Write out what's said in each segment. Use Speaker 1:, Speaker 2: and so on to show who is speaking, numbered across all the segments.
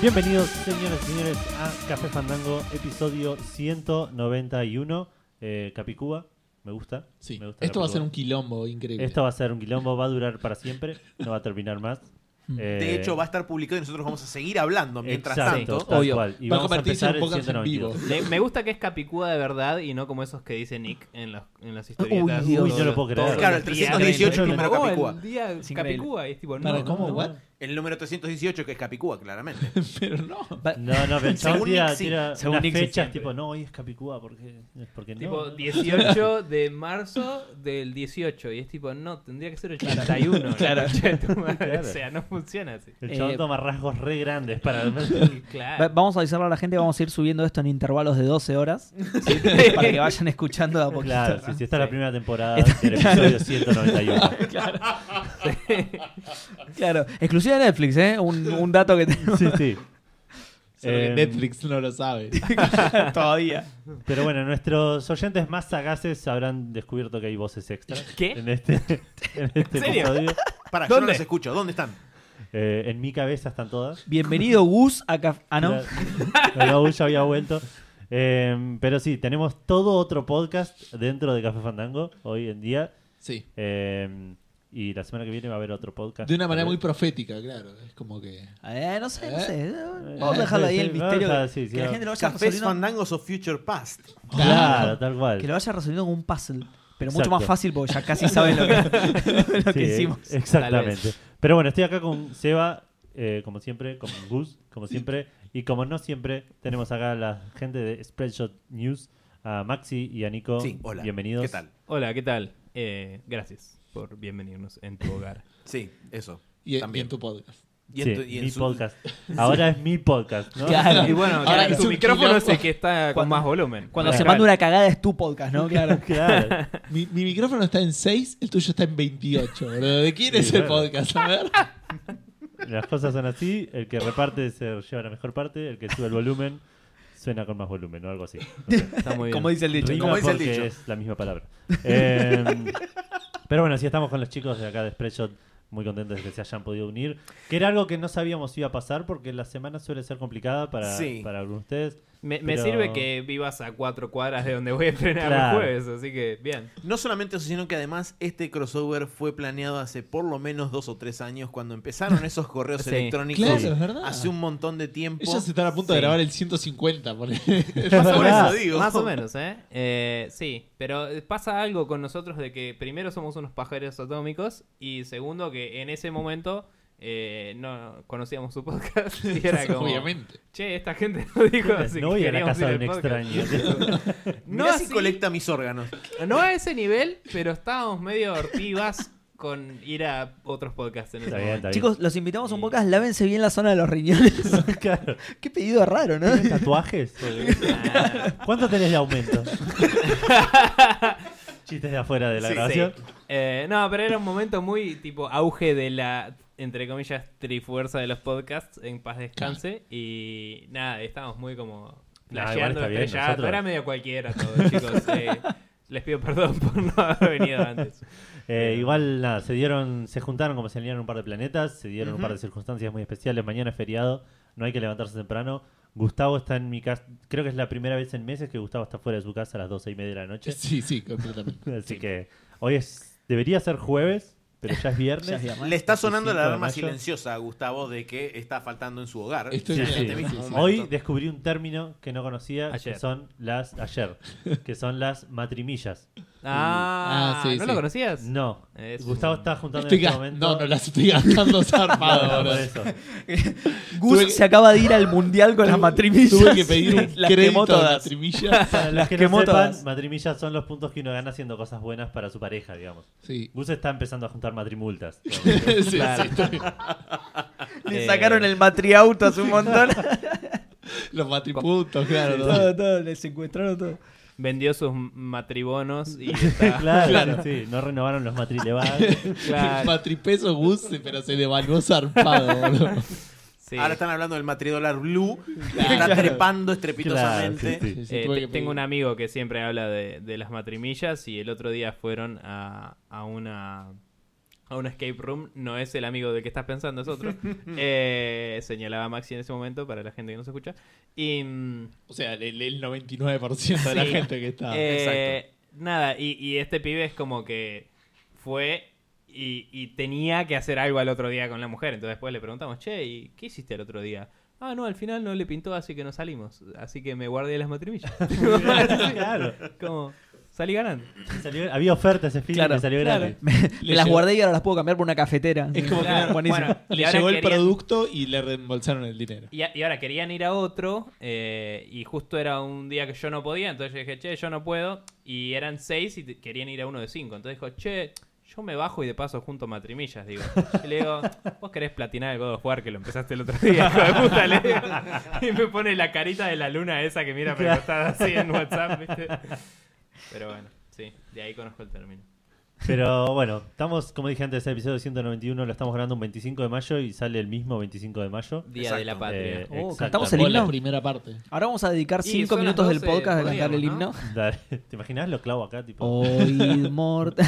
Speaker 1: Bienvenidos, señoras y señores, a Café Fandango, episodio 191. Eh, Capicúa, me gusta.
Speaker 2: Sí.
Speaker 1: me gusta
Speaker 2: Esto
Speaker 1: la
Speaker 2: va a ser
Speaker 1: Capicúa.
Speaker 2: un quilombo increíble.
Speaker 1: Esto va a ser un quilombo, va a durar para siempre, no va a terminar más.
Speaker 2: Hmm.
Speaker 1: Eh,
Speaker 3: De hecho, va a estar publicado y nosotros vamos a seguir hablando mientras
Speaker 1: exacto,
Speaker 3: tanto.
Speaker 1: tal
Speaker 2: obvio.
Speaker 1: cual. Y
Speaker 2: Va a
Speaker 1: vamos a
Speaker 2: convertirse
Speaker 1: empezar
Speaker 2: en un
Speaker 1: el
Speaker 2: podcast en
Speaker 1: 192.
Speaker 2: vivo.
Speaker 4: Le- me gusta que es Capicúa de verdad y no como esos que dice Nick en, los- en las historietas.
Speaker 1: Uy, no lo puedo creer.
Speaker 4: Todos
Speaker 3: Claro, el
Speaker 4: los días,
Speaker 3: 318
Speaker 4: como,
Speaker 3: el número
Speaker 4: "Oh,
Speaker 3: Capicúa".
Speaker 4: el día
Speaker 5: Es increíble.
Speaker 4: Capicúa. Y es tipo, no,
Speaker 2: ¿Para cómo?
Speaker 4: no.
Speaker 2: ¿What?
Speaker 3: El número 318, que es Capicúa, claramente.
Speaker 2: Pero no.
Speaker 5: Va-
Speaker 1: No, no, pero
Speaker 3: Según
Speaker 1: según tira,
Speaker 3: Nick, sí.
Speaker 1: tira
Speaker 5: Según
Speaker 1: unas
Speaker 5: Nick, sí,
Speaker 1: fechas
Speaker 5: siempre.
Speaker 1: tipo, no, hoy es Capicúa, porque, es porque
Speaker 4: Tipo,
Speaker 1: no.
Speaker 4: 18 de marzo del 18. Y es tipo, no, tendría que ser 81. la
Speaker 5: Claro.
Speaker 4: concha de tu madre.
Speaker 1: Claro.
Speaker 4: O sea, no funciona así.
Speaker 1: El chabón
Speaker 5: Eh,
Speaker 1: toma rasgos re grandes para...
Speaker 5: va-
Speaker 4: Claro.
Speaker 5: vamos a avisarle a la gente, vamos a ir subiendo esto en intervalos de 12 horas para que vayan escuchando de a poquito.
Speaker 1: Claro, sí, sí, esta es la
Speaker 4: Sí.
Speaker 1: primera temporada
Speaker 5: Esta-
Speaker 1: del episodio 191.
Speaker 5: Claro, exclusiva de Netflix, ¿eh? Un, un dato que tenemos
Speaker 1: Sí, sí.
Speaker 2: Solo que
Speaker 1: Em,
Speaker 2: Netflix no lo sabe.
Speaker 5: todavía.
Speaker 1: Pero bueno, nuestros oyentes más sagaces habrán descubierto que hay voces extra.
Speaker 4: ¿Qué?
Speaker 1: En este, en este
Speaker 4: ¿En serio?
Speaker 1: episodio.
Speaker 3: Para, yo no
Speaker 4: ¿Dónde?
Speaker 3: los escucho. ¿Dónde están?
Speaker 1: Eh, en mi cabeza están todas.
Speaker 5: Bienvenido Gus a Caf- Ah, no.
Speaker 1: No, no, ya había vuelto. Eh, pero sí, tenemos todo otro podcast dentro de Café Fandango hoy en día.
Speaker 2: Sí.
Speaker 1: Eh, y la semana que viene va a haber otro podcast.
Speaker 2: De una manera muy
Speaker 1: Tal vez.
Speaker 2: profética, claro. Es como que.
Speaker 5: Eh, no sé, no sé.
Speaker 1: Eh,
Speaker 5: Vamos a dejarlo ahí
Speaker 1: sí,
Speaker 5: el
Speaker 1: vamos
Speaker 5: misterio.
Speaker 1: a-
Speaker 5: que-
Speaker 1: sí, sí,
Speaker 5: que la
Speaker 1: vamos.
Speaker 5: gente lo vaya
Speaker 3: Cafés
Speaker 5: resolviendo.
Speaker 3: Fandangos of Future Past.
Speaker 1: Claro, tal
Speaker 5: Que
Speaker 1: cual.
Speaker 5: lo vaya resolviendo como un puzzle. Pero mucho
Speaker 1: Exacto.
Speaker 5: más fácil porque ya casi saben lo que, lo que
Speaker 1: Sí,
Speaker 5: hicimos.
Speaker 1: eh, Exactamente. Pero bueno, estoy acá con Seba, eh, como siempre, con Gus, como siempre. Y como no siempre, tenemos acá a la gente de Spreadshot News, a Maxi y a Nico.
Speaker 3: Sí, hola.
Speaker 1: Bienvenidos.
Speaker 3: ¿Qué tal?
Speaker 4: Hola, ¿qué tal? Eh, gracias por bienvenirnos en tu hogar.
Speaker 3: Sí, eso.
Speaker 2: Y, y
Speaker 3: También.
Speaker 2: en tu podcast.
Speaker 3: Y
Speaker 1: Sí,
Speaker 3: tu- y
Speaker 1: mi
Speaker 3: su-
Speaker 1: podcast. Ahora es mi podcast, ¿no?
Speaker 5: Claro.
Speaker 4: Y bueno,
Speaker 2: Ahora
Speaker 4: claro,
Speaker 2: es
Speaker 4: tu
Speaker 2: un
Speaker 4: micrófono es
Speaker 2: quilombo.
Speaker 4: el que está con
Speaker 5: Cuando-
Speaker 4: más volumen.
Speaker 5: Cuando
Speaker 1: Claro.
Speaker 5: se manda una cagada es tu podcast, ¿no? Claro.
Speaker 1: Claro.
Speaker 2: Mi, mi micrófono está en 6, el tuyo está en 28, boludo. ¿De quién es
Speaker 1: Sí,
Speaker 2: el
Speaker 1: claro.
Speaker 2: podcast? A ver.
Speaker 1: Las cosas son así. El que reparte se lleva la mejor parte. El que sube el volumen suena con más volumen o algo así. No sé.
Speaker 4: Está muy bien.
Speaker 5: Como dice el dicho.
Speaker 1: Rima
Speaker 3: como dice el
Speaker 1: porque
Speaker 3: dicho.
Speaker 1: es la misma palabra. Eh, pero bueno, sí estamos con los chicos de acá de Spreadshot muy contentos de que se hayan podido unir. Que era algo que no sabíamos si iba a pasar porque la semana suele ser complicada para,
Speaker 3: Sí.
Speaker 1: para algunos de ustedes.
Speaker 4: Me, me
Speaker 1: Pero-
Speaker 4: sirve que vivas a cuatro cuadras de donde voy a entrenar
Speaker 1: Claro.
Speaker 4: el jueves, así que bien.
Speaker 3: No solamente eso, sino que además este crossover fue planeado hace por lo menos dos o tres años cuando empezaron esos correos
Speaker 4: Sí.
Speaker 3: electrónicos.
Speaker 2: Claro, es verdad.
Speaker 3: Hace un montón de tiempo.
Speaker 2: Ellos están a punto de
Speaker 3: Sí.
Speaker 2: grabar el 150, porque
Speaker 3: Más o
Speaker 1: verdad.
Speaker 3: menos, digo.
Speaker 4: Más o menos, ¿eh? Eh, Sí, pero pasa algo con nosotros de que primero somos unos pajeros atómicos y segundo que en ese momento eh, no conocíamos su podcast y era como...
Speaker 2: obviamente.
Speaker 4: Che, esta gente nos dijo así
Speaker 1: no
Speaker 4: que
Speaker 1: voy a la
Speaker 4: queríamos
Speaker 1: casa de
Speaker 4: ir
Speaker 1: un
Speaker 4: al podcast".
Speaker 1: extraño.
Speaker 4: No,
Speaker 3: Mirá si
Speaker 4: así-
Speaker 3: colecta mis órganos.
Speaker 4: no a ese nivel, pero estábamos medio hortivas con ir a otros podcasts en ese
Speaker 1: Está bien,
Speaker 4: momento.
Speaker 1: está bien.
Speaker 5: Chicos, los invitamos a un
Speaker 4: Y-
Speaker 5: podcast, lávense bien la zona de los riñones.
Speaker 1: Claro.
Speaker 5: Qué pedido raro, ¿no?
Speaker 1: ¿Tienen tatuajes?
Speaker 4: Ah,
Speaker 1: ¿Cuánto tenés de aumento? Chistes de afuera de la
Speaker 3: Sí,
Speaker 1: grabación.
Speaker 4: Eh, no, pero era un momento muy tipo auge de la, entre comillas, trifuerza de los podcasts en paz descanse. Y nada, estábamos muy como
Speaker 1: Nah, igual
Speaker 4: flasheando,
Speaker 1: está bien,
Speaker 4: estrellados.
Speaker 1: nosotros-
Speaker 4: Era medio cualquiera todo, chicos. eh, les pido perdón por no haber venido antes.
Speaker 1: Eh, igual nada, se dieron, se juntaron como se alinearon un par de planetas, se dieron un par de circunstancias muy especiales. Mañana es feriado, no hay que levantarse temprano. Gustavo está en mi casa, creo que es la primera vez en meses que Gustavo está fuera de su casa a las doce y media de la noche.
Speaker 2: Sí, sí, completamente.
Speaker 1: Así que hoy es, debería ser jueves, pero ya es viernes.
Speaker 5: Ya es viernes.
Speaker 3: Le está sonando
Speaker 1: 25
Speaker 3: la
Speaker 1: de
Speaker 3: alarma
Speaker 1: mayo.
Speaker 3: silenciosa a Gustavo de que está faltando en su hogar.
Speaker 2: Estoy-
Speaker 3: en
Speaker 1: Sí, sí.
Speaker 3: este mismo
Speaker 2: Sí, sí.
Speaker 3: momento.
Speaker 1: Hoy descubrí un término que no conocía,
Speaker 4: Ayer.
Speaker 1: que son las ayer, que son las matrimillas.
Speaker 2: Ah,
Speaker 4: Ah,
Speaker 2: sí,
Speaker 4: ¿no
Speaker 2: sí.
Speaker 4: lo conocías?
Speaker 1: Mm. No,
Speaker 4: Es
Speaker 1: Gustavo
Speaker 4: un-
Speaker 1: está juntando
Speaker 2: Estoy
Speaker 1: en este
Speaker 2: gas-
Speaker 1: momento.
Speaker 2: No, no las estoy gastando
Speaker 1: No,
Speaker 2: zarpado,
Speaker 1: no, por
Speaker 2: boludo.
Speaker 1: eso.
Speaker 5: Gus
Speaker 2: Tuve que-
Speaker 5: se acaba de ir al mundial con las matrimillas.
Speaker 2: Tuve que pedir un
Speaker 5: las
Speaker 2: crédito
Speaker 5: quemó
Speaker 2: de la
Speaker 5: todas.
Speaker 2: trimilla.
Speaker 1: Para los
Speaker 5: Las
Speaker 1: que
Speaker 5: quemó
Speaker 1: no sepan,
Speaker 5: todas.
Speaker 1: matrimillas son los puntos que uno gana haciendo cosas buenas para su pareja, digamos.
Speaker 2: Sí.
Speaker 1: Gus está empezando a juntar matrimultas.
Speaker 2: Sí, sí,
Speaker 4: Claro.
Speaker 2: estoy- Eh,
Speaker 5: Le sacaron el matriauto hace un montón.
Speaker 2: Los matripuntos, claro. todo.
Speaker 5: todo, todo, le secuestraron todo.
Speaker 4: Vendió sus matribonos y está-
Speaker 1: claro, sí. No renovaron los matrilevados.
Speaker 2: El
Speaker 4: claro,
Speaker 2: matripeso Gus, pero se devaluó zarpado, boludo.
Speaker 4: sí.
Speaker 3: Ahora están hablando del matridólar blue que
Speaker 2: Claro.
Speaker 3: está trepando
Speaker 1: Claro, sí,
Speaker 3: estrepitosamente.
Speaker 1: sí.
Speaker 2: Sí, sí,
Speaker 4: Eh,
Speaker 2: tuve
Speaker 4: te-
Speaker 2: que pedir.
Speaker 4: tengo un amigo que siempre habla de, de las matrimillas y el otro día fueron a, a una a un escape room, no es el amigo del que estás pensando, es otro. Eh, señalaba Maxi en ese momento para la gente que nos escucha. Y. mm,
Speaker 2: O sea, el, el 99% de la
Speaker 4: Sí.
Speaker 2: gente que está.
Speaker 4: eh, Nada, y, y este pibe es como que fue y, y tenía que hacer algo al otro día con la mujer. Entonces después le preguntamos, che, ¿y qué hiciste al otro día? Ah, no, al final no le pintó, así que no salimos. Así que me guardé las matrimillas.
Speaker 1: Claro.
Speaker 4: como, salí ganando.
Speaker 1: Salió- había ofertas ese film
Speaker 5: Claro,
Speaker 1: y salió
Speaker 4: claro.
Speaker 1: gratis.
Speaker 5: Me las
Speaker 2: llegó-
Speaker 5: guardé y ahora las puedo cambiar por una cafetera.
Speaker 2: Es como
Speaker 4: Claro,
Speaker 2: que buenísimo.
Speaker 4: bueno, y
Speaker 2: le
Speaker 4: ahora
Speaker 2: llegó el
Speaker 4: querían-
Speaker 2: producto y le reembolsaron el dinero.
Speaker 4: Y, a- y ahora querían ir a otro, eh, y justo era un día que yo no podía, entonces yo dije, che, yo no puedo. Y eran seis y te- querían ir a uno de cinco. Entonces dijo, che, yo me bajo y de paso junto matrimillas, digo. Y le digo, vos querés platinar el God of War que lo empezaste el otro día, hijo de puta, le digo. Y me pone la carita de la luna esa que mira preguntada así en WhatsApp, ¿viste? Pero bueno, sí, de ahí conozco el término.
Speaker 1: Pero bueno, estamos, como dije antes, el episodio 191 lo estamos grabando un 25 de mayo y sale el mismo 25 de mayo.
Speaker 4: Día
Speaker 3: Exacto.
Speaker 4: de la patria.
Speaker 1: Eh,
Speaker 5: Oh,
Speaker 1: exactamente.
Speaker 5: cantamos el
Speaker 2: O la
Speaker 5: himno?
Speaker 2: primera parte.
Speaker 5: Ahora vamos a dedicar
Speaker 4: Y
Speaker 5: 5
Speaker 4: son las
Speaker 5: minutos del
Speaker 4: 12,
Speaker 5: podcast a cantar el
Speaker 4: podríamos,
Speaker 5: himno.
Speaker 1: Dale. ¿Te imaginas? Lo clavo acá, tipo.
Speaker 5: Oh. Oíd mortal.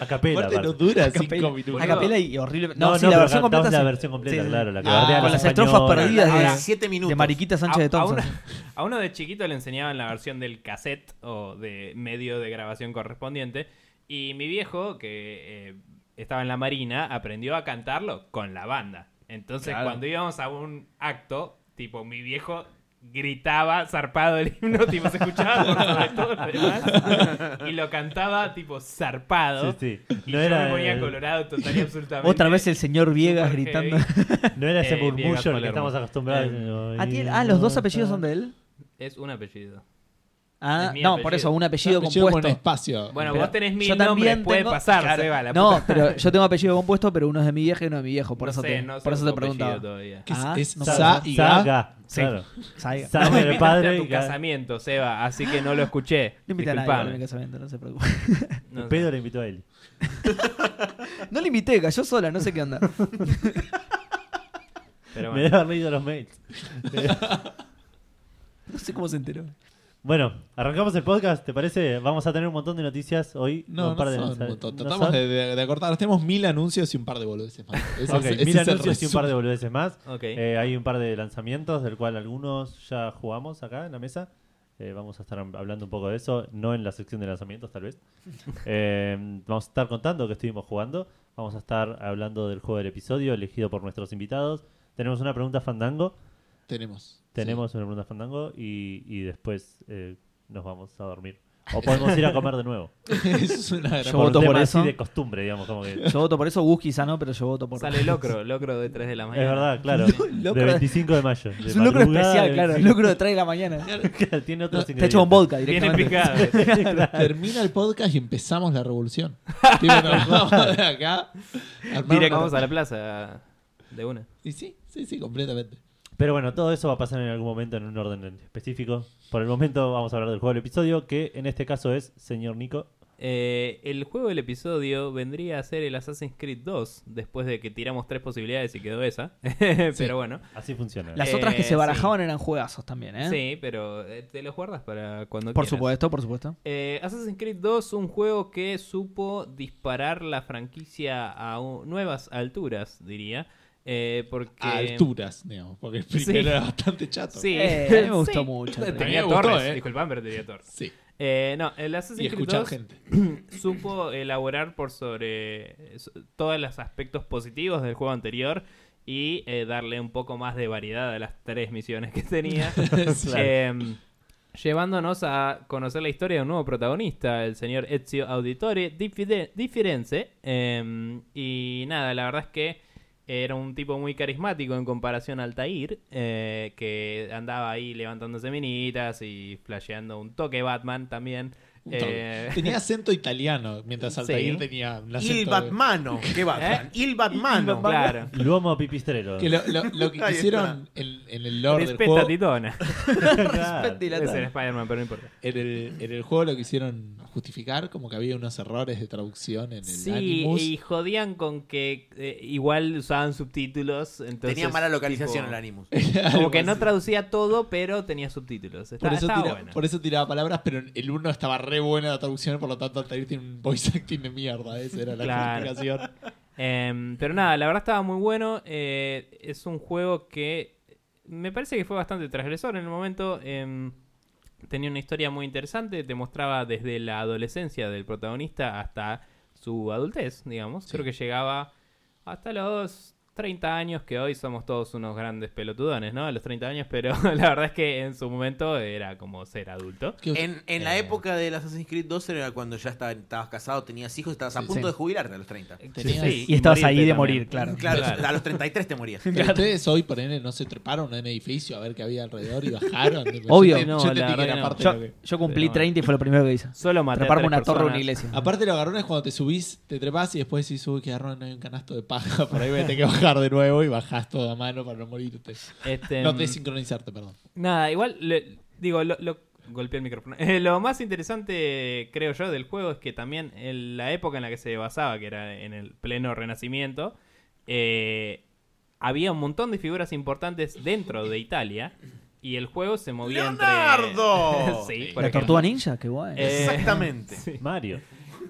Speaker 1: A capela.
Speaker 2: Aparte no
Speaker 1: aparte.
Speaker 2: dura
Speaker 5: Capela.
Speaker 2: 5
Speaker 5: A
Speaker 2: minutos.
Speaker 5: capela y horrible. No,
Speaker 1: No, no,
Speaker 5: sí, la
Speaker 1: pero
Speaker 5: versión
Speaker 1: cantamos
Speaker 5: completa.
Speaker 1: la
Speaker 5: sí.
Speaker 1: versión completa,
Speaker 5: Sí, sí.
Speaker 1: claro. La que
Speaker 2: Ah,
Speaker 1: bardea a los
Speaker 5: Con las estrofas
Speaker 1: españoles.
Speaker 5: perdidas de-
Speaker 3: Ahora, siete minutos.
Speaker 5: De Mariquita Sánchez de
Speaker 4: a, a
Speaker 5: Thompson.
Speaker 4: uno- a uno de chiquito le enseñaban la versión del cassette o de medio de grabación correspondiente. Y mi viejo, que eh, estaba en la marina, aprendió a cantarlo con la banda. Entonces,
Speaker 5: Claro.
Speaker 4: cuando íbamos a un acto, tipo, mi viejo gritaba zarpado el himno, tipo, se escuchaba por sobre todo lo demás, y lo cantaba, tipo, zarpado.
Speaker 1: Sí, sí.
Speaker 4: Y
Speaker 1: No
Speaker 4: yo
Speaker 1: era,
Speaker 4: me ponía
Speaker 1: el-
Speaker 4: colorado total y absolutamente.
Speaker 5: Otra vez el señor Viegas
Speaker 4: Super
Speaker 5: gritando.
Speaker 4: heavy.
Speaker 1: no era ese
Speaker 4: Eh, Diego
Speaker 1: murmullo al que
Speaker 4: Palermo.
Speaker 1: estamos acostumbrados.
Speaker 4: Eh,
Speaker 5: Ah, tiene- ah, los dos apellidos son de él.
Speaker 4: Es un apellido.
Speaker 5: Ah,
Speaker 4: Es mi
Speaker 5: no,
Speaker 4: apellido.
Speaker 5: por eso, un apellido
Speaker 2: Apellido con
Speaker 5: compuesto.
Speaker 2: espacio.
Speaker 4: Bueno,
Speaker 5: Pero
Speaker 4: vos tenés mil
Speaker 5: yo
Speaker 4: nombres,
Speaker 5: también
Speaker 4: puede
Speaker 5: tengo-
Speaker 4: pasar,
Speaker 5: claro.
Speaker 4: Seba, la
Speaker 5: No,
Speaker 4: puta.
Speaker 5: pero yo tengo apellido compuesto, pero uno es de mi vieja y uno es de mi viejo. Por
Speaker 4: No
Speaker 5: eso
Speaker 4: sé,
Speaker 5: te,
Speaker 4: no sé
Speaker 5: por
Speaker 4: su
Speaker 5: eso te
Speaker 4: apellido
Speaker 5: preguntaba.
Speaker 4: todavía.
Speaker 2: Que es-
Speaker 5: Ah,
Speaker 2: es
Speaker 5: no
Speaker 2: Sa y Ga.
Speaker 5: Sí.
Speaker 1: Claro. Sa-
Speaker 5: Saiga.
Speaker 1: Saba
Speaker 4: me
Speaker 1: era el
Speaker 4: invitaste
Speaker 1: padre
Speaker 4: a tu
Speaker 1: y cada-
Speaker 4: casamiento, Seba, así que no lo escuché.
Speaker 5: No invité a nadie
Speaker 4: Disculpame.
Speaker 5: para mi casamiento, no se preocupe.
Speaker 4: No sé.
Speaker 1: Pedro le invitó a él.
Speaker 5: No le invité, cayó sola, no sé qué onda.
Speaker 4: Pero
Speaker 1: Me
Speaker 4: bueno.
Speaker 1: debe haber leído los mails. Eh,
Speaker 5: No sé cómo se enteró.
Speaker 1: Bueno, arrancamos el podcast, ¿te parece? Vamos a tener un montón de noticias hoy.
Speaker 2: No,
Speaker 1: un par de
Speaker 2: no son,
Speaker 1: lanzar-
Speaker 2: montón.
Speaker 1: ¿no
Speaker 2: Tratamos
Speaker 1: son?
Speaker 2: de, de, de acortarnos. Tenemos mil anuncios y un par de boludeces más. Ese
Speaker 1: Ok,
Speaker 2: es- ese
Speaker 1: mil
Speaker 2: es el
Speaker 1: anuncios y un par de
Speaker 2: resumen.
Speaker 1: boludeces más.
Speaker 4: Ok.
Speaker 1: Eh, hay un par de lanzamientos, del cual algunos ya jugamos acá en la mesa. Eh, vamos a estar hablando un poco de eso, no en la sección de lanzamientos tal vez. Eh, vamos a estar contando que estuvimos jugando. Vamos a estar hablando del juego del episodio elegido por nuestros invitados. Tenemos una pregunta fandango.
Speaker 2: Tenemos. sí.
Speaker 1: Tenemos una pregunta fandango y, y después eh, nos vamos a dormir. O podemos ir a comer de nuevo.
Speaker 2: Eso es una gran
Speaker 5: Yo voto
Speaker 1: un
Speaker 5: por
Speaker 1: tema
Speaker 5: eso.
Speaker 1: así de costumbre, digamos. Como que,
Speaker 5: Yo voto por eso, Gus quizá no, pero yo voto por
Speaker 4: Sale locro, locro de 3 de la
Speaker 1: es
Speaker 4: mañana.
Speaker 1: verdad, claro.
Speaker 5: Locro
Speaker 1: de
Speaker 5: de-
Speaker 1: 25 de mayo. de
Speaker 5: Es un locro
Speaker 1: madrugada
Speaker 5: especial,
Speaker 1: de
Speaker 5: claro. El
Speaker 1: 25.
Speaker 5: locro de 3 de la mañana.
Speaker 1: Tiene otros
Speaker 5: Te
Speaker 1: ingredientes.
Speaker 5: hecho con vodka
Speaker 4: Viene
Speaker 5: directamente.
Speaker 4: picado.
Speaker 2: Termina el podcast y empezamos la revolución. Tipo, nos vamos de acá. armamos-
Speaker 4: Vamos a la plaza de una.
Speaker 2: Y sí, sí, sí, completamente.
Speaker 1: Pero bueno, todo eso va a pasar en algún momento en un orden en específico. Por el momento vamos a hablar del juego del episodio, que en este caso es Señor Nico.
Speaker 4: Eh, el juego del episodio vendría a ser el Assassin's Creed 2, después de que tiramos tres posibilidades y quedó esa. pero bueno.
Speaker 1: Así funciona.
Speaker 5: Las otras que
Speaker 4: Eh,
Speaker 5: se barajaban eran juegazos también, ¿eh?
Speaker 4: Sí, pero eh, te lo guardas para cuando
Speaker 5: Por
Speaker 4: quieras.
Speaker 5: supuesto, por supuesto.
Speaker 4: Eh, Assassin's Creed 2, un juego que supo disparar la franquicia a u- nuevas alturas, diría. Eh, porque...
Speaker 2: A alturas, digamos, porque el primero
Speaker 4: Sí.
Speaker 2: era bastante chato.
Speaker 4: Sí.
Speaker 5: Eh, a mí me gustó
Speaker 4: Sí.
Speaker 5: mucho.
Speaker 2: A mí
Speaker 4: Tenía
Speaker 2: me gustó,
Speaker 4: torres,
Speaker 2: eh.
Speaker 4: disculpame, pero tenía torres.
Speaker 2: Sí.
Speaker 4: Eh, no, el
Speaker 2: Y
Speaker 4: Assassin's Creed
Speaker 2: escuchar
Speaker 4: 2
Speaker 2: gente.
Speaker 4: supo elaborar por sobre eh, so- todos los aspectos positivos del juego anterior y eh, darle un poco más de variedad a las tres misiones que tenía. Eh, llevándonos a conocer la historia de un nuevo protagonista, el señor Ezio Auditore di Fide- di Firenze. Eh, y nada, la verdad es que era un tipo muy carismático en comparación al Tair, eh, que andaba ahí levantándose minitas y flasheando un toque Batman también.
Speaker 2: Un toque.
Speaker 4: Eh,
Speaker 2: Tenía acento italiano, mientras
Speaker 4: Sí.
Speaker 2: Altair tenía un acento.
Speaker 3: Il Batmano. ¿Qué Batman?
Speaker 4: ¿Eh?
Speaker 3: Il Batmano.
Speaker 4: claro.
Speaker 1: Luomo Pipistrello.
Speaker 2: Que lo, lo- lo que
Speaker 3: Ahí
Speaker 2: hicieron en, en el lore del
Speaker 4: Respeta
Speaker 2: juego.
Speaker 4: Titona.
Speaker 1: Claro.
Speaker 4: Ah, Es el Spider-Man, pero no importa.
Speaker 2: En el, en el juego lo quisieron justificar, como que había unos errores de traducción en el
Speaker 4: Sí,
Speaker 2: Animus.
Speaker 4: y jodían con que eh, igual usaban subtítulos. Entonces,
Speaker 3: Tenía mala localización
Speaker 4: tipo,
Speaker 3: el Animus.
Speaker 2: "Eh,
Speaker 4: Como que no traducía todo, pero tenía subtítulos. Está,
Speaker 2: Por eso,
Speaker 4: estaba
Speaker 2: tira-
Speaker 4: bueno.
Speaker 2: por eso tiraba palabras, pero el uno estaba re buena la traducción, por lo tanto Altair tiene un voice acting de mierda, esa era la
Speaker 4: Claro.
Speaker 2: justificación.
Speaker 4: Em, pero nada, la verdad estaba muy bueno. eh, es un juego que me parece que fue bastante transgresor en el momento. em, tenía una historia muy interesante. Te mostraba desde la adolescencia del protagonista hasta su adultez, digamos.
Speaker 2: Sí.
Speaker 4: Creo que llegaba hasta los 30 años, que hoy somos todos unos grandes pelotudones, ¿no? A los 30 años, pero la verdad es que en su momento era como ser adulto.
Speaker 2: ¿Qué-
Speaker 3: En, en la
Speaker 4: Eh.
Speaker 3: época del Assassin's Creed 2 era cuando ya estaba- estabas casado, tenías hijos, estabas a
Speaker 2: Sí,
Speaker 3: punto
Speaker 5: sí.
Speaker 3: de jubilarte a los 30.
Speaker 2: Tenías-
Speaker 4: Sí,
Speaker 5: Y estabas ahí
Speaker 1: morirte
Speaker 5: de
Speaker 1: también.
Speaker 5: morir, claro.
Speaker 3: Claro,
Speaker 4: Eh, Claro.
Speaker 3: a los 33 te morías.
Speaker 2: pero ustedes hoy, por ejemplo, no se treparon a un edificio a ver qué había alrededor y bajaron. Tipo, yo
Speaker 5: Obvio.
Speaker 2: te- yo
Speaker 4: No,
Speaker 2: entendí
Speaker 4: la
Speaker 2: que
Speaker 4: verdad
Speaker 2: era
Speaker 4: que no.
Speaker 2: parte de
Speaker 5: Yo,
Speaker 2: lo que-
Speaker 5: yo cumplí
Speaker 4: Pero-
Speaker 5: 30 y fue lo primero que hice.
Speaker 4: Solo maté a
Speaker 5: Treparme
Speaker 4: tres
Speaker 5: una torre o una
Speaker 4: personas.
Speaker 5: iglesia.
Speaker 2: Aparte lo agarrones cuando te subís, te trepás y después decís, uy, que agarrón, hay un canasto de paja, por ahí voy a tener que bajar de nuevo y bajás todo a mano para no morirte.
Speaker 4: Este,
Speaker 2: No desincronizarte, perdón.
Speaker 4: Nada, igual, le- digo, lo, lo- golpeé el micrófono. Eh, lo más interesante, creo yo, del juego es que también en la época en la que se basaba, que era en el pleno renacimiento, eh, había un montón de figuras importantes dentro de Italia y el juego se movía
Speaker 3: ¡Leonardo!
Speaker 4: entre... sí, por
Speaker 5: La
Speaker 4: ejemplo.
Speaker 5: tortuga ninja, qué guay.
Speaker 4: Eh,
Speaker 3: Exactamente.
Speaker 1: Mario.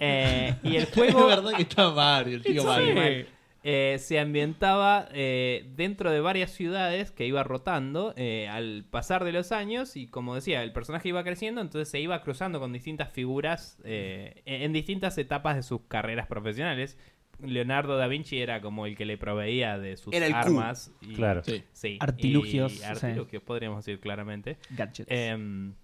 Speaker 4: Eh, y el
Speaker 2: Es
Speaker 4: juego...
Speaker 2: verdad que está Mario, el tío
Speaker 4: Sí.
Speaker 2: Mario.
Speaker 4: Eh, se ambientaba eh, dentro de varias ciudades que iba rotando eh, al pasar de los años y como decía, el personaje iba creciendo, entonces se iba cruzando con distintas figuras eh, en en distintas etapas de sus carreras profesionales. Leonardo da Vinci era como el que le proveía de sus
Speaker 3: Era el Q.
Speaker 4: armas. y-
Speaker 1: Claro.
Speaker 2: Sí.
Speaker 4: sí,
Speaker 5: Artilugios,
Speaker 4: y artilugios, podríamos decir claramente.
Speaker 5: Gadgets.
Speaker 4: Em,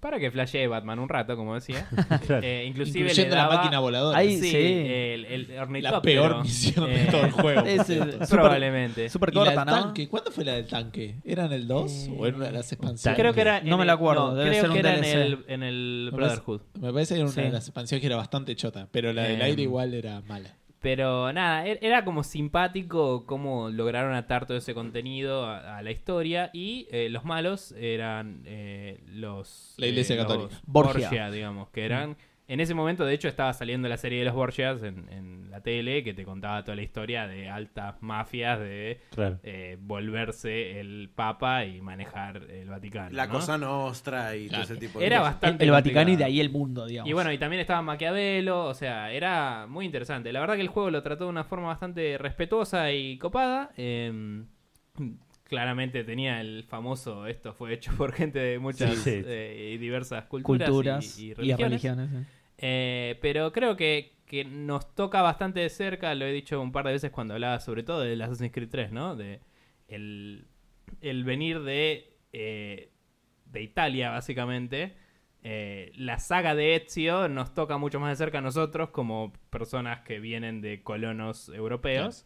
Speaker 4: para que flashee Batman un rato, como decía.
Speaker 1: Claro.
Speaker 4: Eh, inclusive le
Speaker 2: Incluyendo la
Speaker 4: daba-
Speaker 2: máquina voladora.
Speaker 5: Ahí-
Speaker 4: Sí,
Speaker 5: Sí.
Speaker 4: El, el
Speaker 2: la
Speaker 4: ornitóptero.
Speaker 2: peor misión de
Speaker 4: Eh,
Speaker 2: todo el juego. por
Speaker 5: es-
Speaker 2: cierto.
Speaker 5: es-
Speaker 4: Probablemente.
Speaker 5: Súper
Speaker 2: Y la del
Speaker 5: corta, ¿no?
Speaker 2: tanque, ¿cuándo fue la del tanque? ¿Era en el 2
Speaker 4: Eh,
Speaker 2: o en una de las expansiones?
Speaker 4: Creo que era.
Speaker 5: No
Speaker 4: en
Speaker 5: me
Speaker 4: el-
Speaker 5: la acuerdo, debe
Speaker 4: creo
Speaker 5: ser
Speaker 4: que
Speaker 5: un
Speaker 4: era en
Speaker 5: DLC.
Speaker 4: el, en el
Speaker 2: Me parece-
Speaker 4: Brotherhood.
Speaker 2: Me parece que era una
Speaker 4: Sí.
Speaker 2: de las expansiones que era bastante chota, pero la del
Speaker 4: Eh,
Speaker 2: aire igual era mala.
Speaker 4: Pero nada, er- era como simpático cómo lograron atar todo ese contenido a, a la historia. Y eh, los malos eran eh, los.
Speaker 2: La Iglesia
Speaker 4: eh, los
Speaker 2: Católica.
Speaker 5: Borgia. Mm.
Speaker 4: Borgia. digamos, que eran. En ese momento, de hecho, estaba saliendo la serie de los Borgias en, en la tele que te contaba toda la historia de altas mafias, de
Speaker 1: Claro.
Speaker 4: eh, volverse el Papa y manejar el Vaticano.
Speaker 3: La
Speaker 4: ¿no?
Speaker 3: cosa nostra y
Speaker 2: Claro.
Speaker 3: todo ese tipo de
Speaker 4: Era
Speaker 3: cosas.
Speaker 5: El,
Speaker 4: bastante.
Speaker 5: el Vaticano y
Speaker 4: complicado.
Speaker 5: de ahí el mundo, digamos.
Speaker 4: Y bueno, y también estaba Maquiavelo, o sea, era muy interesante. La verdad que el juego lo trató de una forma bastante respetuosa y copada. eh, claramente tenía el famoso, esto fue hecho por gente de muchas
Speaker 1: Sí, sí.
Speaker 4: eh, y diversas culturas, y-
Speaker 5: culturas
Speaker 4: y,
Speaker 5: y,
Speaker 4: religiones.
Speaker 5: religiones. sí.
Speaker 4: Eh, pero creo que, que nos toca bastante de cerca, lo he dicho un par de veces cuando hablaba sobre todo del Assassin's Creed 3, ¿no? De el, el venir de, eh, de Italia, básicamente. Eh, la saga de Ezio nos toca mucho más de cerca a nosotros como personas que vienen de colonos europeos.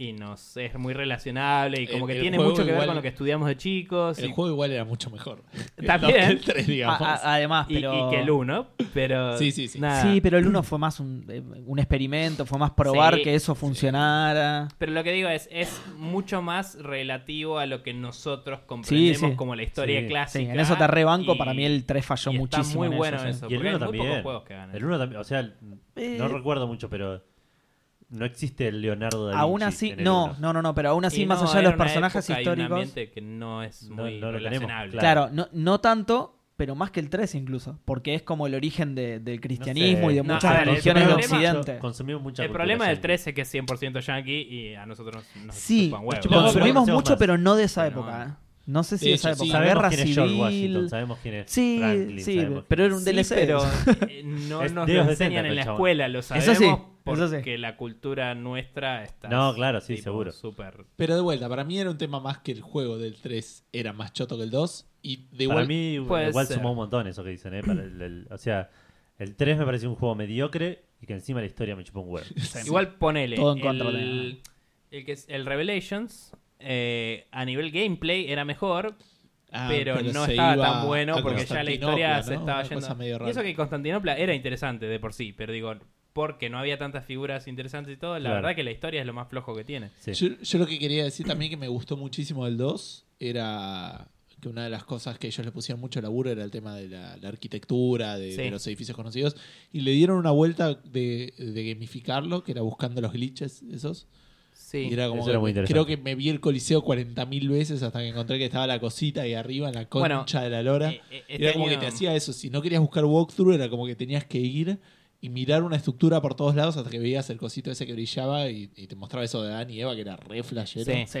Speaker 4: Y nos es muy relacionable y como
Speaker 2: El-
Speaker 4: que
Speaker 2: el
Speaker 4: tiene
Speaker 2: juego
Speaker 4: mucho que ver
Speaker 2: igual-
Speaker 4: con lo que estudiamos de chicos.
Speaker 2: El
Speaker 4: y,
Speaker 2: juego igual era mucho mejor.
Speaker 4: También. Ah,
Speaker 2: El 3, digamos.
Speaker 5: A- a- además,
Speaker 4: y-
Speaker 5: pero...
Speaker 4: y que el 1, pero...
Speaker 2: Sí, sí, sí.
Speaker 4: nada.
Speaker 5: Sí, pero el uno fue más un, eh, un experimento, fue más probar
Speaker 4: Sí.
Speaker 5: que eso funcionara.
Speaker 4: Pero lo que digo es, es mucho más relativo a lo que nosotros comprendemos
Speaker 5: Sí, sí.
Speaker 4: como la historia
Speaker 1: Sí.
Speaker 4: clásica.
Speaker 5: Sí, en eso te rebanco,
Speaker 4: Ah, y-
Speaker 5: para mí el 3 falló
Speaker 4: y
Speaker 5: muchísimo.
Speaker 4: Está muy
Speaker 5: en eso,
Speaker 4: bueno
Speaker 5: sí.
Speaker 4: eso,
Speaker 1: Y el
Speaker 4: porque
Speaker 1: uno
Speaker 4: hay muy pocos
Speaker 1: también.
Speaker 4: juegos que ganan.
Speaker 1: El 1 también. O sea, no
Speaker 5: Eh,
Speaker 1: recuerdo mucho, pero no existe el Leonardo da Vinci.
Speaker 5: Aún así,
Speaker 1: en el
Speaker 5: no,
Speaker 1: uno.
Speaker 5: no, no, no, pero aún así,
Speaker 4: Y
Speaker 5: más
Speaker 4: no,
Speaker 5: allá de
Speaker 4: era
Speaker 5: los
Speaker 4: una
Speaker 5: personajes
Speaker 4: época y un
Speaker 5: históricos.
Speaker 4: ambiente que no es
Speaker 1: No-
Speaker 4: muy
Speaker 1: no lo tenemos,
Speaker 4: relacionable.
Speaker 5: Claro, no, no tanto, pero más que el 3 incluso, porque es como el origen de- del cristianismo
Speaker 1: sé.
Speaker 5: y de
Speaker 4: No,
Speaker 5: muchas
Speaker 4: a ver, el
Speaker 5: religiones de
Speaker 4: problema-
Speaker 5: Occidente.
Speaker 1: Consumimos mucha
Speaker 4: El
Speaker 1: cultura
Speaker 4: problema del
Speaker 1: yankee.
Speaker 4: 13 es que es 100% yankee y a nosotros nos, nos
Speaker 5: Sí,
Speaker 4: chupan huevos.
Speaker 1: No,
Speaker 5: consumimos
Speaker 1: pero-
Speaker 5: mucho, pero no de esa
Speaker 4: Pero-
Speaker 5: época. ¿eh? No sé si
Speaker 2: Sí,
Speaker 5: de
Speaker 2: sí,
Speaker 5: esa época.
Speaker 2: sí.
Speaker 1: Sabemos
Speaker 5: Guerra
Speaker 1: quién es George Washington,
Speaker 5: civil.
Speaker 1: sabemos quién es
Speaker 5: Sí,
Speaker 1: Franklin,
Speaker 5: sí,
Speaker 1: sabemos quién
Speaker 5: pero era un
Speaker 4: Sí,
Speaker 5: DLC.
Speaker 4: pero eh, no
Speaker 1: Es
Speaker 4: nos
Speaker 1: de
Speaker 4: lo
Speaker 1: los
Speaker 4: enseñan
Speaker 1: 70,
Speaker 4: en la
Speaker 1: chabón.
Speaker 4: escuela, lo
Speaker 5: Eso sí,
Speaker 4: sabemos porque
Speaker 5: eso sí.
Speaker 4: la cultura nuestra está
Speaker 1: No, claro, sí,
Speaker 4: tipo,
Speaker 1: seguro.
Speaker 4: súper
Speaker 2: Pero de vuelta, para mí era un tema más que el juego del 3 era más choto que el 2. Y de
Speaker 1: Para
Speaker 2: igual,
Speaker 1: mí,
Speaker 4: Puede
Speaker 1: igual
Speaker 4: ser.
Speaker 1: sumó un montón eso que dicen, ¿eh? Para el- el- o sea, el 3 me pareció un juego mediocre y que encima la historia me chupó un huevo.
Speaker 4: Igual ponele.
Speaker 5: Todo en contra
Speaker 4: el, el que es el Revelations eh, a nivel gameplay era mejor,
Speaker 2: Ah,
Speaker 4: pero, no
Speaker 2: se
Speaker 4: estaba
Speaker 2: iba
Speaker 4: tan
Speaker 2: a
Speaker 4: bueno porque ya la historia
Speaker 2: Constantinopla,
Speaker 4: se
Speaker 2: ¿no?
Speaker 4: estaba
Speaker 2: Una cosa medio
Speaker 4: yendo.
Speaker 2: rara.
Speaker 4: Y eso que Constantinopla era interesante de por sí, pero digo, porque no había tantas figuras interesantes y todo, la
Speaker 1: Claro.
Speaker 4: verdad que la historia es lo más flojo que tiene.
Speaker 1: Sí.
Speaker 2: Yo, yo lo que quería decir también que me gustó muchísimo del 2 era que una de las cosas que ellos le pusieron mucho laburo era el tema de la, la arquitectura, de,
Speaker 4: Sí.
Speaker 2: de los edificios conocidos, y le dieron una vuelta de, de gamificarlo, que era buscando los glitches esos.
Speaker 4: Sí.
Speaker 2: y era como
Speaker 1: Eso
Speaker 2: que
Speaker 1: era muy
Speaker 2: me-
Speaker 1: interesante.
Speaker 2: creo que me vi el coliseo 40.000 veces hasta que encontré que estaba la cosita ahí arriba en la concha
Speaker 4: Bueno,
Speaker 2: de la lora.
Speaker 4: Eh, eh,
Speaker 2: Y era
Speaker 4: este
Speaker 2: como que
Speaker 4: año-
Speaker 2: te hacía eso. Si no querías buscar walkthrough, era como que tenías que ir y mirar una estructura por todos lados hasta que veías el cosito ese que brillaba y, y te mostraba eso de Adán y Eva que era re flashero.
Speaker 4: Sí.
Speaker 5: Sí.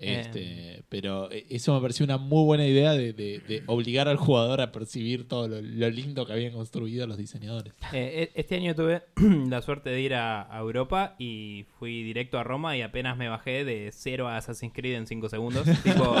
Speaker 2: Este, Pero eh, eso me pareció una muy buena idea de, de- de obligar al jugador a percibir todo lo, lo lindo que habían construido los diseñadores.
Speaker 4: Eh, e- este año tuve la suerte de ir a, a Europa y fui directo a Roma y apenas me bajé de cero a Assassin's Creed en cinco segundos. Tipo,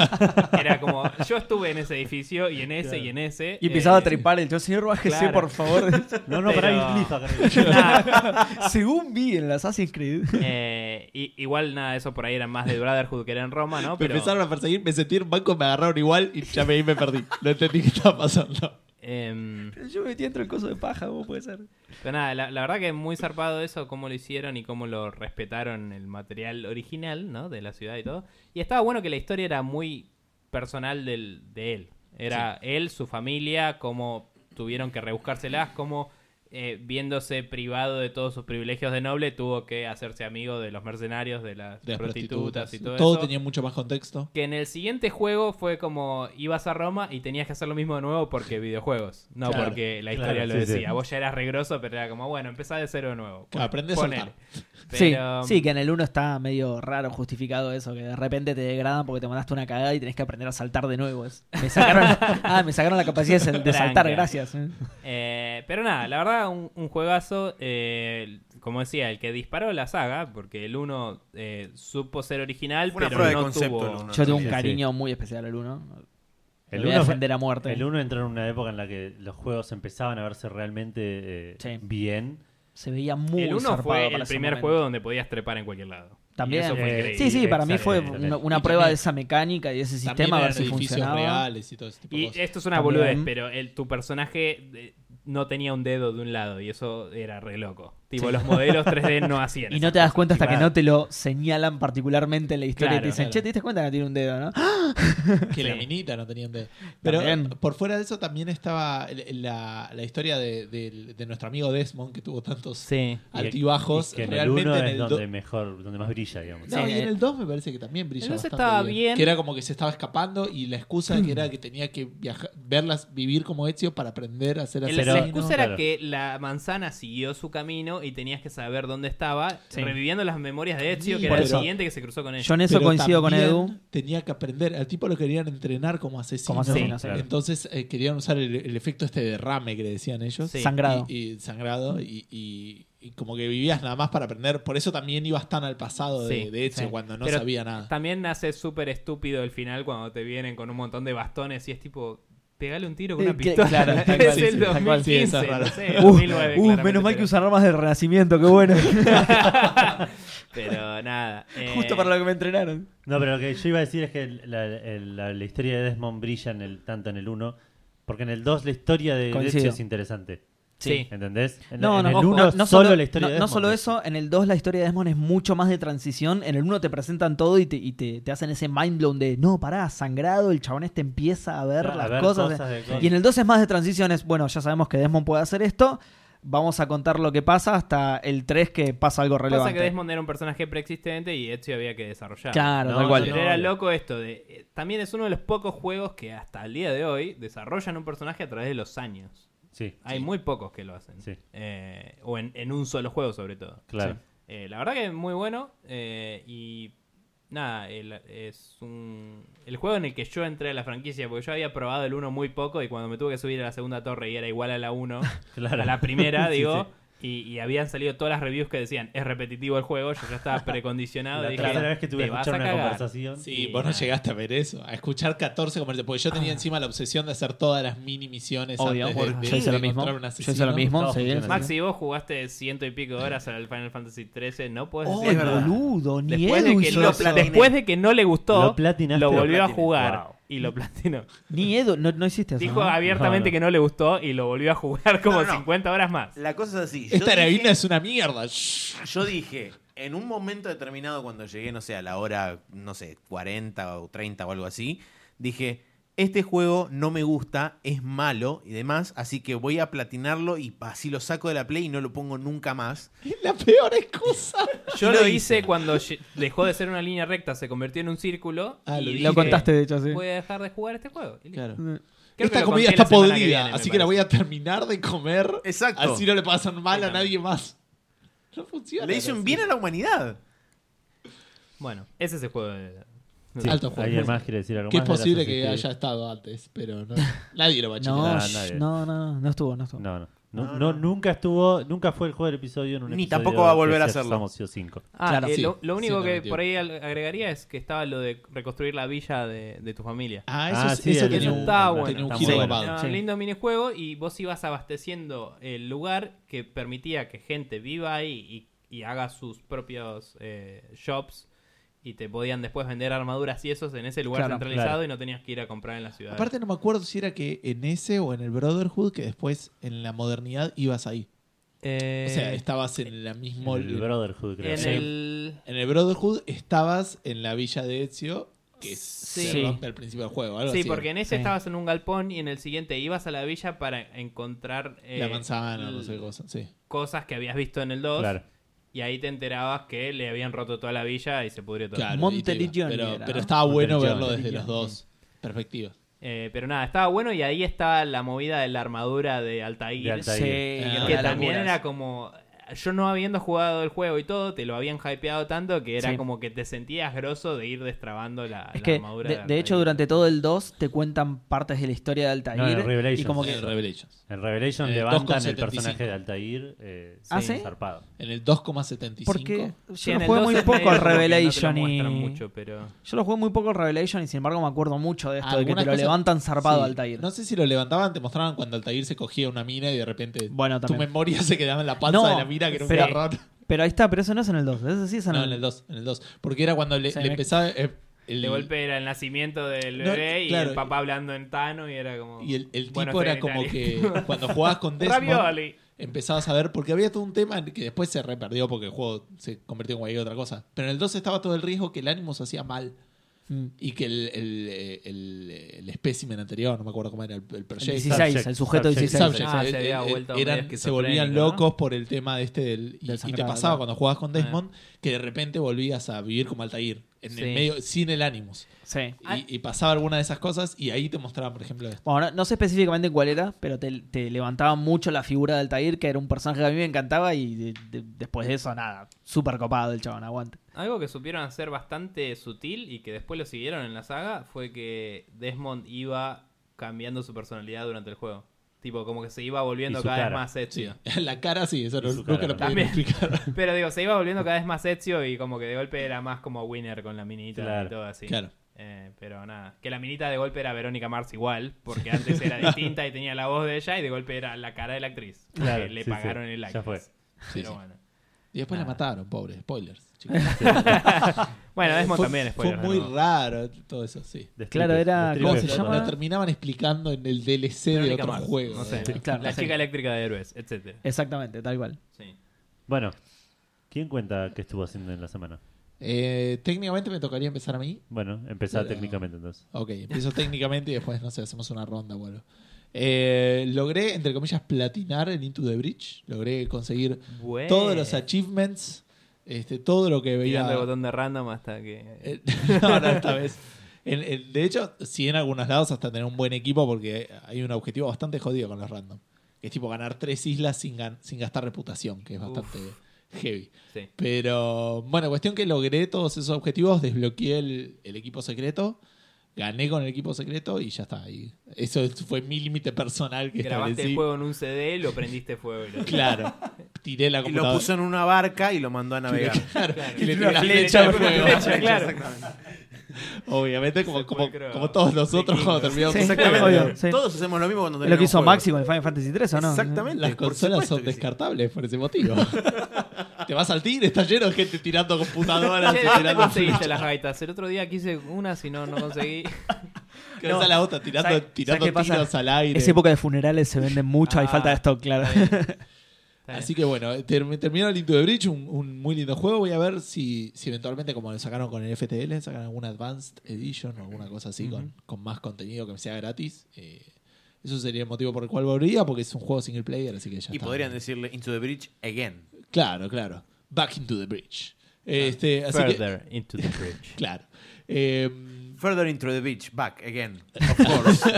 Speaker 4: era como, yo estuve en ese edificio y en ese y en ese.
Speaker 5: Y empezaba
Speaker 4: eh,
Speaker 5: a tripar el yo, señor, bájese,
Speaker 4: claro.
Speaker 5: por favor.
Speaker 1: No, no, pará,
Speaker 4: Pero-
Speaker 1: hay un cliffhanger.
Speaker 4: nada,
Speaker 5: Según vi en el Assassin's Creed.
Speaker 4: eh, y- igual nada, eso por ahí eran más de Brotherhood que era en Roma, ¿no?
Speaker 2: Me
Speaker 4: Pero,
Speaker 2: empezaron a perseguir, me sentí en banco, me agarraron igual y ya me, me perdí. No entendí qué estaba pasando.
Speaker 4: em,
Speaker 5: Yo metí dentro el coso de paja, ¿cómo puede ser?
Speaker 4: Pero nada, la, la verdad que es muy zarpado eso, cómo lo hicieron y cómo lo respetaron el material original, ¿no? De la ciudad y todo. Y estaba bueno que la historia era muy personal del, de él. Era él, su familia, cómo tuvieron que rebuscárselas, cómo eh, viéndose privado de todos sus privilegios de noble, tuvo que hacerse amigo de los mercenarios, de las,
Speaker 2: De las
Speaker 4: prostitutas, y todo, eso.
Speaker 2: tenía mucho más contexto.
Speaker 4: Que en el siguiente juego fue como ibas a Roma y tenías que hacer lo mismo de nuevo porque videojuegos. No
Speaker 2: Claro,
Speaker 4: porque la
Speaker 1: claro,
Speaker 4: historia lo
Speaker 1: sí, sí.
Speaker 4: decía. Vos ya eras regroso, pero era como, bueno, empezá de cero de nuevo.
Speaker 2: Claro, aprendés a
Speaker 4: Ponele.
Speaker 2: soltar.
Speaker 4: Pero, um,
Speaker 5: Sí, sí, que en el 1 está medio raro justificado eso, que de repente te degradan porque te mandaste una cagada y tenés que aprender a saltar de nuevo. Es- Me sacaron, ah, me sacaron la capacidad de, de saltar,
Speaker 4: Tranca.
Speaker 5: gracias. ¿eh?
Speaker 4: eh, pero nada, la verdad, un, un juegazo. eh, como decía, el que disparó la saga, porque el uno eh, supo ser original,
Speaker 3: Fue una
Speaker 4: pero
Speaker 3: prueba de
Speaker 4: no
Speaker 3: concepto,
Speaker 4: tuvo.
Speaker 3: el uno.
Speaker 5: Yo tengo un
Speaker 1: Sí, sí.
Speaker 5: cariño muy especial al 1.
Speaker 1: El
Speaker 5: Lo voy a
Speaker 1: uno fue-
Speaker 5: defender a muerte.
Speaker 1: El 1 entró en una época en la que los juegos empezaban a verse realmente eh,
Speaker 5: Sí.
Speaker 1: bien.
Speaker 5: Se veía muy
Speaker 4: el uno
Speaker 5: zarpado
Speaker 4: fue
Speaker 5: para
Speaker 4: el
Speaker 5: ese
Speaker 4: primer
Speaker 5: momento.
Speaker 4: juego donde podías trepar en cualquier lado. Y
Speaker 5: También.
Speaker 4: eso fue
Speaker 1: Eh,
Speaker 4: increíble.
Speaker 5: Sí, sí, para mí fue
Speaker 1: Excelente.
Speaker 5: una, una
Speaker 2: Y
Speaker 5: prueba
Speaker 2: también-
Speaker 5: de esa mecánica y de ese
Speaker 2: También
Speaker 5: sistema a ver
Speaker 2: eran
Speaker 5: si
Speaker 2: edificios
Speaker 5: funcionaba.
Speaker 2: reales y todo ese tipo de
Speaker 4: Y
Speaker 2: cosas.
Speaker 4: esto es una
Speaker 5: También.
Speaker 4: boludez, pero el, tu personaje eh, no tenía un dedo de un lado y eso era re loco. Tipo, los modelos 3D no hacían
Speaker 5: Y
Speaker 4: eso.
Speaker 5: no te das cuenta hasta que
Speaker 1: Claro.
Speaker 5: no te lo señalan particularmente en la historia y
Speaker 4: Claro,
Speaker 5: te dicen,
Speaker 2: claro.
Speaker 5: che, te diste cuenta que no tiene un dedo, ¿no?
Speaker 2: Que la
Speaker 4: Sí.
Speaker 2: minita no tenían de. Pero
Speaker 5: También.
Speaker 2: por fuera de eso también estaba el- la, la historia de, de- de nuestro amigo Desmond, que tuvo tantos
Speaker 4: Sí.
Speaker 1: Y-
Speaker 2: altibajos.
Speaker 1: y que en el
Speaker 2: Realmente
Speaker 1: 1
Speaker 2: en
Speaker 1: es
Speaker 2: el
Speaker 1: donde
Speaker 2: do-
Speaker 1: mejor, donde más brilla, digamos.
Speaker 2: No,
Speaker 5: Sí,
Speaker 2: y en
Speaker 5: eh.
Speaker 2: el 2 me parece que también brilla
Speaker 4: El dos
Speaker 2: bastante
Speaker 4: estaba
Speaker 2: bien.
Speaker 4: bien.
Speaker 2: Que era como que se estaba escapando y la excusa
Speaker 5: Mm.
Speaker 2: que era que tenía que viajar, verlas vivir como Ezio para aprender a ser
Speaker 1: Pero-
Speaker 4: El- la
Speaker 2: asesino.
Speaker 4: excusa era
Speaker 1: Claro.
Speaker 4: que la manzana siguió su camino y tenías que saber dónde estaba,
Speaker 5: Sí.
Speaker 4: reviviendo las memorias de Ezio,
Speaker 2: Sí,
Speaker 4: que era el
Speaker 1: pero-
Speaker 4: siguiente que se cruzó con
Speaker 5: Yo
Speaker 4: ella.
Speaker 5: en eso
Speaker 2: Pero
Speaker 5: coincido con
Speaker 2: también
Speaker 5: Edu.
Speaker 2: Tenía que aprender. Al tipo lo querían entrenar como asesino.
Speaker 5: Como asesino,
Speaker 1: Sí,
Speaker 5: sí.
Speaker 1: claro.
Speaker 2: Entonces eh, querían usar el, el efecto este derrame que le decían ellos.
Speaker 4: Sí.
Speaker 5: Sangrado.
Speaker 2: Y, y sangrado. Y, y- y como que vivías nada más para aprender. Por eso también ibas tan al pasado de,
Speaker 4: Sí,
Speaker 2: de Ezio
Speaker 4: sí.
Speaker 2: cuando no
Speaker 4: Pero
Speaker 2: sabía nada.
Speaker 4: También hace súper estúpido el final cuando te vienen con un montón de bastones y es tipo, pegale un tiro con
Speaker 5: Eh,
Speaker 4: una
Speaker 5: que-
Speaker 4: pistola.
Speaker 5: claro, tal
Speaker 4: es
Speaker 5: cual,
Speaker 4: el
Speaker 5: sí, tal cual, sí,
Speaker 4: 2015,
Speaker 2: eso es raro.
Speaker 4: no sé,
Speaker 5: Uh,
Speaker 4: 2009,
Speaker 5: uh,
Speaker 4: claramente,
Speaker 5: menos mal que
Speaker 4: pero-
Speaker 5: usan armas de renacimiento, qué bueno.
Speaker 4: Pero nada. eh,
Speaker 5: Justo para lo que me entrenaron.
Speaker 1: No, pero lo que yo iba a decir es que el- la, el- la- la historia de Desmond brilla en el, tanto en el 1, porque en el 2 la historia de
Speaker 5: Coincido.
Speaker 1: Ezio es interesante.
Speaker 4: Sí.
Speaker 1: ¿Entendés? En,
Speaker 5: No,
Speaker 1: en
Speaker 5: no,
Speaker 1: el
Speaker 5: ojo,
Speaker 1: 1
Speaker 5: no, no
Speaker 1: solo,
Speaker 5: solo,
Speaker 1: la historia
Speaker 5: no-
Speaker 1: de
Speaker 5: no
Speaker 1: Desmond.
Speaker 5: solo eso, en el 2 la historia de Desmond es mucho más de transición. En el 1 te presentan todo y te, y te, te hacen ese mind blown de no, pará, sangrado, el chabón este empieza a ver
Speaker 1: A
Speaker 5: las
Speaker 1: ver
Speaker 5: cosas.
Speaker 1: de cosas.
Speaker 5: Y en el 2 es más de transiciones. Bueno, ya sabemos que Desmond puede hacer esto. Vamos a contar lo que pasa hasta el 3 que pasa algo relevante.
Speaker 4: Pasa que Desmond era un personaje preexistente y Ezio había que desarrollar.
Speaker 5: Claro,
Speaker 1: No,
Speaker 5: tal cual.
Speaker 4: Pero
Speaker 1: no,
Speaker 4: era
Speaker 1: no.
Speaker 4: loco esto de. eh, También es uno de los pocos juegos que hasta el día de hoy desarrollan un personaje a través de los años.
Speaker 1: Sí,
Speaker 4: Hay muy pocos que lo hacen.
Speaker 1: Sí.
Speaker 4: Eh, o en, en un solo juego, sobre todo.
Speaker 1: claro.
Speaker 4: Sí. Eh, la verdad que es muy bueno. eh, y nada, el- es un. El juego en el que yo entré a la franquicia, porque yo había probado el 1 muy poco y cuando me tuve que subir a la segunda torre y era igual a la 1,
Speaker 1: Claro.
Speaker 4: a la primera,
Speaker 1: Sí,
Speaker 4: digo.
Speaker 1: sí.
Speaker 4: Y, y habían salido todas las reviews que decían, es repetitivo el juego, yo ya estaba precondicionado.
Speaker 1: La
Speaker 4: y dije,
Speaker 1: tercera vez que tuve
Speaker 4: "Te
Speaker 1: que
Speaker 4: vas
Speaker 1: escuchar
Speaker 4: a
Speaker 1: una
Speaker 4: cagar".
Speaker 1: conversación.
Speaker 2: Sí,
Speaker 4: Y
Speaker 2: vos no
Speaker 4: nada.
Speaker 2: llegaste a ver eso, a escuchar 14 conversaciones, porque yo
Speaker 4: Ah.
Speaker 2: tenía encima la obsesión de hacer todas las mini misiones
Speaker 5: Obvio,
Speaker 2: antes de,
Speaker 5: porque
Speaker 2: de-
Speaker 5: yo hice
Speaker 2: de
Speaker 5: lo mismo.
Speaker 2: encontrar un
Speaker 5: Yo hice
Speaker 2: asesino.
Speaker 5: lo mismo.
Speaker 1: Estaba
Speaker 5: sí,
Speaker 1: funcionando.
Speaker 5: sí.
Speaker 4: Maxi, vos jugaste ciento y pico de horas al Final Fantasy XIII, no podés
Speaker 5: Oh,
Speaker 4: decir nada.
Speaker 5: boludo, ni
Speaker 4: Después de,
Speaker 5: Edu
Speaker 4: que
Speaker 5: hizo
Speaker 4: lo
Speaker 5: eso.
Speaker 4: pla- después de que no le
Speaker 1: Lo
Speaker 4: gustó, lo,
Speaker 1: platinaste.
Speaker 4: volvió a
Speaker 3: platiné.
Speaker 4: jugar
Speaker 1: Wow.
Speaker 4: y lo platinó.
Speaker 5: Ni Edu, no, no hiciste eso.
Speaker 4: Dijo
Speaker 5: ¿no?
Speaker 1: No,
Speaker 4: abiertamente
Speaker 1: no.
Speaker 4: que no le gustó y lo volvió a jugar
Speaker 3: No,
Speaker 4: como
Speaker 3: no, no.
Speaker 4: 50 horas más.
Speaker 3: La cosa es así. yo
Speaker 2: Esta
Speaker 3: dije-
Speaker 2: heroína es una mierda. Shh.
Speaker 3: Yo dije, en un momento determinado, cuando llegué, no sé, a la hora, no sé, 40 o 30 o algo así, dije, este juego no me gusta, es malo y demás, así que voy a platinarlo y así lo saco de la Play y no lo pongo nunca más.
Speaker 2: Es la peor excusa.
Speaker 4: Yo lo hice cuando lle- dejó de ser una línea recta, se convirtió en un círculo.
Speaker 2: Ah, lo
Speaker 4: y
Speaker 2: dijiste.
Speaker 5: Lo
Speaker 4: dije,
Speaker 5: contaste, de hecho, sí.
Speaker 4: Voy a dejar de jugar este juego. Y listo.
Speaker 2: Claro.
Speaker 4: Creo
Speaker 2: Esta
Speaker 4: que lo
Speaker 2: comida
Speaker 4: conté
Speaker 2: está
Speaker 4: la semana
Speaker 2: podrida,
Speaker 4: viene, me
Speaker 2: así que la
Speaker 4: parece.
Speaker 2: voy a terminar de comer.
Speaker 3: Exacto.
Speaker 2: Así no le pasan mal a
Speaker 4: Exacto.
Speaker 2: nadie más. No funciona.
Speaker 3: Le hizo un
Speaker 2: así.
Speaker 3: bien a la humanidad.
Speaker 4: Bueno, ese es el juego de...
Speaker 1: Sí,
Speaker 2: Alto juego.
Speaker 1: ¿Alguien más quiere decir algo
Speaker 2: Que es
Speaker 1: más? de las
Speaker 2: posible que
Speaker 1: Assassin's
Speaker 2: haya
Speaker 1: Creed?
Speaker 2: estado antes, pero no, nadie lo va a chequear.
Speaker 1: Ah,
Speaker 5: No,
Speaker 1: nadie.
Speaker 5: sh- no, no, no, no estuvo, no estuvo.
Speaker 1: No, no. No,
Speaker 3: No,
Speaker 1: no,
Speaker 3: no.
Speaker 1: nunca estuvo, nunca fue el juego del episodio en un
Speaker 3: Ni
Speaker 1: episodio
Speaker 3: tampoco va a
Speaker 1: que
Speaker 3: volver a
Speaker 1: sea
Speaker 3: hacerlo.
Speaker 1: Samus Hill 5.
Speaker 4: Ah,
Speaker 5: Claro.
Speaker 4: eh,
Speaker 2: Sí,
Speaker 4: lo, lo
Speaker 2: sí,
Speaker 4: único
Speaker 2: no,
Speaker 4: que
Speaker 2: mentira.
Speaker 4: por ahí al- agregaría es que estaba lo de reconstruir la villa de, de tu familia.
Speaker 2: Ah, eso,
Speaker 1: Ah,
Speaker 2: es-
Speaker 1: sí,
Speaker 2: eso
Speaker 1: el-
Speaker 2: tenía
Speaker 4: Eso
Speaker 2: un,
Speaker 4: estaba
Speaker 1: bueno,
Speaker 2: tenía un
Speaker 1: está
Speaker 2: giro
Speaker 1: bueno.
Speaker 2: copado.
Speaker 4: Era
Speaker 5: Sí.
Speaker 4: Un lindo minijuego y vos ibas abasteciendo el lugar que permitía que gente viva ahí y, y haga sus propios eh, shops y te podían después vender armaduras y esos en ese lugar
Speaker 5: Claro,
Speaker 4: centralizado
Speaker 1: claro.
Speaker 4: y no tenías que ir a comprar en la ciudad.
Speaker 2: Aparte no me acuerdo si era que en ese o en el Brotherhood que después en la modernidad ibas ahí.
Speaker 4: Eh,
Speaker 2: o sea, estabas en la misma...
Speaker 1: El Brotherhood, creo.
Speaker 4: en
Speaker 1: Sí.
Speaker 4: el...
Speaker 2: En el Brotherhood estabas en la villa de Ezio, que
Speaker 4: Sí.
Speaker 2: se rompe al principio del juego. Algo
Speaker 4: Sí,
Speaker 2: así.
Speaker 4: porque en ese
Speaker 5: Sí.
Speaker 4: estabas en un galpón y en el siguiente ibas a la villa para encontrar eh,
Speaker 2: La manzana, no sé qué
Speaker 4: l-
Speaker 2: cosa. Sí.
Speaker 4: cosas que habías visto en el 2
Speaker 1: Claro.
Speaker 4: y ahí te enterabas que le habían roto toda la villa y se pudrió todo.
Speaker 2: Claro, y te iba.
Speaker 5: Monteligioni
Speaker 2: Pero,
Speaker 5: era,
Speaker 2: pero
Speaker 5: ¿no?
Speaker 2: estaba bueno
Speaker 1: Monteligioni.
Speaker 2: verlo desde los dos perspectivas.
Speaker 4: Eh, pero nada, estaba bueno y ahí estaba la movida de la armadura de Altair.
Speaker 1: De Altair.
Speaker 5: Sí,
Speaker 2: Ah,
Speaker 4: Que
Speaker 5: Eh, era
Speaker 4: también
Speaker 5: locuras.
Speaker 4: era como. Yo no habiendo jugado el juego y todo, te lo habían hypeado tanto que era
Speaker 5: Sí.
Speaker 4: como que te sentías grosso de ir destrabando la, la
Speaker 5: Es que,
Speaker 4: armadura.
Speaker 5: de, de
Speaker 4: Altair.
Speaker 5: hecho, durante todo el 2 te cuentan partes de la historia de Altair.
Speaker 1: No, en el Revelations.
Speaker 5: y como que
Speaker 2: En el Revelations.
Speaker 1: En Revelation
Speaker 2: En el
Speaker 1: levantan el
Speaker 2: 2,75.
Speaker 1: personaje de Altair eh,
Speaker 5: Ah,
Speaker 1: sí,
Speaker 5: ¿sí?
Speaker 1: zarpado.
Speaker 2: En el 2,75.
Speaker 5: Porque
Speaker 4: Sí,
Speaker 5: yo
Speaker 4: en
Speaker 5: lo
Speaker 4: el
Speaker 5: jugué
Speaker 4: 2
Speaker 5: muy
Speaker 4: es medio
Speaker 5: poco al
Speaker 4: como que no te lo
Speaker 5: Revelation y.
Speaker 4: muestran mucho, pero.
Speaker 5: Yo lo jugué muy poco al Revelation y sin embargo me acuerdo mucho de esto, de que
Speaker 2: Algunas
Speaker 5: te lo
Speaker 2: cosas-
Speaker 5: levantan zarpado
Speaker 2: Sí.
Speaker 5: Altair.
Speaker 2: No sé si lo levantaban, te mostraban cuando Altair se cogía una mina y de repente
Speaker 5: Bueno,
Speaker 2: tu
Speaker 5: también.
Speaker 2: memoria se quedaba en la panza
Speaker 5: No,
Speaker 2: de la mina que era un
Speaker 5: pero-
Speaker 2: garrón.
Speaker 5: Pero ahí está, pero eso no es en el 2. Eso sí es en
Speaker 2: No,
Speaker 5: el
Speaker 2: en el 2, en el 2. Porque era cuando le,
Speaker 5: Se
Speaker 2: le
Speaker 5: me-
Speaker 2: empezaba... eh, el,
Speaker 4: De golpe era el nacimiento del
Speaker 2: No,
Speaker 4: bebé y
Speaker 2: claro.
Speaker 4: el papá hablando en Tano y era como.
Speaker 2: Y el, el tipo
Speaker 4: Bueno,
Speaker 2: era
Speaker 4: estoy en
Speaker 2: como que
Speaker 4: Italia.
Speaker 2: cuando jugabas con Desmond
Speaker 4: Ravioli.
Speaker 2: empezabas a ver, porque había todo un tema que después se reperdió porque el juego se convirtió en cualquier otra cosa. Pero en el 2 estaba todo el riesgo que el Animus hacía mal
Speaker 5: Mm.
Speaker 2: y que el, el, eh, el, el espécimen anterior, no me acuerdo cómo era, el, el proyecto.
Speaker 5: 16, el sujeto
Speaker 1: subject,
Speaker 5: 16.
Speaker 2: Subjects,
Speaker 4: Ah,
Speaker 2: el-
Speaker 4: se había
Speaker 2: el-
Speaker 4: vuelto
Speaker 2: eran-
Speaker 4: medio
Speaker 2: se volvían
Speaker 4: esquizofrénico, Ah.
Speaker 2: locos por el tema de este del, y, y
Speaker 5: Del
Speaker 2: te
Speaker 5: sangrado,
Speaker 2: pasaba
Speaker 5: claro.
Speaker 2: cuando jugabas con Desmond que de repente volvías a vivir como Altair en
Speaker 4: Sí.
Speaker 2: el medio sin el Animus
Speaker 5: Sí.
Speaker 4: Ah.
Speaker 2: y, y pasaba alguna de esas cosas y ahí te mostraban por ejemplo esto.
Speaker 5: Bueno, no, no sé específicamente cuál era, pero te, te levantaba mucho la figura de Altair, que era un personaje que a mí me encantaba y de- de- después de eso, nada, súper copado el chabón, aguante.
Speaker 4: Algo que supieron hacer bastante sutil y que después lo siguieron en la saga fue que Desmond iba cambiando su personalidad durante el juego. Tipo, como que se iba volviendo
Speaker 1: Y su
Speaker 4: cada
Speaker 1: cara.
Speaker 4: vez más
Speaker 2: Sí,
Speaker 4: Ezio.
Speaker 2: la cara sí, eso no,
Speaker 1: su
Speaker 2: nunca
Speaker 1: cara
Speaker 2: lo pudieron
Speaker 4: también.
Speaker 2: explicar.
Speaker 4: Pero digo, se iba volviendo cada vez más Ezio y como que de golpe era más como Winner con la minita
Speaker 1: Claro.
Speaker 4: y todo así.
Speaker 2: Claro.
Speaker 4: Eh, pero nada, que la minita de golpe era Verónica Mars igual, porque antes era distinta y tenía la voz de ella y de golpe era la cara de la actriz. porque
Speaker 1: Claro,
Speaker 4: le
Speaker 1: sí,
Speaker 4: pagaron
Speaker 1: sí, ya
Speaker 4: el like.
Speaker 1: fue.
Speaker 2: Sí,
Speaker 4: Pero
Speaker 2: sí.
Speaker 4: bueno.
Speaker 2: Y después
Speaker 4: Nada.
Speaker 2: la mataron, pobre, spoilers. chicos.
Speaker 4: Bueno, Desmond
Speaker 2: Fue-
Speaker 4: también es
Speaker 2: Fue
Speaker 4: spoiler,
Speaker 2: muy
Speaker 4: ¿no?
Speaker 2: raro todo eso, sí.
Speaker 1: De
Speaker 5: Claro,
Speaker 1: strippers,
Speaker 5: era-
Speaker 1: de
Speaker 5: ¿cómo
Speaker 2: Lo-
Speaker 5: se
Speaker 1: strippers,
Speaker 2: lo-
Speaker 5: llama?
Speaker 2: Lo terminaban explicando en el DLC de
Speaker 4: Verónica
Speaker 2: otro
Speaker 4: Mars,
Speaker 2: juego. eh.
Speaker 4: no sé.
Speaker 2: ¿verdad?
Speaker 5: Claro,
Speaker 4: la
Speaker 5: no sé.
Speaker 4: chica eléctrica de héroes, etcétera.
Speaker 5: Exactamente, tal cual.
Speaker 4: Sí.
Speaker 1: Bueno, ¿quién cuenta qué estuvo haciendo en la semana?
Speaker 2: Eh, técnicamente me tocaría empezar a mí.
Speaker 1: Bueno, empezá
Speaker 2: Pero-
Speaker 1: técnicamente entonces.
Speaker 2: Ok, empiezo técnicamente y después, no sé, hacemos una ronda o algo. Eh, logré, entre comillas, platinar en Into the Bridge. Logré conseguir
Speaker 4: Bueno.
Speaker 2: todos los achievements, este, todo lo que veía.
Speaker 4: Tirando el botón de random hasta que.
Speaker 2: Eh, no, no, esta vez. En- en- de hecho, sí en algunos lados hasta tener un buen equipo porque hay un objetivo bastante jodido con los random. Que es tipo ganar tres islas sin, gan- sin gastar reputación, que es
Speaker 4: Uf.
Speaker 2: bastante heavy.
Speaker 4: sí.
Speaker 2: Pero bueno, cuestión que logré todos esos objetivos, desbloqueé el, el equipo secreto, gané con el equipo secreto y ya está. ahí eso es- fue mi límite personal que
Speaker 4: Grabaste
Speaker 2: establecí.
Speaker 4: el juego en un CD, lo prendiste fuego. y lo-
Speaker 2: Claro. Tiré la
Speaker 3: Y lo
Speaker 2: computadora.
Speaker 3: puso en una barca y lo mandó a navegar.
Speaker 4: Claro.
Speaker 2: y le
Speaker 4: Claro.
Speaker 2: tiré la
Speaker 4: Le
Speaker 2: flecha al
Speaker 4: echaste una
Speaker 2: fuego.
Speaker 4: flecha, claro.
Speaker 2: Obviamente, como, como,
Speaker 4: Sepulcro.
Speaker 2: como todos nosotros cuando terminamos
Speaker 5: Sí,
Speaker 2: un juego.
Speaker 5: obvio. Sí.
Speaker 3: Todos hacemos lo mismo cuando
Speaker 5: Es lo que hizo
Speaker 3: terminamos
Speaker 5: Maxi con el Final Fantasy 3, ¿o no?
Speaker 3: Exactamente.
Speaker 2: Las
Speaker 3: por
Speaker 2: consolas
Speaker 3: supuesto
Speaker 2: son
Speaker 3: que sí.
Speaker 2: descartables por ese motivo. Te vas al tigre, está lleno de gente tirando computadoras.
Speaker 4: Che,
Speaker 2: y
Speaker 4: ¿dónde
Speaker 2: tirando
Speaker 4: conseguiste las gaitas? El otro día quise unas y no, no conseguí.
Speaker 2: Que vas a la otra tirando,
Speaker 4: ¿Sabes-
Speaker 2: tirando
Speaker 5: sabes qué pasa?
Speaker 2: tiros al aire.
Speaker 5: Es época de funerales, se venden mucho, hay
Speaker 4: Ah,
Speaker 5: falta de stock, claro.
Speaker 4: está bien, está bien.
Speaker 2: Así que bueno, ter- terminó el Into the Bridge, un, un muy lindo juego. Voy a ver si, si eventualmente, como lo sacaron con el FTL, sacan alguna Advanced Edition o alguna cosa así con, con más contenido que sea gratis. Eh, eso sería el motivo por el cual volvería, porque es un juego single player, así que ya
Speaker 3: Y
Speaker 2: está.
Speaker 3: podrían decirle Into the Bridge again.
Speaker 2: Claro, claro. Back into the bridge. Este, así que,
Speaker 1: Further into the bridge.
Speaker 2: claro. Eh,
Speaker 3: Further into the beach, back again, of course.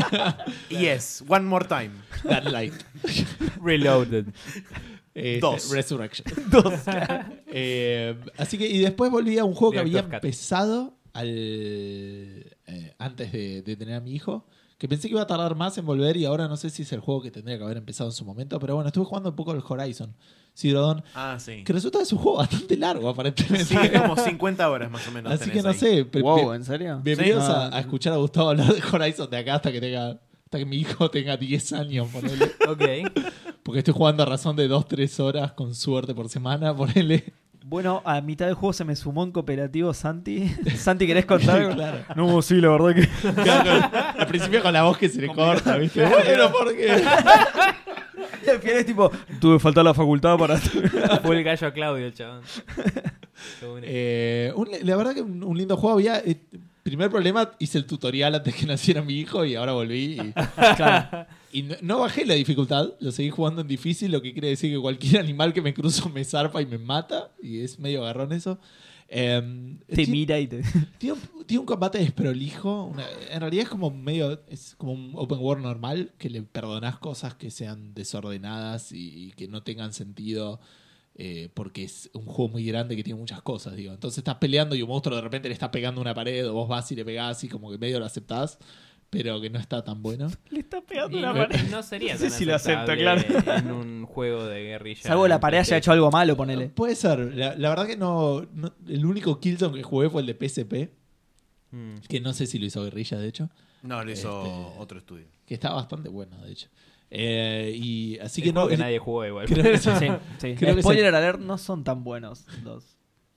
Speaker 3: yes, one more time.
Speaker 2: that light.
Speaker 4: Reloaded.
Speaker 2: Este,
Speaker 3: Dos.
Speaker 2: Resurrection. Eh, así que, y después volví a un juego que había
Speaker 4: Director's Cut.
Speaker 2: empezado al, eh, antes de, de tener a mi hijo. Que pensé que iba a tardar más en volver y ahora no sé si es el juego que tendría que haber empezado en su momento. Pero bueno, estuve jugando un poco el Horizon Zero Dawn,
Speaker 3: Ah, sí.
Speaker 2: Que resulta que es un juego bastante largo, aparentemente.
Speaker 3: Sí, es como 50 horas más o menos.
Speaker 2: Así que
Speaker 3: tenés
Speaker 2: no
Speaker 3: ahí.
Speaker 2: sé. pe-
Speaker 5: Wow,
Speaker 2: pe-
Speaker 5: ¿en serio?
Speaker 2: bienvenidos
Speaker 5: Sí.
Speaker 2: a, a escuchar a Gustavo hablar de Horizon de acá hasta que tenga. Hasta que mi hijo tenga 10 años, ponele.
Speaker 4: Ok.
Speaker 2: Porque estoy jugando a razón de 2-3 horas con suerte por semana, ponele.
Speaker 5: Bueno, a mitad del juego se me sumó en cooperativo Santi. Santi, ¿querés contar?
Speaker 2: Claro.
Speaker 5: No, sí, la verdad que.
Speaker 2: Claro, con- al principio con la voz que se le corta, ¿viste? Bueno, porque.
Speaker 5: Y al final es tipo, tuve que faltar a la facultad para.
Speaker 4: Fue el gallo a Claudio, el chabón. Qué bueno.
Speaker 2: Eh, un- la verdad que un, un lindo juego había. eh, primer problema, hice el tutorial antes que naciera mi hijo y ahora volví. Y, y no, no bajé la dificultad, lo seguí jugando en difícil, lo que quiere decir que cualquier animal que me cruzo me zarpa y me mata. Y es medio agarrón eso. Eh,
Speaker 5: Te
Speaker 2: ti-
Speaker 5: mira y te.
Speaker 2: tiene, un, tiene un combate desprolijo. una- en realidad es como medio. Es como un open world normal. Que le perdonás cosas que sean desordenadas y, y que no tengan sentido. eh, porque es un juego muy grande que tiene muchas cosas, digo. Entonces estás peleando y un monstruo de repente le está pegando una pared. O vos vas y le pegás y como que medio lo aceptás. Pero que no está tan bueno.
Speaker 5: Le está
Speaker 4: Y
Speaker 5: pegando
Speaker 4: no, no sería
Speaker 5: No sé
Speaker 4: tan
Speaker 5: si lo acepta,
Speaker 4: aceptable en un juego de guerrilla.
Speaker 5: Salvo la pared haya hecho algo malo, ponele.
Speaker 2: Puede ser. La, la verdad que no, no- El único Killzone que jugué fue el de PSP.
Speaker 4: Mm.
Speaker 2: Que no sé si lo hizo Guerrilla, de hecho.
Speaker 3: No, lo hizo
Speaker 2: Este-
Speaker 3: otro estudio.
Speaker 2: Que está bastante bueno, de hecho. Eh, y así
Speaker 4: El
Speaker 2: que no.
Speaker 4: juego que
Speaker 2: es-
Speaker 4: nadie jugó igual.
Speaker 2: creo que
Speaker 5: Sí,
Speaker 2: sí.
Speaker 5: sí.
Speaker 2: Creo que
Speaker 5: Spoiler alert, no son tan buenos los.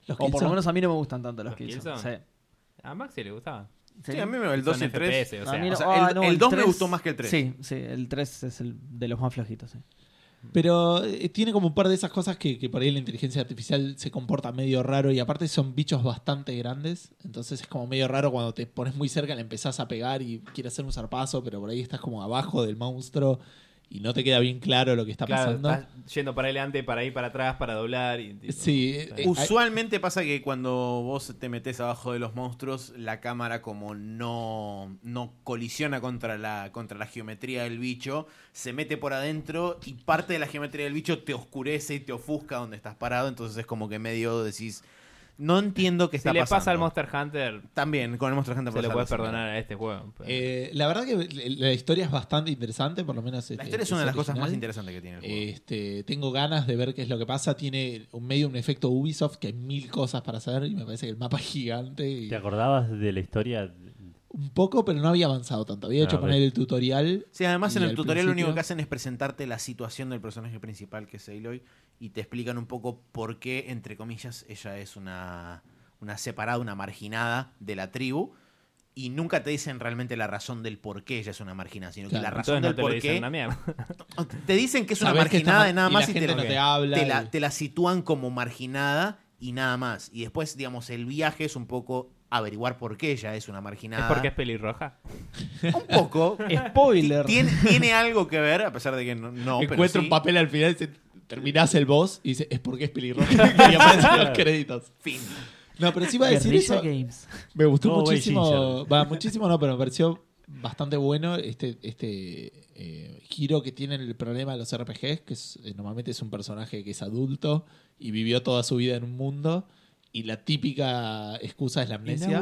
Speaker 2: Los
Speaker 5: O por
Speaker 2: Killzone-
Speaker 5: lo menos a mí no me gustan tanto los
Speaker 4: ¿Los
Speaker 5: Killzone.
Speaker 4: Killzone?
Speaker 5: Sí.
Speaker 4: A Maxi le gustaba.
Speaker 3: Sí,
Speaker 5: Sí.
Speaker 3: a mí me el 2 y
Speaker 4: Son
Speaker 3: el 3.
Speaker 4: FPS, o
Speaker 5: A
Speaker 4: sea.
Speaker 5: mí
Speaker 3: o sea, el-
Speaker 5: ah, no,
Speaker 3: el dos me
Speaker 5: tres-
Speaker 3: gustó más que el tres.
Speaker 5: Sí, sí, el 3 es el de los más flojitos. sí.
Speaker 2: Pero eh, tiene como un par de esas cosas que, que por ahí la inteligencia artificial se comporta medio raro y aparte son bichos bastante grandes. Entonces es como medio raro cuando te pones muy cerca, le empezás a pegar y quiere hacer un zarpazo, pero por ahí estás como abajo del monstruo y no te queda bien claro lo que está
Speaker 4: claro,
Speaker 2: pasando.
Speaker 4: estás yendo para adelante, para ir para atrás, para doblar. Y, tipo,
Speaker 2: Sí,
Speaker 4: está
Speaker 2: eh,
Speaker 4: bien.
Speaker 3: Usualmente pasa que cuando vos te metes abajo de los monstruos, la cámara como no, no colisiona contra la, contra la geometría del bicho, se mete por adentro y parte de la geometría del bicho te oscurece y te ofusca donde estás parado, entonces es como que medio decís, no entiendo qué
Speaker 4: si
Speaker 3: está
Speaker 4: le
Speaker 3: pasando.
Speaker 4: pasa al Monster Hunter,
Speaker 3: También, con el Monster Hunter
Speaker 4: se lo
Speaker 3: pasa
Speaker 4: puedes
Speaker 3: algo similar.
Speaker 4: perdonar a este juego. pero-
Speaker 2: Eh, la verdad que la la historia es bastante interesante, por lo menos.
Speaker 3: La
Speaker 2: este,
Speaker 3: historia es una de las cosas más
Speaker 2: original.
Speaker 3: interesantes que tiene el juego.
Speaker 2: Este, tengo ganas de ver qué es lo que pasa. Tiene un medio un efecto Ubisoft que hay mil cosas para hacer y me parece que el mapa es gigante. y-
Speaker 1: ¿Te acordabas de la historia?
Speaker 2: un poco, pero no había avanzado tanto. Había
Speaker 1: Ah,
Speaker 2: hecho
Speaker 1: ok.
Speaker 2: poner el tutorial.
Speaker 3: Sí, además
Speaker 2: Y
Speaker 3: en el
Speaker 2: al
Speaker 3: tutorial lo único
Speaker 2: principio-
Speaker 3: que hacen es presentarte la situación del personaje principal que es Aloy y te explican un poco por qué, entre comillas, ella es una, una separada, una marginada de la tribu y nunca te dicen realmente la razón del por qué ella es una marginada, sino que
Speaker 2: Claro.
Speaker 3: la razón
Speaker 4: Entonces no
Speaker 3: del
Speaker 4: te lo
Speaker 3: por
Speaker 4: dicen
Speaker 3: qué...
Speaker 4: una mierda.
Speaker 3: Te dicen que es una
Speaker 2: Sabés que está
Speaker 3: marginada
Speaker 2: mar-
Speaker 3: y nada
Speaker 2: y
Speaker 3: más
Speaker 2: la
Speaker 3: y te,
Speaker 2: gente
Speaker 3: la,
Speaker 2: no te habla
Speaker 3: te la-
Speaker 2: y-
Speaker 3: te la sitúan como marginada y nada más. Y después, digamos, el viaje es un poco averiguar por qué ella es una
Speaker 4: ¿Es
Speaker 3: marginada.
Speaker 4: porque es pelirroja?
Speaker 3: Un poco,
Speaker 5: Spoiler.
Speaker 3: Tiene, tiene algo que ver, a pesar de que no, no, pero
Speaker 2: Encuentra
Speaker 3: sí.
Speaker 2: un papel al final y dice, terminás el boss y dice, es porque es pelirrojo. y aparecen los créditos.
Speaker 3: Fin.
Speaker 2: No, pero sí iba a decir
Speaker 5: Guerrilla
Speaker 2: eso.
Speaker 5: Games.
Speaker 2: Me gustó
Speaker 1: No, güey,
Speaker 2: muchísimo.
Speaker 1: Ginger.
Speaker 2: Va, muchísimo no, pero me pareció bastante bueno este, este eh, giro que tiene el problema de los RPGs, que es- eh, normalmente es un personaje que es adulto y vivió toda su vida en un mundo. Y la típica excusa es la amnesia.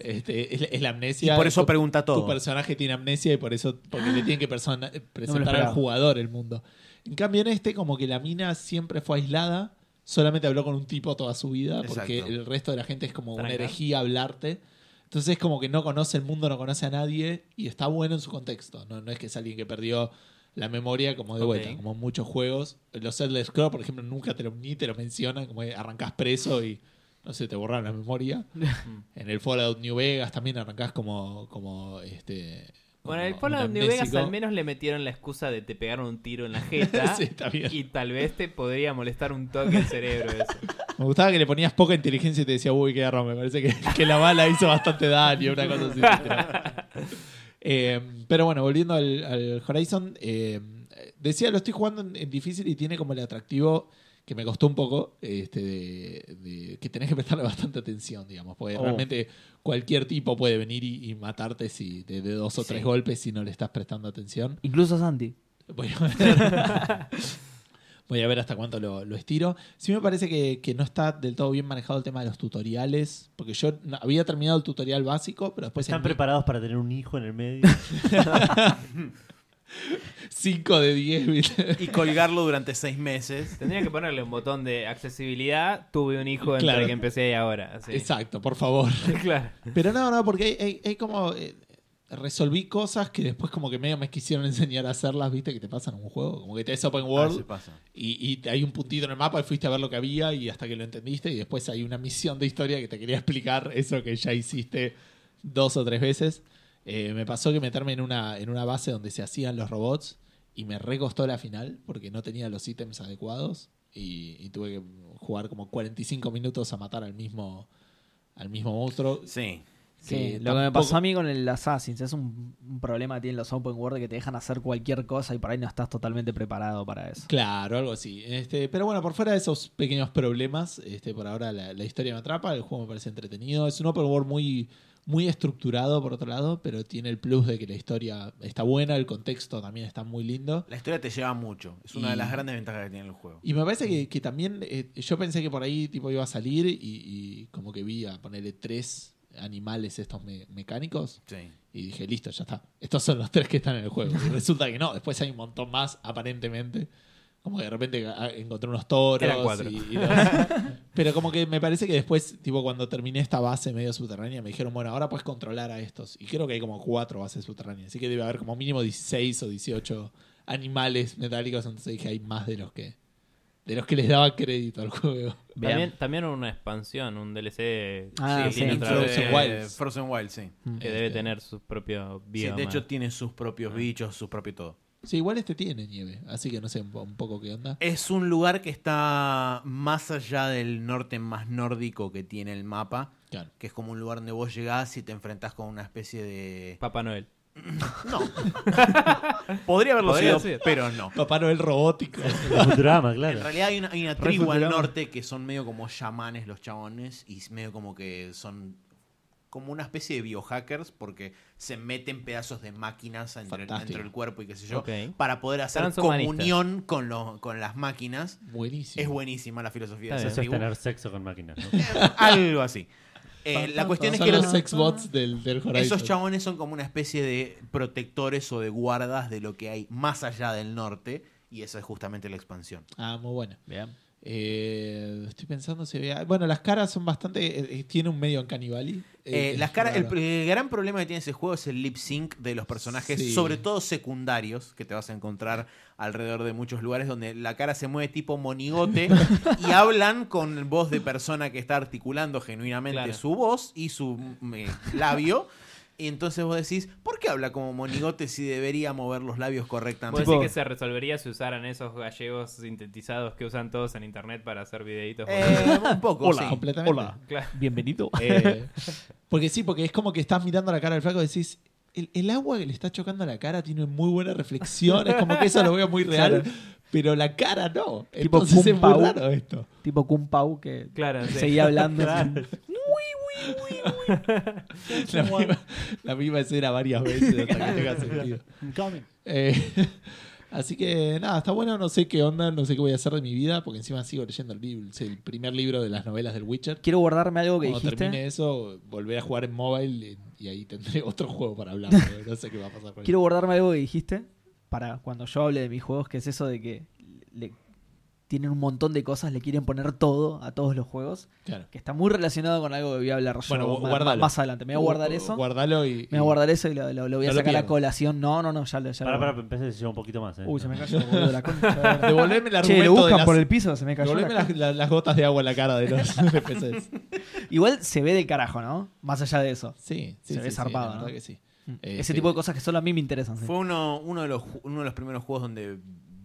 Speaker 2: Este, es, la- es la
Speaker 3: Y
Speaker 2: amnesia.
Speaker 3: por eso
Speaker 2: Tu-
Speaker 3: pregunta
Speaker 2: Tu
Speaker 3: todo.
Speaker 2: personaje tiene amnesia y por eso, porque le tienen que persona- presentar al
Speaker 5: esperaba.
Speaker 2: jugador el mundo. En cambio, en este, como que la mina siempre fue aislada, solamente habló con un tipo toda su vida, porque
Speaker 3: Exacto.
Speaker 2: el resto de la gente es como una
Speaker 4: Tranca.
Speaker 2: herejía hablarte. Entonces, como que no conoce el mundo, no conoce a nadie y está bueno en su contexto. No, no es que es alguien que perdió la memoria, como de
Speaker 4: Ok.
Speaker 2: vuelta, como en muchos juegos. Los Elder Scrolls, por ejemplo, nunca te lo, ni te lo mencionan, como que arrancás preso y no sé, te borraron la memoria. En el Fallout New Vegas también arrancás como, como este. como
Speaker 4: Bueno, el
Speaker 2: un
Speaker 4: Fallout New
Speaker 2: amnésico.
Speaker 4: Vegas al menos le metieron la excusa de te pegaron un tiro en la jeta.
Speaker 2: Sí, está bien.
Speaker 4: Y tal vez te podría molestar un toque el cerebro eso.
Speaker 2: Me gustaba que le ponías poca inteligencia y te decía, uy, qué error, me parece que, que la bala hizo bastante daño, una cosa así. Eh, pero bueno, volviendo al, al Horizon, eh, decía, lo estoy jugando en, en difícil y tiene como el atractivo que me costó un poco, este, de, de- que tenés que prestarle bastante atención, digamos, porque
Speaker 5: Oh.
Speaker 2: realmente cualquier tipo puede venir y, y matarte si de, de dos o tres golpes si no le estás prestando atención.
Speaker 5: Incluso Santi.
Speaker 2: Voy a ver. Voy a ver hasta cuánto lo, lo estiro. Sí me parece que, que no está del todo bien manejado el tema de los tutoriales, porque yo no- había terminado el tutorial básico, pero después
Speaker 1: Están
Speaker 2: en mi-
Speaker 1: preparados para tener un hijo en el medio.
Speaker 2: 5 de 10. ¿viste?
Speaker 3: Y colgarlo durante seis meses.
Speaker 4: Tendría que ponerle un botón de accesibilidad. Tuve un hijo entre
Speaker 2: Claro.
Speaker 4: que empecé y ahora. así.
Speaker 2: Exacto, por favor.
Speaker 4: claro.
Speaker 2: Pero no, no, porque hay, hay- hay como... eh, resolví cosas que después como que medio me quisieron enseñar a hacerlas, ¿viste? Que te pasan en un juego, como que te es open
Speaker 3: Ah, sí
Speaker 2: world
Speaker 3: pasa.
Speaker 2: y, y hay un puntito en el mapa y fuiste a ver lo que había y hasta que lo entendiste y después hay una misión de historia que te quería explicar eso que ya hiciste dos o tres veces. Eh, me pasó que meterme en una, en una base donde se hacían los robots y me recostó la final porque no tenía los ítems adecuados y, y tuve que jugar como 45 minutos a matar al mismo, al mismo monstruo.
Speaker 3: Sí.
Speaker 5: Sí,
Speaker 2: que
Speaker 5: lo que me
Speaker 2: tampoco-
Speaker 5: pasó a mí con el Assassin's es un, un problema que tienen los Open World que te dejan hacer cualquier cosa y por ahí no estás totalmente preparado para eso.
Speaker 2: Claro, algo así. Este, pero bueno, por fuera de esos pequeños problemas, este, por ahora la, la historia me atrapa, el juego me parece entretenido. Es un open world muy, muy estructurado, por otro lado, pero tiene el plus de que la historia está buena, el contexto también está muy lindo.
Speaker 3: La historia te lleva mucho. Es una
Speaker 2: Y-
Speaker 3: de las grandes ventajas que tiene el juego.
Speaker 2: Y me parece que, que también eh, yo pensé que por ahí tipo iba a salir y, y como que vi a ponerle tres animales estos me- mecánicos
Speaker 3: Sí.
Speaker 2: y dije, listo, ya está. Estos son los tres que están en el juego. Y resulta que no, después hay un montón más, aparentemente. Como que de repente ah, encontré unos toros.
Speaker 4: Eran cuatro.
Speaker 2: y- y los- Pero como que me parece que después, tipo, cuando terminé esta base medio subterránea, me dijeron, bueno, ahora puedes controlar a estos. Y creo que hay como cuatro bases subterráneas. Así que debe haber como mínimo 16 o 18 animales metálicos. Entonces dije, hay más de los que. De los que les daba crédito al juego.
Speaker 5: Bien.
Speaker 4: También, también una expansión, un DLC
Speaker 5: Ah,
Speaker 4: que
Speaker 5: sí.
Speaker 4: tiene otra vez,
Speaker 3: Frozen
Speaker 2: Frozen Wilds.
Speaker 3: Wilds. Frozen Wilds, sí.
Speaker 4: que debe
Speaker 2: Este.
Speaker 4: tener su propio
Speaker 3: Sí,
Speaker 4: bioma.
Speaker 3: de hecho tiene sus propios bichos, su propio todo.
Speaker 2: Sí, igual este tiene nieve. Así que no sé un po- un poco qué onda.
Speaker 3: Es un lugar que está más allá del norte más nórdico que tiene el mapa,
Speaker 2: Claro.
Speaker 3: que es como un lugar donde vos llegás y te enfrentás con una especie de...
Speaker 4: Papá Noel.
Speaker 3: Podría haberlo
Speaker 4: Podría
Speaker 3: sido,
Speaker 4: ser.
Speaker 3: pero no.
Speaker 2: Papá Noel robótico.
Speaker 1: Futurama,
Speaker 3: En
Speaker 1: claro.
Speaker 3: realidad hay una, hay una
Speaker 1: Re
Speaker 3: tribu al
Speaker 1: Futurama.
Speaker 3: norte que son medio como chamanes los chabones y medio como que son como una especie de biohackers porque se meten pedazos de máquinas entre,
Speaker 2: Fantástico.
Speaker 3: dentro del cuerpo y qué sé yo
Speaker 4: Ok.
Speaker 3: para poder hacer
Speaker 4: Transhumanistas.
Speaker 3: comunión con, los con las máquinas.
Speaker 2: Buenísimo.
Speaker 3: Es buenísima la filosofía de
Speaker 4: Está
Speaker 3: esa
Speaker 1: Eso es
Speaker 3: tribu.
Speaker 1: tener sexo con máquinas. ¿no?
Speaker 3: Algo así. Eh, la cuestión es
Speaker 2: Son
Speaker 3: que
Speaker 2: los
Speaker 3: los-
Speaker 2: sex bots del, del Horizon.
Speaker 3: esos chabones son como una especie de protectores o de guardas de lo que hay más allá del norte y esa es justamente la expansión.
Speaker 2: Ah, muy bueno. Eh, estoy pensando si había... Bueno, las caras son bastante... eh, eh, tiene un medio en Canibali.
Speaker 3: Eh, las caras, el, el gran problema que tiene ese juego es el lip sync de los personajes,
Speaker 2: Sí.
Speaker 3: sobre todo secundarios, que te vas a encontrar alrededor de muchos lugares donde la cara se mueve tipo monigote y hablan con voz de persona que está articulando genuinamente
Speaker 4: Claro.
Speaker 3: su voz y su mm, eh, labio. Y entonces vos decís, ¿por qué habla como monigote si debería mover los labios
Speaker 4: Puede
Speaker 3: correctamente?
Speaker 4: decir que se resolvería si usaran esos gallegos sintetizados que usan todos en internet para hacer videitos.
Speaker 3: Eh, un poco,
Speaker 2: Hola,
Speaker 3: sí.
Speaker 2: completamente.
Speaker 4: Claro.
Speaker 5: Bienvenido.
Speaker 2: Eh, porque sí, porque es como que estás mirando la cara del flaco y decís... El, el agua que le está chocando a la cara tiene muy buena reflexión. Es como que eso lo veo muy real. Pero la cara no. Entonces es
Speaker 5: Kung
Speaker 2: muy
Speaker 5: Pao.
Speaker 2: raro esto.
Speaker 5: Tipo Kung Pao que
Speaker 4: Claro, sí.
Speaker 5: seguía hablando.
Speaker 2: La misma, la misma escena varias veces hasta que tenga sentido. Eh, así que nada, está bueno, no sé qué onda, no sé qué voy a hacer de mi vida, porque encima sigo leyendo el, libro, el primer libro de las novelas del Witcher.
Speaker 5: Quiero guardarme algo que
Speaker 2: Cuando termine
Speaker 5: dijiste.
Speaker 2: eso, volver a jugar en mobile y, y ahí tendré otro juego para hablar. porque no sé qué va a pasar con
Speaker 5: Quiero guardarme algo que dijiste para cuando yo hable de mis juegos, que es eso de que le- tienen un montón de cosas, le quieren poner todo a todos los juegos,
Speaker 2: eso. Claro.
Speaker 5: que está muy relacionado con algo que voy a hablar yo
Speaker 2: Bueno, gu-
Speaker 5: ma-
Speaker 2: guárdalo.
Speaker 5: más adelante. Me voy a guardar
Speaker 2: Gu-
Speaker 5: eso.
Speaker 2: Uh, Guardalo y.
Speaker 5: Me voy a guardar eso y lo, lo- lo voy a
Speaker 2: No lo
Speaker 5: sacar a
Speaker 2: pierdas.
Speaker 5: colación. No, no, no, ya lo. Ya lo
Speaker 1: Para, para, empecé a llevar un poquito más. ¿eh?
Speaker 5: Uy, se me cayó boludo, la concha.
Speaker 2: y- Devolveme el
Speaker 5: Che,
Speaker 2: argumento
Speaker 5: lo buscan
Speaker 2: de las,
Speaker 5: por el piso, se me cayó. la
Speaker 2: devolveme las,
Speaker 5: concha.
Speaker 2: la- las gotas de agua en la cara de los NPCs.
Speaker 5: Igual se ve del carajo, ¿no? Más allá de eso.
Speaker 2: Sí, sí.
Speaker 5: Se ve
Speaker 2: sí, sí,
Speaker 5: zarpado,
Speaker 2: la
Speaker 5: ¿no?
Speaker 2: verdad que sí.
Speaker 5: Mm.
Speaker 2: Eh,
Speaker 5: Ese
Speaker 2: sí.
Speaker 5: tipo de cosas que solo a mí me interesan. sí.
Speaker 3: Fue uno, uno, de los, ju- uno de los primeros juegos donde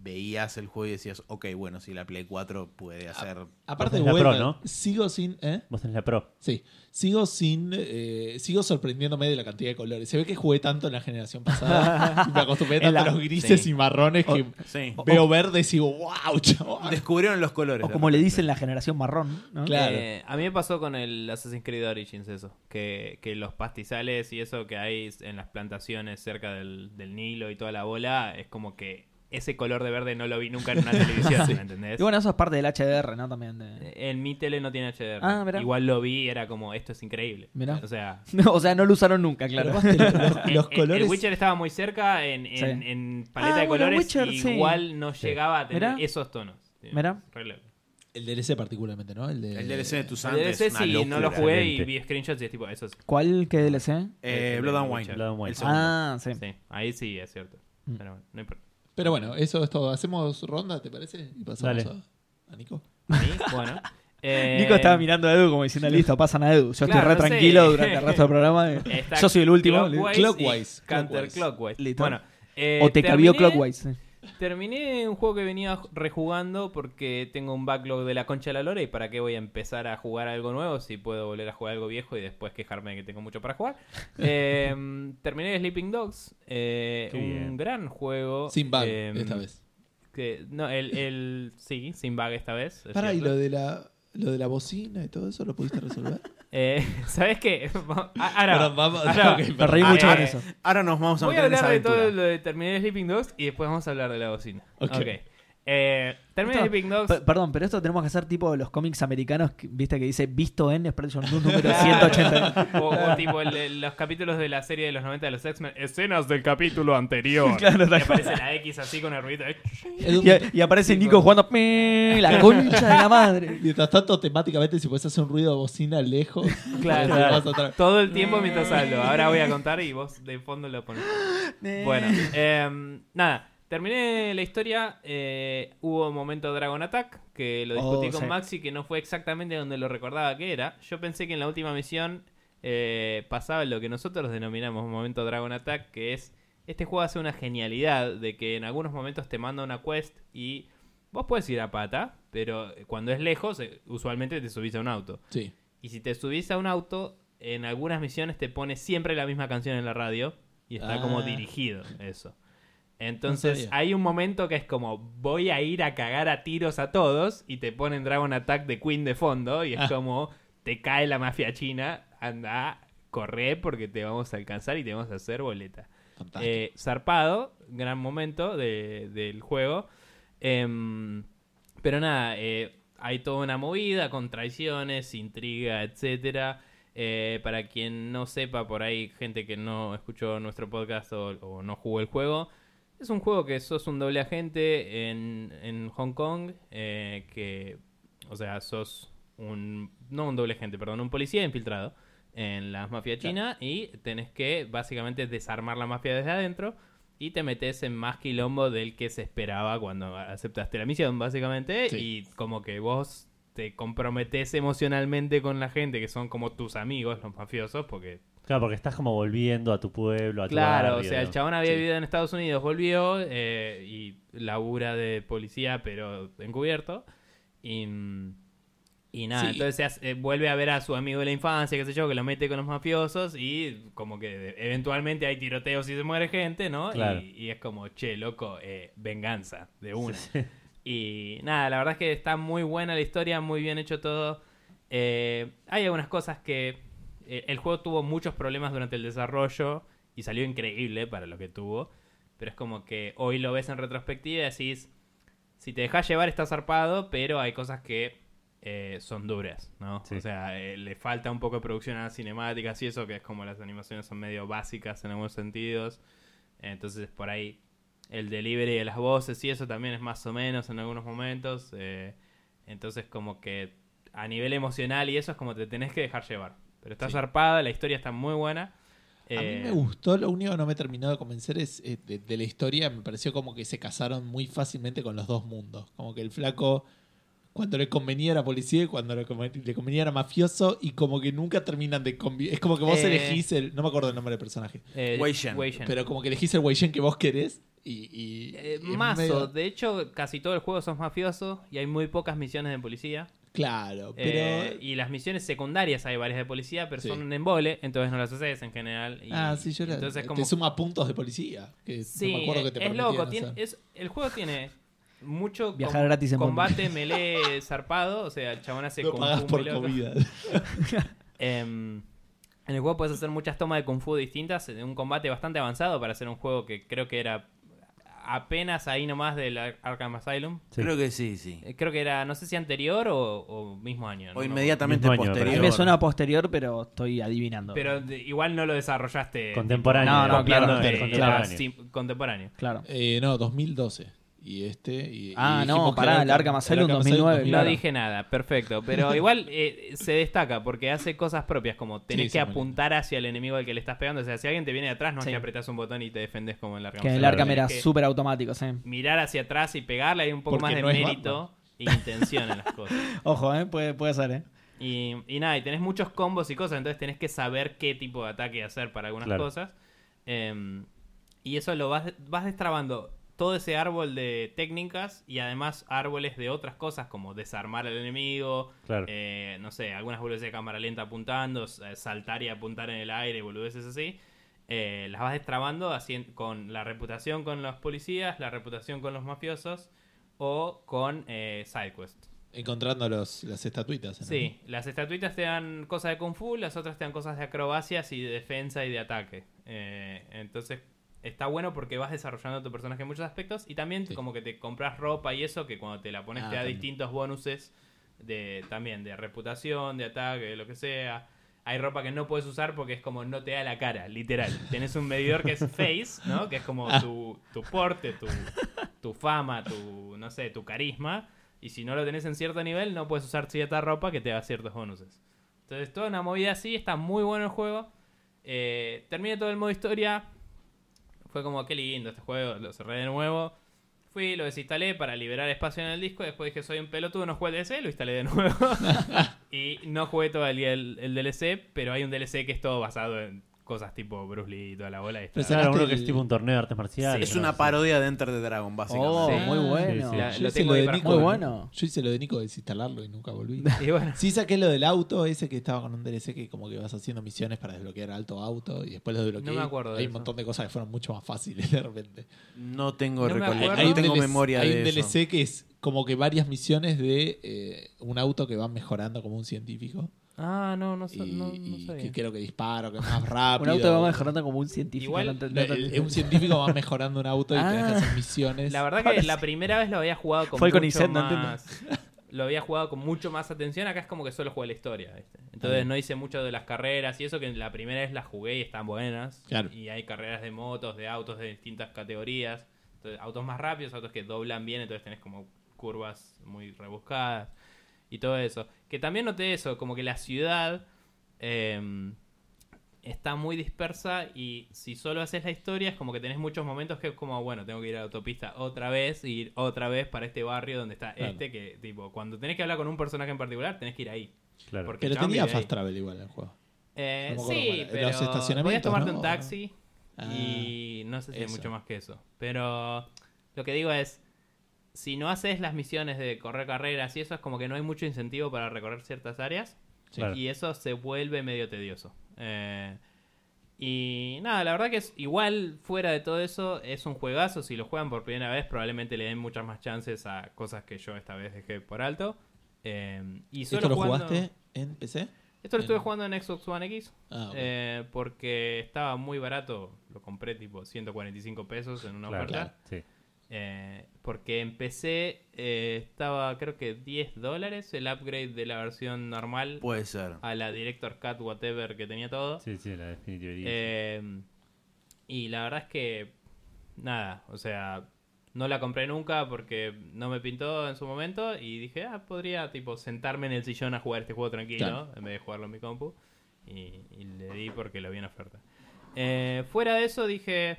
Speaker 3: veías el juego y decías, ok, bueno, si la Play 4 puede hacer.
Speaker 2: Aparte,
Speaker 1: Es la
Speaker 2: bueno,
Speaker 1: pro, ¿no?
Speaker 2: sigo sin. ¿eh?
Speaker 1: Vos tenés la pro.
Speaker 2: Sí, sigo sin. eh, sigo sorprendiéndome de la cantidad de colores. Se ve que jugué tanto en la generación pasada. y me acostumbré tanto
Speaker 5: En la-
Speaker 2: a los grises
Speaker 3: Sí.
Speaker 2: y marrones que
Speaker 3: sí.
Speaker 2: veo verdes y digo, wow, chaval.
Speaker 3: Descubrieron los colores.
Speaker 5: O
Speaker 3: de
Speaker 5: como le
Speaker 3: repente.
Speaker 5: dicen la generación marrón, ¿no?
Speaker 2: Claro.
Speaker 4: Eh, a mí me pasó con el Assassin's Creed Origins eso, que, que los pastizales y eso que hay en las plantaciones cerca del, del Nilo y toda la bola, es como que ese color de verde no lo vi nunca en una televisión, ¿me entendés?
Speaker 5: Y bueno, eso es parte del HDR, ¿no? También. de-
Speaker 4: En mi tele no tiene HDR.
Speaker 5: Ah, mirá.
Speaker 4: Igual lo vi, era como, esto es increíble.
Speaker 5: Mirá.
Speaker 4: O sea,
Speaker 5: o sea, no lo usaron nunca, claro.
Speaker 2: Pero aparte, los- los,
Speaker 4: eh,
Speaker 2: los
Speaker 4: eh,
Speaker 2: colores.
Speaker 4: el Witcher estaba muy cerca en, en,
Speaker 5: Sí.
Speaker 4: en paleta
Speaker 5: Ah,
Speaker 4: de
Speaker 5: bueno,
Speaker 4: colores,
Speaker 5: Witcher, sí.
Speaker 4: igual no llegaba a tener
Speaker 5: Mirá.
Speaker 4: esos tonos. Sí,
Speaker 5: Mirá.
Speaker 4: re loco.
Speaker 2: El DLC, particularmente, ¿no? El, de,
Speaker 3: El DLC de tus
Speaker 4: El
Speaker 3: antes.
Speaker 4: DLC sí, no lo jugué y
Speaker 1: realmente.
Speaker 4: vi screenshots y es tipo, eso es
Speaker 5: ¿Cuál? ¿Qué DLC?
Speaker 4: Este,
Speaker 3: Eh, Blood and Wine.
Speaker 1: Blood and Wine.
Speaker 3: El segundo.
Speaker 5: Ah, sí. Mm.
Speaker 4: Sí, ahí sí es cierto. Pero bueno, no importa.
Speaker 2: Pero bueno, eso es todo. ¿Hacemos ronda, te parece? Y pasamos
Speaker 1: Dale.
Speaker 2: a, a Nico.
Speaker 4: Sí, bueno. Eh,
Speaker 5: Nico estaba mirando a Edu como diciendo, listo, pasan a Edu. Yo estoy
Speaker 4: Claro,
Speaker 5: re
Speaker 4: no sé.
Speaker 5: tranquilo durante el resto del programa.
Speaker 4: está
Speaker 5: Yo soy el último.
Speaker 4: Clockwise.
Speaker 2: Clockwise,
Speaker 4: y Counterclockwise.
Speaker 5: Listo.
Speaker 4: Bueno. eh,
Speaker 5: O te cabió
Speaker 4: terminé-
Speaker 5: Clockwise. sí.
Speaker 4: Terminé un juego que venía rejugando porque tengo un backlog de la concha de la lora y para qué voy a empezar a jugar algo nuevo si puedo volver a jugar algo viejo y después quejarme de que tengo mucho para jugar. Eh, terminé Sleeping Dogs, eh,
Speaker 1: Qué
Speaker 4: un
Speaker 1: bien.
Speaker 4: gran juego.
Speaker 2: Sin bug,
Speaker 4: eh,
Speaker 2: esta vez.
Speaker 4: que- no, el, el- sí, sin bug esta vez. es
Speaker 2: Pará, ¿y
Speaker 4: cierto.
Speaker 2: lo de, la, lo de la bocina y todo eso lo pudiste resolver?
Speaker 4: Eh, ¿Sabes qué? Ah, Ahora,
Speaker 2: Perdón, vamos-
Speaker 4: ahora-
Speaker 2: ok,
Speaker 5: Me reí
Speaker 4: Ah,
Speaker 5: mucho con
Speaker 4: eh,
Speaker 5: eso.
Speaker 3: Ahora nos vamos a
Speaker 4: voy
Speaker 3: meter
Speaker 4: a
Speaker 3: en esa
Speaker 4: hablar de
Speaker 3: aventura.
Speaker 4: todo lo de Terminé Sleeping Dogs y después vamos a hablar de la bocina.
Speaker 2: Ok.
Speaker 4: Ok. Eh, terminé
Speaker 5: Esto-
Speaker 4: Sleeping Dogs.
Speaker 5: Pe- perdón, pero esto tenemos que hacer tipo los cómics americanos, que- viste que dice visto en Expression News número
Speaker 4: Claro.
Speaker 5: 180.
Speaker 4: O, o tipo el- el- los capítulos de la serie de los 90 de los X-Men. Escenas del capítulo anterior.
Speaker 5: Claro,
Speaker 4: y
Speaker 5: tal
Speaker 4: aparece la X así con el eh, ruido.
Speaker 2: Edu,
Speaker 5: Y, y aparece Nico jugando "Me, la concha de la madre.
Speaker 2: Mientras tanto, temáticamente, si puedes hacer un ruido de bocina lejos,
Speaker 4: Claro.
Speaker 2: te vas a tra-
Speaker 4: Todo el tiempo mientras hablo. Ahora voy a contar y vos de fondo lo pones. Bueno, em, nada. Terminé la historia. eh, hubo un momento Dragon Attack que lo discutí
Speaker 5: Oh,
Speaker 4: con
Speaker 5: sí.
Speaker 4: Maxi, que no fue exactamente donde lo recordaba que era. Yo pensé que en la última misión eh, pasaba lo que nosotros denominamos momento Dragon Attack, que es. Este juego hace una genialidad de que en algunos momentos te manda una quest y vos puedes ir a pata, pero cuando es lejos, eh, usualmente te subís a un auto.
Speaker 2: Sí.
Speaker 4: Y si te subís a un auto, en algunas misiones te pone siempre la misma canción en la radio y está
Speaker 2: Ah.
Speaker 4: como dirigido eso.
Speaker 2: No
Speaker 4: Entonces
Speaker 2: sabía.
Speaker 4: hay un momento que es como voy a ir a cagar a tiros a todos y te ponen Dragon Attack de Queen de fondo y es
Speaker 2: Ah.
Speaker 4: como te cae la mafia china, anda, corre porque te vamos a alcanzar y te vamos a hacer boleta.
Speaker 2: Fantástico.
Speaker 4: Eh, zarpado, gran momento de- del juego. Em, pero nada, eh, hay toda una movida con traiciones, intriga, etcétera. Eh, para quien no sepa, por ahí gente que no escuchó nuestro podcast o, o no jugó el juego, es un juego que sos un doble agente en, en Hong Kong, eh, que, o sea, sos un, no un doble agente, perdón, un policía infiltrado en la mafia china y tenés que básicamente desarmar la mafia desde adentro y te metes en más quilombo del que se esperaba cuando aceptaste la misión, básicamente,
Speaker 2: Sí.
Speaker 4: y como que vos te comprometes emocionalmente con la gente, que son como tus amigos, los mafiosos, porque
Speaker 1: Claro, porque estás como volviendo a tu pueblo, a tu
Speaker 4: Claro, o
Speaker 1: barrio,
Speaker 4: sea, el
Speaker 1: ¿no?
Speaker 4: chabón había
Speaker 2: Sí.
Speaker 4: vivido en Estados Unidos, volvió eh, y labura de policía, pero encubierto. Y, mm, y nada,
Speaker 2: Sí.
Speaker 4: entonces se hace- eh, vuelve a ver a su amigo de la infancia, qué sé yo, que lo mete con los mafiosos y como que eventualmente hay tiroteos y se muere gente, ¿no?
Speaker 1: Claro.
Speaker 4: Y, y es como, che, loco, eh, venganza de una. Y nada, la verdad es que está muy buena la historia, muy bien hecho todo. Eh, hay algunas cosas que eh, el juego tuvo muchos problemas durante el desarrollo y salió increíble para lo que tuvo. Pero es como que hoy lo ves en retrospectiva y decís, si te dejas llevar está zarpado, pero hay cosas que eh, son duras, ¿no?
Speaker 1: Sí.
Speaker 4: O sea, eh, le falta un poco de producción a las cinemáticas y eso, que es como las animaciones son medio básicas en algunos sentidos. Entonces, por ahí, el delivery de las voces y eso también es más o menos en algunos momentos. eh, entonces, como que a nivel emocional y eso es como te tenés que dejar llevar. Pero está
Speaker 2: Sí.
Speaker 4: zarpada, la historia está muy buena.
Speaker 2: A mí
Speaker 4: eh,
Speaker 2: me gustó, lo único que no me terminó de convencer es eh, de, de la historia, me pareció como que se casaron muy fácilmente con los dos mundos. Como que el flaco, cuando le convenía era policía y cuando le conven- le convenía era mafioso, y como que nunca terminan de convivir. Es como que vos
Speaker 4: Eh.
Speaker 2: elegís el. No me acuerdo el nombre del personaje,
Speaker 4: eh,
Speaker 3: Wei Shen.
Speaker 4: Wei Shen.
Speaker 2: pero como que elegís el Weishen que vos querés. Y, y-
Speaker 4: Eh,
Speaker 2: y es
Speaker 4: mazo,
Speaker 2: medio-
Speaker 4: de hecho, casi todo el juego sos mafioso y hay muy pocas misiones de policía.
Speaker 2: Claro,
Speaker 4: Eh,
Speaker 2: pero.
Speaker 4: y las misiones secundarias hay varias de policía, pero
Speaker 2: Sí.
Speaker 4: son un embole, entonces no las haces en general. y-
Speaker 2: ah, sí, yo la-
Speaker 4: Entonces,
Speaker 2: Te
Speaker 4: como.
Speaker 2: suma puntos de policía. Que
Speaker 4: Sí,
Speaker 2: no me acuerdo que te
Speaker 4: es
Speaker 2: permitían
Speaker 4: loco. tiene-
Speaker 2: hacer.
Speaker 4: es- el juego tiene mucho
Speaker 5: Viajar gratis en
Speaker 4: combate melee zarpado. O sea, el chabón hace
Speaker 2: Lo
Speaker 4: kung
Speaker 2: pagas
Speaker 4: fu
Speaker 2: por
Speaker 4: melee loco.
Speaker 2: comida.
Speaker 4: Em, en el juego puedes hacer muchas tomas de kung fu distintas, de un combate bastante avanzado para hacer un juego que creo que era apenas ahí nomás del Ar- Arkham Asylum.
Speaker 1: Sí.
Speaker 3: Creo que sí, sí.
Speaker 4: Eh, Creo que era, no sé si anterior o, o mismo año.
Speaker 3: O
Speaker 4: no me
Speaker 3: inmediatamente
Speaker 1: Mismo año,
Speaker 5: A mí
Speaker 3: posterior.
Speaker 5: me suena posterior, pero estoy adivinando.
Speaker 4: acuerdo. Pero de- igual no lo desarrollaste.
Speaker 1: Contemporáneo.
Speaker 5: No, no,
Speaker 1: copiando
Speaker 5: claro,
Speaker 1: el
Speaker 4: Eh,
Speaker 5: claro,
Speaker 4: era
Speaker 1: contemporáneo.
Speaker 4: sim- contemporáneo.
Speaker 5: Claro.
Speaker 2: Eh, no, 2012. Y este. y-
Speaker 5: Ah,
Speaker 2: y
Speaker 5: no,
Speaker 2: dijimos que
Speaker 5: pará,
Speaker 2: era
Speaker 5: el Arkham Asylum 2009,
Speaker 4: No
Speaker 5: Claro.
Speaker 4: dije nada, perfecto. Pero igual eh, se destaca porque hace cosas propias, como tenés
Speaker 2: Sí,
Speaker 4: que
Speaker 2: sí, muy
Speaker 4: apuntar hacia el enemigo al que le estás pegando. O sea, si alguien te viene de atrás, no
Speaker 5: Sí.
Speaker 4: es que apretás un botón y te defendés como en la
Speaker 5: Que el
Speaker 1: Claro.
Speaker 5: Arkham era
Speaker 4: Tenés que
Speaker 5: súper automático, sí.
Speaker 4: Mirar hacia atrás y pegarle hay un poco
Speaker 2: Porque
Speaker 4: más de
Speaker 2: no es
Speaker 4: mérito e intención en las cosas.
Speaker 5: Ojo, ¿eh? Puede, puede ser, ¿eh?
Speaker 4: Y, y nada, y tenés muchos combos y cosas, entonces tenés que saber qué tipo de ataque hacer para algunas
Speaker 1: Claro.
Speaker 4: cosas. Em, y eso lo vas, vas destrabando todo ese árbol de técnicas y además árboles de otras cosas como desarmar al enemigo,
Speaker 1: Claro.
Speaker 4: eh, no sé, algunas boludeces de cámara lenta apuntando, s- eh, saltar y apuntar en el aire, boludeces así. Eh, las vas destrabando así, con la reputación con los policías, la reputación con los mafiosos o con eh, sidequests.
Speaker 2: Encontrando los, las estatuitas. ¿no?
Speaker 4: Sí, las estatuitas te dan cosas de kung fu, las otras te dan cosas de acrobacias y de defensa y de ataque. Eh, entonces está bueno porque vas desarrollando tu personaje en muchos aspectos y también
Speaker 2: Sí.
Speaker 4: como que te compras ropa y eso que cuando te la pones
Speaker 2: Ah,
Speaker 4: te da
Speaker 2: también.
Speaker 4: distintos bonuses de también de reputación, de ataque, de lo que sea. Hay ropa que no puedes usar porque es como no te da la cara, literal. Tenés un medidor que es face, ¿no? Que es como
Speaker 2: Ah.
Speaker 4: tu, tu porte, tu, tu fama, tu, no sé, tu carisma. Y si no lo tenés en cierto nivel, no puedes usar cierta ropa que te da ciertos bonuses. Entonces, toda una movida así, está muy bueno el juego. Eh, terminé todo el modo historia. Fue como, qué lindo este juego, lo cerré de nuevo. Fui, lo desinstalé para liberar espacio en el disco. Después dije, soy un pelotudo, no jugué el DLC, lo instalé de nuevo. y no jugué todo el día el, el DLC, pero hay un DLC que es todo basado en cosas tipo Bruce Lee y toda la bola. y está-
Speaker 2: Pero
Speaker 1: Claro,
Speaker 2: Sacaste
Speaker 1: uno que es
Speaker 2: el-
Speaker 1: tipo un torneo de artes marciales.
Speaker 3: Es una
Speaker 1: parodia
Speaker 3: parodia de Enter the Dragon,
Speaker 5: Oh,
Speaker 3: básicamente.
Speaker 4: Sí.
Speaker 5: muy bueno.
Speaker 1: Sí,
Speaker 4: La-
Speaker 2: Yo
Speaker 4: lo
Speaker 2: hice
Speaker 4: tengo
Speaker 2: lo
Speaker 4: ahí
Speaker 2: de
Speaker 4: para
Speaker 2: Nico,
Speaker 5: Muy
Speaker 2: ¿no?
Speaker 5: bueno.
Speaker 2: Yo hice lo de Nico de desinstalarlo y nunca volví.
Speaker 4: Y bueno,
Speaker 2: Sí, saqué lo del auto ese que estaba con un DLC que como que vas haciendo misiones para desbloquear alto auto y después lo desbloqueé.
Speaker 4: No me acuerdo de
Speaker 2: Hay un
Speaker 4: eso.
Speaker 2: montón de cosas que fueron mucho más fáciles de repente.
Speaker 3: No tengo
Speaker 4: No me
Speaker 3: recol-
Speaker 4: acuerdo.
Speaker 3: no
Speaker 4: un
Speaker 3: tengo
Speaker 2: DLC
Speaker 3: memoria
Speaker 2: hay
Speaker 3: de
Speaker 2: un
Speaker 3: eso.
Speaker 2: DLC que es como que varias misiones de eh, un auto que va mejorando como un científico
Speaker 4: Ah, no, no,
Speaker 2: y,
Speaker 4: sa- no, no
Speaker 2: y
Speaker 4: sabía.
Speaker 2: que creo que disparo, que es más rápido.
Speaker 5: Un auto que va mejorando como un científico.
Speaker 4: Igual,
Speaker 5: no te-
Speaker 2: No,
Speaker 5: no te-
Speaker 2: el- el- eh, un científico va mejorando un auto y te deja
Speaker 5: Ah.
Speaker 2: hacer misiones.
Speaker 4: La verdad que
Speaker 5: Ahora
Speaker 4: la
Speaker 5: sí.
Speaker 4: primera vez lo había jugado con
Speaker 5: Fue el
Speaker 4: mucho
Speaker 5: Conicet, no
Speaker 4: más... Lo había jugado con mucho más atención. Acá es como que solo jugué la historia, ¿viste? Entonces
Speaker 2: bien.
Speaker 4: no hice mucho de las carreras y eso que la primera vez las jugué y están buenas.
Speaker 2: Claro.
Speaker 4: Y hay carreras de motos, de autos de distintas categorías. Entonces, autos más rápidos, autos que doblan bien, entonces tenés como curvas muy rebuscadas y todo eso. Que también noté eso, como que la ciudad... em, está muy dispersa y si solo haces la historia es como que tenés muchos momentos que es como, bueno, tengo que ir a la autopista otra vez y ir otra vez para este barrio donde está
Speaker 2: Claro.
Speaker 4: este, que tipo, cuando tenés que hablar con un personaje en particular, tenés que ir ahí.
Speaker 1: Claro.
Speaker 4: porque
Speaker 2: Pero
Speaker 4: el chabón
Speaker 2: tenía
Speaker 4: vive ahí.
Speaker 2: fast travel igual el juego.
Speaker 4: Eh,
Speaker 2: No me acuerdo cuál
Speaker 4: sí,
Speaker 2: era.
Speaker 4: pero
Speaker 2: Los estacionamientos,
Speaker 4: podías tomarte
Speaker 2: ¿no?
Speaker 4: un taxi
Speaker 2: Ah,
Speaker 4: y no sé si hay
Speaker 2: eso.
Speaker 4: mucho más que eso. Pero lo que digo es, si no haces las misiones de correr carreras y eso es como que no hay mucho incentivo para recorrer ciertas áreas.
Speaker 2: Sí.
Speaker 1: Claro.
Speaker 4: Y eso se vuelve medio tedioso. Eh, y nada, la verdad que es igual fuera de todo eso, es un juegazo. Si lo juegan por primera vez, probablemente le den muchas más chances a cosas que yo esta vez dejé por alto. Eh, y solo
Speaker 2: ¿Esto lo
Speaker 4: jugando-
Speaker 2: jugaste en PC?
Speaker 4: Esto lo estuve
Speaker 2: en-
Speaker 4: jugando en Xbox One X.
Speaker 2: Ah, ok.
Speaker 4: eh, porque estaba muy barato. Lo compré tipo 145 pesos en una
Speaker 1: Claro,
Speaker 4: oferta.
Speaker 2: claro.
Speaker 1: Sí.
Speaker 4: Eh, porque empecé, eh, estaba creo que 10 dólares el upgrade de la versión normal
Speaker 3: Puede ser.
Speaker 4: a la Director Cut Whatever que tenía todo.
Speaker 1: sí, sí, la definitiva.
Speaker 4: Eh, y la verdad es que nada, o sea, no la compré nunca porque no me pintó en su momento y dije, ah, podría tipo sentarme en el sillón a jugar este juego tranquilo
Speaker 2: Claro.
Speaker 4: en vez de jugarlo en mi compu. Y, y le di porque lo vi en oferta. Eh, fuera de eso dije,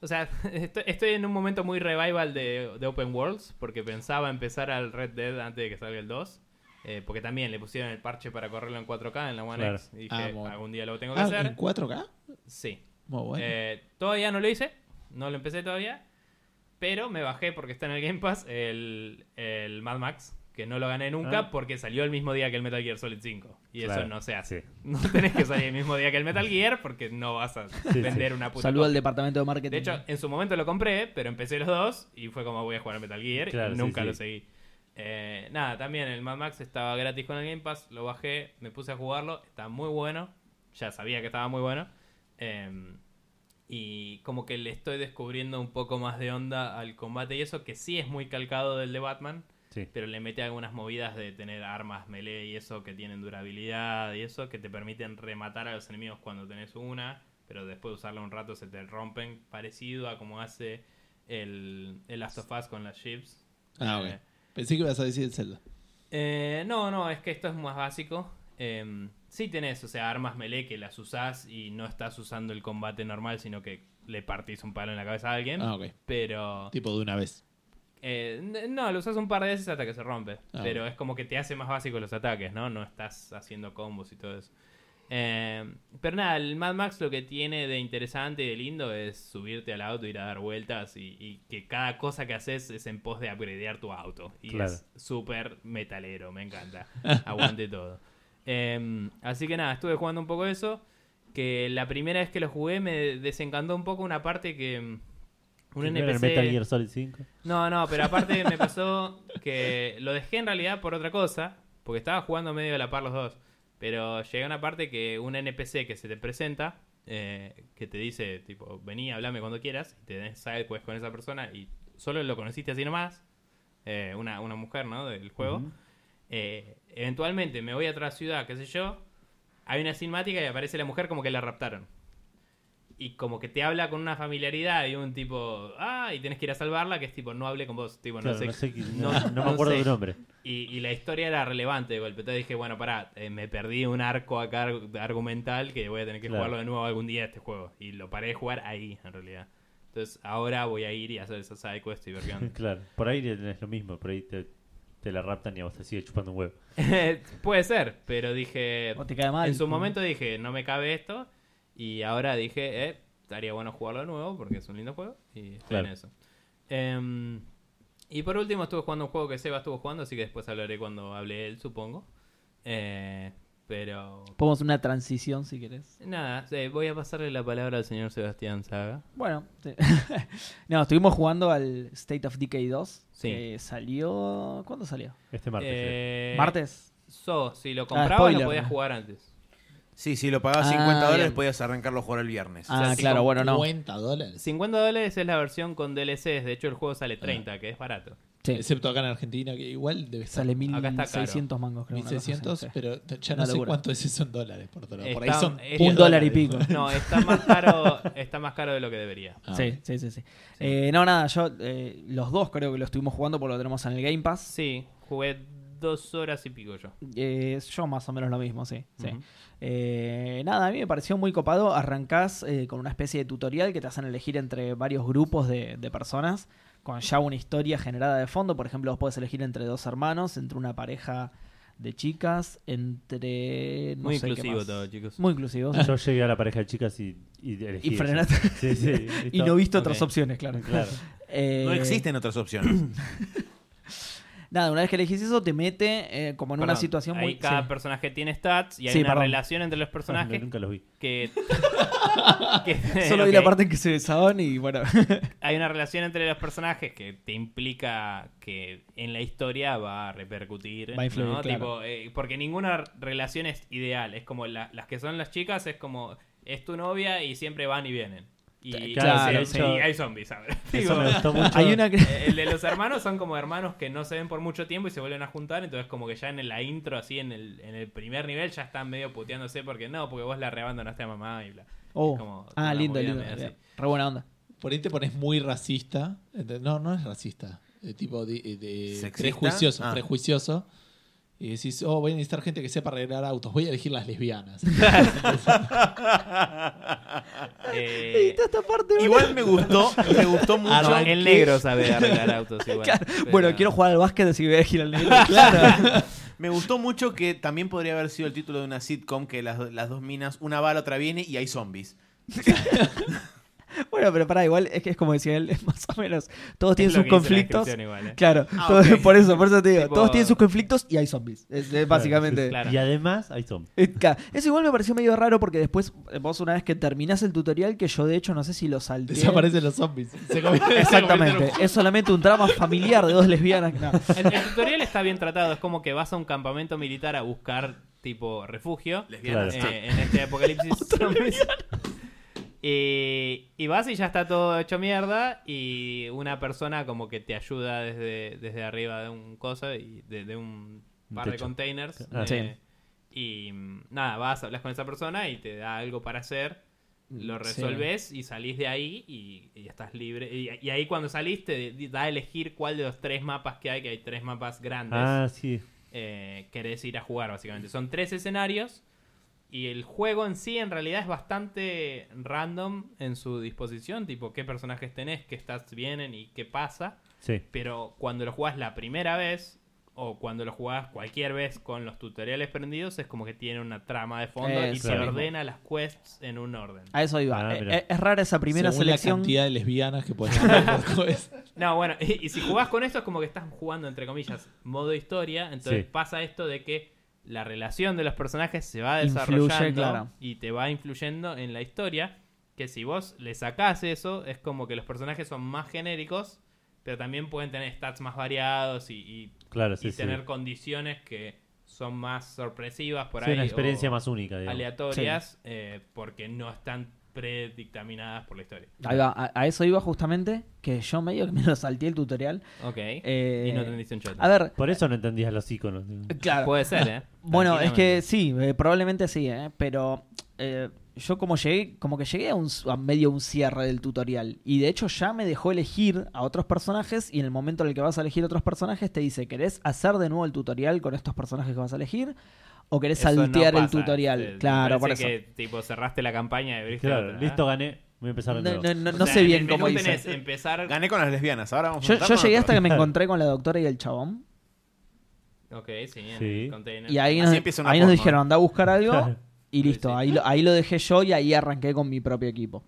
Speaker 4: o sea, estoy, estoy en un momento muy revival de, de Open Worlds porque pensaba empezar al Red Dead antes de que salga el 2. eh, porque también le pusieron el parche para correrlo en 4K en la One
Speaker 1: Claro.
Speaker 4: X. Y dije,
Speaker 2: Ah, bueno.
Speaker 4: algún día lo tengo que
Speaker 2: Ah,
Speaker 4: hacer.
Speaker 2: ¿en 4K?
Speaker 4: Sí.
Speaker 2: Muy bueno.
Speaker 4: Eh, Todavía no lo hice. No lo empecé todavía. Pero me bajé porque está en el Game Pass el, el Mad Max, que no lo gané nunca
Speaker 1: Ah.
Speaker 4: porque salió el mismo día que el Metal Gear Solid 5. Y
Speaker 1: Claro,
Speaker 4: eso no se hace.
Speaker 1: sí.
Speaker 4: No tenés que salir el mismo día que el Metal Gear porque no vas a vender una puta.
Speaker 5: Saludo al
Speaker 4: copia.
Speaker 5: departamento de marketing.
Speaker 4: De hecho, en su momento lo compré, pero empecé los dos y fue como voy a jugar a Metal Gear
Speaker 1: Claro,
Speaker 4: y
Speaker 1: sí,
Speaker 4: nunca
Speaker 1: sí.
Speaker 4: lo seguí. Eh, nada, también el Mad Max estaba gratis con el Game Pass, lo bajé, me puse a jugarlo, está muy bueno, ya sabía que estaba muy bueno. eh, y como que le estoy descubriendo un poco más de onda al combate y eso, que sí es muy calcado del de Batman,
Speaker 1: Sí.
Speaker 4: pero le mete algunas movidas de tener armas melee y eso que tienen durabilidad y eso que te permiten rematar a los enemigos cuando tenés una, pero después de usarla un rato se te rompen, parecido a como hace el, el Last of Us con las chips.
Speaker 2: Ah,
Speaker 4: Eh,
Speaker 2: ok. Pensé que ibas a decir el Zelda.
Speaker 4: eh, no, no, es que esto es más básico. Eh, sí tenés, o sea, armas melee que las usás y no estás usando el combate normal, sino que le partís un palo en la cabeza a alguien,
Speaker 2: Ah, ok.
Speaker 4: pero...
Speaker 2: Tipo de una vez.
Speaker 4: Eh, n- no, lo usas un par de veces hasta que se rompe.
Speaker 2: Ah,
Speaker 4: pero
Speaker 2: bueno.
Speaker 4: es como que te hace más básico los ataques, ¿no? No estás haciendo combos y todo eso. Eh, pero nada, el Mad Max lo que tiene de interesante y de lindo es subirte al auto, ir a dar vueltas y, y que cada cosa que haces es en pos de upgradear tu auto. Y
Speaker 1: Claro.
Speaker 4: es súper metalero, me encanta. Aguante todo. Eh, así que nada, estuve jugando un poco eso. Que la primera vez que lo jugué me desencantó un poco una parte que. mm, Un
Speaker 1: Primero el
Speaker 4: NPC.
Speaker 1: Metal Gear Solid 5.
Speaker 4: No, no, pero aparte me pasó que lo dejé en realidad por otra cosa, porque estaba jugando medio a la par los dos. Pero llegué a una parte que un NPC que se te presenta, eh, que te dice, tipo, vení, hablame cuando quieras, y te den side quest con esa persona, y solo lo conociste así nomás, eh, una, una mujer, ¿no? Del juego.
Speaker 1: Ujú.
Speaker 4: Eh, eventualmente me voy a otra ciudad, qué sé yo, hay una cinemática y aparece la mujer como que la raptaron. Y como que te habla con una familiaridad y un tipo, ah, y tenés que ir a salvarla, que es tipo, no hable con vos, tipo,
Speaker 1: Claro,
Speaker 4: no sé.
Speaker 1: no, sé qué-
Speaker 4: no-
Speaker 1: no- no
Speaker 4: no
Speaker 1: me acuerdo
Speaker 4: sé.
Speaker 1: tu nombre.
Speaker 4: Y, y la historia era relevante de golpe. Entonces dije, bueno, pará, eh, me perdí un arco acá arg- argumental que voy a tener que
Speaker 1: Claro.
Speaker 4: jugarlo de nuevo algún día este juego. Y lo paré de jugar ahí, en realidad. Entonces ahora voy a ir y hacer esa side quest y ver qué onda.
Speaker 1: Claro, por ahí tenés lo mismo, por ahí te, te la raptan y a vos te sigue chupando un huevo.
Speaker 4: Eh, Puede ser, pero dije.
Speaker 5: O Oh, te cae mal.
Speaker 4: En su momento dije, no me cabe esto. Y ahora dije, eh, estaría bueno jugarlo de nuevo porque es un lindo juego. Y estoy
Speaker 1: Claro.
Speaker 4: en eso. Em, y por último, estuve jugando un juego que Seba estuvo jugando, así que después hablaré cuando hable él, supongo. Eh, pero.
Speaker 5: Podemos una transición si querés.
Speaker 4: Nada, eh, voy a pasarle la palabra al señor Sebastián Saga.
Speaker 5: Bueno, sí. no, estuvimos jugando al State of Decay 2.
Speaker 4: Sí.
Speaker 5: Que salió. ¿Cuándo salió?
Speaker 1: Este martes. eh.
Speaker 4: Eh,
Speaker 5: ¿Martes? Ah,
Speaker 4: So, si lo compraba, lo
Speaker 5: spoiler.
Speaker 4: podías jugar antes.
Speaker 3: Sí, si lo pagabas
Speaker 5: Ah,
Speaker 3: 50 dólares
Speaker 5: bien.
Speaker 3: podías arrancarlo a jugar el viernes.
Speaker 5: Ah, claro, bueno, no.
Speaker 2: 50 dólares.
Speaker 4: 50 dólares es la versión con DLCs. De hecho, el juego sale 30, que es barato.
Speaker 5: Sí.
Speaker 2: Excepto acá en Argentina, que igual debe estar
Speaker 5: Sale
Speaker 4: Acá está caro.
Speaker 5: 1600 mangos, creo. una cosa así,
Speaker 2: 1600,
Speaker 5: sí.
Speaker 2: pero ya
Speaker 5: Una
Speaker 2: no sé
Speaker 5: locura.
Speaker 2: cuánto es eso en dólares por dólar. Por ahí
Speaker 4: Está-
Speaker 2: son
Speaker 4: es-
Speaker 2: 10
Speaker 5: Un dólar y
Speaker 2: dólares.
Speaker 5: pico.
Speaker 4: No, está más caro, está más caro de lo que debería.
Speaker 2: Ah,
Speaker 5: sí, sí, sí, sí. Eh, no, nada, yo eh, los dos creo que lo estuvimos jugando porque lo tenemos en el Game Pass.
Speaker 4: Sí, jugué dos horas y pico yo.
Speaker 5: Eh, yo más o menos lo mismo, sí. sí.
Speaker 4: Ujú.
Speaker 5: Eh, nada, a mí me pareció muy copado. Arrancás eh, con una especie de tutorial que te hacen elegir entre varios grupos de, de personas, con ya una historia generada de fondo. Por ejemplo, vos podés elegir entre dos hermanos, entre una pareja de chicas, entre... no
Speaker 4: Muy
Speaker 5: sé qué
Speaker 4: inclusivo
Speaker 5: más.
Speaker 4: todo, chicos.
Speaker 5: Muy inclusivo. sí.
Speaker 1: Yo llegué a la pareja de chicas y, y elegí.
Speaker 5: Y
Speaker 1: eso.
Speaker 5: frenaste.
Speaker 1: Sí, sí,
Speaker 5: y no viste
Speaker 4: Ok.
Speaker 5: otras opciones, claro.
Speaker 1: Claro.
Speaker 5: Eh,
Speaker 3: No existen otras opciones.
Speaker 5: Nada, una vez que elegís eso, te mete eh, como en una
Speaker 4: Perdón,
Speaker 5: situación
Speaker 4: ahí
Speaker 5: muy...
Speaker 4: cada
Speaker 5: sí.
Speaker 4: personaje tiene stats y hay
Speaker 5: Sí,
Speaker 4: una
Speaker 5: perdón.
Speaker 4: relación entre los
Speaker 1: No,
Speaker 4: personajes
Speaker 1: nunca los vi.
Speaker 4: que, que-
Speaker 5: Solo vi la
Speaker 4: ok.
Speaker 5: parte en que se besaban y bueno...
Speaker 4: Hay una relación entre los personajes que te implica que en la historia va a repercutir.
Speaker 5: Va a influir,
Speaker 4: ¿no?
Speaker 5: claro.
Speaker 4: Tipo, eh, porque ninguna r- relación es ideal. Es como la- las que son las chicas, es como es tu novia y siempre van y vienen. Y,
Speaker 1: Claro,
Speaker 4: y-
Speaker 1: sí.
Speaker 4: y hay zombies, ¿sabes?
Speaker 1: Eso
Speaker 4: Digo,
Speaker 1: me gustó mucho.
Speaker 5: Hay una que...
Speaker 4: Eh, El de los hermanos son como hermanos que no se ven por mucho tiempo y se vuelven a juntar. Entonces, como que ya en la intro, así en el, en el primer nivel, ya están medio puteándose porque no, porque vos la reabandonaste a mamá y bla.
Speaker 5: Oh.
Speaker 4: Es como
Speaker 5: ah,
Speaker 4: una
Speaker 5: lindo,
Speaker 4: movida
Speaker 5: lindo.
Speaker 4: medio
Speaker 5: bien.
Speaker 4: así.
Speaker 5: Re buena onda.
Speaker 2: Por ahí te pones muy racista. Ente- No, no es racista. Eh, tipo de, eh, de
Speaker 3: ¿Sexista?
Speaker 2: prejuicioso,
Speaker 3: Ah.
Speaker 2: prejuicioso. Y decís, oh, voy a necesitar gente que sepa arreglar autos. Voy a elegir las lesbianas.
Speaker 4: Eh,
Speaker 5: Edita esta parte, boludo.
Speaker 3: Igual me gustó, me gustó mucho.
Speaker 4: yo,
Speaker 2: Arranqué.
Speaker 4: Ah, el negro sabe arreglar autos igual.
Speaker 5: Claro.
Speaker 4: pero-
Speaker 5: Bueno, quiero jugar al básquet, así que voy a girar al negro. Claro.
Speaker 3: Me gustó mucho que también podría haber sido el título de una sitcom que las, las dos minas, una va, la otra viene y hay zombies.
Speaker 5: Bueno, pero para igual es que es como decía él, es más o menos. Todos tienen
Speaker 4: Es lo
Speaker 5: sus
Speaker 4: que dice la
Speaker 5: conflictos.
Speaker 4: descripción igual, ¿eh?
Speaker 5: Claro,
Speaker 3: Ah,
Speaker 5: todos-
Speaker 3: ok.
Speaker 5: por eso, por eso te digo,
Speaker 4: Tipo-
Speaker 5: todos tienen sus conflictos y hay zombies. Es, es básicamente.
Speaker 4: Claro.
Speaker 1: Y además hay zombies.
Speaker 5: Eh, ca- Eso igual me pareció medio raro porque después eh, vos una vez que terminás el tutorial, que yo de hecho no sé si lo salté.
Speaker 2: Desaparecen los zombies. Se
Speaker 4: ¿eh?
Speaker 2: convierten- se
Speaker 5: Exactamente.
Speaker 2: convierten
Speaker 5: Es solamente un drama familiar de dos lesbianas. No.
Speaker 4: El, el tutorial está bien tratado, es como que vas a un campamento militar a buscar tipo refugio
Speaker 3: Lesbianas.
Speaker 1: Claro.
Speaker 3: Ah,
Speaker 4: eh, en este apocalipsis zombies. Y, y vas y ya está todo hecho mierda y una persona como que te ayuda desde, desde arriba de un cosa y de, de un
Speaker 1: Un
Speaker 4: par de
Speaker 1: techo.
Speaker 4: containers.
Speaker 1: Ah,
Speaker 4: eh, Y mm, nada, vas, hablas con esa persona y te da algo para hacer, lo
Speaker 5: Sí.
Speaker 4: resolves y salís de ahí y, y estás libre. Y, y ahí cuando salís te da a elegir cuál de los tres mapas que hay, que hay tres mapas grandes
Speaker 1: Ah, sí.
Speaker 4: eh, querés ir a jugar, básicamente. Son tres escenarios y el juego en sí en realidad es bastante random en su disposición, tipo qué personajes tenés, qué stats vienen y qué pasa.
Speaker 1: Sí.
Speaker 4: Pero cuando lo jugás la primera vez o cuando lo jugás cualquier vez con los tutoriales prendidos, es como que tiene una trama de fondo y
Speaker 5: Eso
Speaker 4: te
Speaker 1: mismo.
Speaker 4: ordena las quests en un orden.
Speaker 5: A eso iba.
Speaker 1: Ah,
Speaker 5: Eh,
Speaker 1: mirá.
Speaker 5: eh, es rara esa primera
Speaker 2: Según la
Speaker 5: selección.
Speaker 2: cantidad de lesbianas que pueden haber por juez.
Speaker 4: No, bueno, y, y si jugás con esto es como que estás jugando, entre comillas, modo historia. Entonces
Speaker 1: Sí.
Speaker 4: pasa esto de que la relación de los personajes se va
Speaker 5: Influye,
Speaker 4: desarrollando
Speaker 5: claro.
Speaker 4: y te va influyendo en la historia. Que si vos le sacás eso, es como que los personajes son más genéricos, pero también pueden tener stats más variados y, y-
Speaker 1: Claro,
Speaker 4: y
Speaker 1: sí, sí.
Speaker 4: tener condiciones que son más sorpresivas por
Speaker 1: Sí,
Speaker 4: ahí.
Speaker 1: una experiencia
Speaker 4: o
Speaker 1: más única, digamos.
Speaker 4: aleatorias eh, porque no están predictaminadas por la historia.
Speaker 5: Ahí va, a, a eso iba justamente, que yo medio que me lo salté el tutorial.
Speaker 4: Ok.
Speaker 5: Eh,
Speaker 4: y no entendiste un choto.
Speaker 5: A ver,
Speaker 1: Por eso no entendías los iconos.
Speaker 5: claro.
Speaker 4: Puede ser, ¿eh?
Speaker 5: Bueno, es
Speaker 4: Tranquilamente.
Speaker 5: que sí, eh, probablemente sí, eh, pero eh, yo como llegué, como que llegué a, un, a medio un cierre del tutorial y de hecho ya me dejó elegir a otros personajes y en el momento en el que vas a elegir otros personajes te dice, ¿querés hacer de nuevo el tutorial con estos personajes que vas a elegir? ¿O querés
Speaker 4: Eso no
Speaker 5: saltear el
Speaker 4: pasa.
Speaker 5: tutorial?
Speaker 4: Eh, me
Speaker 5: claro, por eso.
Speaker 4: parece que tipo cerraste la campaña y abriste
Speaker 1: Claro,
Speaker 4: otra. ¿eh?
Speaker 1: listo, gané. Voy a empezar
Speaker 5: No,
Speaker 1: de
Speaker 5: no,
Speaker 1: nuevo.
Speaker 5: no-
Speaker 4: O
Speaker 5: no
Speaker 4: sea,
Speaker 5: sé
Speaker 4: en
Speaker 5: bien
Speaker 4: el
Speaker 5: cómo
Speaker 4: menú
Speaker 5: hice.
Speaker 4: tenés empezar
Speaker 3: Gané con las lesbianas, ahora vamos a
Speaker 5: Yo, yo
Speaker 3: juntarnos
Speaker 5: llegué hasta que me
Speaker 1: Claro.
Speaker 5: encontré con la doctora y el chabón.
Speaker 4: Ok, sí, en
Speaker 1: Sí.
Speaker 4: el container.
Speaker 5: Y ahí
Speaker 3: Así
Speaker 5: nos,
Speaker 3: empieza una
Speaker 5: ahí nos
Speaker 3: porno.
Speaker 5: dijeron, anda a buscar algo.
Speaker 1: Claro.
Speaker 5: Y listo,
Speaker 4: Sí.
Speaker 5: ahí lo, ahí lo dejé yo y ahí arranqué con mi propio equipo.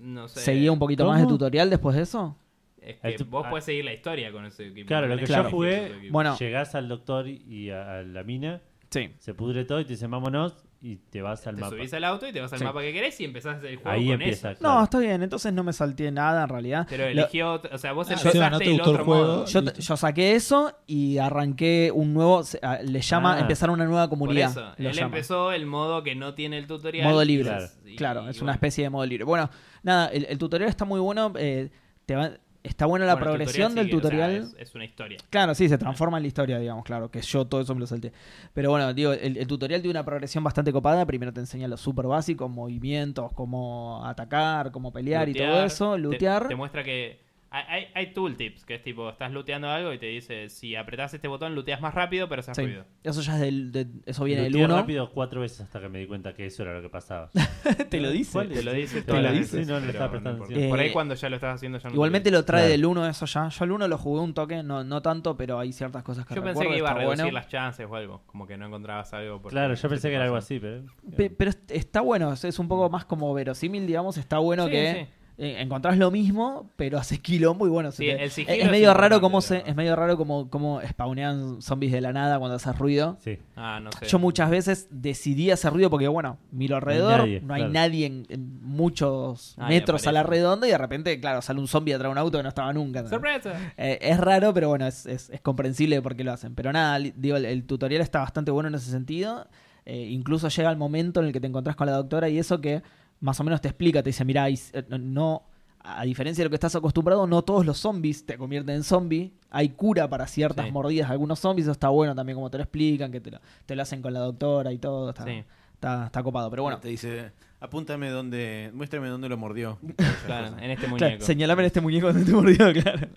Speaker 4: no sé.
Speaker 5: ¿Seguía un poquito más de
Speaker 1: ¿Cómo?
Speaker 5: tutorial después de eso?
Speaker 4: Es que
Speaker 1: Esto-
Speaker 4: vos
Speaker 1: ah.
Speaker 4: podés seguir la historia con ese equipo.
Speaker 1: Claro, lo
Speaker 4: No
Speaker 1: que
Speaker 4: tenés
Speaker 1: yo
Speaker 4: que
Speaker 1: jugué-
Speaker 4: elegir tu equipo.
Speaker 5: Bueno,
Speaker 1: Llegás al doctor y a, a la mina,
Speaker 5: sí.
Speaker 1: se pudre todo y te dicen vámonos y te vas al
Speaker 4: te
Speaker 1: mapa.
Speaker 4: subís al auto y te vas al
Speaker 5: Sí.
Speaker 4: mapa que querés y empezás el juego
Speaker 1: Ahí
Speaker 4: con
Speaker 1: empieza.
Speaker 4: eso.
Speaker 5: No,
Speaker 1: claro.
Speaker 5: está bien, entonces no me salté nada en realidad.
Speaker 4: Pero
Speaker 5: Lo-
Speaker 4: eligió, otro- o sea, vos
Speaker 2: Ah,
Speaker 4: empezaste
Speaker 2: Seba, ¿no te
Speaker 4: el
Speaker 2: gustó el
Speaker 4: otro
Speaker 2: juego?
Speaker 4: modo.
Speaker 5: yo, yo saqué eso y arranqué un nuevo, se- ah, le llama
Speaker 1: Ah.
Speaker 5: empezar una nueva
Speaker 4: Por
Speaker 5: comunidad.
Speaker 4: eso,
Speaker 5: lo
Speaker 4: él
Speaker 5: llama.
Speaker 4: empezó el modo que no tiene el tutorial.
Speaker 5: Modo libre.
Speaker 1: Claro.
Speaker 4: Y-
Speaker 5: Claro,
Speaker 4: y
Speaker 5: es
Speaker 4: bueno.
Speaker 5: una especie de modo libre. Bueno, nada, el, el tutorial está muy bueno. eh, te va- está buena la
Speaker 4: Bueno, el
Speaker 5: progresión
Speaker 4: sí
Speaker 5: del
Speaker 4: que- o sea,
Speaker 5: tutorial.
Speaker 4: es- es una historia.
Speaker 5: Claro, sí, se transforma en la historia, digamos, claro, que yo todo eso me lo salté. Pero bueno, digo, el, el tutorial tiene una progresión bastante copada. Primero te enseña lo súper básico, movimientos, cómo atacar, cómo pelear y todo
Speaker 4: Lootear,
Speaker 5: eso,
Speaker 4: te-
Speaker 5: lootear.
Speaker 4: Te, muestra que hay, hay, hay tooltips, que es tipo, estás looteando algo y te dice, si apretás este botón, looteas más rápido, pero haces
Speaker 5: Sí.
Speaker 4: ruido.
Speaker 5: Eso ya es del, de- eso viene del
Speaker 1: Luteé
Speaker 5: 1.
Speaker 1: rápido cuatro veces hasta que me di cuenta que eso era lo que pasaba.
Speaker 5: Te lo dice.
Speaker 1: ¿Cuál
Speaker 4: Te lo dice
Speaker 1: Te
Speaker 4: todas
Speaker 1: lo
Speaker 4: las
Speaker 1: dice. Ah,
Speaker 4: veces,
Speaker 1: No, no
Speaker 4: pero
Speaker 1: estaba prestando
Speaker 4: importa.
Speaker 1: atención.
Speaker 4: Por ahí
Speaker 5: Eh,
Speaker 4: cuando ya lo estás haciendo, ya no
Speaker 5: Igualmente lo trae
Speaker 1: Claro.
Speaker 5: del 1 eso ya. Yo al 1 lo jugué un toque, no, no tanto, pero hay ciertas cosas que
Speaker 4: Yo
Speaker 5: recuerdo.
Speaker 4: pensé que iba a
Speaker 5: está
Speaker 4: reducir
Speaker 5: bueno.
Speaker 4: las chances o algo, como que no encontrabas algo. porque
Speaker 1: Claro, yo
Speaker 4: se
Speaker 1: pensé
Speaker 4: te
Speaker 1: que era algo
Speaker 4: pasó.
Speaker 1: así, pero.
Speaker 5: Pe- pero est- está bueno, es, es un poco más como verosímil, digamos. Está bueno
Speaker 4: Mm. Sí,
Speaker 5: que eh, encontrás lo mismo, pero haces quilombo y bueno. se
Speaker 4: Sí,
Speaker 5: te-
Speaker 4: el
Speaker 5: es,
Speaker 4: sigilo
Speaker 5: es
Speaker 4: es
Speaker 5: medio raro
Speaker 4: importante,
Speaker 5: cómo
Speaker 4: la
Speaker 5: se,
Speaker 4: verdad.
Speaker 5: es medio raro como, como spawnean zombies de la nada cuando haces ruido.
Speaker 1: Sí.
Speaker 4: Ah, no sé.
Speaker 5: Yo muchas veces decidí hacer ruido porque, bueno, miro alrededor, no hay
Speaker 1: nadie,
Speaker 5: nadie,
Speaker 1: claro.
Speaker 5: en, en muchos
Speaker 4: Ah, y
Speaker 5: metros a la
Speaker 4: aparece.
Speaker 5: redonda y de repente, claro, sale un zombie atrás de un auto que no estaba nunca. ¿entendés?
Speaker 4: ¡Sorpresa!
Speaker 5: Eh, es raro, pero bueno, es, es, es comprensible por qué lo hacen. Pero nada, li- digo, el, el tutorial está bastante bueno en ese sentido. Eh, incluso llega el momento en el que te encontrás con la doctora y eso que más o menos te explica, te dice, mira, no, a diferencia de lo que estás acostumbrado, no todos los zombies te convierten en zombie. Hay cura para ciertas
Speaker 4: Sí.
Speaker 5: mordidas de algunos zombies, eso está bueno también como te lo explican, que te lo, te lo hacen con la doctora y todo, está,
Speaker 4: Sí.
Speaker 5: está, está copado. Pero bueno,
Speaker 3: Te dice, apúntame dónde, muéstrame dónde lo mordió.
Speaker 4: Claro, en este
Speaker 5: Claro,
Speaker 4: muñeco.
Speaker 5: señalame en este muñeco donde te mordió, claro.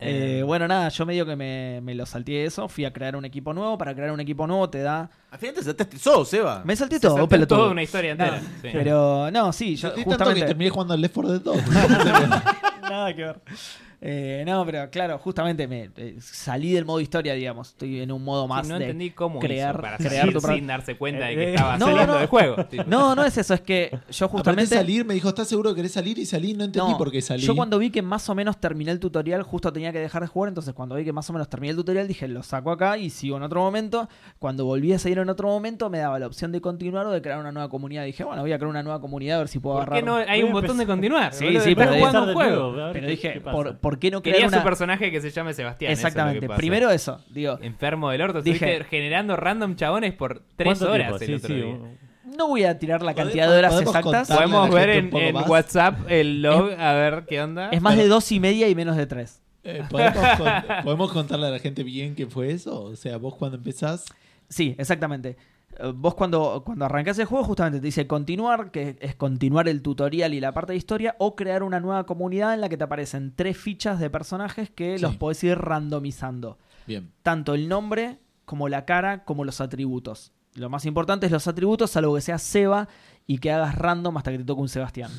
Speaker 4: Eh,
Speaker 5: Eh, bueno, nada, yo medio que me, me lo salté eso. Fui a crear un equipo nuevo. Para crear un equipo nuevo te da.
Speaker 3: Al final te saltaste todo, Seba.
Speaker 5: Me salté
Speaker 4: Se
Speaker 5: todo,
Speaker 4: saltó
Speaker 5: pelotudo.
Speaker 4: toda una historia entera.
Speaker 5: No,
Speaker 4: sí.
Speaker 5: Pero no, sí, yo
Speaker 2: Yo, tanto que
Speaker 5: justamente.
Speaker 2: terminé jugando al Left 4 Dead 2.
Speaker 5: Nada que ver. Eh, no, pero claro, justamente me eh, salí del modo historia, digamos. Estoy en un modo más
Speaker 4: no
Speaker 5: de
Speaker 4: entendí cómo
Speaker 5: crear-
Speaker 4: hizo para
Speaker 5: crear
Speaker 4: salir
Speaker 5: tu pro-
Speaker 4: sin darse cuenta de
Speaker 1: Eh,
Speaker 4: que estaba
Speaker 5: no,
Speaker 4: saliendo
Speaker 5: no.
Speaker 4: del juego. tipo.
Speaker 5: No, no es eso, es que yo
Speaker 2: Justamente
Speaker 5: justamente
Speaker 2: salir, me dijo, ¿estás seguro que querés salir? Y salí, no entendí
Speaker 5: No,
Speaker 2: por qué salí.
Speaker 5: Yo cuando vi que más o menos terminé el tutorial, justo tenía que dejar de jugar, entonces cuando vi que más o menos terminé el tutorial dije, lo saco acá y sigo en otro momento. Cuando volví a seguir en otro momento me daba la opción de continuar o de crear una nueva comunidad. Dije, bueno, voy a crear una nueva comunidad a ver si puedo
Speaker 4: ¿Por
Speaker 5: agarrar.
Speaker 4: qué no
Speaker 5: un-
Speaker 4: hay
Speaker 1: Voy
Speaker 4: un
Speaker 1: a
Speaker 4: botón de
Speaker 1: empezar-
Speaker 4: continuar?
Speaker 5: Sí,
Speaker 4: boludo,
Speaker 5: sí,
Speaker 4: estás
Speaker 5: pero debe
Speaker 4: jugando
Speaker 1: empezar
Speaker 4: un
Speaker 1: de
Speaker 4: juego.
Speaker 1: nuevo, a ver
Speaker 5: Pero
Speaker 1: qué-
Speaker 5: dije,
Speaker 1: qué pasa.
Speaker 5: ¿por, por qué no crear
Speaker 4: Quería
Speaker 5: una...
Speaker 4: su personaje que se llame Sebastián. eso es lo que
Speaker 5: Exactamente,
Speaker 4: pasa. Eh,
Speaker 5: primero eso, digo.
Speaker 4: Enfermo del orto.
Speaker 5: Dije-
Speaker 4: Estuviste generando random chabones por tres
Speaker 1: ¿Cuánto
Speaker 4: horas
Speaker 1: tiempo?
Speaker 4: el
Speaker 1: Sí,
Speaker 4: otro
Speaker 1: sí,
Speaker 4: día.
Speaker 1: un-
Speaker 5: No voy a tirar la
Speaker 2: ¿Podemos-
Speaker 5: cantidad de horas
Speaker 2: podemos
Speaker 5: exactas.
Speaker 2: contar?
Speaker 4: Podemos
Speaker 2: Darle a la
Speaker 4: ver
Speaker 2: gente un poco
Speaker 4: en, en
Speaker 2: más.
Speaker 4: WhatsApp el log a ver qué onda.
Speaker 5: Es más de dos y media y menos de tres.
Speaker 2: Eh, ¿podemos, con- podemos contarle a la gente bien qué fue eso? O sea, vos cuando empezás...
Speaker 5: Sí, exactamente. Eh, Vos cuando, cuando arrancás el juego justamente te dice continuar, que es continuar el tutorial y la parte de historia, o crear una nueva comunidad en la que te aparecen tres fichas de personajes que
Speaker 2: Sí.
Speaker 5: los podés ir randomizando.
Speaker 2: Bien.
Speaker 5: Tanto el nombre, como la cara, como los atributos. Lo más importante es los atributos, salvo que sea Seba y que hagas random hasta que te toque un Sebastián.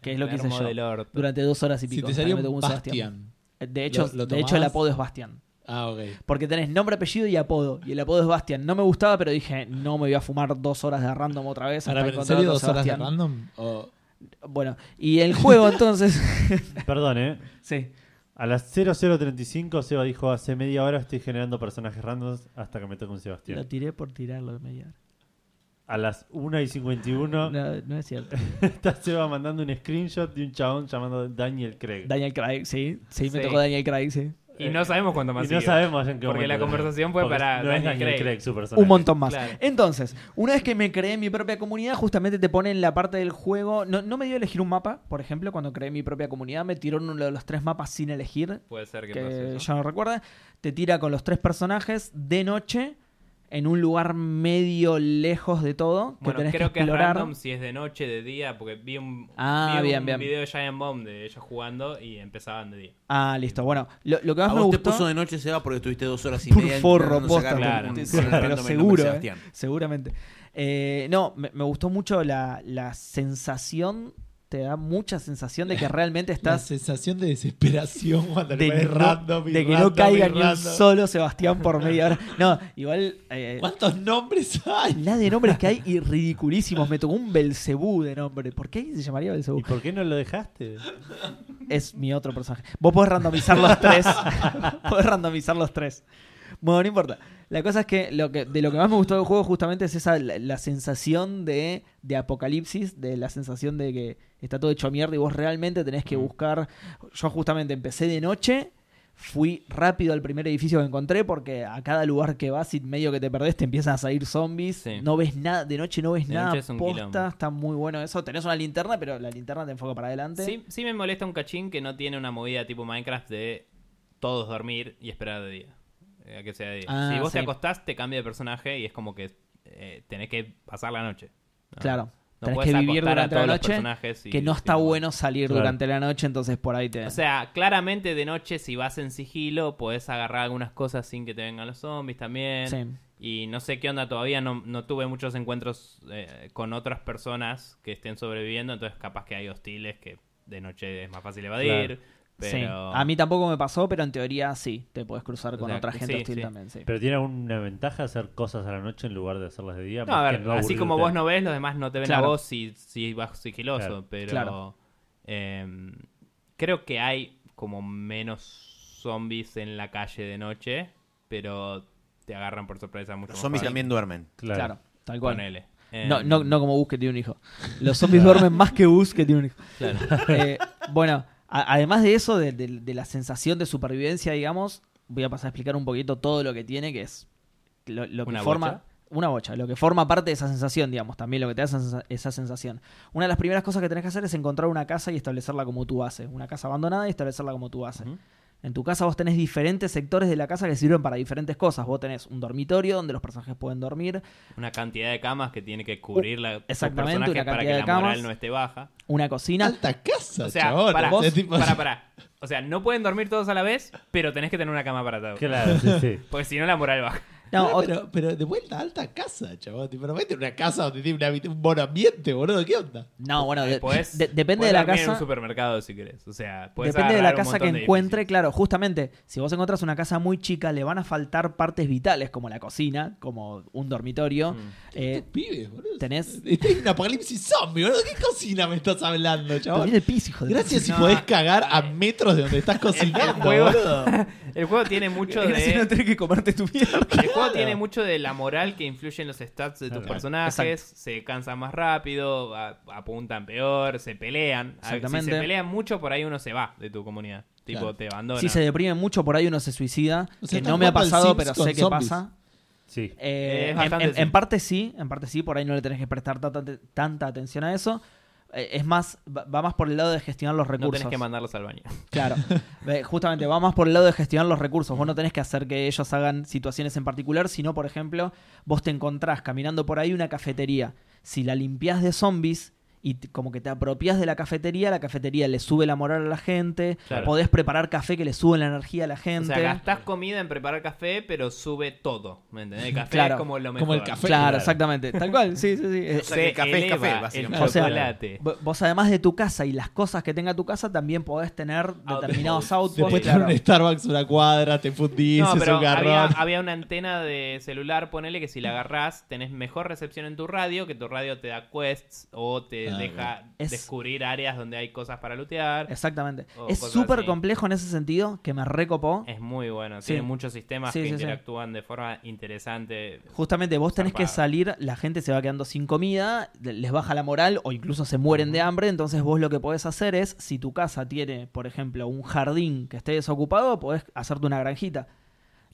Speaker 5: Que es lo que hice
Speaker 4: Enfermo
Speaker 5: yo.
Speaker 4: del orto.
Speaker 5: Durante dos horas y
Speaker 2: Si
Speaker 5: pico.
Speaker 2: te
Speaker 5: hasta
Speaker 2: salió
Speaker 5: que me tocó
Speaker 2: un
Speaker 5: un Sebastián.
Speaker 2: Bastian.
Speaker 5: Eh, De hecho,
Speaker 2: ¿Lo- lo
Speaker 5: de hecho el
Speaker 2: tomás?
Speaker 5: apodo es Bastián.
Speaker 2: Ah, ok.
Speaker 5: Porque tenés nombre, apellido y apodo. Y el apodo es Bastian. No me gustaba, pero dije, no me voy a fumar dos horas de random otra vez.
Speaker 2: Ahora,
Speaker 5: hasta
Speaker 2: pero ¿en
Speaker 5: encontrar
Speaker 2: serio
Speaker 5: otro
Speaker 2: dos horas de
Speaker 5: Sebastián.
Speaker 2: random? O-
Speaker 5: Bueno, y el juego entonces.
Speaker 1: Perdón, ¿eh?
Speaker 5: sí.
Speaker 1: A las 0035 Seba dijo, hace media hora estoy generando personajes randoms hasta que me toque un
Speaker 5: Lo
Speaker 1: Sebastián.
Speaker 5: tiré por tirarlo de media. hora.
Speaker 1: A las 1 y 51
Speaker 5: No, no es cierto.
Speaker 1: está Seba mandando un screenshot de un chabón llamado Daniel Craig.
Speaker 5: Daniel Craig, sí. Sí, me
Speaker 4: Sí.
Speaker 5: tocó Daniel Craig, sí.
Speaker 4: Y no sabemos cuánto más
Speaker 1: y no
Speaker 4: sigue.
Speaker 1: sabemos en qué
Speaker 4: Porque
Speaker 1: momento
Speaker 4: la
Speaker 1: fue.
Speaker 4: conversación fue
Speaker 1: Porque
Speaker 4: para
Speaker 1: no es
Speaker 4: Daniel
Speaker 1: Daniel
Speaker 4: Craig.
Speaker 1: Craig, su personaje.
Speaker 5: Un montón más.
Speaker 4: Claro.
Speaker 5: Entonces, una vez que me creé mi propia comunidad, justamente te pone en la parte del juego. No, no me dio a elegir un mapa, por ejemplo, cuando creé mi propia comunidad, me tiraron uno de los tres mapas sin elegir.
Speaker 4: Puede ser que, pase
Speaker 5: que
Speaker 4: eso.
Speaker 5: ya no recuerda, te tira con los tres personajes de noche en un lugar medio lejos de todo que
Speaker 4: Bueno,
Speaker 5: tenés
Speaker 4: creo
Speaker 5: que
Speaker 4: que es
Speaker 5: explorar.
Speaker 4: random si es de noche, de día, porque vi un,
Speaker 5: Ah,
Speaker 4: vi un
Speaker 5: bien, bien.
Speaker 4: video de Giant Bomb de ellos jugando y empezaban de día.
Speaker 5: Ah, listo. Bueno, lo, lo que
Speaker 3: A
Speaker 5: más me
Speaker 3: vos te
Speaker 5: gustó
Speaker 3: puso de noche, Seba, porque estuviste dos horas y
Speaker 5: por
Speaker 3: media.
Speaker 5: forro,
Speaker 3: intentando
Speaker 5: posta,
Speaker 3: sacar
Speaker 4: claro.
Speaker 3: un- un-
Speaker 5: Sí,
Speaker 3: un random
Speaker 5: pero
Speaker 3: en
Speaker 5: seguro,
Speaker 3: nombre de
Speaker 5: eh,
Speaker 3: Sebastián.
Speaker 5: seguramente. Eh, no, me, me gustó mucho la, la sensación, te da mucha sensación de que realmente
Speaker 2: La
Speaker 5: estás
Speaker 2: sensación de desesperación cuando
Speaker 5: de,
Speaker 2: le pones
Speaker 5: no-
Speaker 2: random y
Speaker 5: de que no
Speaker 2: random y
Speaker 5: caiga ni un
Speaker 2: random.
Speaker 5: solo Sebastián por media hora. No, igual eh,
Speaker 2: ¿Cuántos nombres hay?
Speaker 5: La de nombres que hay y ridiculísimos. Me tocó un Belcebú de nombre. ¿Por qué se llamaría Belcebú?
Speaker 1: ¿Y por qué no lo dejaste?
Speaker 5: Es mi otro personaje. Vos podés randomizar los tres. podés randomizar los tres. Bueno, no importa. La cosa es que, lo que de lo que más me gustó del juego justamente es esa la, la sensación de, de apocalipsis, de la sensación de que está todo hecho mierda y vos realmente tenés
Speaker 4: Mm.
Speaker 5: que buscar. Yo justamente empecé de noche, fui rápido al primer edificio que encontré porque a cada lugar que vas y medio que te perdés te empiezan a salir zombies,
Speaker 4: Sí.
Speaker 5: no ves nada, de noche no ves
Speaker 4: De
Speaker 5: nada,
Speaker 4: noche es un
Speaker 5: posta,
Speaker 4: quilombo.
Speaker 5: está muy bueno eso. Tenés una linterna, pero la linterna te enfoca para adelante.
Speaker 4: Sí, sí me molesta un cachín que no tiene una movida tipo Minecraft de todos dormir y esperar de día. eh, a que sea de día.
Speaker 5: Ah,
Speaker 4: si vos te
Speaker 5: sí.
Speaker 4: acostás, te cambia de personaje y es como que eh, tenés que pasar la noche. ¿no?
Speaker 5: Claro.
Speaker 4: Ah. No
Speaker 5: tenés
Speaker 4: podés
Speaker 5: que vivir
Speaker 4: acostar a
Speaker 5: durante la
Speaker 4: todos los
Speaker 5: noche.
Speaker 4: personajes y-
Speaker 5: que no está
Speaker 4: sí,
Speaker 5: bueno salir
Speaker 1: Claro.
Speaker 5: durante la noche, entonces por ahí te.
Speaker 4: O sea, claramente de noche si vas en sigilo podés agarrar algunas cosas sin que te vengan los zombies también.
Speaker 5: Sí.
Speaker 4: Y no sé qué onda todavía, no, no tuve muchos encuentros eh, con otras personas que estén sobreviviendo, entonces capaz que hay hostiles que de noche es más fácil evadir. Pero...
Speaker 5: Sí. A mí tampoco me pasó, pero en teoría sí. Te puedes cruzar
Speaker 4: O
Speaker 5: con
Speaker 4: sea,
Speaker 5: otra gente
Speaker 4: sí,
Speaker 5: hostil
Speaker 4: sí.
Speaker 5: también, sí.
Speaker 1: Pero tiene alguna ventaja hacer cosas a la noche en lugar de hacerlas de día.
Speaker 4: No, a
Speaker 1: Más
Speaker 4: ver,
Speaker 1: que no
Speaker 4: así como
Speaker 1: aburrirte.
Speaker 4: vos no ves, los demás no te ven
Speaker 5: Claro.
Speaker 4: a vos si, si vas sigiloso.
Speaker 1: Claro.
Speaker 4: Pero
Speaker 5: Claro.
Speaker 4: em, creo que hay como menos zombies en la calle de noche, pero te agarran por sorpresa mucho
Speaker 3: Los
Speaker 4: más
Speaker 3: zombies
Speaker 4: fácil.
Speaker 3: también duermen.
Speaker 1: Claro.
Speaker 5: Claro, tal cual.
Speaker 4: Ponele.
Speaker 5: No,
Speaker 4: Em,
Speaker 5: no, no como Bus que tiene un hijo. Los zombies duermen más que Bus que tiene un hijo.
Speaker 4: claro.
Speaker 5: Eh, bueno, a- además de eso, de, de- de la sensación de supervivencia, digamos, voy a pasar a explicar un poquito todo lo que tiene, que es lo, lo que
Speaker 4: ¿Una
Speaker 5: forma.
Speaker 4: bocha?
Speaker 5: Una bocha, lo que forma parte de esa sensación, digamos, también lo que te da esa, sensa- esa sensación. Una de las primeras cosas que tenés que hacer es encontrar una casa y establecerla como tú haces. Una casa abandonada y establecerla como tú haces.
Speaker 4: Ujú.
Speaker 5: En tu casa vos tenés diferentes sectores de la casa que sirven para diferentes cosas. Vos tenés un dormitorio donde los personajes pueden dormir,
Speaker 4: Una cantidad de camas que tiene que cubrir la, los
Speaker 5: Uh, Exactamente,
Speaker 4: personajes
Speaker 5: una
Speaker 4: para que
Speaker 5: cantidad de
Speaker 4: la moral
Speaker 5: camas.
Speaker 4: no esté baja.
Speaker 5: una cocina.
Speaker 2: Alta casa,
Speaker 4: O sea,
Speaker 2: chabón.
Speaker 4: para,
Speaker 2: O sea, tipo-
Speaker 4: para, para. O sea, no pueden dormir todos a la vez, pero tenés que tener una cama para todos.
Speaker 1: Claro, sí, sí.
Speaker 4: Porque si no, la moral baja.
Speaker 5: No,
Speaker 2: No,
Speaker 5: o-
Speaker 2: pero, pero de vuelta a alta casa, chaval. Te promete una casa donde tiene una habit- un buen ambiente, boludo. ¿Qué onda?
Speaker 5: no, bueno, de-
Speaker 4: Podés-
Speaker 5: de- depende
Speaker 4: podés
Speaker 5: de la
Speaker 4: dormir en un
Speaker 5: casa.
Speaker 4: supermercado si querés. O sea, podés
Speaker 5: Depende de la
Speaker 4: agarrar un
Speaker 5: casa que
Speaker 4: montón de
Speaker 5: encuentre,
Speaker 4: edificios.
Speaker 5: claro, justamente, si vos encontrás una casa muy chica, le van a faltar partes vitales como la cocina, como un dormitorio.
Speaker 4: Mm.
Speaker 5: eh,
Speaker 2: Estos pibes, boludo.
Speaker 5: tenés-
Speaker 2: Este es un apocalipsis zombie, boludo. ¿Qué cocina me estás hablando,
Speaker 5: dormir
Speaker 2: chaval?
Speaker 5: el piso, hijo de
Speaker 2: Gracias si
Speaker 4: No,
Speaker 2: podés cagar a
Speaker 4: eh.
Speaker 2: metros de donde estás
Speaker 4: El
Speaker 2: cocinando,
Speaker 4: juego,
Speaker 2: boludo.
Speaker 4: el juego tiene mucho de.
Speaker 6: Gracias, no tenés que comerte tu mierda.
Speaker 4: El juego tiene mucho de la moral que influye en los stats de tus
Speaker 1: Claro,
Speaker 4: personajes. Se cansan más rápido, a- apuntan peor, se pelean. A- Si
Speaker 5: Exactamente.
Speaker 4: se pelean mucho, por ahí uno se va de tu comunidad. Tipo,
Speaker 2: Claro.
Speaker 4: te abandona.
Speaker 5: Si se deprime mucho, por ahí uno se suicida.
Speaker 2: O sea,
Speaker 5: que
Speaker 2: estás
Speaker 5: no me ha
Speaker 2: jugando al
Speaker 5: pasado,
Speaker 2: Sims
Speaker 5: pero
Speaker 2: con
Speaker 5: sé que
Speaker 2: zombies.
Speaker 5: pasa.
Speaker 1: Sí.
Speaker 5: Eh,
Speaker 4: Es
Speaker 5: en-
Speaker 4: bastante
Speaker 5: en,
Speaker 4: sí.
Speaker 5: en parte sí, en parte sí, por ahí no le tenés que prestar tanta, tanta atención a eso. Eh, es más, va va más por el lado de gestionar los
Speaker 4: no
Speaker 5: recursos.
Speaker 4: tenés que mandarlos al baño.
Speaker 5: Claro, Ve, justamente va más por el lado de gestionar los recursos. Vos no tenés que hacer que ellos hagan situaciones en particular, sino, por ejemplo, vos te encontrás caminando por ahí una cafetería. Si la limpias de zombies y t- como que te apropias de la cafetería, la cafetería le sube la moral a la gente,
Speaker 4: Claro.
Speaker 5: podés preparar café que le sube la energía a la
Speaker 4: O
Speaker 5: gente.
Speaker 4: sea, gastás comida en preparar café, pero sube todo. ¿Me entendés? El café
Speaker 5: Claro,
Speaker 4: es como lo mejor.
Speaker 2: como el café.
Speaker 5: claro,
Speaker 2: Claro.
Speaker 5: exactamente. Tal cual, sí, sí, sí. Eh,
Speaker 3: O sea, que el café es
Speaker 4: eleva
Speaker 3: café, básicamente.
Speaker 4: El
Speaker 5: O sea,
Speaker 4: chocolate.
Speaker 5: Vo- Vos además de tu casa y las cosas que tenga tu casa, también podés tener
Speaker 4: Ah,
Speaker 5: determinados outposts.
Speaker 2: Después te
Speaker 5: claro.
Speaker 2: dan un Starbucks una cuadra, te fundís,
Speaker 4: No,
Speaker 2: es
Speaker 4: pero
Speaker 2: un garrón.
Speaker 4: había, había una antena de celular, ponele que si la agarrás tenés mejor recepción en tu radio, que tu radio te da quests o te
Speaker 2: Ah,
Speaker 4: deja
Speaker 5: Es-
Speaker 4: descubrir áreas donde hay cosas para lootear. Es,
Speaker 5: Exactamente.
Speaker 4: O
Speaker 5: es
Speaker 4: Oh, cosas
Speaker 5: súper
Speaker 4: así.
Speaker 5: complejo en ese sentido, que me recopó.
Speaker 4: muy bueno,
Speaker 5: Sí.
Speaker 4: tiene muchos sistemas
Speaker 5: Sí,
Speaker 4: que
Speaker 5: sí, sí.
Speaker 4: interactúan de forma interesante.
Speaker 5: Justamente vos tenés que
Speaker 4: Zarpado.
Speaker 5: salir, la gente se va quedando sin comida, le- les baja la moral o incluso se mueren de hambre, entonces vos lo que podés hacer es, si tu casa tiene, por ejemplo, un jardín que esté desocupado, podés hacerte una granjita.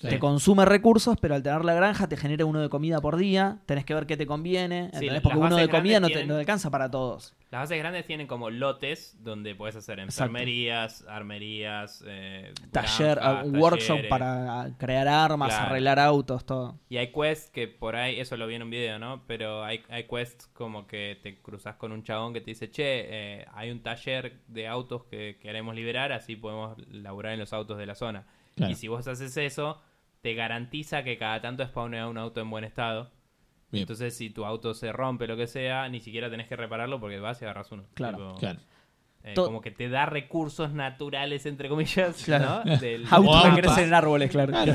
Speaker 2: Sí.
Speaker 5: Te consume recursos, pero al tener la granja te genera uno de comida por día, tenés que ver qué te conviene,
Speaker 4: Sí,
Speaker 5: ¿entendés?
Speaker 4: las
Speaker 5: porque uno
Speaker 4: bases
Speaker 5: de comida no,
Speaker 4: grandes
Speaker 5: te-
Speaker 4: tienen-
Speaker 5: no alcanza para todos.
Speaker 4: Las bases grandes tienen como lotes donde puedes hacer enfermerías, armerías, eh,
Speaker 5: Taller,
Speaker 4: granjas,
Speaker 5: un workshop
Speaker 4: talleres.
Speaker 5: para crear armas,
Speaker 4: Claro.
Speaker 5: arreglar autos, todo.
Speaker 4: Y hay quests que por ahí, eso lo vi en un video, ¿no? Pero hay, hay quests como que te cruzas con un chabón que te dice, che, eh, hay un taller de autos que queremos liberar, así podemos laburar en los autos de la zona.
Speaker 2: Claro.
Speaker 4: Y si vos haces eso, te garantiza que cada tanto spawnea un auto en buen estado.
Speaker 2: Bien,
Speaker 4: Entonces, si tu auto se rompe, lo que sea, ni siquiera tenés que repararlo porque vas y agarras uno.
Speaker 5: Claro.
Speaker 4: Tipo,
Speaker 2: claro.
Speaker 4: eh,
Speaker 5: To-
Speaker 4: como que te da recursos naturales, entre comillas,
Speaker 5: Claro.
Speaker 4: ¿no? Del
Speaker 5: Autos
Speaker 2: mapa.
Speaker 5: que
Speaker 4: mapa.
Speaker 5: crecen en árboles, claro.
Speaker 4: Claro.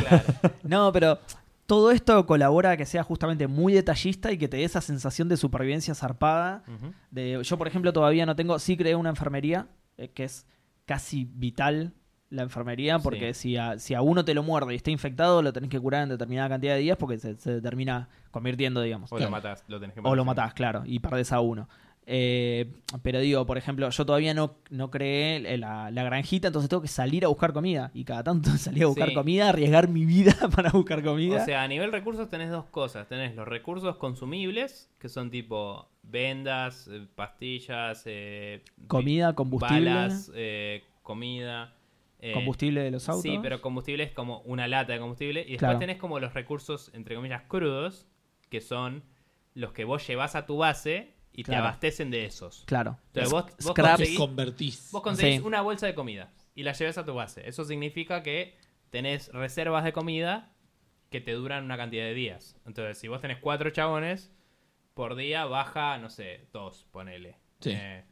Speaker 5: No, pero todo esto colabora a que sea justamente muy detallista y que te dé esa sensación de supervivencia zarpada.
Speaker 4: Ujú.
Speaker 5: De, yo, por ejemplo, todavía no tengo, sí creé una enfermería, eh, que es casi vital la enfermería, porque si, a, si a uno te lo muerde y está infectado, lo tenés que curar en determinada cantidad de días porque se, se termina convirtiendo, digamos.
Speaker 4: O lo
Speaker 2: Claro.
Speaker 4: matás, lo tenés que matar.
Speaker 5: O lo matás, claro, y perdés a uno. Eh, pero digo, por ejemplo, yo todavía no, no creé eh, la, la granjita, entonces tengo que salir a buscar comida. Y cada tanto salir a buscar
Speaker 4: Sí.
Speaker 5: comida, arriesgar mi vida para buscar comida.
Speaker 4: O sea, a nivel recursos tenés dos cosas. Tenés los recursos consumibles, que son tipo vendas, eh, pastillas, eh,
Speaker 5: Comida, combustible.
Speaker 4: balas, eh, comida. eh,
Speaker 5: combustible de los autos.
Speaker 4: Sí, pero combustible es como una lata de combustible. Y después
Speaker 5: Claro.
Speaker 4: tenés como los recursos, entre comillas, crudos, que son los que vos llevas a tu base y
Speaker 5: Claro.
Speaker 4: te abastecen de esos.
Speaker 5: Claro.
Speaker 4: Entonces vos- vos
Speaker 5: Scraps.
Speaker 2: Te
Speaker 4: conseguís-
Speaker 2: convertís.
Speaker 4: Vos conseguís
Speaker 5: Sí.
Speaker 4: una bolsa de comida y la llevas a tu base. Eso significa que tenés reservas de comida que te duran una cantidad de días. Entonces, si vos tenés cuatro chabones, por día baja, no sé, dos, ponele.
Speaker 2: Sí.
Speaker 4: Eh,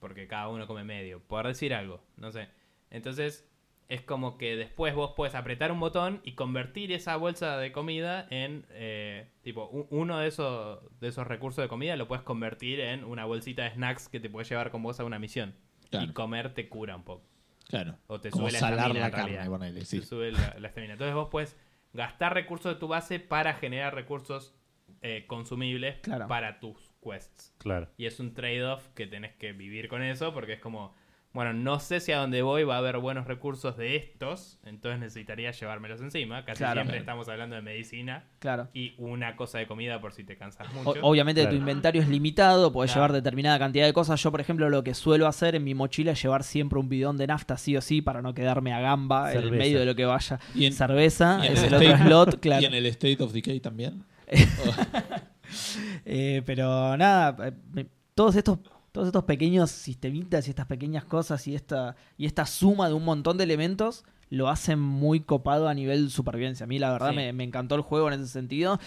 Speaker 4: porque cada uno come medio, por decir algo, no sé. Entonces, es como que después vos puedes apretar un botón y convertir esa bolsa de comida en, eh, tipo, u- uno de esos, de esos recursos de comida lo puedes convertir en una bolsita de snacks que te puedes llevar con vos a una misión. Y
Speaker 2: Claro.
Speaker 4: comer te cura un poco.
Speaker 2: Claro.
Speaker 4: O te
Speaker 2: Como
Speaker 4: sube la
Speaker 2: salar
Speaker 4: estamina,
Speaker 2: la
Speaker 4: en
Speaker 2: carne,
Speaker 4: realidad.
Speaker 2: ponele, sí.
Speaker 4: Te sube la, la estamina. Entonces vos puedes gastar recursos de tu base para generar recursos eh, consumibles
Speaker 5: Claro.
Speaker 4: para tus quests.
Speaker 1: Claro.
Speaker 4: Y es un trade-off que tenés que vivir con eso porque es como, bueno, no sé si a donde voy va a haber buenos recursos de estos, entonces necesitaría llevármelos encima. Casi
Speaker 5: Claro.
Speaker 4: siempre
Speaker 2: Claro.
Speaker 4: estamos hablando de medicina
Speaker 5: Claro.
Speaker 4: y una cosa de comida por si te cansas mucho.
Speaker 5: O- obviamente
Speaker 1: Claro.
Speaker 5: tu inventario es limitado, podés
Speaker 4: Claro.
Speaker 5: llevar determinada cantidad de cosas. Yo, por ejemplo, lo que suelo hacer en mi mochila es llevar siempre un bidón de nafta, sí o sí, para no quedarme a gamba en
Speaker 1: Cerveza.
Speaker 5: el medio de lo que vaya.
Speaker 2: Y en-
Speaker 5: Cerveza,
Speaker 2: y en
Speaker 5: Ah, es
Speaker 2: el
Speaker 5: el otro
Speaker 2: state-
Speaker 5: slot, claro.
Speaker 2: Y en el State of Decay también.
Speaker 5: Eh, pero nada, eh, me- todos estos, todos estos pequeños sistemitas y estas pequeñas cosas y esta, y esta suma de un montón de elementos lo hacen muy copado a nivel supervivencia. A mí la verdad
Speaker 4: Sí.
Speaker 5: me, me encantó el juego en ese sentido.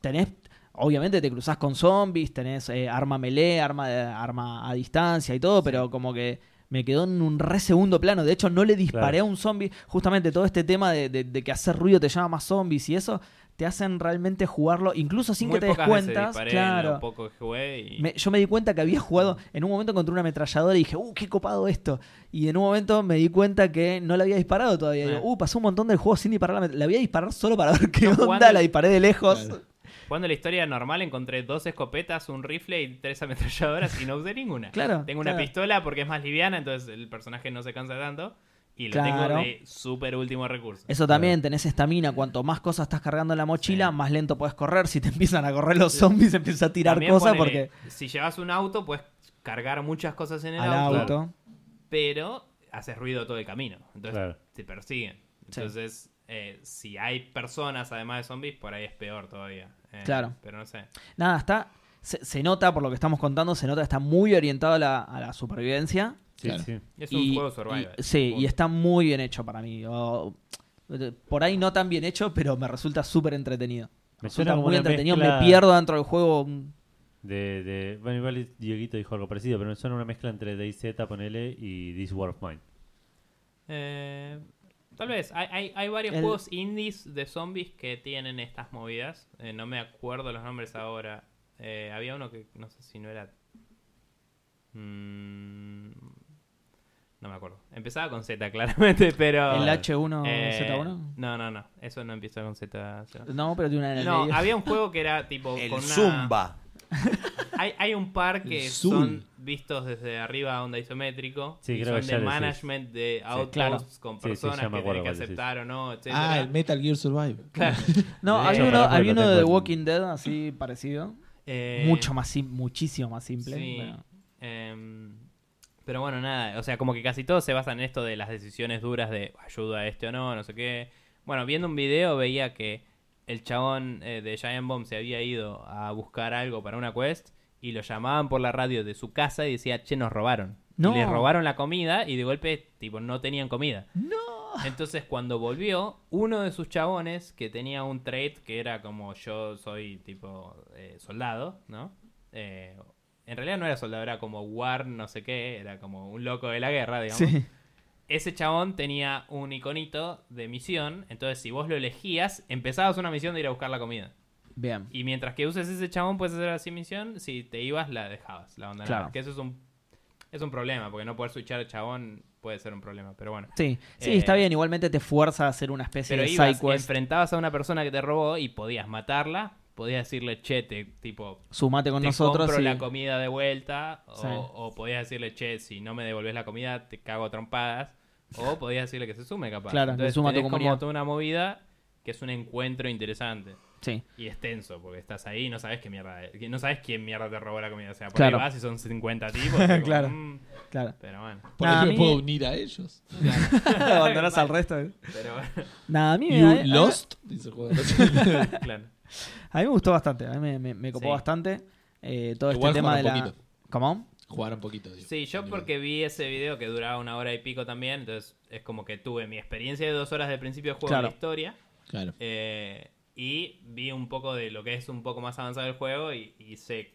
Speaker 5: Tenés... Obviamente te cruzás con zombies, tenés eh, arma melee, arma, de- arma a distancia y todo, pero como que me quedó en un re segundo plano. De hecho, no le disparé
Speaker 1: Claro.
Speaker 5: a un zombie. Justamente todo este tema de, de- de que hacer ruido te llama más zombies y eso, te hacen realmente jugarlo, incluso sin
Speaker 4: Muy
Speaker 5: que te des
Speaker 4: pocas veces
Speaker 5: cuenta.
Speaker 4: disparé en
Speaker 5: Claro.
Speaker 4: lo poco que jugué y-
Speaker 5: Me- yo me di cuenta que había jugado. En un momento encontré una ametralladora y dije, ¡uh, qué copado esto! Y en un momento me di cuenta que no la había disparado todavía. Y digo,
Speaker 4: Ah.
Speaker 5: ¡uh, pasó un montón del juego sin disparar la met- La voy a disparar solo para ver qué
Speaker 4: No,
Speaker 5: onda.
Speaker 4: jugando-
Speaker 5: La disparé de lejos.
Speaker 2: Claro.
Speaker 4: Jugando la historia normal encontré dos escopetas, un rifle y tres ametralladoras y no usé ninguna.
Speaker 5: Claro,
Speaker 4: Tengo una
Speaker 5: claro.
Speaker 4: pistola porque es más liviana, entonces el personaje no se cansa tanto. Y lo
Speaker 5: Claro.
Speaker 4: tengo de súper último recurso.
Speaker 5: Eso también, tenés estamina. Cuanto más cosas estás cargando en la mochila, más lento podés correr. Si te empiezan a correr los zombies, empiezas a tirar
Speaker 4: También
Speaker 5: cosas
Speaker 4: ponele,
Speaker 5: porque.
Speaker 4: Si llevas un auto, puedes cargar muchas cosas en el
Speaker 5: Al
Speaker 4: auto,
Speaker 5: auto.
Speaker 4: pero haces ruido todo el camino. Entonces
Speaker 1: Claro.
Speaker 4: te persiguen. Entonces, eh, si hay personas además de zombies, por ahí es peor todavía. Eh,
Speaker 5: Claro.
Speaker 4: Pero no sé.
Speaker 5: Nada, está. Se, se nota, por lo que estamos contando, se nota, está muy orientado a la, a la supervivencia.
Speaker 1: Sí,
Speaker 2: Claro.
Speaker 1: sí.
Speaker 4: Es un
Speaker 5: Y-
Speaker 4: juego survival.
Speaker 5: y- sí, y
Speaker 4: Punto.
Speaker 5: está muy bien hecho para mí. O- por ahí no tan bien hecho, pero me resulta súper entretenido.
Speaker 1: Me
Speaker 5: Me
Speaker 1: suena
Speaker 5: resulta
Speaker 1: como
Speaker 5: muy
Speaker 1: una
Speaker 5: entretenido,
Speaker 1: mezcla-
Speaker 5: me pierdo dentro del juego. mm,
Speaker 1: De, de, bueno, igual Dieguito dijo algo parecido, pero me suena una mezcla entre DayZ, ponele, y This War of Mine.
Speaker 4: Eh, tal vez. Hay, hay, hay varios
Speaker 5: El-
Speaker 4: juegos indies de zombies que tienen estas movidas. Eh, no me acuerdo los nombres ahora. Eh, había uno que no sé si no era. Mm, no me acuerdo. Empezaba con Z, claramente, pero.
Speaker 5: El H1Z1.
Speaker 4: eh, No, no, no. Eso no empieza con Z. Seba.
Speaker 5: No, pero tiene una en el
Speaker 4: No,
Speaker 5: medio.
Speaker 4: había un juego que era tipo.
Speaker 3: El
Speaker 4: con una-
Speaker 3: Zumba.
Speaker 4: Hay, hay un par que
Speaker 2: El
Speaker 4: son
Speaker 2: Zoom.
Speaker 4: vistos desde arriba, onda isométrico.
Speaker 1: Sí,
Speaker 4: y
Speaker 1: creo
Speaker 4: son
Speaker 1: que ya
Speaker 4: de
Speaker 1: lo decís.
Speaker 4: management de outposts
Speaker 5: claro.
Speaker 4: con
Speaker 1: Sí, sí, ya
Speaker 4: personas
Speaker 1: me
Speaker 4: que tienen
Speaker 1: acuerdo
Speaker 4: que
Speaker 1: cuál decís.
Speaker 4: aceptar o no, etc.
Speaker 2: Ah, el Metal Gear Survive.
Speaker 5: No,
Speaker 4: de
Speaker 5: había
Speaker 4: hecho,
Speaker 5: uno,
Speaker 1: para
Speaker 5: había
Speaker 1: jugarlo
Speaker 5: uno de
Speaker 1: tengo en-
Speaker 5: Walking Dead así parecido.
Speaker 4: Eh,
Speaker 5: Mucho más sim- muchísimo más simple.
Speaker 4: Sí.
Speaker 5: pero-
Speaker 4: em, pero bueno, nada. O sea, como que casi todos se basan en esto de las decisiones duras de ayuda a este o no, no sé qué. Bueno, viendo un video veía que el chabón eh, de Giant Bomb se había ido a buscar algo para una quest y lo llamaban por la radio de su casa y decía, che, nos robaron.
Speaker 5: No.
Speaker 4: Y le robaron la comida y de golpe, tipo, no tenían comida. Entonces, cuando volvió, uno de sus chabones, que tenía un trait que era como yo soy tipo eh, soldado, ¿no? Eh, en realidad no era soldado, era como war, no sé qué, era como un loco de la guerra, digamos.
Speaker 5: Sí.
Speaker 4: Ese chabón tenía un iconito de misión, entonces si vos lo elegías, empezabas una misión de ir a buscar la comida.
Speaker 5: Bien.
Speaker 4: Y mientras que uses ese chabón, puedes hacer así misión, si te ibas, la dejabas, la abandonabas.
Speaker 5: Claro.
Speaker 4: Que eso es un, es un problema, porque no poder switchar chabón puede ser un problema, pero bueno.
Speaker 5: Sí, sí,
Speaker 4: Eh,
Speaker 5: está bien. Igualmente te fuerza a hacer una especie
Speaker 4: Pero
Speaker 5: de
Speaker 4: ibas,
Speaker 5: side quest.
Speaker 4: enfrentabas a una persona que te robó y podías matarla, podías decirle, che, te, tipo,
Speaker 5: Sumate con
Speaker 4: te
Speaker 5: nosotros.
Speaker 4: compro
Speaker 5: y-
Speaker 4: la comida de vuelta, o,
Speaker 5: Sí.
Speaker 4: o podías decirle, che, si no me devolvés la comida, te cago a trompadas, o podías decirle que se sume, capaz.
Speaker 5: Claro, que
Speaker 4: Entonces,
Speaker 5: suma a tu
Speaker 4: tenés como
Speaker 5: comunidad.
Speaker 4: toda una movida que es un encuentro interesante
Speaker 5: Sí.
Speaker 4: y extenso, porque estás ahí y no sabes qué mierda, que no sabes quién mierda te robó la comida, o sea, por
Speaker 5: Claro.
Speaker 4: ahí vas y son 50 tipos, y como,
Speaker 5: Claro.
Speaker 4: "Mm",
Speaker 5: Claro.
Speaker 4: pero bueno,
Speaker 2: Por
Speaker 5: Nah,
Speaker 2: ahí
Speaker 5: a
Speaker 2: me
Speaker 5: mí-
Speaker 2: puedo unir a ellos.
Speaker 5: Abandonás al resto.
Speaker 4: eh. pero bueno,
Speaker 5: Nada, a mí me
Speaker 2: You
Speaker 5: a- a-
Speaker 2: Lost. Dice el juego.
Speaker 4: claro.
Speaker 5: A mí me gustó bastante, a mí me, me- me copó
Speaker 4: Sí.
Speaker 5: bastante eh, todo
Speaker 2: Igual
Speaker 5: este tema de
Speaker 2: jugaron
Speaker 5: la...
Speaker 2: poquito.
Speaker 5: ¿Cómo?
Speaker 2: Jugar un poquito. digo.
Speaker 4: Sí, yo porque vi ese video que duraba una hora y pico también, entonces es como que tuve mi experiencia de dos horas del principio del juego
Speaker 5: Claro.
Speaker 4: de la historia
Speaker 2: Claro.
Speaker 4: eh, y vi un poco de lo que es un poco más avanzado el juego y, y sé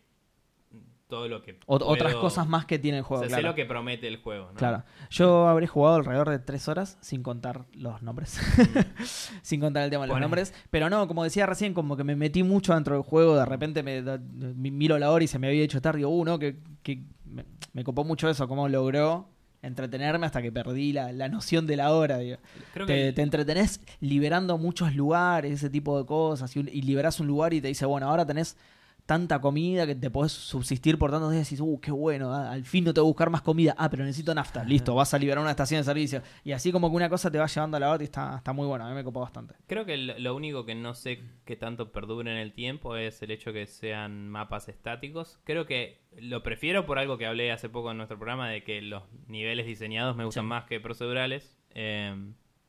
Speaker 4: todo lo que...
Speaker 5: Ot-
Speaker 4: puedo-
Speaker 5: Otras cosas más que tiene el
Speaker 4: o
Speaker 5: juego,
Speaker 4: sea, sé
Speaker 5: claro.
Speaker 4: lo que promete el juego, ¿no?
Speaker 5: Claro. Yo habré jugado alrededor de tres horas sin contar los nombres.
Speaker 4: Mm.
Speaker 5: sin contar el tema de los
Speaker 4: Bueno.
Speaker 5: nombres. Pero no, como decía recién, como que me metí mucho dentro del juego. De repente me da- mi- miro la hora y se me había hecho tarde. Digo, uh, no, que, que me, me copó mucho eso, cómo logró entretenerme hasta que perdí la, la noción de la hora. digo.
Speaker 4: Creo que
Speaker 5: te,
Speaker 4: el-
Speaker 5: te entretenés liberando muchos lugares, ese tipo de cosas, y, un- y liberás un lugar y te dice, bueno, ahora tenés tanta comida que te podés subsistir por tantos días y decís, uh, qué bueno, ah, al fin no te voy a buscar más comida, ah, pero necesito nafta, listo, vas a liberar una estación de servicio. Y así como que una cosa te va llevando a la otra y está, está muy bueno, a mí me copó bastante.
Speaker 4: Creo que lo lo único que no sé que tanto perdure en el tiempo es el hecho que sean mapas estáticos. Creo que lo prefiero por algo que hablé hace poco en nuestro programa de que los niveles diseñados me gustan más que procedurales. Eh,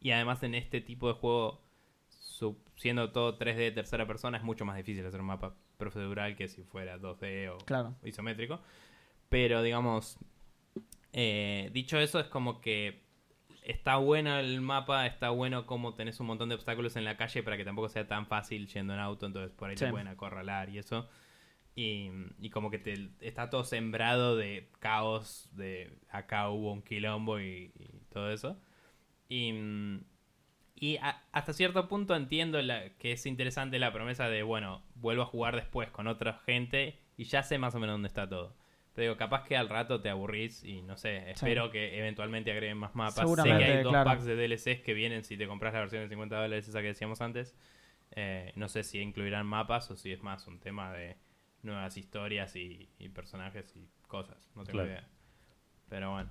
Speaker 4: y además en este tipo de juego, su- siendo todo 3D de tercera persona, es mucho más difícil hacer un mapa procedural que si fuera 2D o
Speaker 5: Claro.
Speaker 4: isométrico. Pero digamos, eh, dicho eso, es como que Está bueno el mapa, está bueno como tenés un montón de obstáculos en la calle para que tampoco sea tan fácil yendo en auto, entonces por ahí
Speaker 5: Sí.
Speaker 4: te pueden acorralar y eso. Y, y como que te, está todo sembrado de caos, de acá hubo un quilombo y, y todo eso. Y, mm, y a- hasta cierto punto entiendo la, que es interesante la promesa de, bueno, vuelvo a jugar después con otra gente y ya sé más o menos dónde está todo. Te digo, capaz que al rato te aburrís y no sé, espero que eventualmente agreguen más mapas. Sé que
Speaker 5: Seguramente,
Speaker 4: hay dos
Speaker 5: claro.
Speaker 4: packs de DLCs que vienen si te compras la versión de 50 dólares esa que decíamos antes. Eh, no sé si incluirán mapas o si es más un tema de nuevas historias y, y personajes y cosas. No tengo
Speaker 1: Claro.
Speaker 4: idea. Pero bueno.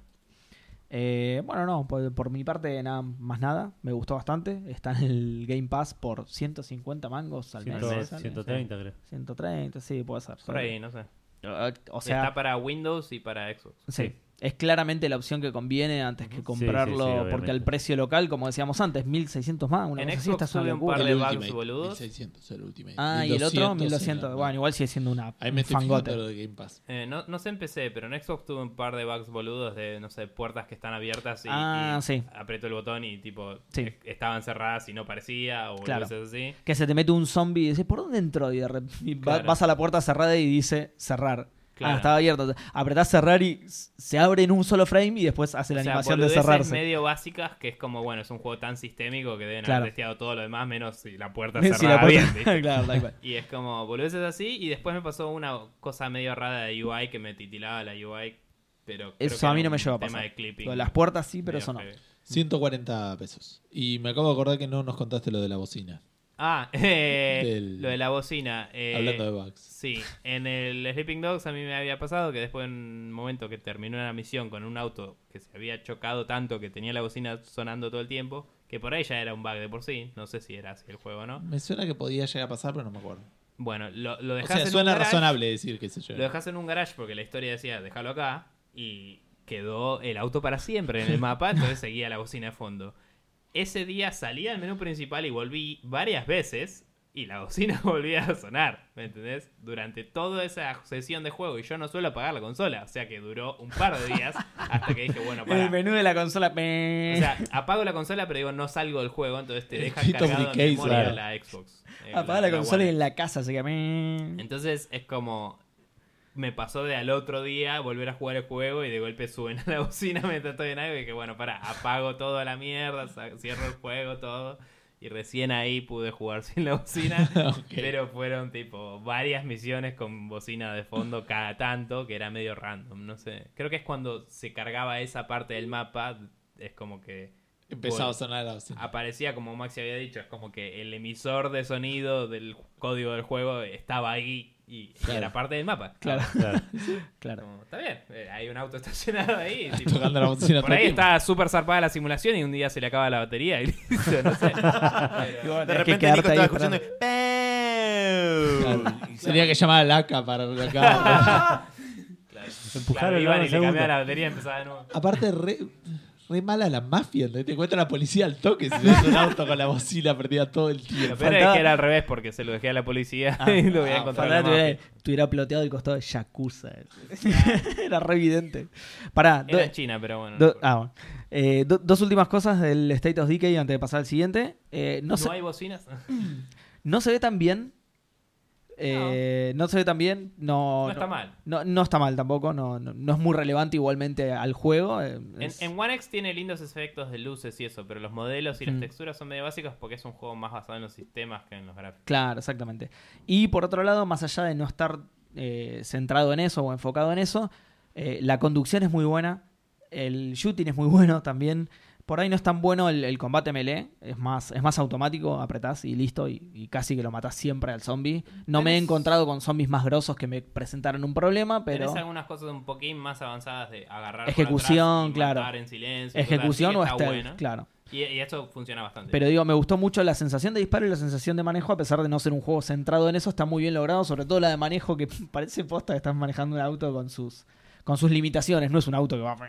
Speaker 5: Eh, bueno, no, por, por mi parte nada más nada, me gustó bastante. Está en el Game Pass por 150 mangos al
Speaker 1: Ciento-
Speaker 5: mes.
Speaker 4: mes,
Speaker 5: sale.
Speaker 1: 130, creo.
Speaker 5: 130, sí, puede ser.
Speaker 4: Por ahí, no sé.
Speaker 5: Eh, O sea,
Speaker 4: está para Windows y para Xbox.
Speaker 5: Sí. Es claramente la opción que conviene antes que comprarlo
Speaker 1: sí, obviamente.
Speaker 5: porque al precio local, como decíamos antes, 1600 más, una
Speaker 4: En
Speaker 5: cosa así,
Speaker 4: Xbox
Speaker 5: está una
Speaker 4: sube un
Speaker 5: locura.
Speaker 4: par de
Speaker 2: El
Speaker 4: bugs
Speaker 2: Ultimate,
Speaker 4: boludos.
Speaker 2: 1600 el último.
Speaker 5: Ah, y el otro 1200. Bueno, igual sigue siendo una
Speaker 2: Ahí me
Speaker 5: un
Speaker 2: estoy
Speaker 5: fangote.
Speaker 2: fijando lo de Game Pass.
Speaker 4: Eh, no, no sé en PC, pero en Xbox tuve un par de bugs boludos de, no sé, puertas que están abiertas y,
Speaker 5: Ah,
Speaker 4: y
Speaker 5: sí.
Speaker 4: aprieto el botón y tipo
Speaker 5: Sí.
Speaker 4: e- estaban cerradas y no parecía o
Speaker 5: Claro.
Speaker 4: cosas así.
Speaker 5: Que se te mete un zombie y dices, ¿por dónde entró? Y, de rep- y va-
Speaker 4: Claro.
Speaker 5: vas a la puerta cerrada y dice cerrar. Ah,
Speaker 4: Claro.
Speaker 5: estaba abierto. Apretás cerrar y s- se abre en un solo frame y después hace la
Speaker 4: O sea,
Speaker 5: animación de
Speaker 4: boludeces
Speaker 5: cerrarse.
Speaker 4: medio básicas que es como, bueno, es un juego tan sistémico que deben
Speaker 5: Claro.
Speaker 4: haber testeado todo lo demás menos si la puerta
Speaker 5: Sí,
Speaker 4: cerrada
Speaker 5: la puerta-
Speaker 4: bien, ¿viste?
Speaker 5: claro, tal cual.
Speaker 4: Y es como, boludeces así y después me pasó una cosa medio rara de UI que me titilaba la UI, pero creo
Speaker 5: Eso
Speaker 4: que
Speaker 5: a
Speaker 4: era
Speaker 5: mí no
Speaker 4: un
Speaker 5: me llegó a
Speaker 4: tema
Speaker 5: pasar.
Speaker 4: de clipping
Speaker 5: Lo de las puertas sí, pero
Speaker 4: medio
Speaker 5: eso no.
Speaker 4: heavy.
Speaker 2: 140 pesos. Y me acabo de acordar que no nos contaste lo de la bocina.
Speaker 4: Ah, eh,
Speaker 2: Del-
Speaker 4: lo de la bocina. eh,
Speaker 2: Hablando de bugs.
Speaker 4: Sí, en el Sleeping Dogs a mí me había pasado que después en un momento que terminó una misión con un auto que se había chocado tanto que tenía la bocina sonando todo el tiempo, que por ahí ya era un bug de por sí, no sé si era así el juego o no.
Speaker 2: Me suena que podía llegar a pasar, pero no me acuerdo.
Speaker 4: Bueno, lo, lo
Speaker 2: O
Speaker 4: dejás
Speaker 2: sea,
Speaker 4: en
Speaker 2: suena
Speaker 4: un garage,
Speaker 2: razonable decir que se
Speaker 4: Lo
Speaker 2: lleva.
Speaker 4: dejás en un garage porque la historia decía, déjalo acá, y quedó el auto para siempre en el mapa, entonces seguía la bocina de fondo. Ese día salí al menú principal y volví varias veces y la bocina volvía a sonar, ¿me entendés? Durante toda esa sesión de juego y yo no suelo apagar la consola, o sea que duró un par de días hasta que dije, bueno,
Speaker 5: El
Speaker 4: para.
Speaker 5: menú de la consola.
Speaker 4: O sea, apago la consola pero digo, no salgo del juego, entonces
Speaker 5: Eh,
Speaker 4: te
Speaker 2: El
Speaker 4: deja
Speaker 2: State of
Speaker 4: cargado en
Speaker 2: Decay,
Speaker 4: memoria
Speaker 2: claro.
Speaker 4: la Xbox. eh,
Speaker 5: Apagar la consola y
Speaker 4: One.
Speaker 5: en la casa, así que. meh.
Speaker 4: Entonces es como. Me pasó de al otro día volver a jugar el juego y de golpe suena la bocina mientras estoy en algo y que bueno, para, apago todo a la mierda, sa- cierro el juego, todo. Y recién ahí pude jugar sin la bocina.
Speaker 2: Ok.
Speaker 4: Pero fueron tipo varias misiones con bocina de fondo cada tanto, que era medio random, no sé. Creo que es cuando se cargaba esa parte del mapa, es como que
Speaker 2: Empezaba a sonar la
Speaker 4: Ah,
Speaker 2: bocina.
Speaker 4: aparecía como Maxi había dicho, es como que el emisor de sonido del código del juego estaba ahí y, y
Speaker 2: Claro.
Speaker 4: era parte del mapa.
Speaker 5: Claro,
Speaker 1: Claro.
Speaker 5: claro.
Speaker 4: Como, está bien, eh, hay un auto estacionado ahí. tipo,
Speaker 2: Tocando la bocina
Speaker 4: por
Speaker 2: todo el
Speaker 4: ahí
Speaker 2: tiempo.
Speaker 4: está súper zarpada la simulación y un día se le acaba la batería y listo, no sé. Pero-
Speaker 3: De
Speaker 5: Igual, tenés que
Speaker 3: repente
Speaker 5: quedarte
Speaker 3: Nico estaba
Speaker 5: ahí
Speaker 3: escuchando. ¡Pew! Y se-
Speaker 2: Sería que llamar a Laca para acá.
Speaker 4: claro,
Speaker 1: Empujar
Speaker 4: claro,
Speaker 1: el
Speaker 4: iban
Speaker 1: bar
Speaker 4: y
Speaker 1: un
Speaker 4: le
Speaker 1: segundo.
Speaker 4: cambiaba la batería y empezaba de nuevo.
Speaker 2: Aparte, re, re mala la mafia. ¿no? Te encuentra la policía al toque. Si ves un auto con la bocina perdida todo el
Speaker 4: Lo
Speaker 2: tiempo.
Speaker 4: peor es
Speaker 5: Faltaba-
Speaker 4: que era al revés porque se lo dejé a la policía y lo voy a
Speaker 2: ah,
Speaker 4: encontrar.
Speaker 5: Ojalá
Speaker 4: la mafia.
Speaker 5: tuviera, tuviera ploteado el costado de Yakuza. eh. Era re evidente. Pará, do-
Speaker 4: Era en China, pero bueno. no
Speaker 5: do-
Speaker 4: importa.
Speaker 5: ah, bueno. Eh, do- dos últimas cosas del State of Decay antes de pasar al siguiente. Eh, no,
Speaker 4: ¿No
Speaker 5: se,
Speaker 4: hay bocinas?
Speaker 5: no se ve tan bien. Eh, no. se ve tan bien. No,
Speaker 4: No está mal.
Speaker 5: No, no está mal tampoco. No, no, no es muy relevante igualmente al juego. eh,
Speaker 4: En,
Speaker 5: es-
Speaker 4: en One X tiene lindos efectos de luces y eso, pero los modelos y las
Speaker 5: Mm.
Speaker 4: texturas son medio básicos porque es un juego más basado en los sistemas que en los gráficos.
Speaker 5: Claro, exactamente. Y por otro lado, más allá de no estar eh, centrado en eso o enfocado en eso, eh, la conducción es muy buena, el shooting es muy bueno también. Por ahí no es tan bueno el, el combate melee, es más, es más automático, apretás y listo, y, y casi que lo matás siempre al zombie. No me he
Speaker 4: Tenés-
Speaker 5: encontrado con zombies más grosos que me presentaron un problema, pero...
Speaker 4: Tenés algunas cosas un poquín más avanzadas de agarrar por
Speaker 5: Ejecución,
Speaker 4: atrás y
Speaker 5: claro.
Speaker 4: matar en silencio,
Speaker 5: Ejecución o
Speaker 4: cosas así, que
Speaker 5: stealth,
Speaker 4: está buena.
Speaker 5: claro.
Speaker 4: Y, y eso funciona bastante.
Speaker 5: Pero digo, me gustó mucho la sensación de disparo y la sensación de manejo, a pesar de no ser un juego centrado en eso, está muy bien logrado, sobre todo la de manejo, que parece posta que estás manejando un auto con sus, con sus limitaciones, no es un auto que va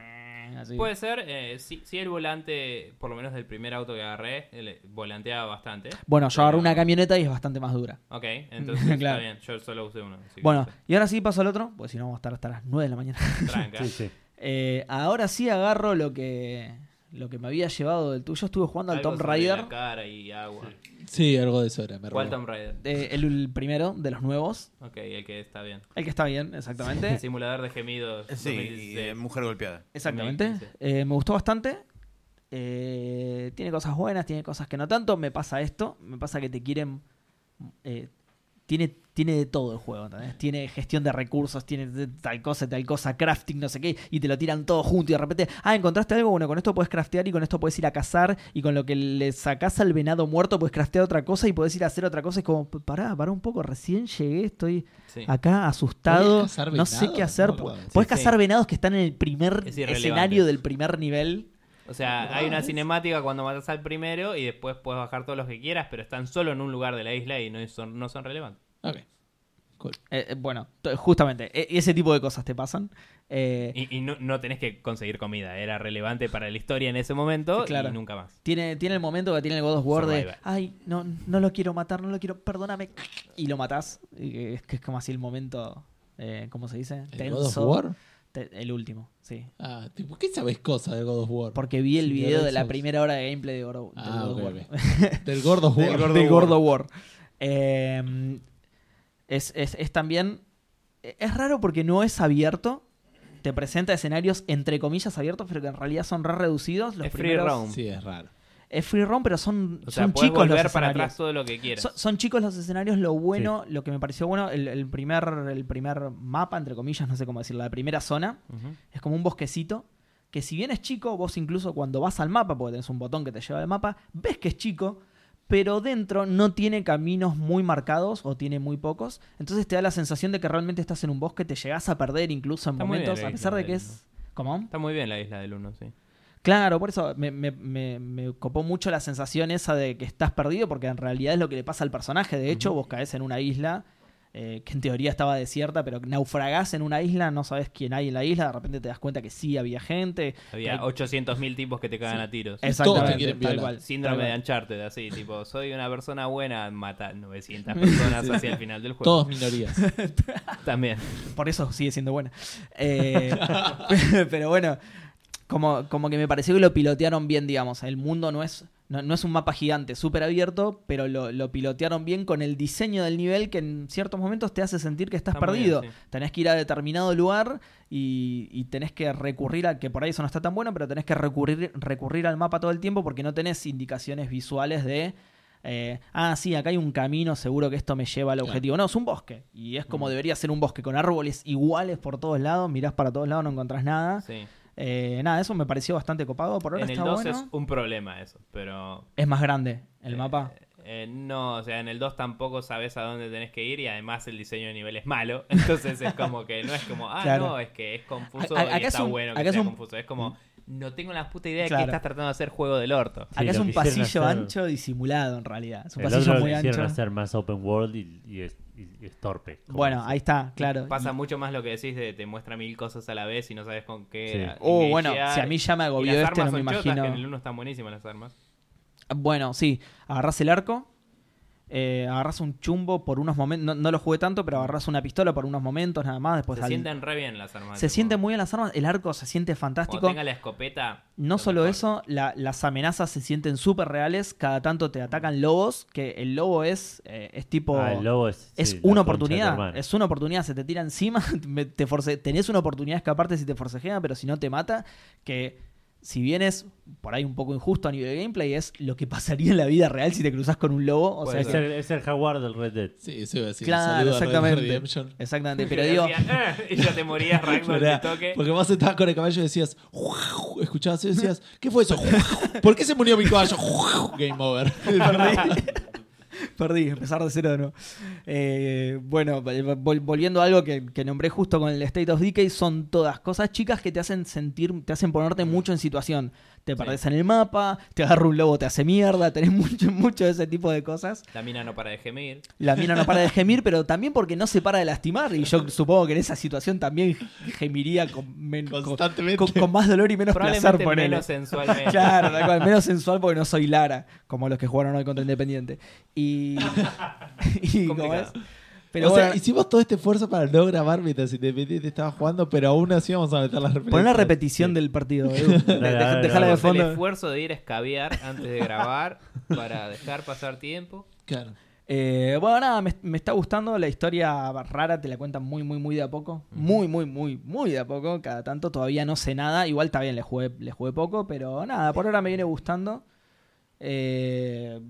Speaker 5: así.
Speaker 4: Puede ser, eh, sí, sí el volante, por lo menos del primer auto que agarré, el- eh, volanteaba bastante.
Speaker 5: bueno, yo agarré
Speaker 4: Pero-
Speaker 5: una camioneta y es bastante más dura.
Speaker 4: Ok, entonces está
Speaker 5: Claro.
Speaker 4: bien, yo solo usé uno. así que
Speaker 5: Bueno, y ahora sí paso al otro, porque si no vamos a estar hasta las 9 de la mañana.
Speaker 4: tranca.
Speaker 1: Sí, sí.
Speaker 5: Eh, ahora sí agarro lo que Lo que me había llevado del tuyo, estuve jugando al
Speaker 4: Algo
Speaker 5: Tomb
Speaker 4: sobre
Speaker 5: Raider.
Speaker 4: la cara y agua.
Speaker 2: Sí, algo de eso era. Me
Speaker 4: ¿Cuál
Speaker 2: robó.
Speaker 4: Tomb Raider?
Speaker 5: eh, el, el primero de los nuevos.
Speaker 4: Ok, el que está bien.
Speaker 5: El que está bien, exactamente.
Speaker 4: El simulador de gemidos.
Speaker 3: Sí,
Speaker 4: 2016.
Speaker 3: y, eh, mujer golpeada.
Speaker 5: Exactamente.
Speaker 4: 2015.
Speaker 5: Eh, me gustó bastante. Eh, tiene cosas buenas, tiene cosas que no tanto. Me pasa esto. Me pasa que te quieren. eh, tiene, tiene de todo el juego, ¿entendés? Tiene gestión de recursos, tiene de- tal cosa, tal cosa, crafting, no sé qué, y te lo tiran todo junto y de repente, ah, encontraste algo, bueno, con esto puedes craftear y con esto puedes ir a cazar y con lo que le sacás al venado muerto puedes craftear otra cosa y puedes ir a hacer otra cosa. Es como, pará, pará un poco, recién llegué, estoy
Speaker 4: Sí.
Speaker 5: acá asustado,
Speaker 2: ¿Podés cazar
Speaker 5: no sé
Speaker 2: venado?
Speaker 5: qué hacer.
Speaker 2: No me acuerdo.
Speaker 5: Puedes
Speaker 4: Sí,
Speaker 5: cazar
Speaker 4: sí.
Speaker 5: venados que están en el primer
Speaker 4: Es irrelevante.
Speaker 5: escenario del primer nivel.
Speaker 4: O sea, hay una cinemática cuando matas al primero y después puedes bajar todos los que quieras, pero están solo en un lugar de la isla y no son, no son relevantes.
Speaker 2: Ok. Cool.
Speaker 5: Eh, eh, bueno, t- justamente, e- ese tipo de cosas te pasan. Eh,
Speaker 4: Y, y no, no tenés que conseguir comida, era relevante para la historia en ese momento
Speaker 5: Claro.
Speaker 4: y nunca más.
Speaker 5: tiene, tiene el momento que tiene el God of War de,
Speaker 4: Survival.
Speaker 5: ay, no, no lo quiero matar, no lo quiero, perdóname. Y lo matás. Y que Es que es como así el momento, eh, ¿cómo se dice?
Speaker 2: ¿El God of War?
Speaker 5: Te- el último, sí.
Speaker 2: Ah, tipo, ¿qué sabes cosas del God of War?
Speaker 5: Porque vi el
Speaker 2: Sí,
Speaker 5: video de la
Speaker 2: Souls.
Speaker 5: primera hora de gameplay de Goro- del
Speaker 2: Ah,
Speaker 5: God
Speaker 2: ok,
Speaker 5: of War.
Speaker 2: ok. Del God of War.
Speaker 3: Del God of
Speaker 5: de
Speaker 3: War.
Speaker 5: Gordo War. Eh, es, es- es también. Es raro porque no es abierto. Te presenta escenarios entre comillas abiertos, pero que en realidad son re reducidos. Los
Speaker 4: Es free
Speaker 5: primeros-
Speaker 4: roam.
Speaker 2: Sí, es raro.
Speaker 5: Es free roam, pero son,
Speaker 4: O sea,
Speaker 5: son
Speaker 4: podés
Speaker 5: chicos los
Speaker 4: volver para atrás
Speaker 5: escenarios.
Speaker 4: todo lo que quieras.
Speaker 5: Son, son chicos los escenarios, lo bueno, lo que me pareció bueno, el, el primer, el primer mapa, entre comillas, no sé cómo decirlo, la primera zona,
Speaker 4: Ujú.
Speaker 5: es como un bosquecito que si bien es chico, vos incluso cuando vas al mapa, porque tenés un botón que te lleva al mapa, ves que es chico, pero dentro no tiene caminos muy marcados o tiene muy pocos. Entonces te da la sensación de que realmente estás en un bosque, te llegás a perder incluso en
Speaker 4: Está muy bien
Speaker 5: momentos,
Speaker 4: la
Speaker 5: a pesar de
Speaker 4: isla
Speaker 5: que
Speaker 4: del
Speaker 5: es... ¿Cómo?
Speaker 4: Está muy bien la isla del 1, sí.
Speaker 5: Claro, por eso me, me- me- me copó mucho la sensación esa de que estás perdido, porque en realidad es lo que le pasa al personaje. De hecho, vos caes en una isla eh, que en teoría estaba desierta, pero naufragás en una isla, no sabes quién hay en la isla, de repente te das cuenta que sí había gente.
Speaker 4: Había
Speaker 5: que-
Speaker 4: 800.000 tipos que te cagan a tiros.
Speaker 2: Es- Todos te
Speaker 5: Exactamente,
Speaker 2: quieren
Speaker 5: tal
Speaker 2: violar.
Speaker 5: cual.
Speaker 4: Síndrome de
Speaker 5: tal cual.
Speaker 4: Uncharted, así, tipo, soy una persona buena, mata 900 personas hacia el final del juego.
Speaker 2: Todos minorías.
Speaker 4: También.
Speaker 5: Por eso sigue siendo buena. Eh, pero bueno, como, como que me pareció que lo pilotearon bien, digamos. El mundo no es, no, no es un mapa gigante, súper abierto, pero lo, lo pilotearon bien con el diseño del nivel que en ciertos momentos te hace sentir que estás
Speaker 4: Está muy
Speaker 5: perdido.
Speaker 4: bien, sí.
Speaker 5: Tenés que ir a determinado lugar y, y tenés que recurrir a, que por ahí eso no está tan bueno, pero tenés que recurrir, recurrir al mapa todo el tiempo porque no tenés indicaciones visuales de... eh, ah, sí, acá hay un camino, seguro que esto me lleva al
Speaker 2: Claro.
Speaker 5: objetivo. No, es un bosque. Y es
Speaker 4: Mm.
Speaker 5: como debería ser un bosque, con árboles iguales por todos lados. Mirás para todos lados, no encontrás nada.
Speaker 4: Sí.
Speaker 5: Eh, nada, eso me pareció bastante copado. Por ahora
Speaker 4: En el
Speaker 5: está
Speaker 4: 2
Speaker 5: bueno.
Speaker 4: es un problema eso, pero
Speaker 5: Es más grande el
Speaker 4: Eh,
Speaker 5: mapa.
Speaker 4: eh, no, o sea, en el 2 tampoco sabes a dónde tenés que ir y además el diseño de nivel es malo. Entonces es como que no es como, ah,
Speaker 5: Claro.
Speaker 4: no, es que es confuso
Speaker 5: A- a-
Speaker 4: y
Speaker 5: acá es
Speaker 4: está
Speaker 5: un-
Speaker 4: bueno que
Speaker 5: acá es
Speaker 4: sea
Speaker 5: un-
Speaker 4: confuso. Es como, no tengo la puta idea de
Speaker 5: Claro.
Speaker 4: qué estás tratando de hacer juego del orto.
Speaker 1: Sí,
Speaker 5: Acá es
Speaker 1: lo
Speaker 5: un
Speaker 1: quisieron
Speaker 5: pasillo
Speaker 1: hacer-
Speaker 5: ancho disimulado en realidad. Es un
Speaker 1: El
Speaker 5: pasillo
Speaker 1: otro lo
Speaker 5: muy
Speaker 1: quisieron
Speaker 5: ancho.
Speaker 1: hacer más open world y, y es, y es torpe. como
Speaker 5: Bueno,
Speaker 1: dice.
Speaker 5: ahí está, claro.
Speaker 4: Pasa
Speaker 5: Y-
Speaker 4: mucho más lo que decís de te muestra mil cosas a la vez y no sabes con qué.
Speaker 1: Sí.
Speaker 4: a-
Speaker 5: Oh, bueno,
Speaker 4: engagear.
Speaker 5: si a mí ya me
Speaker 4: Y
Speaker 5: agobió
Speaker 4: las
Speaker 5: este,
Speaker 4: armas
Speaker 5: no me
Speaker 4: son chotas,
Speaker 5: imagino.
Speaker 4: que en el 1 están buenísimas las armas.
Speaker 5: Bueno, sí, agarras el arco, eh, agarras un chumbo por unos momentos, no, no lo jugué tanto, pero agarras una pistola por unos momentos nada más, después
Speaker 4: se
Speaker 5: Pues al-
Speaker 4: sienten re bien las armas.
Speaker 5: se
Speaker 4: tipo,
Speaker 5: sienten muy bien las armas, el arco se siente
Speaker 4: Cuando
Speaker 5: fantástico.
Speaker 4: tenga la escopeta.
Speaker 5: No
Speaker 4: lo
Speaker 5: solo
Speaker 4: mejor.
Speaker 5: eso, la- las amenazas se sienten súper reales, cada tanto te atacan lobos, que el lobo es, eh, es tipo...
Speaker 1: Ah, el lobo es.
Speaker 5: Es
Speaker 1: sí, la
Speaker 5: una
Speaker 1: concha de tu
Speaker 5: oportunidad,
Speaker 1: hermano.
Speaker 5: es una oportunidad, se te tira encima, me- te force, tenés una oportunidad de escaparte si te forcejea, pero si no te mata, que si bien es por ahí un poco injusto a nivel de gameplay, es lo que pasaría en la vida real si te cruzás con un lobo. O
Speaker 4: Puede
Speaker 5: sea,
Speaker 1: Es
Speaker 5: que-
Speaker 1: el, es el jaguar del Red Dead.
Speaker 2: Sí, eso iba a decir.
Speaker 5: claro,
Speaker 2: Saludo a Red Dead
Speaker 5: exactamente.
Speaker 2: Redemption.
Speaker 5: Exactamente,
Speaker 4: Que
Speaker 5: pero digo, pues,
Speaker 4: decía, "Eh", y ya te morías Ragnar de
Speaker 2: Llorá,
Speaker 4: toque.
Speaker 2: Porque vos estabas con el caballo y decías, "Uau", escuchabas eso y decías, ¿qué fue eso? ¿Por qué se murió mi caballo? Game over.
Speaker 5: perdí, empezar de cero de nuevo. Eh, bueno, vol- volviendo a algo que, que nombré justo con el State of Decay, son todas cosas chicas que te hacen sentir, te hacen ponerte mucho en situación. Te perdés en el mapa, te agarra un lobo, te hace mierda, tenés mucho, mucho de ese tipo de cosas.
Speaker 4: La mina no para de gemir.
Speaker 5: La mina no para de gemir, pero también porque no se para de lastimar. Y yo supongo que en esa situación también gemiría con, men- con-
Speaker 2: Constantemente.
Speaker 5: con- con más dolor y menos placer.
Speaker 4: Probablemente
Speaker 5: ponele.
Speaker 4: menos sensualmente.
Speaker 5: Claro, tal cual, menos sensual porque no soy Lara, como los que jugaron hoy contra Independiente. Y. y ¿cómo es?
Speaker 4: Complicado.
Speaker 5: Pero
Speaker 2: o sea,
Speaker 5: bueno,
Speaker 2: hicimos todo este esfuerzo para no grabar mientras Independiente estaba jugando, pero aún así vamos a meter las referencias.
Speaker 6: Pon la repetición del partido. Edu.
Speaker 1: Dale, dale,
Speaker 6: Deja-
Speaker 1: dale.
Speaker 6: Dejala de
Speaker 1: Hacele
Speaker 4: el
Speaker 6: fondo.
Speaker 4: esfuerzo de ir a escabear antes de grabar para dejar pasar tiempo.
Speaker 2: Claro.
Speaker 5: eh, bueno, nada, me, me está gustando la historia rara, te la cuentan muy, muy, muy de a poco. Muy, muy, muy, muy de a poco. Cada tanto todavía no sé nada. Igual está bien, le jugué, le jugué poco, pero nada, por ahora me viene gustando. Eh,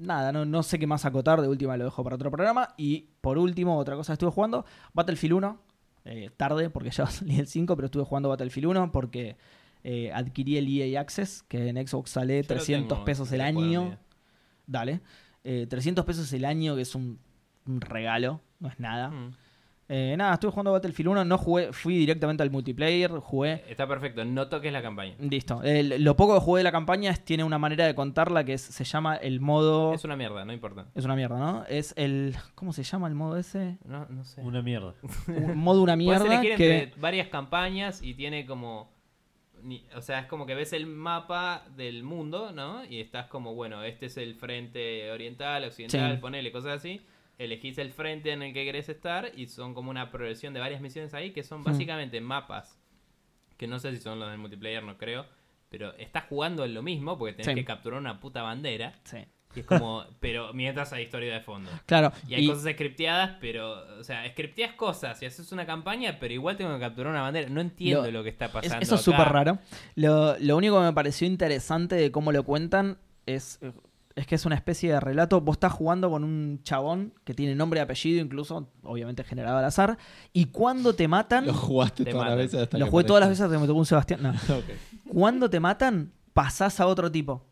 Speaker 5: nada, no, no sé qué más acotar. De última lo dejo para otro programa. Y por último, otra cosa que estuve jugando: Battlefield 1. eh, tarde, porque ya va a salir el 5, pero estuve jugando Battlefield 1 porque eh, adquirí el EA Access, que en Xbox sale
Speaker 4: Yo lo
Speaker 5: 300
Speaker 4: tengo,
Speaker 5: pesos el
Speaker 4: lo puedo
Speaker 5: año.
Speaker 4: enviar.
Speaker 5: Dale. Eh, 300 pesos el año, que es un, un regalo, no es nada.
Speaker 4: Mm.
Speaker 5: Eh, nada, estuve jugando Battlefield 1, no jugué, fui directamente al multiplayer, jugué.
Speaker 4: Está perfecto, no toques la campaña.
Speaker 5: Listo. El- lo poco que jugué de la campaña es, tiene una manera de contarla que es- se llama el modo.
Speaker 4: Es una mierda, no importa.
Speaker 5: Es una mierda, ¿no? Es el. ¿Cómo se llama el modo ese?
Speaker 4: No, no sé.
Speaker 1: Una mierda.
Speaker 5: Un modo una
Speaker 4: Puedes
Speaker 5: mierda.
Speaker 4: elegir
Speaker 5: que...
Speaker 4: entre varias campañas y tiene como. ni- O sea, es como que ves el mapa del mundo, ¿no? Y estás como, bueno, este es el frente oriental, occidental,
Speaker 5: Sí.
Speaker 4: ponele cosas así. Elegís el frente en el que querés estar y son como una progresión de varias misiones ahí que son básicamente mapas. Que no sé si son los del multiplayer, no creo. Pero estás jugando en lo mismo porque tenés
Speaker 5: Sí.
Speaker 4: que capturar una puta bandera.
Speaker 5: Sí.
Speaker 4: Y es como, pero mientras hay historia de fondo.
Speaker 5: Claro.
Speaker 4: Y hay
Speaker 5: y-
Speaker 4: cosas scripteadas, pero. O sea, scripteas cosas y haces una campaña, pero igual tengo que capturar una bandera. No entiendo
Speaker 5: Lo-
Speaker 4: lo, que está
Speaker 5: Es-
Speaker 4: pasando.
Speaker 5: eso es
Speaker 4: acá.
Speaker 5: súper raro. Lo, lo único que me pareció interesante de cómo lo cuentan es, es que es una especie de relato. Vos estás jugando con un chabón que tiene nombre y apellido, incluso, obviamente generado al azar. Y cuando te matan,
Speaker 2: Lo jugaste
Speaker 4: Te
Speaker 2: todas las
Speaker 4: matan.
Speaker 2: veces hasta
Speaker 5: lo
Speaker 2: que
Speaker 5: jugué todas las
Speaker 2: apareciste.
Speaker 5: veces que me tocó un Sebastián. No.
Speaker 2: Ok.
Speaker 5: Cuando te matan, pasás a otro tipo.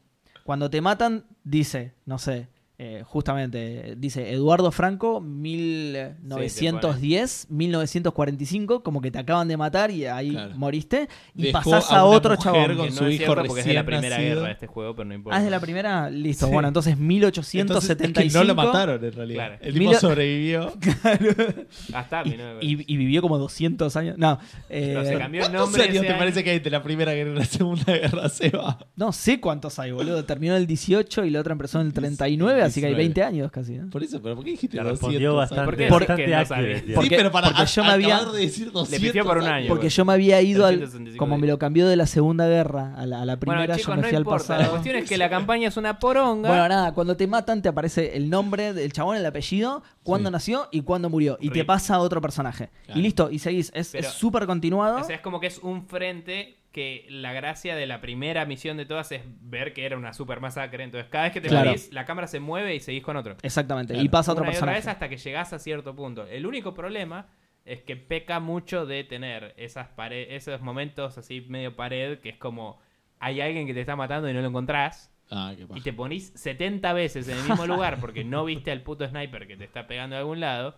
Speaker 5: Cuando te matan, dice, no sé, eh, justamente, dice Eduardo Franco, 1910, 1945, como que te acaban de matar y ahí
Speaker 2: Claro.
Speaker 5: moriste. Y
Speaker 2: Dejó
Speaker 5: pasás
Speaker 2: a
Speaker 5: a,
Speaker 2: una
Speaker 5: otro
Speaker 2: mujer
Speaker 5: chabón.
Speaker 2: con
Speaker 4: Que no
Speaker 2: su
Speaker 4: es
Speaker 2: hijo
Speaker 4: cierto porque es de la
Speaker 2: recién
Speaker 4: primera
Speaker 2: nacido.
Speaker 4: guerra de este juego, pero no importa.
Speaker 5: Ah, es de la primera, listo.
Speaker 2: Sí.
Speaker 5: Bueno, entonces
Speaker 2: Entonces, es
Speaker 5: 1875.
Speaker 2: que no lo mataron en realidad.
Speaker 4: Claro.
Speaker 2: El tipo
Speaker 5: Mira-
Speaker 2: sobrevivió.
Speaker 4: Hasta
Speaker 5: Y,
Speaker 4: 19.
Speaker 5: y- y vivió como 200 años. No, eh,
Speaker 4: No, se cambió el
Speaker 2: ¿Cuántos
Speaker 4: nombre.
Speaker 2: años
Speaker 4: ese
Speaker 2: te
Speaker 4: año.
Speaker 2: parece que hay de la primera guerra y la segunda guerra se va?
Speaker 5: no sé cuántos hay, boludo. Terminó en el 18 y la otra empezó en el 39, así que hay
Speaker 2: 19.
Speaker 5: 20 años casi. ¿no?
Speaker 2: Por eso, pero ¿por qué dijiste
Speaker 1: La
Speaker 2: 200?
Speaker 1: respondió bastante,
Speaker 4: ¿Por qué?
Speaker 1: bastante
Speaker 4: Porque no
Speaker 1: accurate,
Speaker 4: sabía.
Speaker 1: digamos.
Speaker 2: Sí, pero para
Speaker 5: porque yo
Speaker 2: a-
Speaker 5: me había-
Speaker 2: acabar de decir 200.
Speaker 4: pifió por un
Speaker 2: años.
Speaker 4: año.
Speaker 5: Porque
Speaker 4: bueno.
Speaker 5: yo me había ido al.
Speaker 4: 365
Speaker 5: Como
Speaker 4: días.
Speaker 5: me lo cambió de la Segunda Guerra a la, a la primera,
Speaker 4: Bueno,
Speaker 5: yo
Speaker 4: chicos,
Speaker 5: me
Speaker 4: no
Speaker 5: fui al
Speaker 4: importa. La
Speaker 5: pasado.
Speaker 4: cuestión es que la campaña es una poronga.
Speaker 5: Bueno, nada, cuando te matan te aparece el nombre del chabón, el apellido, cuándo
Speaker 2: Sí.
Speaker 5: nació y cuándo murió. Y te
Speaker 4: Rip.
Speaker 5: pasa a otro personaje.
Speaker 2: Claro. este.
Speaker 5: Y listo, y seguís. Es
Speaker 4: Pero-
Speaker 5: es súper continuado.
Speaker 4: O sea, es como que es un frente que la gracia de la primera misión de todas es ver que era una super masacre. Entonces, cada vez que te
Speaker 5: Claro.
Speaker 4: morís, la cámara se mueve y seguís con otro.
Speaker 5: Exactamente. Y
Speaker 2: Claro.
Speaker 5: pasa a otro
Speaker 4: una y otra vez
Speaker 5: personaje.
Speaker 4: hasta que llegás a cierto punto. El único problema es que peca mucho de tener esas pare- esos momentos así medio pared que es como hay alguien que te está matando y no lo encontrás
Speaker 2: Ah, qué
Speaker 4: y
Speaker 2: paja.
Speaker 4: te ponís 70 veces en el mismo lugar porque no viste al puto sniper que te está pegando de algún lado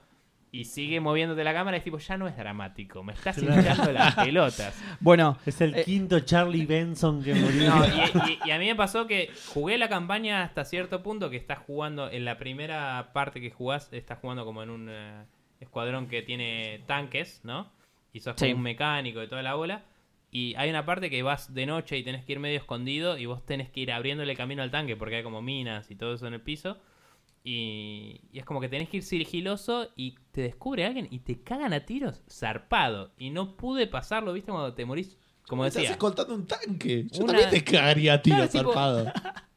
Speaker 4: y sigue moviéndote la cámara y es tipo ya no es dramático, me estás
Speaker 1: Claro.
Speaker 4: hinchando las pelotas.
Speaker 5: Bueno,
Speaker 1: Es el
Speaker 5: Eh,
Speaker 1: quinto Charlie Benson que murió.
Speaker 4: No, y, y- y a mí me pasó que jugué la campaña hasta cierto punto que estás jugando, en la primera parte que jugás, estás jugando como en un eh, escuadrón que tiene tanques, ¿no? Y sos como
Speaker 5: Sí.
Speaker 4: un mecánico de toda la bola. Y hay una parte que vas de noche y tenés que ir medio escondido y vos tenés que ir abriéndole camino al tanque porque hay como minas y todo eso en el piso. Y, y es como que tenés que ir sigiloso y te descubre alguien y te cagan a tiros zarpado. Y no pude pasarlo, ¿viste? Cuando te morís, como
Speaker 2: Estás
Speaker 4: decía.
Speaker 2: escoltando un tanque. Yo
Speaker 4: Una-
Speaker 2: también te cagaría a tiro,
Speaker 4: Claro, tipo-
Speaker 2: zarpado.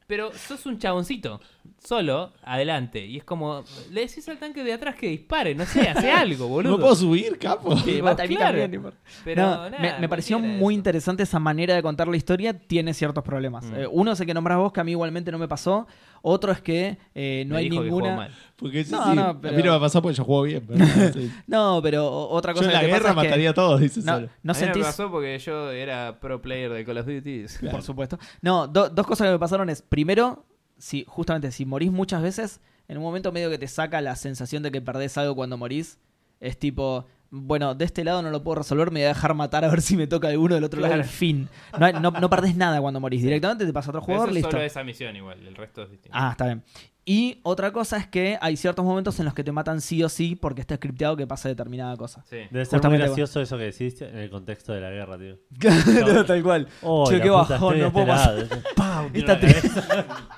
Speaker 4: Pero sos un chaboncito, solo, adelante. Y es como, le decís al tanque de atrás que dispare, no sé, hace algo, boludo.
Speaker 2: No puedo subir, capo.
Speaker 5: te
Speaker 4: digo,
Speaker 5: mata a mí
Speaker 4: claro.
Speaker 5: también, tipo.
Speaker 4: Pero
Speaker 5: No,
Speaker 4: nada,
Speaker 5: me, me pareció
Speaker 4: cualquiera
Speaker 5: muy
Speaker 4: eso.
Speaker 5: interesante esa manera de contar la historia. Tiene ciertos problemas.
Speaker 4: Mm.
Speaker 5: Eh, uno es el que nombrás vos, que a mí igualmente no me pasó. Otro es que eh, no
Speaker 4: Me
Speaker 5: hay
Speaker 4: dijo que jugó
Speaker 5: ninguna.
Speaker 4: mal.
Speaker 2: Porque eso
Speaker 5: No,
Speaker 2: sí,
Speaker 5: no,
Speaker 2: a
Speaker 5: pero-
Speaker 2: mí no me pasó porque yo juego bien. Pero, sí.
Speaker 5: No, pero o- otra
Speaker 2: Yo
Speaker 5: cosa
Speaker 2: en
Speaker 5: que
Speaker 2: la
Speaker 5: te
Speaker 2: guerra
Speaker 5: pasa es que
Speaker 2: mataría a todos, dice
Speaker 5: no,
Speaker 2: Solo.
Speaker 4: A
Speaker 5: no
Speaker 4: mí me
Speaker 5: sentís
Speaker 4: pasó porque yo era pro player de Call of Duty.
Speaker 5: Por supuesto. No, do- dos cosas que me pasaron es, primero, si justamente si morís muchas veces, en un momento medio que te saca la sensación de que perdés algo cuando morís, es tipo, bueno, de este lado no lo puedo resolver, me voy a dejar matar a ver si me toca alguno del otro lado.
Speaker 4: Claro.
Speaker 5: al Fin. No, hay- no, no perdés nada cuando morís, directamente te pasa a otro
Speaker 4: Pero
Speaker 5: jugador,
Speaker 4: eso es
Speaker 5: listo.
Speaker 4: solo esa misión igual, el resto es distinto.
Speaker 5: Ah, está bien. Y otra cosa es que hay ciertos momentos en los que te matan sí o sí porque está scripteado que pasa determinada cosa.
Speaker 4: Sí.
Speaker 1: Debe ser muy
Speaker 5: Justamente-
Speaker 1: gracioso eso que deciste en el contexto de la guerra, tío.
Speaker 5: Claro, tal cual.
Speaker 1: Oh,
Speaker 5: Che,
Speaker 1: la
Speaker 5: qué
Speaker 1: puta, estoy
Speaker 5: bajón,
Speaker 1: de
Speaker 5: no
Speaker 1: este
Speaker 5: puedo
Speaker 1: lado.
Speaker 5: ¡Pam!
Speaker 1: Tiro en
Speaker 5: Esta
Speaker 1: la cabeza.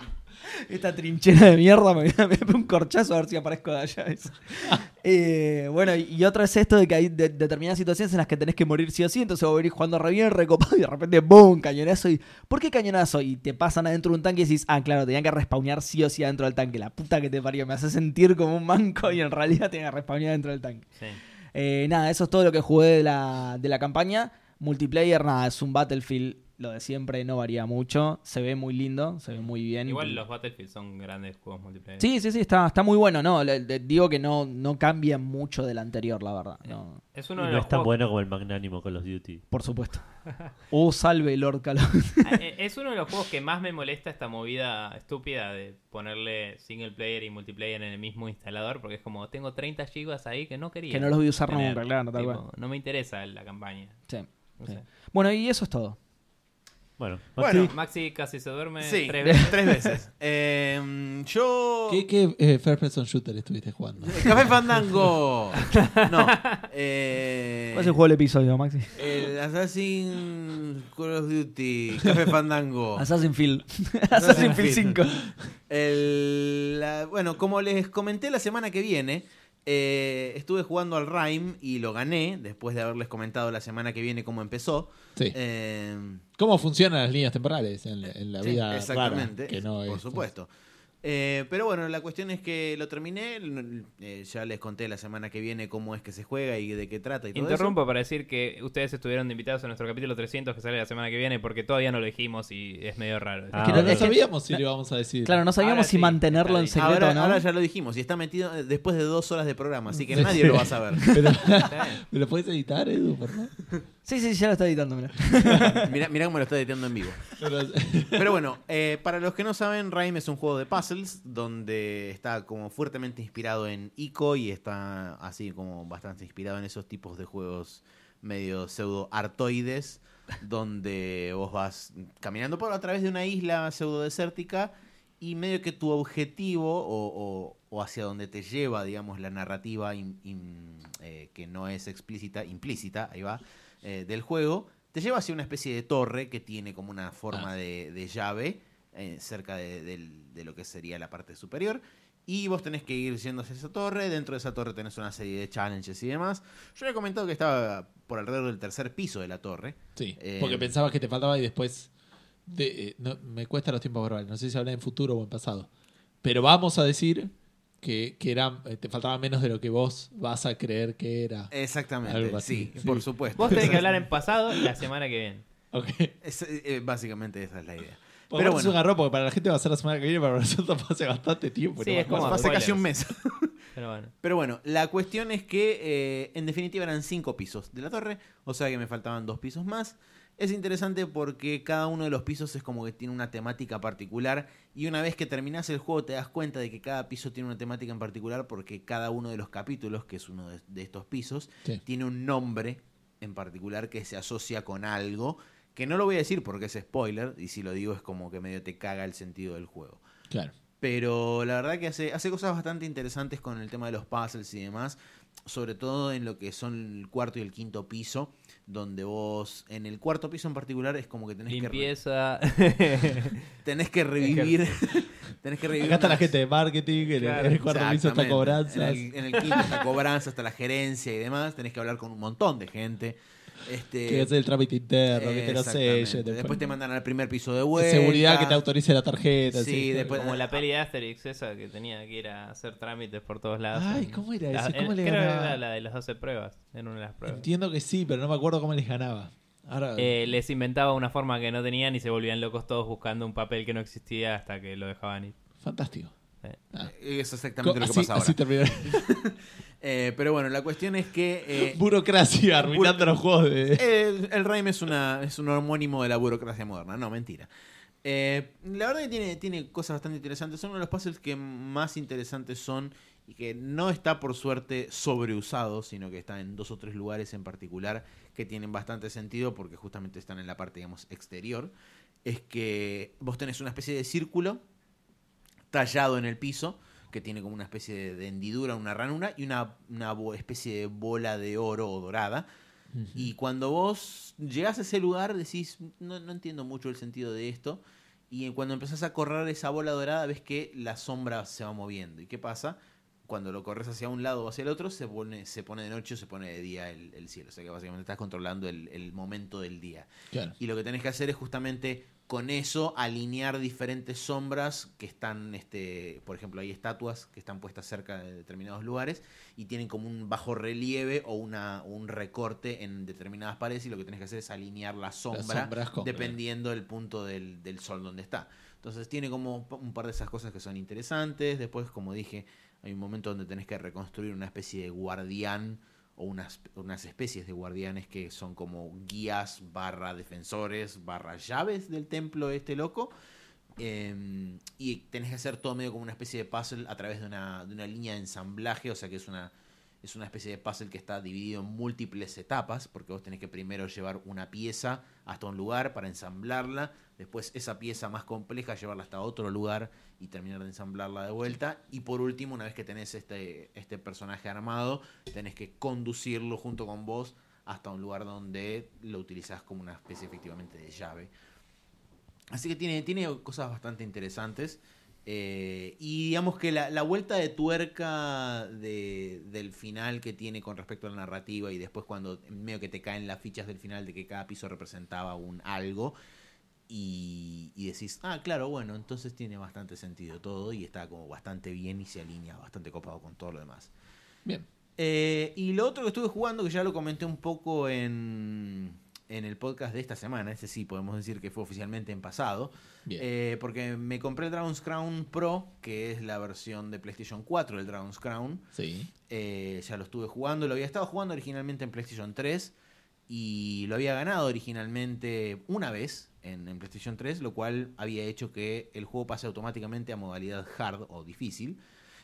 Speaker 5: Esta trinchera de mierda me me pego un corchazo a ver si aparezco de allá. Eso. Eh, bueno, y y otra es esto de que hay de- determinadas situaciones en las que tenés que morir sí o sí, entonces vos venís jugando re bien, recopado, y de repente ¡boom! cañonazo y ¿por qué cañonazo? Y te pasan adentro de un tanque y decís, ah, claro, tenían que respawnear sí o sí adentro del tanque. La puta que te parió, me hace sentir como un manco y en realidad tenía que respawnear dentro del tanque.
Speaker 4: Sí.
Speaker 5: Eh, nada, eso es todo lo que jugué de la, de la campaña. Multiplayer, nada, es un Battlefield, lo de siempre, no varía mucho. Se ve muy lindo, se ve muy bien.
Speaker 4: Igual los Battlefield son grandes juegos multiplayer.
Speaker 5: Sí, sí, sí, está, está muy bueno, ¿no? le- le- digo que no, no cambia mucho del anterior, la verdad. No,
Speaker 4: Es
Speaker 1: Y
Speaker 4: uno de
Speaker 1: no
Speaker 4: los
Speaker 1: es tan
Speaker 4: juegos-
Speaker 1: bueno como el magnánimo Call of Duty.
Speaker 5: por supuesto. Oh, salve Lord Calor.
Speaker 4: Ah, eh, Es uno de los juegos que más me molesta esta movida estúpida de ponerle single player y multiplayer en el mismo instalador, porque es como, tengo 30 gigas ahí que no quería.
Speaker 5: Que no los voy a usar
Speaker 4: tener.
Speaker 5: nunca, claro, tal
Speaker 4: Tipo,
Speaker 5: cual.
Speaker 4: No me interesa la campaña.
Speaker 5: Sí.
Speaker 4: No
Speaker 5: Sí.
Speaker 4: sé.
Speaker 5: Bueno, y eso es todo.
Speaker 1: Bueno,
Speaker 3: Bueno,
Speaker 1: Maxi,
Speaker 4: Maxi casi se duerme
Speaker 3: Sí,
Speaker 4: tres veces.
Speaker 3: tres veces. Eh, yo.
Speaker 2: ¿Qué, qué eh, first person shooter estuviste jugando?
Speaker 3: Café Fandango. No. eh,
Speaker 5: ¿Cuál es el juego del episodio, Maxi?
Speaker 3: El Assassin's Call of Duty. Café Fandango.
Speaker 5: Assassin's Field.
Speaker 3: oh. Assassin's
Speaker 5: Assassin's
Speaker 3: Creed.
Speaker 5: Field 5.
Speaker 3: El- la- bueno, como les comenté la semana que viene, eh, estuve jugando al Rhyme y lo gané después de haberles comentado la semana que viene cómo empezó.
Speaker 2: Sí.
Speaker 3: Eh,
Speaker 2: ¿Cómo funcionan las líneas temporales en, la- en la
Speaker 3: Sí,
Speaker 2: vida
Speaker 3: exactamente,
Speaker 2: rara, que no
Speaker 3: por
Speaker 2: es-
Speaker 3: supuesto. Eh, pero bueno, la cuestión es que lo terminé, l- eh, ya les conté la semana que viene cómo es que se juega y de qué trata y todo
Speaker 4: Interrumpo para decir que ustedes estuvieron de invitados a nuestro capítulo 300 que sale la semana que viene porque todavía no lo dijimos y es medio raro.
Speaker 1: Ah,
Speaker 5: que
Speaker 2: No,
Speaker 5: no-
Speaker 2: no
Speaker 5: es que-
Speaker 2: sabíamos si lo íbamos a decir.
Speaker 5: Claro, no sabíamos
Speaker 4: Ahora
Speaker 5: si
Speaker 4: sí,
Speaker 5: mantenerlo en
Speaker 4: está
Speaker 3: eso.
Speaker 5: secreto
Speaker 3: Ahora,
Speaker 5: o no.
Speaker 3: ahora ya lo dijimos y está metido eh, después de dos horas de programa, así que nadie lo va a saber.
Speaker 2: Pero,
Speaker 4: Está bien.
Speaker 2: ¿Me lo puedes editar, Edu, por favor?
Speaker 5: Sí, sí, ya lo está editando, mirá.
Speaker 3: Mirá, mirá cómo lo está editando en vivo.
Speaker 2: Pero-
Speaker 3: Pero bueno, eh, para los que no saben, Rime es un juego de puzzles donde está como fuertemente inspirado en ICO y está así como bastante inspirado en esos tipos de juegos medio pseudo artoides donde vos vas caminando por a través de una isla pseudo desértica y medio que tu objetivo o, o- o hacia donde te lleva, digamos, la narrativa im- im- eh, que no es explícita, implícita, ahí va, eh, del juego, te lleva hacia una especie de torre que tiene como una forma de, de llave eh, cerca de, del- de lo que sería la parte superior. Y vos tenés que ir yendo hacia esa torre. Dentro de esa torre tenés una serie de challenges y demás. Yo había comentado que estaba por alrededor del tercer piso de la torre.
Speaker 2: sí,
Speaker 3: Eh,
Speaker 2: porque pensabas que te faltaba y después... te- eh, no- me cuesta los tiempos verbales, no sé si habla en futuro o en pasado. Pero vamos a decir que, que era, eh, te faltaba menos de lo que vos vas a creer que era.
Speaker 3: Eh,
Speaker 2: Algo
Speaker 3: Exactamente,
Speaker 2: así,
Speaker 3: sí,
Speaker 2: sí.
Speaker 3: por supuesto.
Speaker 4: Vos tenés que hablar en pasado la semana que viene.
Speaker 2: Ok.
Speaker 3: Es- eh, básicamente esa es la idea.
Speaker 2: Pero
Speaker 3: Pero
Speaker 2: bueno. es un
Speaker 3: bueno,
Speaker 2: garrón, porque para la gente va a ser la semana que viene, para nosotros fue hace bastante tiempo.
Speaker 4: Sí,
Speaker 2: no me
Speaker 4: es como-
Speaker 2: acuerdo.
Speaker 3: hace casi
Speaker 4: spoilers.
Speaker 3: un mes.
Speaker 4: Pero bueno.
Speaker 3: Pero bueno, la cuestión es que eh, en definitiva eran cinco pisos de la torre, o sea que me faltaban dos pisos más. Es interesante porque cada uno de los pisos es como que tiene una temática particular y una vez que terminas el juego te das cuenta de que cada piso tiene una temática en particular porque cada uno de los capítulos, que es uno de, de estos pisos,
Speaker 2: Sí.
Speaker 3: tiene un nombre en particular que se asocia con algo, que no lo voy a decir porque es spoiler y si lo digo es como que medio te caga el sentido del juego.
Speaker 2: Claro.
Speaker 3: Pero la verdad que hace, hace cosas bastante interesantes con el tema de los puzzles y demás. Sobre todo en lo que son el cuarto y el quinto piso. Donde vos, en el cuarto piso en particular, es como que tenés, que, re-
Speaker 4: Limpieza.
Speaker 3: tenés que revivir. tenés que revivir
Speaker 2: Acá está la
Speaker 3: unas-
Speaker 2: gente de marketing, en el,
Speaker 4: Claro,
Speaker 2: en el cuarto piso está
Speaker 3: Eh, Exactamente.
Speaker 2: cobranzas.
Speaker 3: En el, en el quinto está cobranza, está la gerencia y demás. Tenés que hablar con un montón de gente. Este,
Speaker 2: que hacer el trámite interno, que te lo
Speaker 3: exactamente.
Speaker 2: sellen.
Speaker 3: Después te mandan al primer piso de
Speaker 2: de
Speaker 3: vuelta.
Speaker 2: seguridad que te autorice la tarjeta.
Speaker 3: Sí,
Speaker 2: así,
Speaker 3: después- ah.
Speaker 4: Como la peli de Asterix, esa que tenía que ir a hacer trámites por todos lados.
Speaker 2: Ay,
Speaker 4: En-
Speaker 2: ¿cómo era
Speaker 4: la-
Speaker 2: ese?
Speaker 4: en-
Speaker 2: ¿Cómo le
Speaker 4: creo que
Speaker 2: ganaba?
Speaker 4: era la de las 12 pruebas, en una de las pruebas.
Speaker 2: Entiendo que sí, pero no me acuerdo cómo les ganaba. Ahora,
Speaker 4: Eh, les inventaba una forma que no tenían y se volvían locos todos buscando un papel que no existía hasta que lo dejaban ir.
Speaker 2: fantástico. Ah.
Speaker 3: Es exactamente lo que
Speaker 2: así,
Speaker 3: pasa ahora.
Speaker 2: así terminó.
Speaker 3: Eh, pero bueno, la cuestión es que. eh,
Speaker 2: Burocracia, arruinando los juegos de.
Speaker 3: El, el Rime es, una, es un homónimo de la burocracia moderna, no, mentira. Eh, la verdad que tiene, tiene cosas bastante interesantes. Son uno de los puzzles que más interesantes son y que no está por suerte sobreusado, sino que está en dos o tres lugares en particular que tienen bastante sentido porque justamente están en la parte, digamos, exterior. Es que vos tenés una especie de círculo tallado en el piso que tiene como una especie de, de hendidura, una ranura y una, una bo- especie de bola de oro o dorada y cuando vos llegás a ese lugar decís, no, no entiendo mucho el sentido de esto. Y cuando empezás a correr esa bola dorada, ves que la sombra se va moviendo. ¿Y qué pasa? Cuando lo corres hacia un lado o hacia el otro, se pone, se pone de noche o se pone de día el, el cielo. O sea que básicamente estás controlando el- el momento del día.
Speaker 2: Claro.
Speaker 3: Y lo que tenés que hacer es justamente con eso alinear diferentes sombras que están, este, por ejemplo, hay estatuas que están puestas cerca de determinados lugares y tienen como un bajo relieve o una, un recorte en determinadas paredes y lo que tenés que hacer es alinear la sombra
Speaker 2: sombras con-
Speaker 3: dependiendo del punto del, del sol donde está. Entonces tiene como un par de esas cosas que son interesantes. Después, como dije, hay un momento donde tenés que reconstruir una especie de guardián o unas, unas especies de guardianes que son como guías barra defensores barra llaves del templo de este loco. Eh, y tenés que hacer todo medio como una especie de puzzle a través de una, de una línea de ensamblaje, o sea que es una, es una especie de puzzle que está dividido en múltiples etapas, porque vos tenés que primero llevar una pieza hasta un lugar para ensamblarla, después esa pieza más compleja llevarla hasta otro lugar y terminar de ensamblarla de vuelta, y por último, una vez que tenés este, este personaje armado, tenés que conducirlo junto con vos hasta un lugar donde lo utilizás como una especie efectivamente de llave. Así que tiene, tiene cosas bastante interesantes. Eh, y digamos que la, la vuelta de tuerca de- del final que tiene con respecto a la narrativa y después cuando medio que te caen las fichas del final de que cada piso representaba un algo y, y decís, ah, claro, bueno, entonces tiene bastante sentido todo y está como bastante bien y se alinea bastante copado con todo lo demás.
Speaker 2: Bien.
Speaker 3: Eh, y lo otro que estuve jugando, que ya lo comenté un poco en, en el podcast de esta semana, ese sí podemos decir que fue oficialmente en pasado,
Speaker 2: Bien.
Speaker 3: eh, porque me compré el Dragon's Crown Pro, que es la versión de PlayStation 4 del Dragon's Crown.
Speaker 2: Sí.
Speaker 3: Eh, ya lo estuve jugando, lo había estado jugando originalmente en PlayStation 3 y lo había ganado originalmente una vez en, en PlayStation 3, lo cual había hecho que el juego pase automáticamente a modalidad hard o difícil.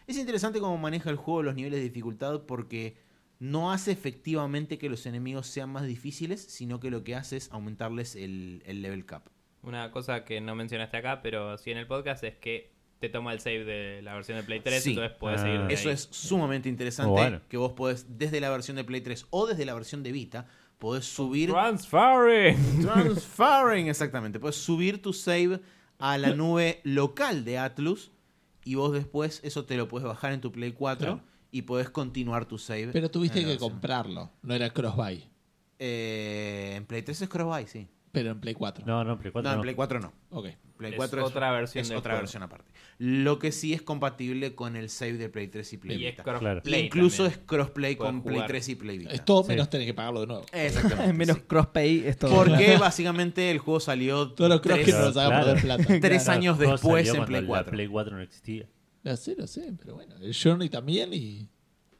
Speaker 3: Es interesante cómo maneja el juego los niveles de dificultad porque no hace efectivamente que los enemigos sean más difíciles, sino que lo que hace es aumentarles el, el level cap.
Speaker 4: Una cosa que no mencionaste acá, pero sí en el podcast, es que te toma el save de la versión de Play 3,
Speaker 3: Sí.
Speaker 4: entonces puedes
Speaker 1: Ah.
Speaker 4: seguir. de
Speaker 3: Eso
Speaker 4: ahí.
Speaker 3: es sumamente interesante
Speaker 1: Oh, Bueno.
Speaker 3: que vos podés, desde la versión de Play 3 o desde la versión de Vita, podés subir
Speaker 4: Transferring.
Speaker 3: Transferring, exactamente. Puedes subir tu save a la nube local de Atlus y vos después eso te lo puedes bajar en tu Play 4
Speaker 2: Claro.
Speaker 3: y podés continuar tu save.
Speaker 2: Pero tuviste
Speaker 3: en la
Speaker 2: que
Speaker 3: versión.
Speaker 2: comprarlo. No era cross-buy.
Speaker 3: Eh, en Play 3 es cross-buy, sí.
Speaker 2: Pero en Play 4.
Speaker 1: No, no, pero
Speaker 3: No,
Speaker 1: ¿cuánto
Speaker 3: en
Speaker 1: no?
Speaker 3: Play 4 no.
Speaker 2: Ok.
Speaker 3: Play
Speaker 4: Es
Speaker 3: 4
Speaker 4: otra versión
Speaker 3: es
Speaker 4: del
Speaker 3: otra
Speaker 4: juego.
Speaker 3: versión aparte. Lo que sí es compatible con el save de Play 3 y Play
Speaker 4: Y es
Speaker 3: Vita.
Speaker 1: Claro.
Speaker 4: crossplay
Speaker 3: Incluso
Speaker 4: también.
Speaker 3: es crossplay
Speaker 4: Podés
Speaker 3: con Play
Speaker 4: jugar.
Speaker 3: 3 y Play Vita.
Speaker 2: Es todo
Speaker 1: Sí.
Speaker 2: menos tener que pagarlo de nuevo.
Speaker 3: Exactamente.
Speaker 5: Menos
Speaker 3: sí.
Speaker 5: crosspay es todo.
Speaker 3: Porque básicamente el juego salió
Speaker 2: Todos los cross
Speaker 3: tres-
Speaker 2: que nos haga
Speaker 1: Claro.
Speaker 2: perder plata.
Speaker 3: Tres
Speaker 1: Claro,
Speaker 3: años
Speaker 1: el juego
Speaker 3: después
Speaker 1: salió
Speaker 3: en
Speaker 1: cuando
Speaker 3: Play
Speaker 1: la
Speaker 3: 4.
Speaker 1: Play 4 no existía.
Speaker 2: La sé, lo sé, pero bueno. El Journey también y.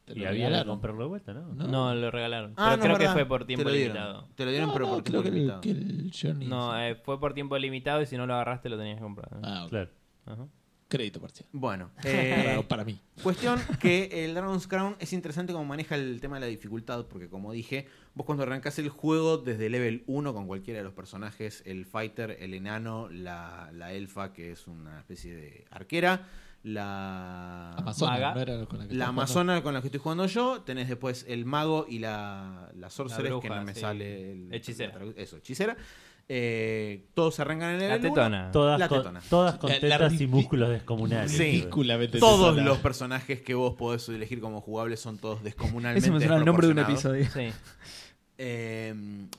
Speaker 2: Te
Speaker 1: Y
Speaker 2: lo
Speaker 1: había que
Speaker 2: regalaron.
Speaker 1: comprarlo de vuelta, ¿no?
Speaker 2: No.
Speaker 4: No, lo regalaron.
Speaker 3: Ah,
Speaker 4: pero
Speaker 3: no,
Speaker 4: creo
Speaker 3: verdad.
Speaker 4: que fue por tiempo
Speaker 3: Te lo dieron.
Speaker 4: limitado.
Speaker 3: Te lo dieron,
Speaker 2: No,
Speaker 3: pero
Speaker 2: no,
Speaker 3: por
Speaker 2: creo
Speaker 3: tiempo
Speaker 2: que el,
Speaker 3: limitado.
Speaker 2: que el Journey.
Speaker 4: No,
Speaker 2: sí.
Speaker 4: eh, fue por tiempo limitado y si no lo agarraste lo tenías que comprar.
Speaker 2: Ah, ok.
Speaker 1: eh, Claro.
Speaker 4: Ajá.
Speaker 2: Crédito parcial.
Speaker 3: Bueno, eh,
Speaker 2: Para- para mí.
Speaker 3: cuestión que el Dragon's Crown es interesante como maneja el tema de la dificultad, porque como dije, vos cuando arrancás el juego desde level 1 con cualquiera de los personajes, el fighter, el enano, la, la elfa, que es una especie de arquera,
Speaker 1: ah,
Speaker 3: la...
Speaker 2: Amazonas,
Speaker 4: Maga.
Speaker 2: no era con la que
Speaker 3: La
Speaker 2: estaba
Speaker 3: amazona con la que estoy jugando yo, tenés después el mago y la, la sorceress,
Speaker 4: bruja,
Speaker 3: que no me
Speaker 4: sí.
Speaker 3: sale... el-
Speaker 4: Hechicera.
Speaker 3: la traduc- eso, hechicera. Eh, todos arrancan en el
Speaker 4: La
Speaker 3: level uno.
Speaker 4: tetona.
Speaker 1: Todas,
Speaker 3: La
Speaker 1: con,
Speaker 3: tetona.
Speaker 1: todas con
Speaker 2: La- la
Speaker 1: tetas y
Speaker 2: ridic-
Speaker 1: músculos descomunales.
Speaker 3: Sí.
Speaker 1: tío.
Speaker 2: Ridículamente
Speaker 3: Todos
Speaker 2: tesona.
Speaker 3: los personajes que vos podés elegir como jugables son todos descomunalmente
Speaker 5: Eso me suena el nombre de un
Speaker 3: desproporcionados.
Speaker 5: episodio.
Speaker 4: Sí.
Speaker 3: Eh,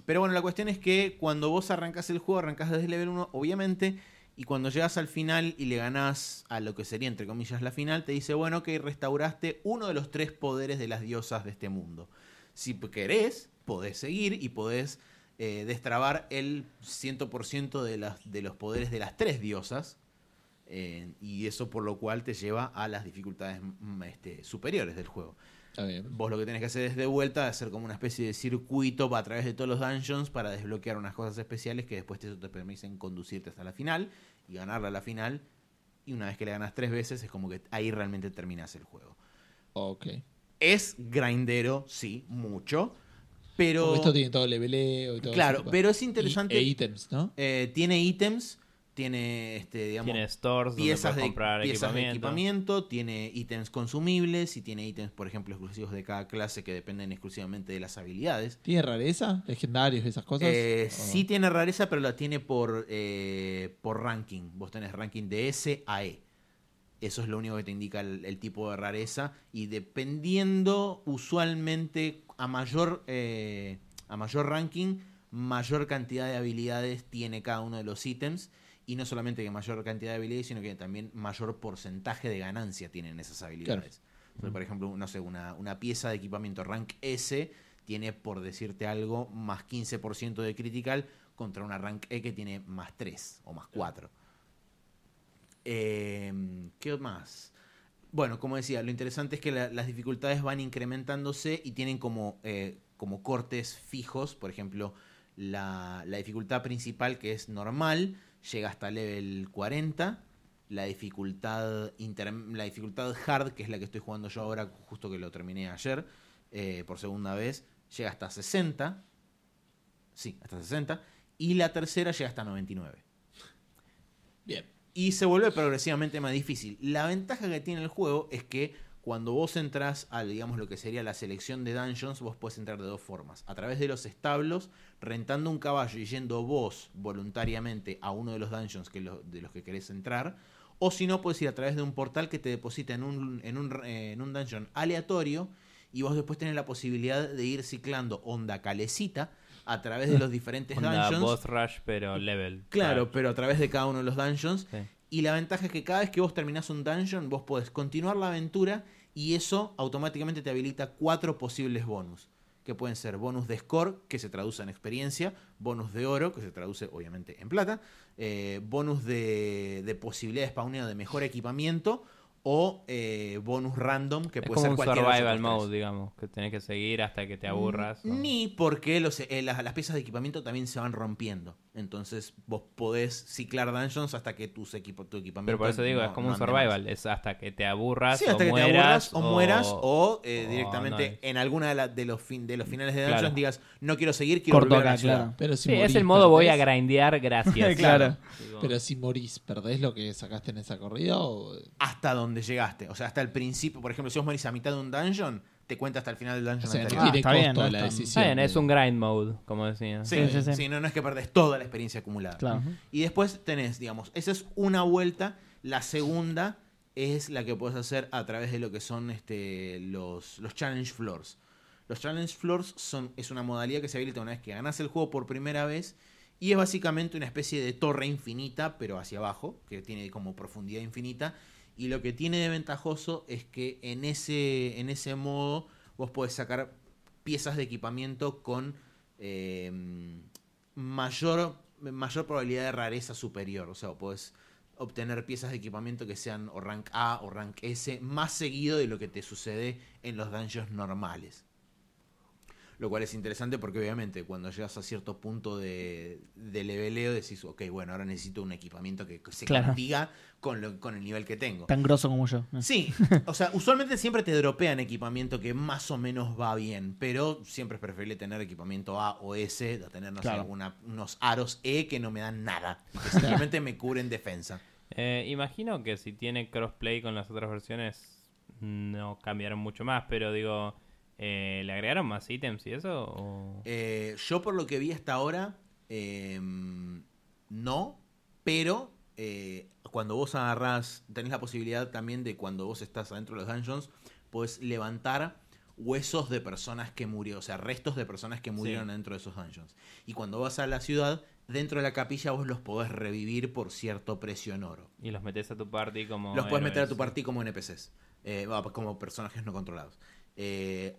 Speaker 3: pero bueno, la cuestión es que cuando vos arrancás el juego, arrancás desde level 1, obviamente, y cuando llegas al final y le ganás a lo que sería, entre comillas, la final, te dice, bueno, que restauraste uno de los tres poderes de las diosas de este mundo. Si p- querés, podés seguir y podés eh, destrabar el 100% de, las, de los poderes de las tres diosas. eh, y eso por lo cual te lleva a las dificultades mm, este, superiores del juego.
Speaker 2: Está bien.
Speaker 3: Vos lo que tenés que hacer es de vuelta hacer como una especie de circuito pa- a través de todos los dungeons para desbloquear unas cosas especiales que después te- eso te permiten conducirte hasta la final y ganarla a la final. Y una vez que le ganas tres veces es como que ahí realmente terminás el juego.
Speaker 2: Ok.
Speaker 3: Es grindero, sí, mucho. Pero...
Speaker 2: Porque esto tiene todo pues. leveleo y todo.
Speaker 3: claro,
Speaker 2: eso, tipo.
Speaker 3: pero es interesante.
Speaker 2: Y- e ítems, ¿no?
Speaker 3: Eh, tiene ítems, tiene este, digamos,
Speaker 4: Tiene stores donde
Speaker 3: piezas,
Speaker 4: puedes
Speaker 3: de,
Speaker 4: comprar
Speaker 3: piezas de
Speaker 4: equipamiento.
Speaker 3: equipamiento, tiene ítems consumibles y tiene ítems, por ejemplo, exclusivos de cada clase que dependen exclusivamente de las habilidades.
Speaker 2: ¿Tiene rareza? ¿Legendarios y esas cosas?
Speaker 3: Eh,
Speaker 2: ¿O
Speaker 4: ah.
Speaker 3: Sí tiene rareza, pero la tiene por, eh, por ranking. Vos tenés ranking de S a E. Eso es lo único que te indica el, el tipo de rareza. Y dependiendo, usualmente, a mayor, eh, a mayor ranking, mayor cantidad de habilidades tiene cada uno de los ítems. Y no solamente que mayor cantidad de habilidades, sino que también mayor porcentaje de ganancia tienen esas habilidades. Entonces, por ejemplo, no sé, una, una pieza de equipamiento rank S tiene, por decirte algo, más 15% de critical contra una rank E que tiene más 3 o más 4. Eh, ¿Qué más? Bueno, como decía, lo interesante es que la- las dificultades van incrementándose y tienen como, eh, como cortes fijos. Por ejemplo, la, la dificultad principal, que es normal, llega hasta level 40. La dificultad, inter- la dificultad hard, que es la que estoy jugando yo ahora, justo que lo terminé ayer, eh, por segunda vez, llega hasta 60. Sí, hasta 60. Y la tercera llega hasta 99
Speaker 2: Bien.
Speaker 3: y se vuelve progresivamente más difícil. La ventaja que tiene el juego es que cuando vos entras a digamos lo que sería la selección de dungeons, vos puedes entrar de dos formas, a través de los establos, rentando un caballo y yendo vos voluntariamente a uno de los dungeons que lo- de los que querés entrar, o si no puedes ir a través de un portal que te deposita en un en un, eh, en un dungeon aleatorio y vos después tenés la posibilidad de ir ciclando onda calecita a través de los diferentes
Speaker 4: Onda
Speaker 3: dungeons.
Speaker 4: boss rush, pero level.
Speaker 3: Claro,
Speaker 4: pero
Speaker 3: pero a través de cada uno de los dungeons.
Speaker 4: Sí.
Speaker 3: Y la ventaja es que cada vez que vos terminás un dungeon, vos podés continuar la aventura y eso automáticamente te habilita cuatro posibles bonus. Que pueden ser bonus de score, que se traduce en experiencia, bonus de oro, que se traduce obviamente en plata, eh, bonus de, de posibilidad de spawneo de mejor equipamiento o eh, bonus random, que
Speaker 4: es
Speaker 3: puede
Speaker 4: como
Speaker 3: ser
Speaker 4: un
Speaker 3: cualquiera de los
Speaker 4: survival
Speaker 3: otros tres.
Speaker 4: mode, digamos, que tenés que seguir hasta que te aburras. o-
Speaker 3: Ni porque los, eh, las, las piezas de equipamiento también se van rompiendo. Entonces vos podés ciclar dungeons hasta que tus equipo, tu equipamiento.
Speaker 4: Pero por eso digo,
Speaker 3: no-
Speaker 4: es como
Speaker 3: no
Speaker 4: un
Speaker 3: ande
Speaker 4: survival,
Speaker 3: más.
Speaker 4: es hasta que te aburras
Speaker 3: Sí, hasta
Speaker 4: o
Speaker 3: que
Speaker 4: mueras.
Speaker 3: te aburras o mueras o eh,
Speaker 4: o
Speaker 3: directamente
Speaker 4: no es.
Speaker 3: en alguna de, la- de los fin, de los finales de dungeons
Speaker 4: Claro.
Speaker 3: digas, no quiero seguir, quiero
Speaker 5: Corto
Speaker 3: volver a
Speaker 5: acá,
Speaker 3: la ciudad".
Speaker 5: claro.
Speaker 2: Pero si
Speaker 4: Sí, es
Speaker 2: morís,
Speaker 4: el modo voy a
Speaker 2: perdés.
Speaker 4: grindear, gracias.
Speaker 5: Claro.
Speaker 4: Digo,
Speaker 2: Pero si morís, ¿perdés lo que sacaste en esa corrida? O...
Speaker 3: Hasta donde llegaste. O sea, hasta el principio. Por ejemplo, si vos morís a mitad de un dungeon, te cuenta hasta el final del
Speaker 2: o
Speaker 3: dungeon
Speaker 2: sea, no
Speaker 3: anterior. Ah,
Speaker 5: Ah,
Speaker 2: tiene
Speaker 5: está
Speaker 2: costo
Speaker 5: bien, no
Speaker 2: la
Speaker 5: está-
Speaker 4: está
Speaker 2: decisión. eh.
Speaker 4: bien, es
Speaker 2: de-
Speaker 4: un grind mode, como decía.
Speaker 3: Sí,
Speaker 5: Sí, sí, sí.
Speaker 3: sí, no, no es que perdés toda la experiencia acumulada.
Speaker 5: Claro.
Speaker 3: Y después tenés, digamos, esa es una vuelta. La segunda es la que puedes hacer a través de lo que son este, los, los challenge floors. Los challenge floors son, es una modalidad que se habilita una vez que ganás el juego por primera vez. Y es básicamente una especie de torre infinita, pero hacia abajo, que tiene como profundidad infinita. Y lo que tiene de ventajoso es que en ese, en ese modo vos podés sacar piezas de equipamiento con eh, mayor, mayor probabilidad de rareza superior. O sea, podés obtener piezas de equipamiento que sean o rank A o rank S más seguido de lo que te sucede en los dungeons normales. Lo cual es interesante porque obviamente cuando llegas a cierto punto de, de leveleo decís, ok, bueno, ahora necesito un equipamiento que se
Speaker 5: Claro.
Speaker 3: contiga con, lo- con el nivel que tengo.
Speaker 5: Tan grosso como yo.
Speaker 3: Sí, o sea, usualmente siempre te dropean equipamiento que más o menos va bien, pero siempre es preferible tener equipamiento A o S, de tener, no sé,
Speaker 5: Claro.
Speaker 3: alguna- unos aros E que no me dan nada, que simplemente me cubren defensa.
Speaker 4: Eh, imagino que si tiene crossplay con las otras versiones, no cambiaron mucho más, pero digo, eh, ¿le agregaron más ítems y eso? O...
Speaker 3: Eh, yo por lo que vi hasta ahora, eh, no, pero eh, cuando vos agarrás, tenés la posibilidad también de cuando vos estás adentro de los dungeons, podés levantar huesos de personas que murieron, o sea, restos de personas que murieron dentro de esos dungeons. Y cuando vas a la ciudad, dentro de la capilla vos los podés revivir por cierto precio en oro.
Speaker 4: Y los metes a tu party como.
Speaker 3: Los puedes
Speaker 4: héroes.
Speaker 3: meter a tu party como NPCs, eh, va, como personajes no controlados. Eh,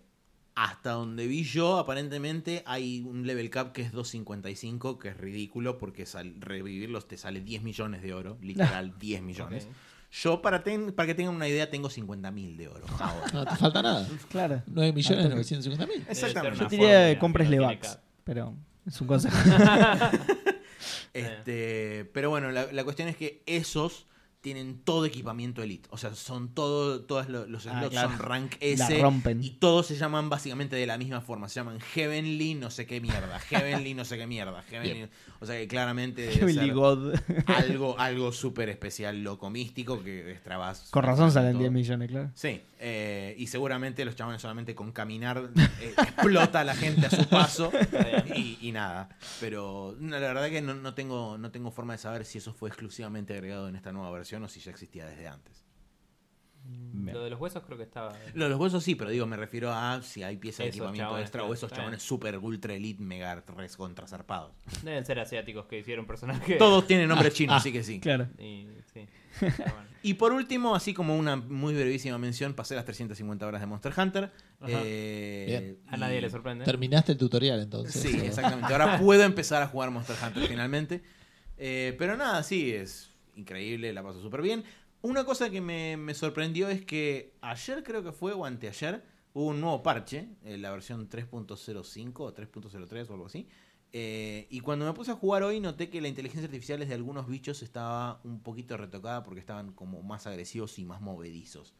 Speaker 3: hasta donde vi yo, aparentemente hay un level cap que es 255, que es ridículo porque sal- revivirlos te sale 10 millones de oro, literal 10 millones. Yo, para, ten- para que tengan una idea, tengo 50 mil de oro ahora.
Speaker 2: No te falta nada.
Speaker 5: Claro.
Speaker 2: 9 millones
Speaker 5: Al toque.
Speaker 2: 950 mil.
Speaker 4: Debe ser
Speaker 3: Exactamente.
Speaker 4: una
Speaker 5: Yo te diría
Speaker 4: fórmula
Speaker 5: que compres
Speaker 4: no tiene
Speaker 5: Levax,
Speaker 4: cap.
Speaker 5: pero es un consejo.
Speaker 3: Este, Pero bueno, la, la cuestión es que esos tienen todo equipamiento Elite. O sea, son todo, todos lo- los
Speaker 7: Ah,
Speaker 3: slots
Speaker 7: claro.
Speaker 3: son rank
Speaker 7: La
Speaker 3: S.
Speaker 7: rompen.
Speaker 3: Y todos se llaman básicamente de la misma forma. Se llaman Heavenly no sé qué mierda. Heavenly no sé qué mierda. Heavenly- O sea que claramente debe
Speaker 7: Heavenly
Speaker 3: ser
Speaker 7: God.
Speaker 3: algo, algo súper especial, loco místico, que extravas.
Speaker 5: Con razón salen
Speaker 3: todo.
Speaker 5: 10 millones, claro.
Speaker 3: Sí, eh, y seguramente los chavales solamente con caminar eh, explota a la gente a su paso y, y nada. Pero no, la verdad que no, no tengo, no tengo forma de saber si eso fue exclusivamente agregado en esta nueva versión o si ya existía desde antes.
Speaker 4: Lo de los huesos creo que estaba.
Speaker 3: Lo de los huesos sí, pero digo, me refiero a si hay piezas de
Speaker 4: Esos
Speaker 3: equipamiento
Speaker 4: chabones,
Speaker 3: extra
Speaker 4: claro,
Speaker 3: o esos
Speaker 4: está bien.
Speaker 3: chabones super ultra elite mega res contra zarpados.
Speaker 4: Deben ser asiáticos que hicieron personajes.
Speaker 3: Todos tienen
Speaker 4: Ah,
Speaker 3: nombre chino, así que sí.
Speaker 5: Claro.
Speaker 4: Y, sí. Pero bueno.
Speaker 3: Y por último, así como una muy brevísima mención, pasé las 350 horas de Monster Hunter.
Speaker 4: Ajá.
Speaker 3: eh,
Speaker 2: Bien.
Speaker 4: A nadie
Speaker 3: y-
Speaker 4: le sorprende.
Speaker 2: Terminaste el tutorial entonces.
Speaker 3: Sí,
Speaker 2: ¿verdad?
Speaker 3: exactamente. Ahora puedo empezar a jugar Monster Hunter finalmente. Eh, pero nada, sí, es increíble, la paso súper bien. Una cosa que me, me sorprendió es que ayer creo que fue, o anteayer, hubo un nuevo parche, eh, la versión 3.05 o 3.03 o algo así. Eh, y cuando me puse a jugar hoy noté que la inteligencia artificial de algunos bichos estaba un poquito retocada porque estaban como más agresivos y más movedizos.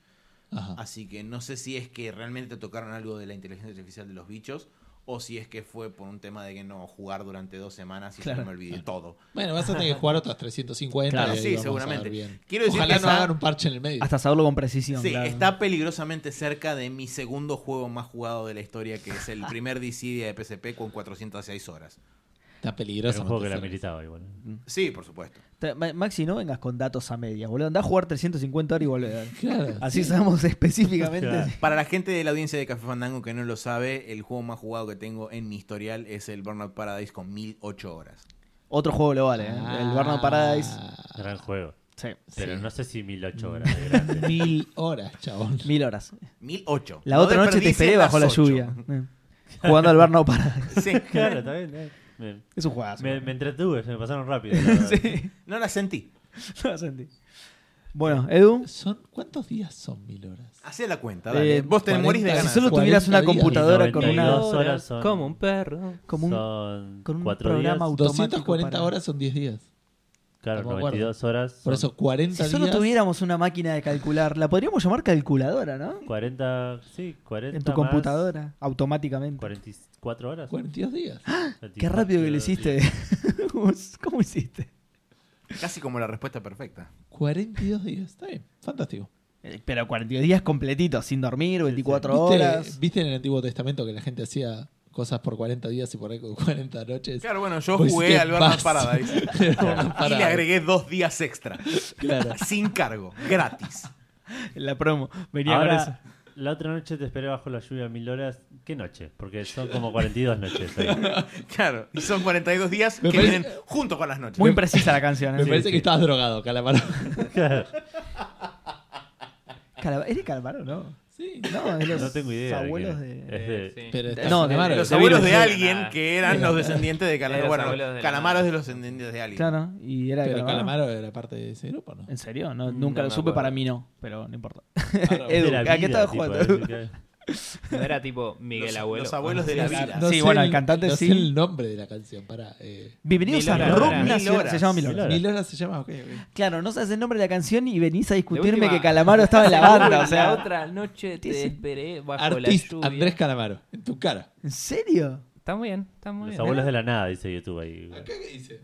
Speaker 2: Ajá.
Speaker 3: Así que no sé si es que realmente tocaron algo de la inteligencia artificial de los bichos o si es que fue por un tema de que no jugar durante dos semanas y se me olvidé todo.
Speaker 2: Bueno, vas a tener que jugar otras 350.
Speaker 7: Claro,
Speaker 2: y ahí
Speaker 3: sí,
Speaker 2: vamos a
Speaker 3: seguramente.
Speaker 2: ver bien.
Speaker 3: Quiero decir
Speaker 2: Ojalá
Speaker 3: que
Speaker 2: se
Speaker 3: no-
Speaker 2: hagan un parche en el medio.
Speaker 5: Hasta saberlo con precisión.
Speaker 3: Sí,
Speaker 5: claro.
Speaker 3: está peligrosamente cerca de mi segundo juego más jugado de la historia, que es el primer Dissidia de PSP con 406 horas.
Speaker 2: Está
Speaker 1: Era
Speaker 2: peligroso.
Speaker 1: un juego que
Speaker 2: Monster
Speaker 1: la
Speaker 2: Hunter.
Speaker 1: militaba igual.
Speaker 3: Sí, por supuesto.
Speaker 5: Te- Ma- Maxi, no vengas con datos a medias, boludo. Andá a jugar 350 horas y volver.
Speaker 2: Claro.
Speaker 5: Así sabemos específicamente.
Speaker 1: Claro.
Speaker 3: Para la gente de la audiencia de Café Fandango que no lo sabe, el juego más jugado que tengo en mi historial es el Burnout Paradise con 1008 horas.
Speaker 5: Otro juego lo vale, ¿eh?
Speaker 3: Ah.
Speaker 5: El Burnout Paradise.
Speaker 2: Ah,
Speaker 1: Gran juego.
Speaker 5: Sí.
Speaker 1: Pero
Speaker 2: Sí.
Speaker 1: no sé si 1008 horas de grande.
Speaker 2: Mil horas, chabón.
Speaker 5: Mil horas.
Speaker 3: 1008.
Speaker 5: La
Speaker 3: No
Speaker 5: otra noche te
Speaker 3: desperdicies
Speaker 5: esperé bajo la
Speaker 3: las ocho.
Speaker 5: lluvia. eh, Jugando al Burnout Paradise.
Speaker 3: Sí.
Speaker 1: claro, está bien, está bien. Me-
Speaker 5: Es un juegazo.
Speaker 1: Me, me entretuve, se me pasaron rápido. la verdad.
Speaker 3: No la sentí.
Speaker 5: Lo sentí. Bueno, Edu.
Speaker 2: Son, ¿Cuántos días son mil horas?
Speaker 3: Hacé la cuenta, dale.
Speaker 5: Eh,
Speaker 3: Vos te
Speaker 2: 40,
Speaker 3: morís de
Speaker 5: Si
Speaker 3: ganas.
Speaker 5: solo
Speaker 2: 40
Speaker 5: tuvieras una
Speaker 2: días.
Speaker 5: computadora con una.
Speaker 1: 92 horas son-
Speaker 4: Como un perro.
Speaker 5: Como un,
Speaker 1: son
Speaker 5: con un
Speaker 1: cuatro
Speaker 5: programa
Speaker 1: días.
Speaker 5: auto- Automático
Speaker 2: 240
Speaker 5: para-
Speaker 2: horas son 10 días.
Speaker 1: Claro,
Speaker 2: no me acuerdo.
Speaker 1: 92 horas.
Speaker 2: Por
Speaker 1: son
Speaker 2: eso 40
Speaker 5: si solo
Speaker 2: días.
Speaker 5: tuviéramos una máquina de calcular, la podríamos llamar calculadora, ¿no?
Speaker 1: 40, sí, 40
Speaker 5: En tu
Speaker 1: más
Speaker 5: computadora, automáticamente.
Speaker 1: 44 horas.
Speaker 2: 42 días.
Speaker 5: Qué rápido que lo hiciste. ¿Cómo, cómo hiciste?
Speaker 3: Casi como la respuesta perfecta.
Speaker 2: 42 días. Está bien. Fantástico.
Speaker 5: Eh, Pero 42 días completitos, sin dormir, 24 horas.
Speaker 2: ¿Viste, viste en el Antiguo Testamento que la gente hacía cosas por 40 días y por ahí con 40 noches?
Speaker 3: Claro, bueno, yo
Speaker 2: Pues
Speaker 3: jugué
Speaker 2: qué
Speaker 3: al Burnout
Speaker 2: vas.
Speaker 3: Paradise
Speaker 2: Era una
Speaker 3: y le
Speaker 2: parada.
Speaker 3: agregué dos días extra.
Speaker 2: Claro.
Speaker 3: Sin cargo, gratis.
Speaker 5: La promo. Venía con eso.
Speaker 1: Ahora, la otra noche te esperé bajo la lluvia mil horas. ¿Qué noche? Porque son como 42 noches. ahí.
Speaker 3: Claro, y son 42 días
Speaker 2: Me
Speaker 3: que
Speaker 2: parece-
Speaker 3: vienen junto con las noches.
Speaker 5: Muy precisa la canción. ¿eh?
Speaker 2: Me parece
Speaker 1: sí.
Speaker 2: que estabas drogado, Calamaro.
Speaker 1: Claro,
Speaker 5: Calab- ¿Es de Calamaro, no?
Speaker 2: Sí.
Speaker 5: No, es los
Speaker 1: no tengo idea. de
Speaker 5: abuelos
Speaker 1: quién es.
Speaker 5: de...
Speaker 1: Es de-
Speaker 4: Eh, sí.
Speaker 2: Pero está
Speaker 5: No, de-
Speaker 2: Calamaro.
Speaker 3: los
Speaker 4: de
Speaker 3: abuelos de
Speaker 4: virus.
Speaker 3: alguien
Speaker 4: Nada.
Speaker 3: que eran los descendientes de Calamaro.
Speaker 4: Los
Speaker 3: Bueno,
Speaker 4: abuelos de la-
Speaker 3: Calamaros de los descendientes de alguien.
Speaker 5: Claro, y era de
Speaker 2: Pero
Speaker 5: Calamaro.
Speaker 2: Calamaro era parte de ese grupo, ¿no?
Speaker 5: ¿En serio? No,
Speaker 1: Mm, No
Speaker 5: nunca
Speaker 1: me
Speaker 5: lo supe,
Speaker 1: acuerdo.
Speaker 5: para mí no, pero no importa.
Speaker 2: Ahora,
Speaker 1: de
Speaker 5: Edu,
Speaker 1: la
Speaker 5: ¿a
Speaker 1: vida,
Speaker 5: qué estabas
Speaker 1: tipo,
Speaker 5: jugando?
Speaker 1: es que-
Speaker 4: No era tipo Miguel
Speaker 3: Los-
Speaker 4: Abuelo. Ah,
Speaker 3: Los abuelos de la vida.
Speaker 2: no
Speaker 5: Sí,
Speaker 2: sé
Speaker 5: bueno, el cantante
Speaker 2: no sé
Speaker 5: sí.
Speaker 2: el nombre de la canción. Para, eh,
Speaker 5: Bienvenidos
Speaker 4: Mil
Speaker 5: a
Speaker 4: horas.
Speaker 5: Rock
Speaker 4: Mil
Speaker 5: Nacional.
Speaker 3: horas.
Speaker 5: Se llama Mil
Speaker 1: Mil
Speaker 5: horas.
Speaker 1: horas.
Speaker 2: Mil horas se llama, ok, ok.
Speaker 5: Claro, no sabes el nombre de la canción y venís a discutirme
Speaker 4: última-
Speaker 5: que Calamaro estaba en la banda. o sea,
Speaker 4: La otra noche te
Speaker 5: Sí.
Speaker 4: esperé bajo
Speaker 2: Artista
Speaker 4: la lluvia.
Speaker 2: Andrés Calamaro, en tu cara.
Speaker 5: ¿en serio?
Speaker 4: Está muy bien, está muy
Speaker 1: Los
Speaker 4: bien.
Speaker 1: abuelos de la nada, dice YouTube ahí.
Speaker 2: qué dice?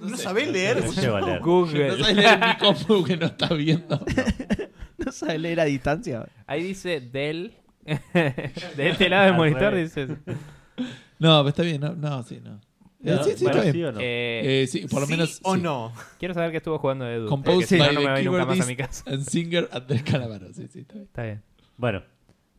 Speaker 3: No sabés leer.
Speaker 1: No llego a leer.
Speaker 2: No
Speaker 4: Google.
Speaker 2: sabes leer mi compu que no está viendo.
Speaker 5: ¿No sabes leer a distancia?
Speaker 4: Ahí dice Del. de este lado del
Speaker 1: Al
Speaker 4: monitor
Speaker 1: revés.
Speaker 4: dices.
Speaker 2: No, pero está bien, no, no sí, no. Eh,
Speaker 1: No,
Speaker 2: sí, sí,
Speaker 1: bueno,
Speaker 2: está
Speaker 1: ¿sí
Speaker 2: bien.
Speaker 1: o no?
Speaker 4: Eh,
Speaker 2: Eh, sí, por lo
Speaker 3: ¿Sí
Speaker 2: menos.
Speaker 3: o
Speaker 2: sí.
Speaker 3: no.
Speaker 4: quiero saber qué estuvo jugando Edu. Porque
Speaker 2: Composed
Speaker 4: si no,
Speaker 2: by
Speaker 4: no me
Speaker 2: the
Speaker 4: voy nunca más a mi
Speaker 2: keyboardist
Speaker 4: casa.
Speaker 2: and singer Andrés Calamaro. Sí, sí, está bien.
Speaker 4: Está bien.
Speaker 1: Bueno,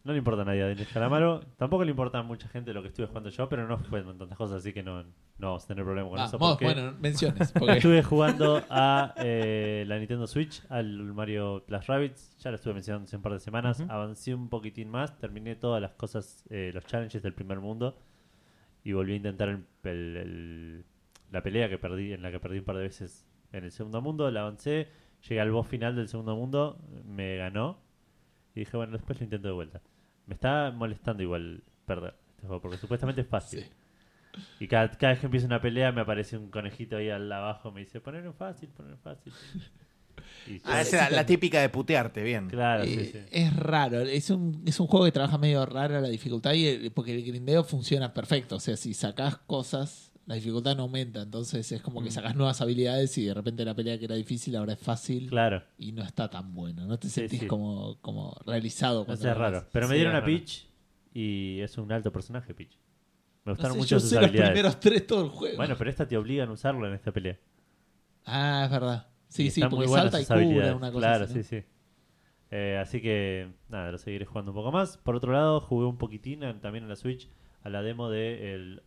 Speaker 1: no le importa a nadie a Denis Calamaro. Tampoco le importa a mucha gente lo que estuve jugando yo, pero no fueron tantas cosas, así que no, no vamos a tener problema con
Speaker 2: Ah,
Speaker 1: eso.
Speaker 2: vos,
Speaker 1: porque
Speaker 2: bueno, menciones. Porque
Speaker 1: Estuve jugando a eh, la Nintendo Switch, al Mario Plus Rabbids. Ya lo estuve mencionando hace un par de semanas. Avancé un poquitín más, terminé todas las cosas, eh, los challenges del primer mundo. Y volví a intentar el- el- el- la pelea que perdí, en la que perdí un par de veces en el segundo mundo. La avancé, llegué al boss final del segundo mundo, me ganó. Y dije, bueno, después lo intento de vuelta. Me está molestando igual perder este juego, porque supuestamente es fácil.
Speaker 2: Sí.
Speaker 1: Y cada, cada vez que empieza una pelea me aparece un conejito ahí al abajo, me dice, poner en fácil, poner en fácil. Y-
Speaker 3: Ah, esa era la típica de putearte, bien.
Speaker 1: Claro,
Speaker 2: Eh,
Speaker 1: sí, sí.
Speaker 2: Es raro, es un, es un juego que trabaja medio rara la dificultad y el- porque el grindeo funciona perfecto. O sea, si sacás cosas, la dificultad no aumenta. Entonces es como que sacás nuevas habilidades y de repente la pelea que era difícil ahora es fácil
Speaker 1: Claro.
Speaker 2: y no está tan bueno. No te sentís
Speaker 1: sí.
Speaker 2: como, como realizado.
Speaker 1: No
Speaker 2: cuando
Speaker 1: sé, es
Speaker 2: lo
Speaker 1: raro.
Speaker 2: haces.
Speaker 1: Pero me
Speaker 4: Sí,
Speaker 1: dieron
Speaker 4: es
Speaker 1: a
Speaker 4: raro.
Speaker 1: Peach y es un alto personaje, Peach. Me
Speaker 2: No
Speaker 1: gustaron
Speaker 2: sé,
Speaker 1: mucho
Speaker 2: yo
Speaker 1: sus
Speaker 2: sé los
Speaker 1: habilidades.
Speaker 2: primeros tres todo el juego.
Speaker 1: Bueno, pero esta te obligan a usarlo en esta pelea.
Speaker 2: Ah, es verdad. Sí,
Speaker 1: Y
Speaker 2: sí,
Speaker 1: están muy
Speaker 2: porque
Speaker 1: buenas
Speaker 2: salta y
Speaker 1: sus
Speaker 2: cura
Speaker 1: habilidades.
Speaker 2: una cosa
Speaker 1: Claro,
Speaker 2: así,
Speaker 1: sí,
Speaker 2: ¿no?
Speaker 1: sí. Eh, así que nada, lo seguiré jugando un poco más. Por otro lado, jugué un poquitín en- también en la Switch a la demo de el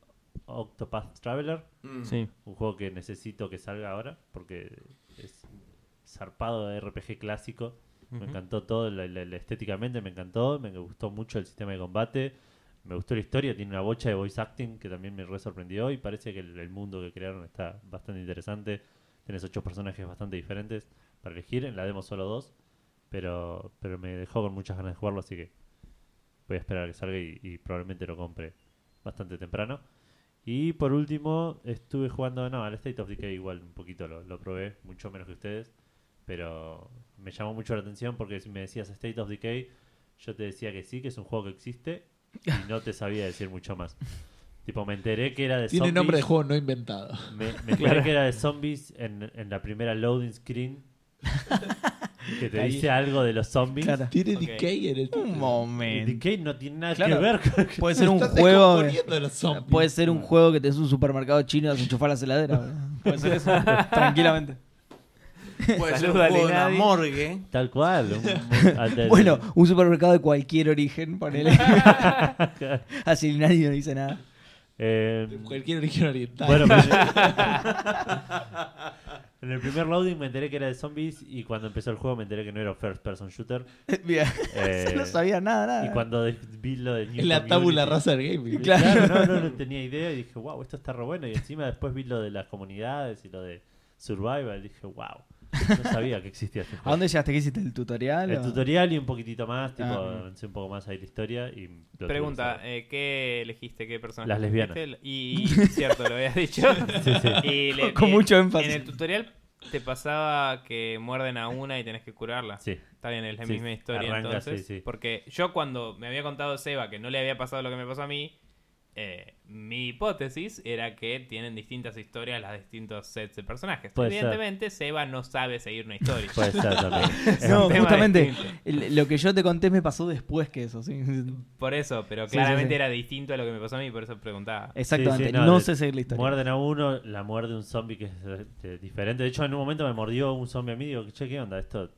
Speaker 1: Octopath Traveler,
Speaker 3: Mm.
Speaker 4: Sí.
Speaker 1: un juego que necesito que salga ahora porque es zarpado de RPG clásico. Me encantó todo la- la- la- estéticamente, me encantó, me gustó mucho el sistema de combate, me gustó la historia, tiene una bocha de voice acting que también me re sorprendió y parece que el, el mundo que crearon está bastante interesante. Tenés ocho personajes bastante diferentes para elegir, en la demo solo dos, pero, pero me dejó con muchas ganas de jugarlo, así que voy a esperar a que salga y, y probablemente lo compre bastante temprano. Y por último, estuve jugando, no, al State of Decay igual un poquito lo, lo probé, mucho menos que ustedes, pero me llamó mucho la atención porque si me decías State of Decay, yo te decía que sí, que es un juego que existe y no te sabía decir mucho más. tipo, me enteré que era de
Speaker 2: Tiene
Speaker 1: zombies.
Speaker 2: nombre de juego no inventado.
Speaker 1: Me, me enteré que era de zombies en, en la primera loading screen. que te
Speaker 5: Ahí.
Speaker 1: dice algo de los zombies.
Speaker 5: Claro.
Speaker 2: Tiene
Speaker 4: Ok.
Speaker 2: decay en el
Speaker 5: Un
Speaker 2: título.
Speaker 5: momento.
Speaker 1: Decay no tiene nada
Speaker 5: Claro.
Speaker 1: que ver con.
Speaker 5: Puede ser un
Speaker 2: Estás
Speaker 5: juego.
Speaker 2: descomponiendo de los zombies.
Speaker 5: Puede ser un juego que te des un supermercado chino y las enchufas a la heladera. boludo. Puede ser eso. Tranquilamente.
Speaker 3: Puede ser un
Speaker 4: Salúdale,
Speaker 3: juego de una
Speaker 4: nadie.
Speaker 3: morgue.
Speaker 1: Tal cual. un- un- al del-
Speaker 5: Bueno, un supermercado de cualquier origen, ponele. Así nadie no dice nada.
Speaker 1: eh,
Speaker 2: Cualquier origen oriental.
Speaker 1: bueno, pero- en el primer loading me enteré que era de zombies y cuando empezó el juego me enteré que no era un first person shooter.
Speaker 5: Bien.
Speaker 1: Eh,
Speaker 5: No sabía nada, nada.
Speaker 1: y cuando de- vi lo de New
Speaker 2: en la
Speaker 1: Community-
Speaker 2: tabula rasa del gaming.
Speaker 1: Claro, no, no, no tenía idea y dije, wow, esto está re bueno. Y encima después vi lo de las comunidades y lo de Survival y dije, wow, no sabía que existía este
Speaker 5: ¿A
Speaker 1: juego.
Speaker 5: dónde llegaste? ¿Qué hiciste? ¿El tutorial?
Speaker 1: El
Speaker 5: o-
Speaker 1: tutorial y un poquitito más, tipo,
Speaker 5: Ah.
Speaker 1: avancé un poco más ahí la historia y... lo tuve que
Speaker 4: Pregunta,
Speaker 1: hacer.
Speaker 4: eh, ¿qué elegiste? ¿Qué personaje?
Speaker 1: Las lesbianas.
Speaker 4: elegiste? Y cierto, lo habías dicho.
Speaker 1: Sí, sí.
Speaker 4: Y le-
Speaker 5: Con
Speaker 4: eh,
Speaker 5: mucho énfasis.
Speaker 4: En el tutorial te pasaba que muerden a una y tenés que curarla.
Speaker 1: Sí,
Speaker 4: Está bien, es la
Speaker 1: Sí,
Speaker 4: misma historia
Speaker 1: arranca,
Speaker 4: entonces.
Speaker 1: sí, sí.
Speaker 4: Porque yo cuando me había contado Seba que no le había pasado lo que me pasó a mí, eh, mi hipótesis era que tienen distintas historias las distintos sets de personajes.
Speaker 1: Puede ser.
Speaker 4: Evidentemente, Seba no sabe seguir una historia.
Speaker 1: puede ser también.
Speaker 4: Es
Speaker 5: No,
Speaker 4: un tema
Speaker 5: justamente
Speaker 4: distinto.
Speaker 5: el- lo que yo te conté me pasó después que eso, sí.
Speaker 4: Por eso, pero
Speaker 5: Sí,
Speaker 4: claramente
Speaker 5: sí, sí.
Speaker 4: era distinto a lo que me pasó a mí, por eso preguntaba.
Speaker 5: Exactamente,
Speaker 1: Sí, sí,
Speaker 5: no,
Speaker 1: no, de-
Speaker 5: sé seguir la historia.
Speaker 1: Muerden a uno, la muerde un zombie que es este, diferente. De hecho, en un momento me mordió un zombie a mí y digo, che, ¿qué onda? Esto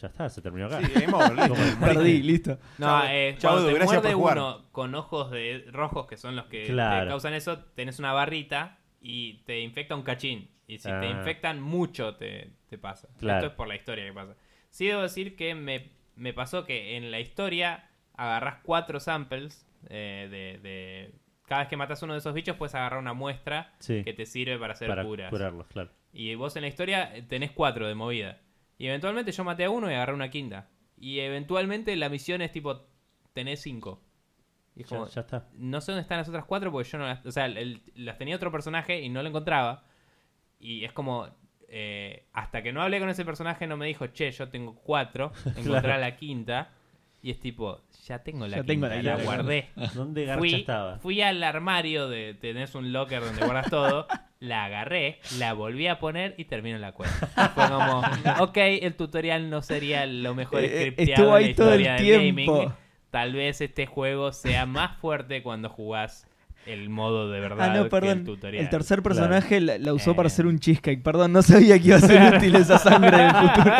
Speaker 1: ya está, se terminó acá.
Speaker 3: Sí, game over, listo.
Speaker 5: Perdí, listo.
Speaker 4: No,
Speaker 3: Chau,
Speaker 4: eh,
Speaker 3: chau,
Speaker 4: cuando te
Speaker 3: gracias por
Speaker 4: muerde
Speaker 3: jugar.
Speaker 4: uno con ojos de rojos que son los que
Speaker 1: Claro.
Speaker 4: te causan eso, tenés una barrita y te infecta un cachín. Y si
Speaker 1: Ah.
Speaker 4: te infectan mucho te, te pasa.
Speaker 1: Claro.
Speaker 4: Esto es por la historia que pasa. Sí debo decir que me, me pasó que en la historia agarrás cuatro samples eh, de, de- Cada vez que matas uno de esos bichos puedes agarrar una muestra
Speaker 1: Sí.
Speaker 4: que te sirve para hacer
Speaker 1: para
Speaker 4: curas.
Speaker 1: curarlos, claro.
Speaker 4: Y vos en la historia eh, tenés cuatro de movida. Y eventualmente yo maté a uno y agarré una quinta. Y eventualmente la misión es tipo, tenés cinco. Y es
Speaker 1: Ya,
Speaker 4: como,
Speaker 1: ya está.
Speaker 4: no sé dónde están las otras cuatro porque yo no las... O sea, el- las tenía otro personaje y no lo encontraba. Y es como, eh, hasta que no hablé con ese personaje no me dijo, che, yo tengo cuatro, encontrá la quinta. Y es tipo, ya tengo la
Speaker 5: Ya
Speaker 4: quinta,
Speaker 5: tengo la
Speaker 4: la
Speaker 1: quinta.
Speaker 4: guardé
Speaker 1: ¿Dónde garcha
Speaker 4: fui,
Speaker 1: estaba?
Speaker 4: fui al armario de tenés un locker donde guardas todo, la agarré, la volví a poner y termino la cuenta. Fue como, ok, el tutorial no sería lo mejor
Speaker 5: Eh, eh,
Speaker 4: scripteado de la
Speaker 5: estuvo ahí todo el
Speaker 4: historia del gaming.
Speaker 5: tiempo.
Speaker 4: Tal vez este juego sea más fuerte cuando jugás el modo de verdad
Speaker 5: Ah, no,
Speaker 4: que el
Speaker 5: perdón. El,
Speaker 4: tutorial.
Speaker 5: tercer
Speaker 1: Claro.
Speaker 5: personaje la, la usó para
Speaker 4: Eh.
Speaker 5: hacer un cheesecake. Perdón, no sabía que iba a ser útil esa sangre del futuro.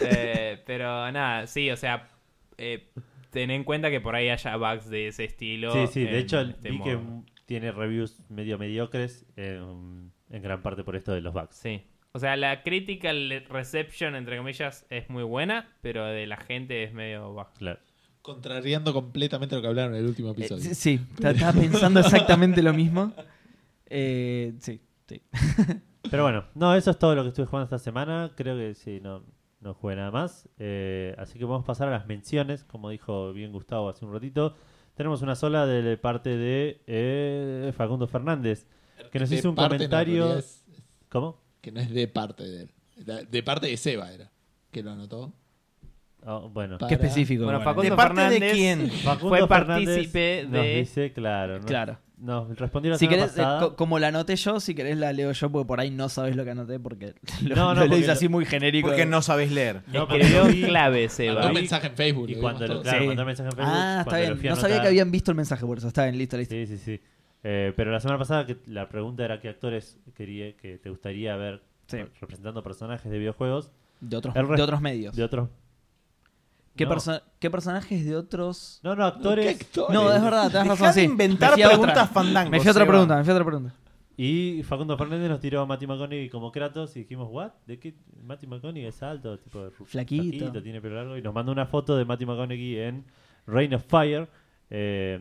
Speaker 4: Eh, pero nada, sí, o sea, eh, ten en cuenta que por ahí haya bugs de ese estilo.
Speaker 1: Sí, sí,
Speaker 4: en
Speaker 1: de hecho
Speaker 4: este
Speaker 1: vi que
Speaker 4: modo.
Speaker 1: mm, tiene reviews medio mediocres en, en gran parte por esto de los bugs.
Speaker 4: Sí. O sea, la critical reception, entre comillas, es muy buena, pero de la gente es medio baja.
Speaker 1: Claro.
Speaker 2: Contrariando completamente lo que hablaron en el último
Speaker 5: Eh,
Speaker 2: episodio.
Speaker 5: sí, sí, ta- estaba pensando exactamente lo mismo. Eh, sí, sí.
Speaker 1: Pero bueno, no, eso es todo lo que estuve jugando esta semana. Creo que sí, no, no jugué nada más. Eh, así que vamos a pasar a las menciones, como dijo bien Gustavo hace un ratito. Tenemos una sola de parte de eh, Facundo Fernández, que nos
Speaker 2: De
Speaker 1: hizo un
Speaker 2: parte, no, en
Speaker 1: comentario.
Speaker 2: realidad es-
Speaker 1: ¿Cómo?
Speaker 2: que no es de parte de él. De, de parte de Seba era, que lo anotó.
Speaker 1: Oh, bueno.
Speaker 2: Pa-
Speaker 5: Qué específico.
Speaker 4: Bueno,
Speaker 2: bueno.
Speaker 4: Facundo
Speaker 3: ¿De parte
Speaker 4: Fernández
Speaker 3: de quién?
Speaker 1: Facundo
Speaker 4: fue
Speaker 1: Fernández
Speaker 4: partícipe
Speaker 1: nos
Speaker 4: de-
Speaker 1: dice, claro. Nos,
Speaker 5: Claro.
Speaker 1: Nos respondió la
Speaker 5: Si
Speaker 1: semana
Speaker 5: querés, eh,
Speaker 1: pasada.
Speaker 5: co- como la anoté yo, si querés la leo yo, porque por ahí no sabes lo que anoté, porque lo,
Speaker 1: No, no,
Speaker 5: lo
Speaker 1: porque
Speaker 5: hice
Speaker 1: lo-
Speaker 5: así muy genérico.
Speaker 3: Porque no sabes leer.
Speaker 1: No, pero Ah,
Speaker 4: escribió
Speaker 1: lo vi-
Speaker 4: clave
Speaker 1: Lo vi.
Speaker 2: Mandó
Speaker 4: Seba.
Speaker 2: mensaje en Facebook.
Speaker 1: Y
Speaker 2: lo
Speaker 1: cuando
Speaker 2: vimos
Speaker 1: lo,
Speaker 2: todos.
Speaker 1: claro,
Speaker 5: Sí.
Speaker 1: mandó mensaje en Facebook,
Speaker 5: Ah, está
Speaker 1: cuando lo
Speaker 5: bien.
Speaker 1: fui a
Speaker 5: No sabía
Speaker 1: anotar.
Speaker 5: que habían visto el mensaje por eso. Está bien, listo, listo.
Speaker 1: Sí, sí, sí. Eh, pero la semana pasada que la pregunta era qué actores quería, que te gustaría ver
Speaker 5: Sí.
Speaker 1: representando personajes de videojuegos
Speaker 5: De otros,
Speaker 1: El resto-
Speaker 5: de otros medios.
Speaker 1: de otros.
Speaker 5: ¿Qué,
Speaker 1: no.
Speaker 5: perso- qué personajes de otros.?
Speaker 1: No, no, actores.
Speaker 2: ¿Qué actores?
Speaker 5: No, es verdad, tenés
Speaker 3: Dejá
Speaker 5: razón.
Speaker 3: de
Speaker 5: sí.
Speaker 3: inventar
Speaker 5: Me fui a otra.
Speaker 3: preguntas fandango.
Speaker 5: Me fui a otra
Speaker 3: Seba.
Speaker 5: pregunta, me fui a otra pregunta.
Speaker 1: Y Facundo Fernández nos tiró a Matty McConaughey como Kratos y dijimos, ¿what? ¿De qué? Matty McConaughey es alto, tipo ru-
Speaker 5: Flaquito.
Speaker 1: tiene pelo largo. Y nos mandó una foto de Matty McConaughey en Reign of Fire, eh,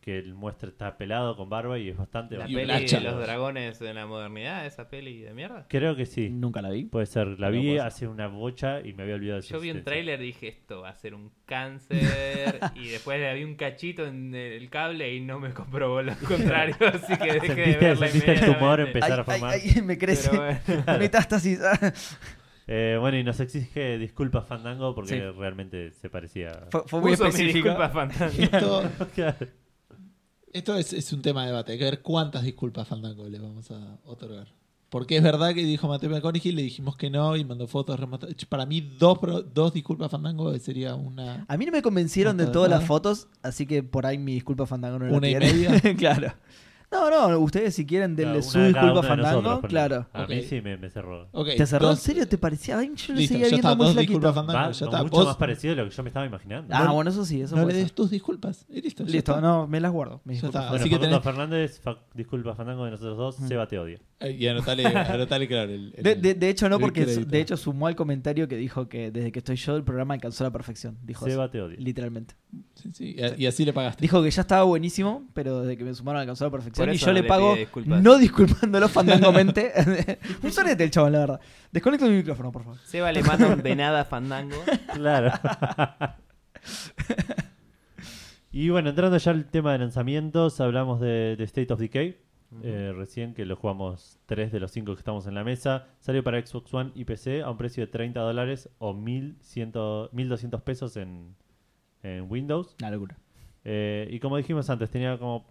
Speaker 1: que el muestra está pelado con barba y es bastante...
Speaker 4: La
Speaker 2: Y
Speaker 1: bastante-
Speaker 2: un
Speaker 4: peli
Speaker 2: hacha.
Speaker 4: de los dragones en la modernidad, esa peli de mierda.
Speaker 1: Creo que sí,
Speaker 5: Nunca la vi.
Speaker 1: puede ser. La
Speaker 5: No
Speaker 1: vi
Speaker 5: puede
Speaker 2: pues.
Speaker 5: ser.
Speaker 1: hace una bocha y me había olvidado de su
Speaker 4: Yo vi un
Speaker 1: existencia.
Speaker 4: tráiler y dije, esto va a ser un cáncer. y después le vi un cachito en el cable y no me comprobó lo contrario. Así que dejé de
Speaker 1: Sentiste-
Speaker 4: verla
Speaker 1: sentiste el tumor
Speaker 4: inmediatamente.
Speaker 1: empezar a
Speaker 5: Ay,
Speaker 1: formar.
Speaker 5: ay, ay, me crece.
Speaker 4: Pero bueno.
Speaker 5: Metástasis. ah.
Speaker 1: Eh, bueno, y nos exige disculpas Fandango porque
Speaker 5: Sí.
Speaker 1: realmente se parecía...
Speaker 5: fue, fue muy
Speaker 4: Uso mi
Speaker 5: específico.
Speaker 4: disculpa, Fandango.
Speaker 2: Esto, esto es, es un tema de debate. Hay que ver cuántas disculpas Fandango le vamos a otorgar. Porque es verdad que dijo Mateo McConaughey, le dijimos que no y mandó fotos. remota- Para mí, dos, pro- dos disculpas Fandango sería una.
Speaker 5: A mí no me convencieron
Speaker 2: No
Speaker 5: de
Speaker 2: te-
Speaker 5: todas
Speaker 2: no.
Speaker 5: las fotos, así que por ahí mi disculpa Fandango no la
Speaker 2: Una y
Speaker 5: tiene.
Speaker 2: media.
Speaker 5: claro. No, no, ustedes si quieren denle
Speaker 1: Cada
Speaker 5: su
Speaker 1: una- cada
Speaker 5: disculpa
Speaker 1: uno de
Speaker 5: Fandango,
Speaker 1: nosotros, ponele.
Speaker 5: claro.
Speaker 1: A
Speaker 2: Ok.
Speaker 1: mí sí me, me cerró.
Speaker 2: Okay,
Speaker 5: ¿Te cerró? ¿En
Speaker 2: dos-
Speaker 5: serio te parecía? Ay, yo lo
Speaker 2: Listo,
Speaker 5: seguía
Speaker 2: ya
Speaker 5: viendo
Speaker 2: está,
Speaker 5: muy
Speaker 2: dos
Speaker 5: flaquito.
Speaker 2: disculpas Fandango.
Speaker 1: Va-
Speaker 2: ya está.
Speaker 1: mucho
Speaker 2: Vos
Speaker 1: más parecido a lo que yo me estaba imaginando.
Speaker 5: Ah,
Speaker 2: No-
Speaker 5: bueno, eso sí, eso
Speaker 2: no le
Speaker 5: puede
Speaker 2: des
Speaker 5: ser.
Speaker 2: tus disculpas. Y listo. ya
Speaker 5: Listo,
Speaker 2: está.
Speaker 5: no, me las guardo. mis
Speaker 2: Ya
Speaker 5: disculpas.
Speaker 2: está.
Speaker 1: Bueno,
Speaker 2: Así que
Speaker 1: Facundo
Speaker 2: tenés-
Speaker 1: Fernández, fa- disculpa Fandango de nosotros
Speaker 5: Mm.
Speaker 1: dos, Seba te odia.
Speaker 2: Eh, Y anotale, anotale claro. El, el-
Speaker 5: De, de- de hecho, no,
Speaker 2: el
Speaker 5: porque
Speaker 2: crédito.
Speaker 5: de hecho sumó al comentario que dijo que desde que estoy yo el programa alcanzó la perfección. Dijo
Speaker 1: Seba
Speaker 5: eso,
Speaker 1: te odia.
Speaker 5: literalmente.
Speaker 2: Sí, sí, y a- Y así le pagaste.
Speaker 5: Dijo que ya estaba buenísimo, pero desde que me sumaron alcanzó la perfección.
Speaker 4: Por
Speaker 5: Y
Speaker 4: eso
Speaker 5: yo
Speaker 4: no
Speaker 5: le
Speaker 4: le
Speaker 5: pago,
Speaker 4: pide disculpas.
Speaker 5: no disculpándolo fandangomente. un sonete el chaval, la verdad. Desconecta mi micrófono, por favor.
Speaker 4: Seba le manda un de nada a Fandango.
Speaker 1: Claro. y bueno, entrando ya al tema de lanzamientos, hablamos de, de State of Decay. eh, recién que lo jugamos tres de los cinco que estamos en la mesa. Salió para Xbox One y PC a un precio de 30 dólares o 1100 1.200 pesos en, en Windows.
Speaker 5: Una locura.
Speaker 1: Eh, y como dijimos antes, tenía como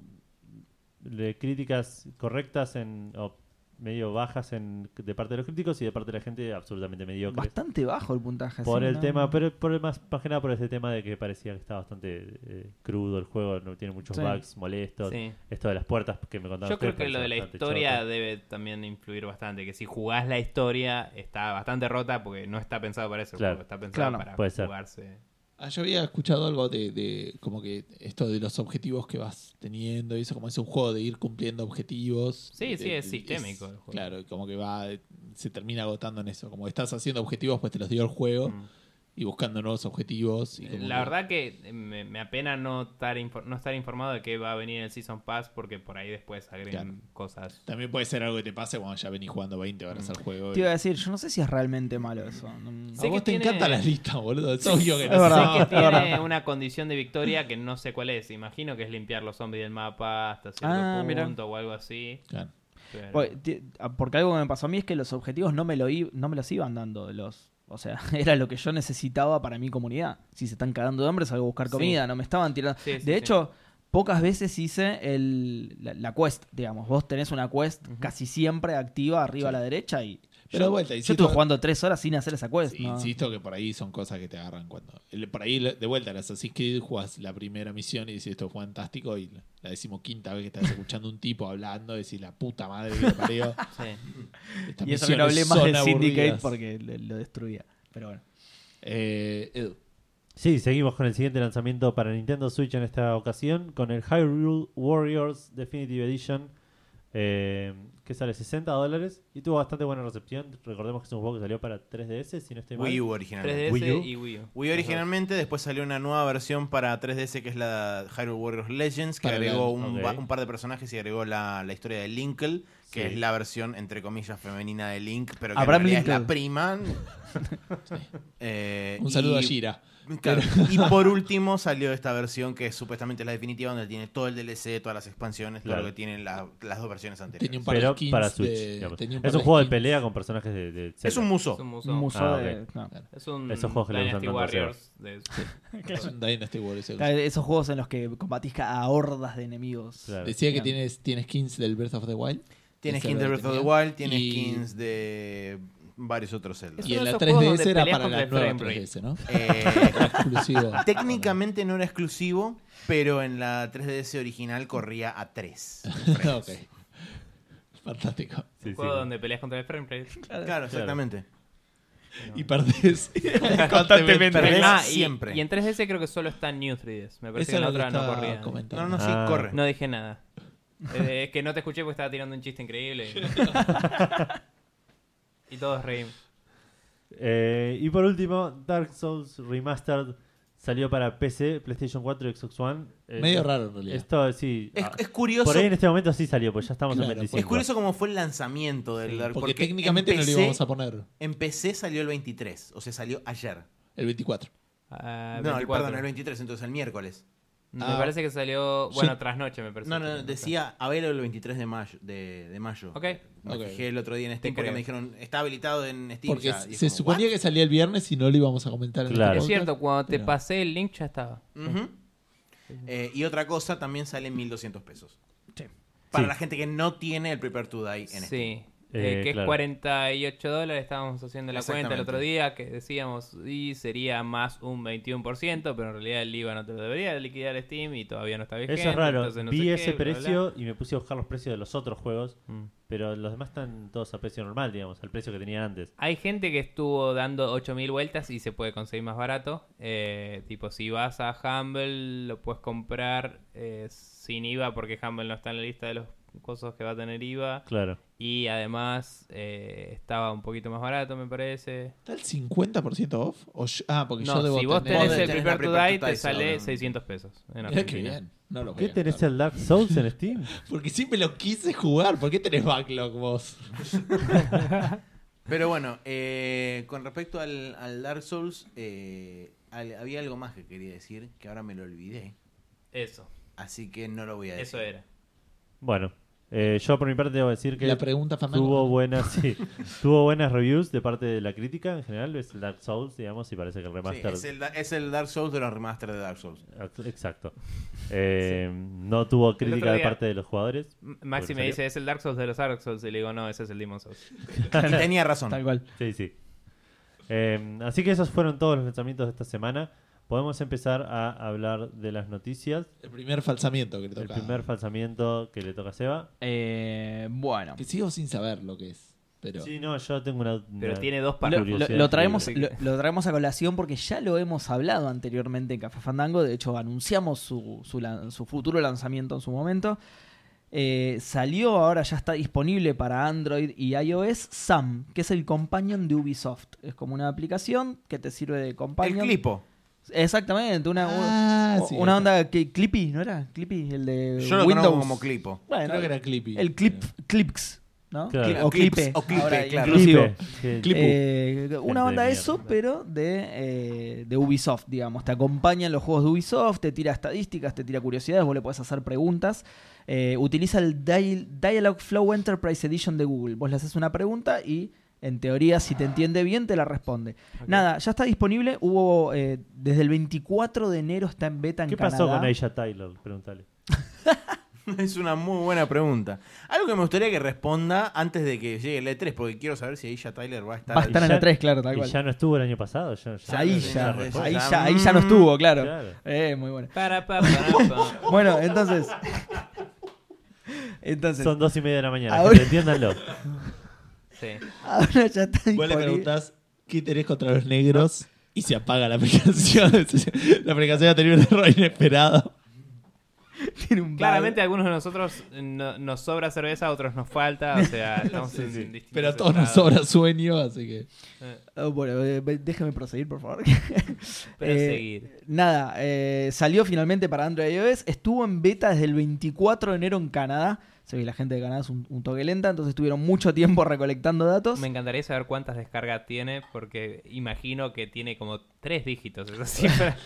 Speaker 1: de críticas correctas en, o medio bajas en, de parte de los críticos y de parte de la gente absolutamente mediocres.
Speaker 5: Bastante bajo el puntaje.
Speaker 1: Por
Speaker 5: sí,
Speaker 1: el
Speaker 5: ¿no?
Speaker 1: tema, pero por el más, más que nada por ese tema de que parecía que estaba bastante eh, crudo el juego, no tiene muchos
Speaker 5: Sí.
Speaker 1: bugs molestos.
Speaker 4: Sí.
Speaker 1: Esto de las puertas que me contaban
Speaker 4: Yo creo
Speaker 1: ustedes
Speaker 4: que lo de la
Speaker 1: parecía bastante
Speaker 4: historia
Speaker 1: choto.
Speaker 4: debe también influir bastante. Que si jugás la historia, está bastante rota porque no está pensado para eso. el
Speaker 1: Claro.
Speaker 4: juego, Está pensado
Speaker 5: Claro,
Speaker 4: para
Speaker 1: puede ser.
Speaker 4: jugarse.
Speaker 2: Ah, yo había escuchado algo de, de como que esto de los objetivos que vas teniendo y eso como es un juego de ir cumpliendo objetivos.
Speaker 4: Sí,
Speaker 2: De-
Speaker 4: sí, es sistémico el juego.
Speaker 2: Claro, como que va se termina agotando en eso, como estás haciendo objetivos pues te los dio el juego
Speaker 4: Mm. Eh,
Speaker 2: y buscando nuevos objetivos y como
Speaker 4: La
Speaker 2: que-
Speaker 4: verdad que eh, me, me apena no estar, infor- no estar informado de que va a venir el Season Pass porque por ahí después agregan cosas.
Speaker 2: también puede ser algo que te pase cuando ya venís jugando 20 horas
Speaker 4: Mm.
Speaker 2: al juego.
Speaker 5: Te
Speaker 2: y-
Speaker 5: iba a decir, yo no sé si es realmente malo eso. Mm.
Speaker 4: Sí.
Speaker 2: A
Speaker 4: Sé
Speaker 2: vos
Speaker 4: que
Speaker 2: te
Speaker 4: tiene-
Speaker 2: encantan las listas, boludo. Es obvio que
Speaker 5: Es
Speaker 2: no sé.
Speaker 5: verdad.
Speaker 4: Sé que
Speaker 5: es
Speaker 4: tiene
Speaker 5: verdad.
Speaker 4: una condición de victoria que no sé cuál es. Imagino que es limpiar los zombies del mapa hasta cierto
Speaker 5: Ah,
Speaker 4: punto
Speaker 5: mira.
Speaker 4: o algo así.
Speaker 2: Claro.
Speaker 4: pero-
Speaker 5: Porque ti- ah, porque algo que me pasó a mí es que los objetivos no me, lo i- no me los iban dando los... O sea, era lo que yo necesitaba para mi comunidad. Si se están cagando de hambre, salgo a buscar
Speaker 4: Sí.
Speaker 5: comida, no me estaban tirando...
Speaker 4: Sí, sí, sí.
Speaker 5: de hecho, pocas veces hice el, la, la quest, digamos. Vos tenés una quest casi siempre activa arriba a la derecha y...
Speaker 2: Pero de
Speaker 5: yo,
Speaker 2: vuelta,
Speaker 5: yo
Speaker 2: insisto-
Speaker 5: estuve jugando tres horas sin hacer esa quest.
Speaker 2: Sí,
Speaker 5: pues, ¿no?
Speaker 2: Insisto que por ahí son cosas que te agarran cuando. el- Por ahí, de vuelta, las Assassin's Creed juegas la primera misión y dices esto es fantástico. Y la- la decimoquinta vez que estás escuchando un tipo hablando, decís la puta madre que lo parió.
Speaker 4: Sí.
Speaker 2: Estas
Speaker 5: Y eso que no hablé
Speaker 2: misiones
Speaker 5: más
Speaker 2: son
Speaker 5: de Syndicate
Speaker 2: aburridas.
Speaker 5: porque lo, lo destruía. Pero bueno.
Speaker 2: Eh, Edu,
Speaker 1: Sí, seguimos con el siguiente lanzamiento para Nintendo Switch en esta ocasión, con el Hyrule Warriors Definitive Edition, eh, que sale 60 dólares y tuvo bastante buena recepción. Recordemos que es un juego que salió para 3DS, si no estoy mal.
Speaker 3: Wii U originalmente.
Speaker 4: 3DS
Speaker 1: Wii U.
Speaker 4: y Wii U.
Speaker 3: Wii U originalmente, después salió una nueva versión para 3DS que es la Hyrule Warriors Legends, que
Speaker 2: Para la-
Speaker 3: agregó un,
Speaker 1: ok.
Speaker 3: va- un par de personajes y agregó la, la historia de Linkle, que
Speaker 1: Sí.
Speaker 3: es la versión, entre comillas, femenina de Link, pero que
Speaker 5: Abraham
Speaker 3: en realidad es la
Speaker 5: Lincoln.
Speaker 3: prima. Eh,
Speaker 2: un saludo
Speaker 3: y-
Speaker 2: a Gira.
Speaker 3: Claro. Y por último salió esta versión que es supuestamente la definitiva, donde tiene todo el DLC, todas las expansiones,
Speaker 1: Claro.
Speaker 3: todo lo que tienen la- las dos versiones anteriores.
Speaker 2: Tenía un par de
Speaker 1: Pero
Speaker 2: skins
Speaker 1: para
Speaker 2: de-
Speaker 1: Switch. digamos.
Speaker 2: tenía
Speaker 1: es
Speaker 2: par
Speaker 1: un juego de
Speaker 2: skins.
Speaker 1: pelea con personajes de, de
Speaker 3: Es un
Speaker 1: Zelda.
Speaker 3: muso.
Speaker 4: Es un
Speaker 5: Un
Speaker 4: museo.
Speaker 5: museo
Speaker 1: Ah,
Speaker 5: de- no.
Speaker 4: Es un
Speaker 1: Esos juegos que le gustan
Speaker 4: Dynasty
Speaker 1: tanto a
Speaker 4: Warriors. de-
Speaker 2: Es un Dynasty Warriors. ese.
Speaker 5: Claro, Esos juegos en los que combatís a hordas de enemigos.
Speaker 1: Claro.
Speaker 2: Decía que
Speaker 5: Bien.
Speaker 2: tiene, tiene skins del Breath of the Wild.
Speaker 3: Tiene
Speaker 2: Ese
Speaker 3: skins de
Speaker 2: lo
Speaker 3: Breath of the
Speaker 2: tenía.
Speaker 3: Wild, tiene
Speaker 2: Y-
Speaker 3: skins de varios otros Zelda.
Speaker 4: Es
Speaker 2: Y en
Speaker 4: uno de
Speaker 2: la
Speaker 4: esos juegos
Speaker 2: 3DS
Speaker 4: donde
Speaker 2: era
Speaker 4: peleas
Speaker 2: para la
Speaker 4: contra
Speaker 2: nueva
Speaker 4: el frame
Speaker 2: 3DS, ¿no?
Speaker 3: Eh,
Speaker 2: Exclusivo.
Speaker 3: técnicamente no era exclusivo, pero en la 3DS original corría a 3.
Speaker 2: ok. Fantástico.
Speaker 1: Sí, sí.
Speaker 4: juego donde peleas contra el frame rate.
Speaker 3: Claro, exactamente.
Speaker 2: Y perdés
Speaker 5: Constantemente.
Speaker 3: Perdés
Speaker 4: Ah, y,
Speaker 3: siempre.
Speaker 4: y en 3DS creo que solo está en New 3DS. Me
Speaker 2: Eso
Speaker 4: parece que en la
Speaker 2: es lo que
Speaker 4: otra no
Speaker 2: estaba
Speaker 4: corría.
Speaker 2: comentando.
Speaker 3: No, no, sí,
Speaker 1: Ah.
Speaker 3: corre.
Speaker 4: No dije nada. Eh, es que no te escuché porque estaba tirando un chiste increíble. y todos reímos.
Speaker 1: Eh, y por último, Dark Souls Remastered salió para PC, PlayStation 4 y Xbox One. Eh,
Speaker 2: Medio raro en realidad.
Speaker 4: Este,
Speaker 1: Esto sí.
Speaker 3: Es,
Speaker 1: ah,
Speaker 3: es curioso.
Speaker 1: por ahí en este momento sí salió, pues ya estamos
Speaker 2: Claro,
Speaker 1: en 25.
Speaker 3: Es curioso cómo fue el lanzamiento del Dark
Speaker 2: porque, técnicamente no lo íbamos a poner
Speaker 3: En PC salió el 23, o sea, salió ayer.
Speaker 2: el 24.
Speaker 4: Ah,
Speaker 3: no, el,
Speaker 4: 24.
Speaker 3: perdón, el 23, entonces el miércoles.
Speaker 4: Me
Speaker 2: Ah.
Speaker 4: parece que salió. Bueno,
Speaker 2: Sí.
Speaker 4: tras noche me parece.
Speaker 3: No, no, no,
Speaker 4: sé.
Speaker 3: decía haberlo el 23 de mayo. De, de mayo.
Speaker 4: Ok.
Speaker 3: Me
Speaker 2: Ok.
Speaker 3: fijé el otro día en Steam
Speaker 4: Te
Speaker 3: porque
Speaker 4: creo.
Speaker 3: me dijeron, está habilitado en Steam.
Speaker 2: Porque
Speaker 3: ya", y es
Speaker 2: se
Speaker 3: como,
Speaker 2: suponía que salía el viernes y no lo íbamos a comentar en
Speaker 1: Claro.
Speaker 4: Es cierto, cuando te
Speaker 2: Pero-
Speaker 4: pasé el link ya estaba.
Speaker 3: "What?". Ujú. Eh, y otra cosa, también sale en 1200 pesos.
Speaker 5: Sí.
Speaker 3: Para
Speaker 1: Sí.
Speaker 3: la gente que no tiene el Prepare to Die en Steam.
Speaker 4: Sí.
Speaker 1: Eh,
Speaker 4: Eh, que
Speaker 1: claro.
Speaker 4: es 48 dólares, estábamos haciendo la cuenta el
Speaker 3: Exactamente.
Speaker 4: otro día, que decíamos, y sería más un 21%, pero en realidad el IVA no te lo debería liquidar Steam y todavía no está vigente.
Speaker 1: Eso es raro.
Speaker 4: entonces no
Speaker 1: Vi
Speaker 4: sé
Speaker 1: ese
Speaker 4: qué, bla, bla, bla.
Speaker 1: precio y me puse a buscar los precios de los otros juegos,
Speaker 4: Mm.
Speaker 1: pero los demás están todos a precio normal, digamos, al precio que tenían antes.
Speaker 4: Hay gente que estuvo dando 8000 vueltas y se puede conseguir más barato. Eh, tipo, si vas a Humble, lo puedes comprar eh, sin IVA porque Humble no está en la lista de los cosas que va a tener IVA.
Speaker 1: Claro.
Speaker 4: Y además eh, estaba un poquito más barato, me parece.
Speaker 2: ¿Está el 50% off? O yo- ah, porque yo
Speaker 4: No,
Speaker 2: debo
Speaker 4: si vos
Speaker 2: tener-
Speaker 4: tenés
Speaker 3: Vos
Speaker 4: el
Speaker 3: tenés la
Speaker 4: Prepare to
Speaker 3: Prepare
Speaker 4: Die,
Speaker 3: to Die
Speaker 4: te sale
Speaker 3: ahora.
Speaker 4: 600 pesos. en
Speaker 2: Mirá qué
Speaker 4: Argentina.
Speaker 2: bien. No lo
Speaker 1: ¿Qué
Speaker 2: voy a
Speaker 1: tenés
Speaker 2: anotar.
Speaker 1: el Dark Souls en Steam?
Speaker 2: Porque siempre lo quise jugar. ¿Por qué tenés backlog vos?
Speaker 3: Pero bueno, eh, con respecto al, al Dark Souls, eh, al- había algo más que quería decir, que ahora me lo olvidé.
Speaker 4: Eso,
Speaker 3: Así que no lo voy a decir.
Speaker 4: eso era.
Speaker 1: Bueno, eh, yo por mi parte debo decir que
Speaker 2: La pregunta, Fernando.
Speaker 1: tuvo buenas, sí, tuvo buenas reviews de parte de la crítica en general. Es el Dark Souls, digamos, y parece que el
Speaker 3: Sí,
Speaker 1: remaster.
Speaker 3: es, el, da- es el Dark Souls de los remasters de Dark Souls.
Speaker 1: Ex- Exacto. Eh, No tuvo crítica de
Speaker 4: día-
Speaker 1: parte de los jugadores.
Speaker 4: M- Maxi me
Speaker 1: salió.
Speaker 4: dice, es el Dark Souls de los Dark Souls. Y le digo, no, ese es el Demon Souls.
Speaker 3: Y tenía razón.
Speaker 5: Tal cual.
Speaker 1: Sí, sí. Eh, así que esos fueron todos los lanzamientos de esta semana. Podemos empezar a hablar de las noticias.
Speaker 2: El primer falsamiento que le
Speaker 1: El
Speaker 2: toca.
Speaker 1: primer falsamiento que le toca a Seba.
Speaker 5: Eh, bueno.
Speaker 2: Que sigo sin saber lo que es. Pero
Speaker 1: Sí, no, yo tengo una.
Speaker 4: Pero
Speaker 1: una-
Speaker 4: tiene dos
Speaker 5: Lo,
Speaker 4: partes.
Speaker 5: lo-
Speaker 1: curiosidad
Speaker 5: lo traemos,
Speaker 4: increíble.
Speaker 5: lo, lo traemos a colación porque ya lo hemos hablado anteriormente en Café Fandango. De hecho, anunciamos su, su lan- su futuro lanzamiento en su momento. Eh, salió, ahora ya está disponible para Android y iOS, Sam, que es el companion de Ubisoft. Es como una aplicación que te sirve de
Speaker 3: El
Speaker 5: companion.
Speaker 3: clipo.
Speaker 5: Exactamente, una,
Speaker 2: Ah,
Speaker 5: o-
Speaker 2: sí,
Speaker 5: una
Speaker 2: está.
Speaker 5: onda que Clippy, ¿no era? Clippy, el de
Speaker 3: Yo lo
Speaker 5: Eh, Windows.
Speaker 3: conozco como clipo.
Speaker 5: Bueno,
Speaker 2: creo que era Clippy.
Speaker 5: Ah, el clip, Clips, ¿no?
Speaker 1: Claro.
Speaker 5: Clip- O
Speaker 3: Clips,
Speaker 5: Clipe.
Speaker 3: o Clipe,
Speaker 5: ahora
Speaker 3: claro.
Speaker 5: inclusivo.
Speaker 1: Clipe. Sí,
Speaker 2: Clipu.
Speaker 5: Eh, una
Speaker 1: de
Speaker 5: onda
Speaker 1: mierda.
Speaker 5: eso, pero de, eh, de Ubisoft, digamos. Te acompañan los juegos de Ubisoft, te tira estadísticas, te tira curiosidades, vos le podés hacer preguntas. Eh, utiliza el Dial- Dialog Flow Enterprise Edition de Google. Vos le haces una pregunta y, en teoría, si te entiende bien, te la responde. Nada, ya está disponible. Hubo eh, desde el 24 de enero, está en beta en
Speaker 1: ¿Qué pasó
Speaker 5: Canadá.
Speaker 1: con Aisha Tyler? Pregúntale.
Speaker 3: Es una muy buena pregunta. Algo que me gustaría que responda antes de que llegue el E3, porque quiero saber si Aisha Tyler va a estar.
Speaker 5: Va a
Speaker 1: Y
Speaker 5: estar Ah, en
Speaker 1: ya-
Speaker 5: la 3, claro, tal
Speaker 1: Y
Speaker 5: cual.
Speaker 1: ya no estuvo el año pasado. Yo, ya-
Speaker 5: Ahí
Speaker 1: ya
Speaker 5: ya,
Speaker 1: respuesta.
Speaker 5: ahí ya, ahí ya no estuvo, claro.
Speaker 1: Claro.
Speaker 5: Eh, muy bueno.
Speaker 4: Para, pa, para, pa.
Speaker 5: Bueno, entonces. Entonces,
Speaker 1: Son dos y media de la mañana.
Speaker 5: Ahora-
Speaker 1: gente, Entiéndanlo.
Speaker 4: Sí.
Speaker 5: ahora ya está
Speaker 2: Vos le
Speaker 5: disponible.
Speaker 2: preguntás qué tenés contra los negros y se apaga la aplicación. la aplicación ha tenido un error inesperado.
Speaker 5: Tiene un
Speaker 4: Claramente
Speaker 5: bar.
Speaker 4: a algunos de nosotros no- nos sobra cerveza, a otros nos falta, o sea, estamos en distintos
Speaker 2: Pero a todos nos
Speaker 4: estados.
Speaker 2: sobra sueño, así que.
Speaker 4: Eh,
Speaker 5: Ah, Bueno, eh, déjeme proseguir, por favor.
Speaker 2: Eh,
Speaker 5: Eh,
Speaker 4: Proseguir.
Speaker 5: Nada, eh, salió finalmente para Android y iOS. Estuvo en beta desde el 24 de enero en Canadá. Se ve que la gente de Canadá es un, un toque lenta, entonces tuvieron mucho tiempo recolectando datos.
Speaker 4: Me encantaría saber cuántas descargas tiene, porque imagino que tiene como tres dígitos esa cifra.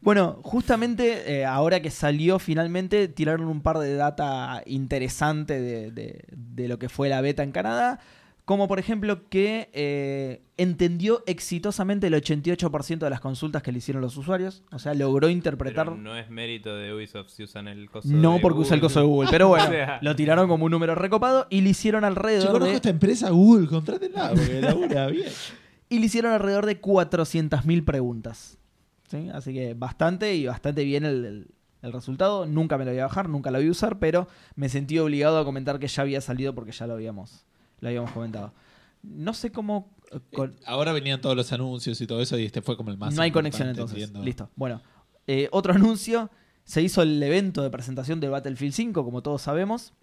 Speaker 5: Bueno, justamente eh, ahora que salió finalmente, tiraron un par de data interesante de, de- de lo que fue la beta en Canadá. Como por ejemplo que eh, entendió exitosamente el 88% de las consultas que le hicieron los usuarios. O sea, logró interpretar.
Speaker 4: Pero no es mérito de Ubisoft si usan el coso
Speaker 5: No
Speaker 4: de
Speaker 5: porque usa el
Speaker 4: Google.
Speaker 5: coso de Google, pero bueno,
Speaker 4: O sea.
Speaker 5: lo tiraron como un número recopado y le hicieron
Speaker 2: Yo
Speaker 5: alrededor
Speaker 2: conozco
Speaker 5: de,
Speaker 2: esta empresa Google, contrátenla, porque labura bien.
Speaker 5: y le hicieron alrededor de 400.000 preguntas. ¿sí? Así que bastante y bastante bien el, el- el resultado. Nunca me lo voy a bajar, nunca lo voy a usar, pero me sentí obligado a comentar que ya había salido porque ya lo habíamos, lo habíamos comentado. No sé cómo... eh, con-
Speaker 2: Ahora venían todos los anuncios y todo eso, y este fue como el más.
Speaker 5: no hay
Speaker 2: importante,
Speaker 5: conexión entonces.
Speaker 2: entiendo.
Speaker 5: Listo. Bueno, eh, otro anuncio. Se hizo el evento de presentación de Battlefield 5, como todos sabemos.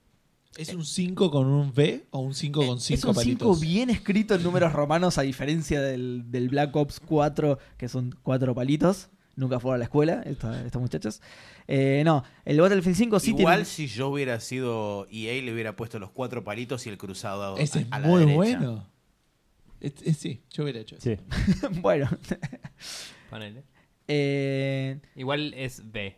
Speaker 2: ¿Es un 5 con un V o un 5 con 5
Speaker 5: Eh, es un 5
Speaker 2: palitos?
Speaker 5: bien escrito en números romanos, a diferencia del, del Black Ops 4, que son cuatro palitos. Nunca fueron a la escuela esta- estos muchachos. Eh, no, el Battlefield 5 sí
Speaker 3: Igual
Speaker 5: tiene...
Speaker 3: si yo hubiera sido EA, le hubiera puesto los cuatro palitos y el cruzado a,
Speaker 2: Ese es
Speaker 3: a la
Speaker 2: muy
Speaker 3: derecha.
Speaker 2: bueno. Es- es- sí, yo hubiera hecho eso.
Speaker 1: Sí.
Speaker 5: bueno,
Speaker 4: Ponele.
Speaker 5: eh,
Speaker 4: Igual es B.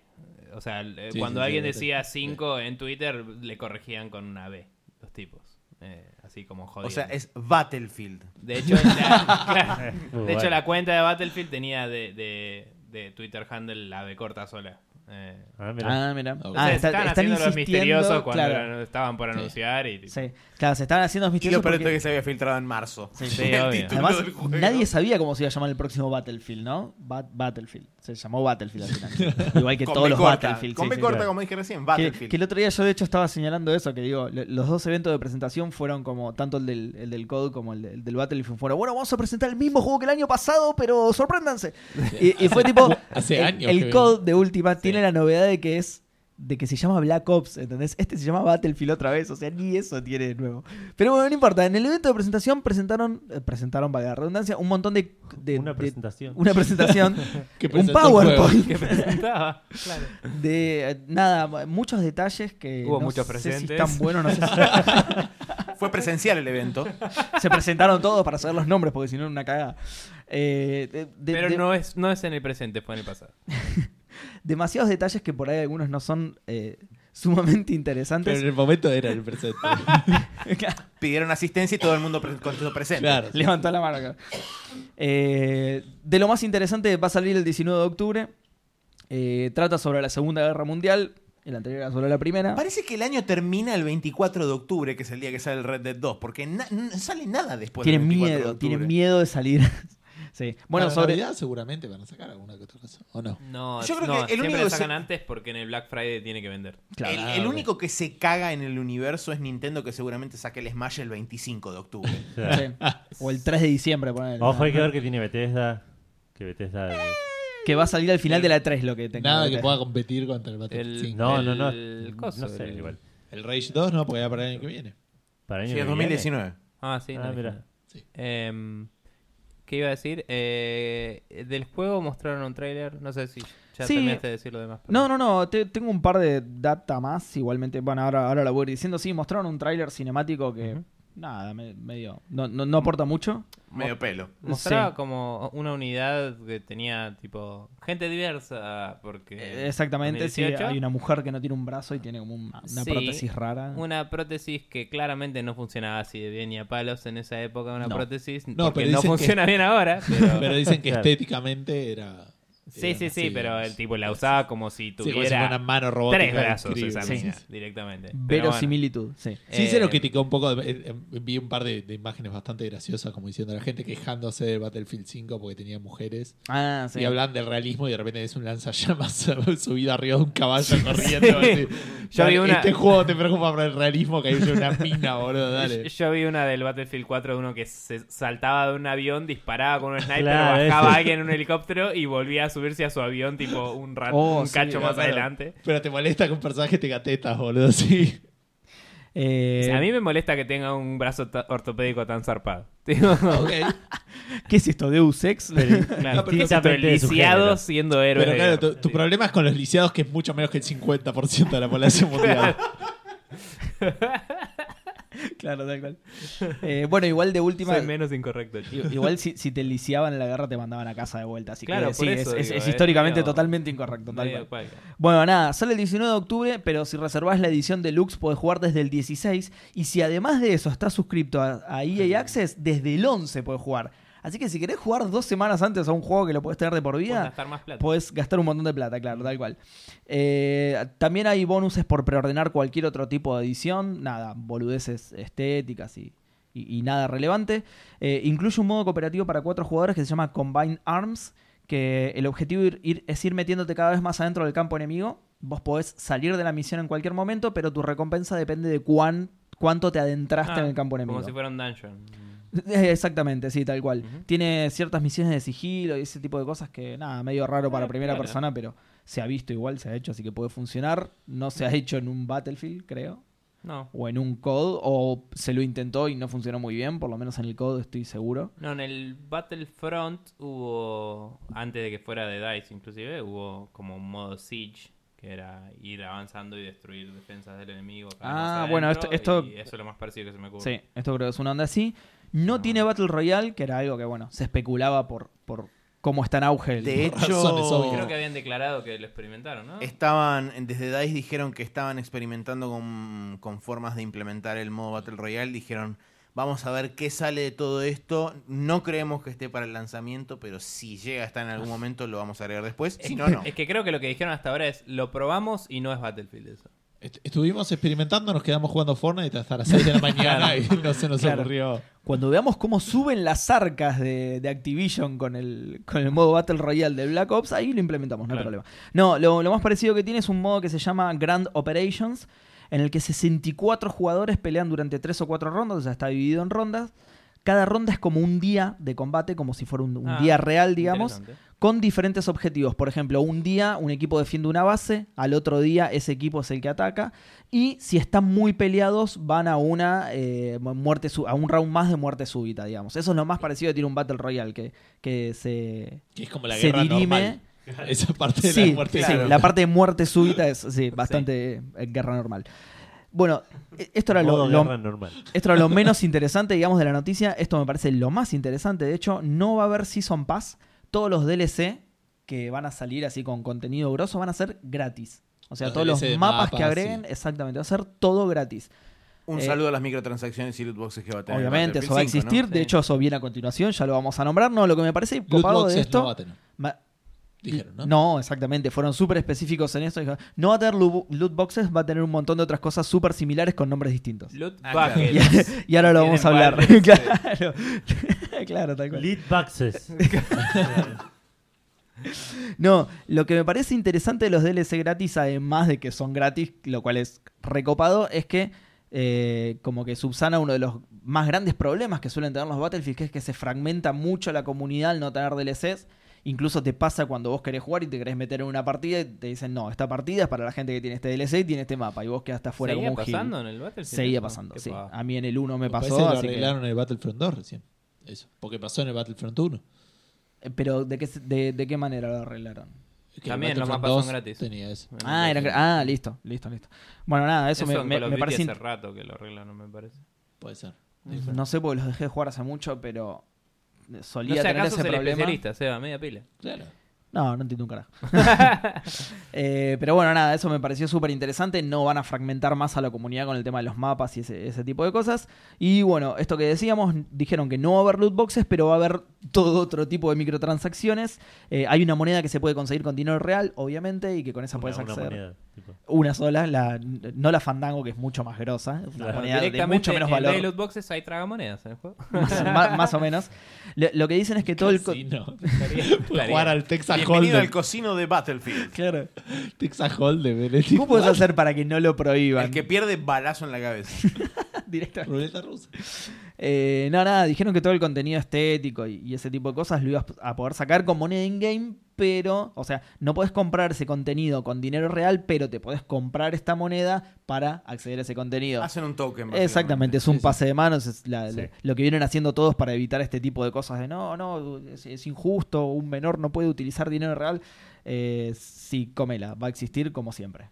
Speaker 4: O sea, eh,
Speaker 2: Sí,
Speaker 4: cuando
Speaker 2: sí, sí,
Speaker 4: alguien
Speaker 2: B,
Speaker 4: decía
Speaker 2: B.
Speaker 4: 5 en Twitter, le corregían con una B, los tipos. Eh, así como
Speaker 3: O
Speaker 4: jodiendo.
Speaker 3: sea, es Battlefield.
Speaker 4: De hecho, la, claro.
Speaker 1: Muy
Speaker 4: de hecho,
Speaker 1: bueno.
Speaker 4: la cuenta de Battlefield tenía de, de- de Twitter handle la B corta sola. Eh,
Speaker 1: Ah, mirá.
Speaker 5: ah, mira.
Speaker 2: O
Speaker 4: o
Speaker 5: Ah,
Speaker 4: sea,
Speaker 5: está-
Speaker 4: están
Speaker 5: están
Speaker 4: haciendo los
Speaker 5: insistiendo,
Speaker 4: misteriosos cuando
Speaker 5: claro,
Speaker 4: lo- estaban por
Speaker 2: Sí.
Speaker 4: anunciar. Y,
Speaker 5: sí. Claro, se estaban haciendo los
Speaker 3: Y lo
Speaker 5: misteriosos
Speaker 3: peor este es
Speaker 5: porque-
Speaker 3: que se había filtrado en marzo.
Speaker 4: Sí, sí,
Speaker 3: El
Speaker 4: obvio.
Speaker 3: título
Speaker 5: Además,
Speaker 3: del juego.
Speaker 5: nadie sabía cómo se iba a llamar el próximo Battlefield, ¿no? Bat- Battlefield. Se llamó Battlefield al final. Igual que
Speaker 3: Con
Speaker 5: todos
Speaker 3: B
Speaker 5: los
Speaker 3: corta,
Speaker 5: Battlefield.
Speaker 3: Con
Speaker 5: sí,
Speaker 3: B
Speaker 5: sí,
Speaker 3: corta,
Speaker 1: claro.
Speaker 3: como dije recién,
Speaker 5: Que,
Speaker 3: Battlefield.
Speaker 5: que el otro día yo de hecho estaba señalando eso, que digo, lo- los dos eventos de presentación fueron como, tanto el del, el del COD como el, de- el del Battlefield, fueron, bueno, vamos a presentar el mismo juego que el año pasado, pero sorpréndanse. Y, y fue tipo,
Speaker 2: hace
Speaker 5: el,
Speaker 2: años
Speaker 5: el
Speaker 2: que
Speaker 5: COD de última tiene la novedad de que es, de que se llama Black Ops, ¿entendés? Este se llama Battlefield otra vez, o sea, ni eso tiene de nuevo. Pero bueno, no importa, en el evento de presentación presentaron, eh, presentaron, valga la redundancia, un montón de... de-
Speaker 1: Una
Speaker 5: de-
Speaker 1: presentación.
Speaker 5: una presentación,
Speaker 2: Que
Speaker 5: un
Speaker 2: presentó el juego.
Speaker 5: PowerPoint
Speaker 4: que presentaba. Claro.
Speaker 5: de eh, nada, muchos detalles que
Speaker 4: Hubo
Speaker 5: no
Speaker 4: muchos
Speaker 5: sé si
Speaker 4: presentes.
Speaker 5: están buenos, no sé si
Speaker 3: Fue presencial el evento.
Speaker 5: se presentaron todos para saber los nombres porque si no era una cagada. Eh, de- de-
Speaker 4: Pero
Speaker 5: de-
Speaker 4: no es, no es en el presente, fue en el pasado.
Speaker 5: demasiados detalles que por ahí algunos no son eh, sumamente
Speaker 2: Pero en
Speaker 5: interesantes.
Speaker 2: el momento era el presente.
Speaker 3: Pidieron asistencia y todo el mundo pre- contestó presente.
Speaker 2: claro.
Speaker 5: Levantó la mano. acá. Eh, de lo más interesante va a salir el 19 de octubre. Eh, trata sobre la Segunda Guerra Mundial. El anterior era sobre la Primera.
Speaker 3: Parece que el año termina el 24 de octubre, que es el día que sale el Red Dead 2, porque na- no sale nada después
Speaker 5: Tienen
Speaker 3: del 24 de
Speaker 5: miedo,
Speaker 3: octubre.
Speaker 5: tienen miedo de salir. sí. Bueno,
Speaker 2: Para
Speaker 5: sobre...
Speaker 2: Navidad seguramente van a sacar alguna que otra cosa. ¿O no?
Speaker 4: No,
Speaker 3: Yo creo
Speaker 4: no,
Speaker 3: que el
Speaker 4: siempre
Speaker 3: único
Speaker 4: lo
Speaker 3: que
Speaker 4: sacan
Speaker 3: se-
Speaker 4: antes porque en el Black Friday tiene que vender.
Speaker 5: Claro.
Speaker 3: El- el, único que se caga en el universo es Nintendo, que seguramente saque el Smash el 25 de octubre.
Speaker 1: O sea,
Speaker 5: Sí. O el 3 de diciembre, ponele.
Speaker 1: Ojo, hay que ver que tiene Bethesda. Que Bethesda. eh,
Speaker 5: Que va a salir al final de la 3 lo que tenga.
Speaker 2: Nada
Speaker 5: la
Speaker 2: que
Speaker 5: 3.
Speaker 2: pueda competir contra el Battlefield
Speaker 4: El-
Speaker 2: 5.
Speaker 1: No, no, no.
Speaker 4: El coso,
Speaker 1: No sé,
Speaker 4: el-
Speaker 1: igual.
Speaker 2: El Rage 2 no, porque ya para el año que viene.
Speaker 1: Para año
Speaker 3: Sí, es
Speaker 1: que viene.
Speaker 3: 2019.
Speaker 4: Ah, sí.
Speaker 1: Ah,
Speaker 4: no,
Speaker 1: mira.
Speaker 4: Em, ¿Qué iba a decir? Eh, del juego mostraron un tráiler. No sé si ya
Speaker 5: Sí.
Speaker 4: terminaste de decir lo demás. pero-
Speaker 5: No, no, no. te- tengo un par de data más. Igualmente, bueno, ahora, ahora lo voy a ir diciendo. Sí, mostraron un tráiler cinemático que.
Speaker 4: Ujú.
Speaker 5: Nada, me- medio. No, no, no aporta mucho.
Speaker 3: Medio
Speaker 5: Oh.
Speaker 3: pelo.
Speaker 4: Mostraba
Speaker 5: Sí.
Speaker 4: como una unidad que tenía, tipo, gente diversa. Porque.
Speaker 5: Eh, Exactamente, sí.
Speaker 4: 2018,
Speaker 5: Hay una mujer que no tiene un brazo y tiene como un- una
Speaker 4: Sí.
Speaker 5: prótesis rara.
Speaker 4: Una prótesis que claramente no funcionaba así de bien ni a palos en esa época. Una
Speaker 5: No.
Speaker 4: prótesis.
Speaker 2: No,
Speaker 4: porque
Speaker 2: pero
Speaker 4: no
Speaker 2: dicen que-
Speaker 4: funciona bien ahora. Pero...
Speaker 2: Pero dicen que
Speaker 1: Claro.
Speaker 2: estéticamente era.
Speaker 4: sí,
Speaker 2: era
Speaker 4: sí, sí,
Speaker 2: así,
Speaker 4: pero
Speaker 2: digamos.
Speaker 4: el tipo la usaba como si
Speaker 2: Sí, como si
Speaker 4: tuviera
Speaker 2: fuera una mano robótica.
Speaker 4: tres brazos
Speaker 2: increíble.
Speaker 4: esa
Speaker 2: Sí,
Speaker 4: mina,
Speaker 2: sí, sí.
Speaker 4: directamente. Pero bueno.
Speaker 5: Verosimilitud, sí.
Speaker 2: Sí, se
Speaker 4: Eh,
Speaker 2: lo criticó un poco. eh, eh, Vi un par de, de imágenes bastante graciosas, como diciendo la gente quejándose de Battlefield 5 porque tenía mujeres.
Speaker 5: Ah, sí.
Speaker 2: Y hablan del realismo y de repente es un lanzallamas subido arriba de un caballo corriendo. así.
Speaker 4: Yo vi
Speaker 2: Dale,
Speaker 4: una-
Speaker 2: Este juego te preocupa por el realismo que hay una mina, boludo. Dale.
Speaker 4: Yo vi una del Battlefield 4 de uno que se saltaba de un avión, disparaba con un sniper,
Speaker 1: Claro,
Speaker 4: bajaba
Speaker 1: ese.
Speaker 4: a alguien en un helicóptero y volvía a subirse a su avión tipo un rato,
Speaker 5: Oh,
Speaker 4: un
Speaker 5: sí,
Speaker 4: cacho más
Speaker 2: Claro.
Speaker 4: adelante.
Speaker 2: Pero te molesta que un personaje te gatetas, boludo. Sí.
Speaker 5: Eh,
Speaker 4: O sea, a mí me molesta que tenga un brazo ta- ortopédico tan zarpado. Tipo,
Speaker 2: Ok.
Speaker 5: ¿Qué es esto? ¿Deus Ex?
Speaker 4: claro,
Speaker 1: pero
Speaker 4: tipo el
Speaker 1: justamente de su
Speaker 4: lisiado
Speaker 1: género.
Speaker 4: siendo héroe.
Speaker 2: Pero claro, tu,
Speaker 4: digamos.
Speaker 2: tu
Speaker 4: Sí.
Speaker 2: problema es con los lisiados, que es mucho menos que el 50% de la población mundial.
Speaker 5: Claro, tal cual. Eh, bueno, igual de última.
Speaker 4: Soy menos incorrecto, chico.
Speaker 5: i- Igual si, si te lisiaban en la guerra te mandaban a casa de vuelta. Así
Speaker 4: Claro,
Speaker 5: que
Speaker 4: por
Speaker 5: sí, es-
Speaker 4: eso
Speaker 5: es,
Speaker 4: digo,
Speaker 5: es
Speaker 4: es
Speaker 5: históricamente
Speaker 4: medio-
Speaker 5: totalmente incorrecto. Tal cual.
Speaker 4: Medio cual.
Speaker 5: Bueno, nada, sale el 19 de octubre, pero si reservás la edición deluxe podés jugar desde el 16 y si además de eso estás suscripto a, a EA Access, desde el 11 podés jugar. Así que si querés jugar dos semanas antes a un juego que lo podés tener de por
Speaker 4: Puedes
Speaker 5: vida,
Speaker 4: gastar más plata.
Speaker 5: podés gastar un montón de plata, claro, tal cual. Eh, también hay bonuses por preordenar cualquier otro tipo de edición, nada, boludeces estéticas y, y- y nada relevante. Eh, incluye un modo cooperativo para cuatro jugadores que se llama Combined Arms, que el objetivo ir- ir- es ir metiéndote cada vez más adentro del campo enemigo. Vos podés salir de la misión en cualquier momento, pero tu recompensa depende de cuán, cuánto te adentraste
Speaker 4: Ah,
Speaker 5: en el campo enemigo.
Speaker 4: Como si fuera un dungeon.
Speaker 5: Eh, Exactamente, sí, tal cual.
Speaker 4: Ujú.
Speaker 5: Tiene ciertas misiones de sigilo y ese tipo de cosas que, nada, medio raro para
Speaker 4: Ah,
Speaker 5: primera
Speaker 4: claro.
Speaker 5: persona, pero se ha visto igual, se ha hecho, así que puede funcionar. No se ha hecho en un Battlefield, creo,
Speaker 4: No.
Speaker 5: o en un COD, o se lo intentó y no funcionó muy bien, por lo menos en el COD estoy seguro.
Speaker 4: No, en el Battlefront hubo, antes de que fuera de DICE inclusive, hubo como un modo siege, que era ir avanzando y destruir defensas del enemigo. cada vez
Speaker 5: Ah,
Speaker 4: más
Speaker 5: bueno,
Speaker 4: adentro,
Speaker 5: esto- esto-
Speaker 4: y eso es lo más parecido que se me ocurre.
Speaker 5: Sí, esto creo que es una onda así. No
Speaker 4: Ah.
Speaker 5: tiene Battle Royale, que era algo que, bueno, se especulaba por, por cómo está en auge el...
Speaker 3: De
Speaker 2: razones obvias.
Speaker 3: hecho,
Speaker 4: Creo que habían declarado que lo experimentaron, ¿no?
Speaker 3: estaban, desde DICE dijeron que estaban experimentando con, con formas de implementar el modo Battle Royale. Dijeron, vamos a ver qué sale de todo esto. No creemos que esté para el lanzamiento, pero si llega a estar en
Speaker 5: Ah.
Speaker 3: algún momento, lo vamos a agregar después. Si no, no.
Speaker 5: eh,
Speaker 4: Es que creo que lo que dijeron hasta ahora es, lo probamos y no es Battlefield eso.
Speaker 2: Est- estuvimos experimentando, nos quedamos jugando Fortnite hasta las 6 de la mañana y no se nos
Speaker 5: Claro.
Speaker 2: ocurrió.
Speaker 5: Cuando veamos cómo suben las arcas de, de Activision con el, con el modo Battle Royale del Black Ops, ahí lo implementamos, no hay
Speaker 4: Claro.
Speaker 5: problema. No, lo, lo más parecido que tiene es un modo que se llama Grand Operations, en el que 64 jugadores pelean durante 3 o 4 rondas, o sea, está dividido en rondas. Cada ronda es como un día de combate, como si fuera un, un
Speaker 4: Ah,
Speaker 5: día real, digamos
Speaker 4: Interesante.
Speaker 5: con diferentes objetivos. Por ejemplo, un día un equipo defiende una base, al otro día ese equipo es el que ataca. Y si están muy peleados, van a una eh, mu- muerte su- a un round más de muerte súbita, digamos. Eso es lo más parecido que tiene un Battle Royale, que, que se,
Speaker 2: Que es como la
Speaker 5: se
Speaker 2: guerra
Speaker 5: dirime.
Speaker 2: normal. Esa parte de
Speaker 5: Sí,
Speaker 2: la muerte.
Speaker 5: sí,
Speaker 2: de
Speaker 5: la parte de muerte súbita es sí, bastante eh, guerra normal. Bueno, e- esto era lo,
Speaker 1: Modo
Speaker 5: lo,
Speaker 1: guerra normal.
Speaker 5: esto era lo menos interesante, digamos, de la noticia. Esto me parece lo más interesante. De hecho, no va a haber Season Pass. Todos los DLC que van a salir así con contenido grosso van a ser gratis. O sea,
Speaker 2: Los
Speaker 5: todos
Speaker 2: DLC
Speaker 5: los
Speaker 2: de
Speaker 5: mapas,
Speaker 2: mapas,
Speaker 5: que agreguen,
Speaker 2: sí.
Speaker 5: exactamente, va a ser todo gratis.
Speaker 3: Un
Speaker 5: Eh,
Speaker 3: saludo a las microtransacciones y loot boxes que va a tener.
Speaker 5: Obviamente,
Speaker 3: Battlefield
Speaker 5: eso va a
Speaker 3: 5, ¿no?
Speaker 5: existir. De
Speaker 4: Sí.
Speaker 5: hecho, eso viene a continuación, ya lo vamos a nombrar. No, lo que me parece
Speaker 2: Loot
Speaker 5: copado de
Speaker 2: boxes no va
Speaker 5: esto.
Speaker 2: a tener,
Speaker 5: ma-
Speaker 2: dijeron, ¿no?
Speaker 5: exactamente. Fueron súper específicos en esto. Dijeron, no va a tener lu- loot boxes, va a tener un montón de otras cosas súper similares con nombres distintos.
Speaker 4: Loot
Speaker 3: Ah, claro.
Speaker 5: Y,
Speaker 4: buckets.
Speaker 5: y ahora lo
Speaker 4: Tienen
Speaker 5: vamos a hablar.
Speaker 4: varios, sí.
Speaker 5: claro. claro, tal cual.
Speaker 1: Lead boxes.
Speaker 5: No, lo que me parece interesante de los DLC gratis, además de que son gratis, lo cual es recopado, es que eh, como que subsana uno de los más grandes problemas que suelen tener los Battlefield, que es que se fragmenta mucho la comunidad al no tener DLCs. Incluso te pasa cuando vos querés jugar y te querés meter en una partida y te dicen, no, esta partida es para la gente que tiene este DLC y tiene este mapa. Y vos quedaste afuera
Speaker 4: ¿Seguía
Speaker 5: como un gil.
Speaker 4: pasando en el Battlefield?
Speaker 5: Seguía
Speaker 4: eso?
Speaker 5: pasando,
Speaker 4: Qué
Speaker 5: sí. Ah,
Speaker 4: pava.
Speaker 5: A mí en el 1 me
Speaker 2: Parece
Speaker 5: pasó,
Speaker 2: que lo
Speaker 5: así que-
Speaker 2: arreglaron en el Battlefront 2 recién. Eso. Porque pasó en el Battlefront 1.
Speaker 5: Eh, Pero ¿de qué, se- de- de qué manera lo arreglaron?
Speaker 2: Que el
Speaker 4: También los
Speaker 2: Battlefront
Speaker 4: mapas son
Speaker 2: 2
Speaker 4: gratis.
Speaker 2: Tenía eso.
Speaker 4: Bueno,
Speaker 5: Ah, eran gra- ah, listo, listo, listo. Bueno, nada, eso,
Speaker 4: Eso
Speaker 5: me,
Speaker 4: en
Speaker 5: me-
Speaker 4: Call of
Speaker 5: me
Speaker 4: Duty
Speaker 5: parece.
Speaker 4: hace rato que lo arreglan, no me parece.
Speaker 2: Puede ser.
Speaker 5: in- No sé porque los dejé de jugar hace mucho, pero
Speaker 4: No
Speaker 5: solía
Speaker 4: sé,
Speaker 5: tener
Speaker 4: acaso
Speaker 5: ese
Speaker 4: es el
Speaker 5: problema.
Speaker 4: especialista, Seba, media pila.
Speaker 2: Claro.
Speaker 5: No, no entiendo un carajo. Eh, pero bueno, nada, eso me pareció súper interesante. No van a fragmentar más a la comunidad con el tema de los mapas y ese, ese tipo de cosas. Y bueno, esto que decíamos, dijeron que no va a haber loot boxes, pero va a haber todo otro tipo de microtransacciones. Eh, hay una moneda que se puede conseguir con dinero real, obviamente, y que con esa
Speaker 1: Una-
Speaker 5: puedes
Speaker 1: una
Speaker 5: acceder.
Speaker 1: moneda, tipo.
Speaker 5: Una sola, la, no la fandango, que es mucho más grosa, es una
Speaker 1: Claro.
Speaker 5: moneda de
Speaker 4: Directamente
Speaker 5: mucho menos
Speaker 4: en vez
Speaker 5: valor,
Speaker 4: de loot boxes hay tragamonedas en el ¿eh? juego.
Speaker 5: más, ma- más o menos. Lo, lo que dicen es que todo el... co-
Speaker 2: Casino.
Speaker 4: Estaría-
Speaker 2: Jugar al Texas
Speaker 3: Bienvenido al
Speaker 2: Hold'em.
Speaker 3: cocino de Battlefield.
Speaker 5: Claro.
Speaker 2: Texas Hold'em. en el
Speaker 5: ¿Cómo puedes
Speaker 2: Battle-
Speaker 5: hacer para que no lo prohíban?
Speaker 3: El que pierde balazo en la cabeza.
Speaker 5: Directamente.
Speaker 2: Ruleta rusa.
Speaker 5: Eh, no, nada, dijeron que todo el contenido estético y, y ese tipo de cosas lo ibas a poder sacar con moneda in-game, pero, o sea, no podés comprar ese contenido con dinero real, pero te podés comprar esta moneda para acceder a ese contenido.
Speaker 3: Hacen un token.
Speaker 5: Exactamente, es un
Speaker 2: Sí, sí.
Speaker 5: pase de manos, es la-
Speaker 1: Sí.
Speaker 5: la- lo que vienen haciendo todos para evitar este tipo de cosas de no, no, es, es injusto, un menor no puede utilizar dinero real. Eh, sí, comela, va a existir como siempre.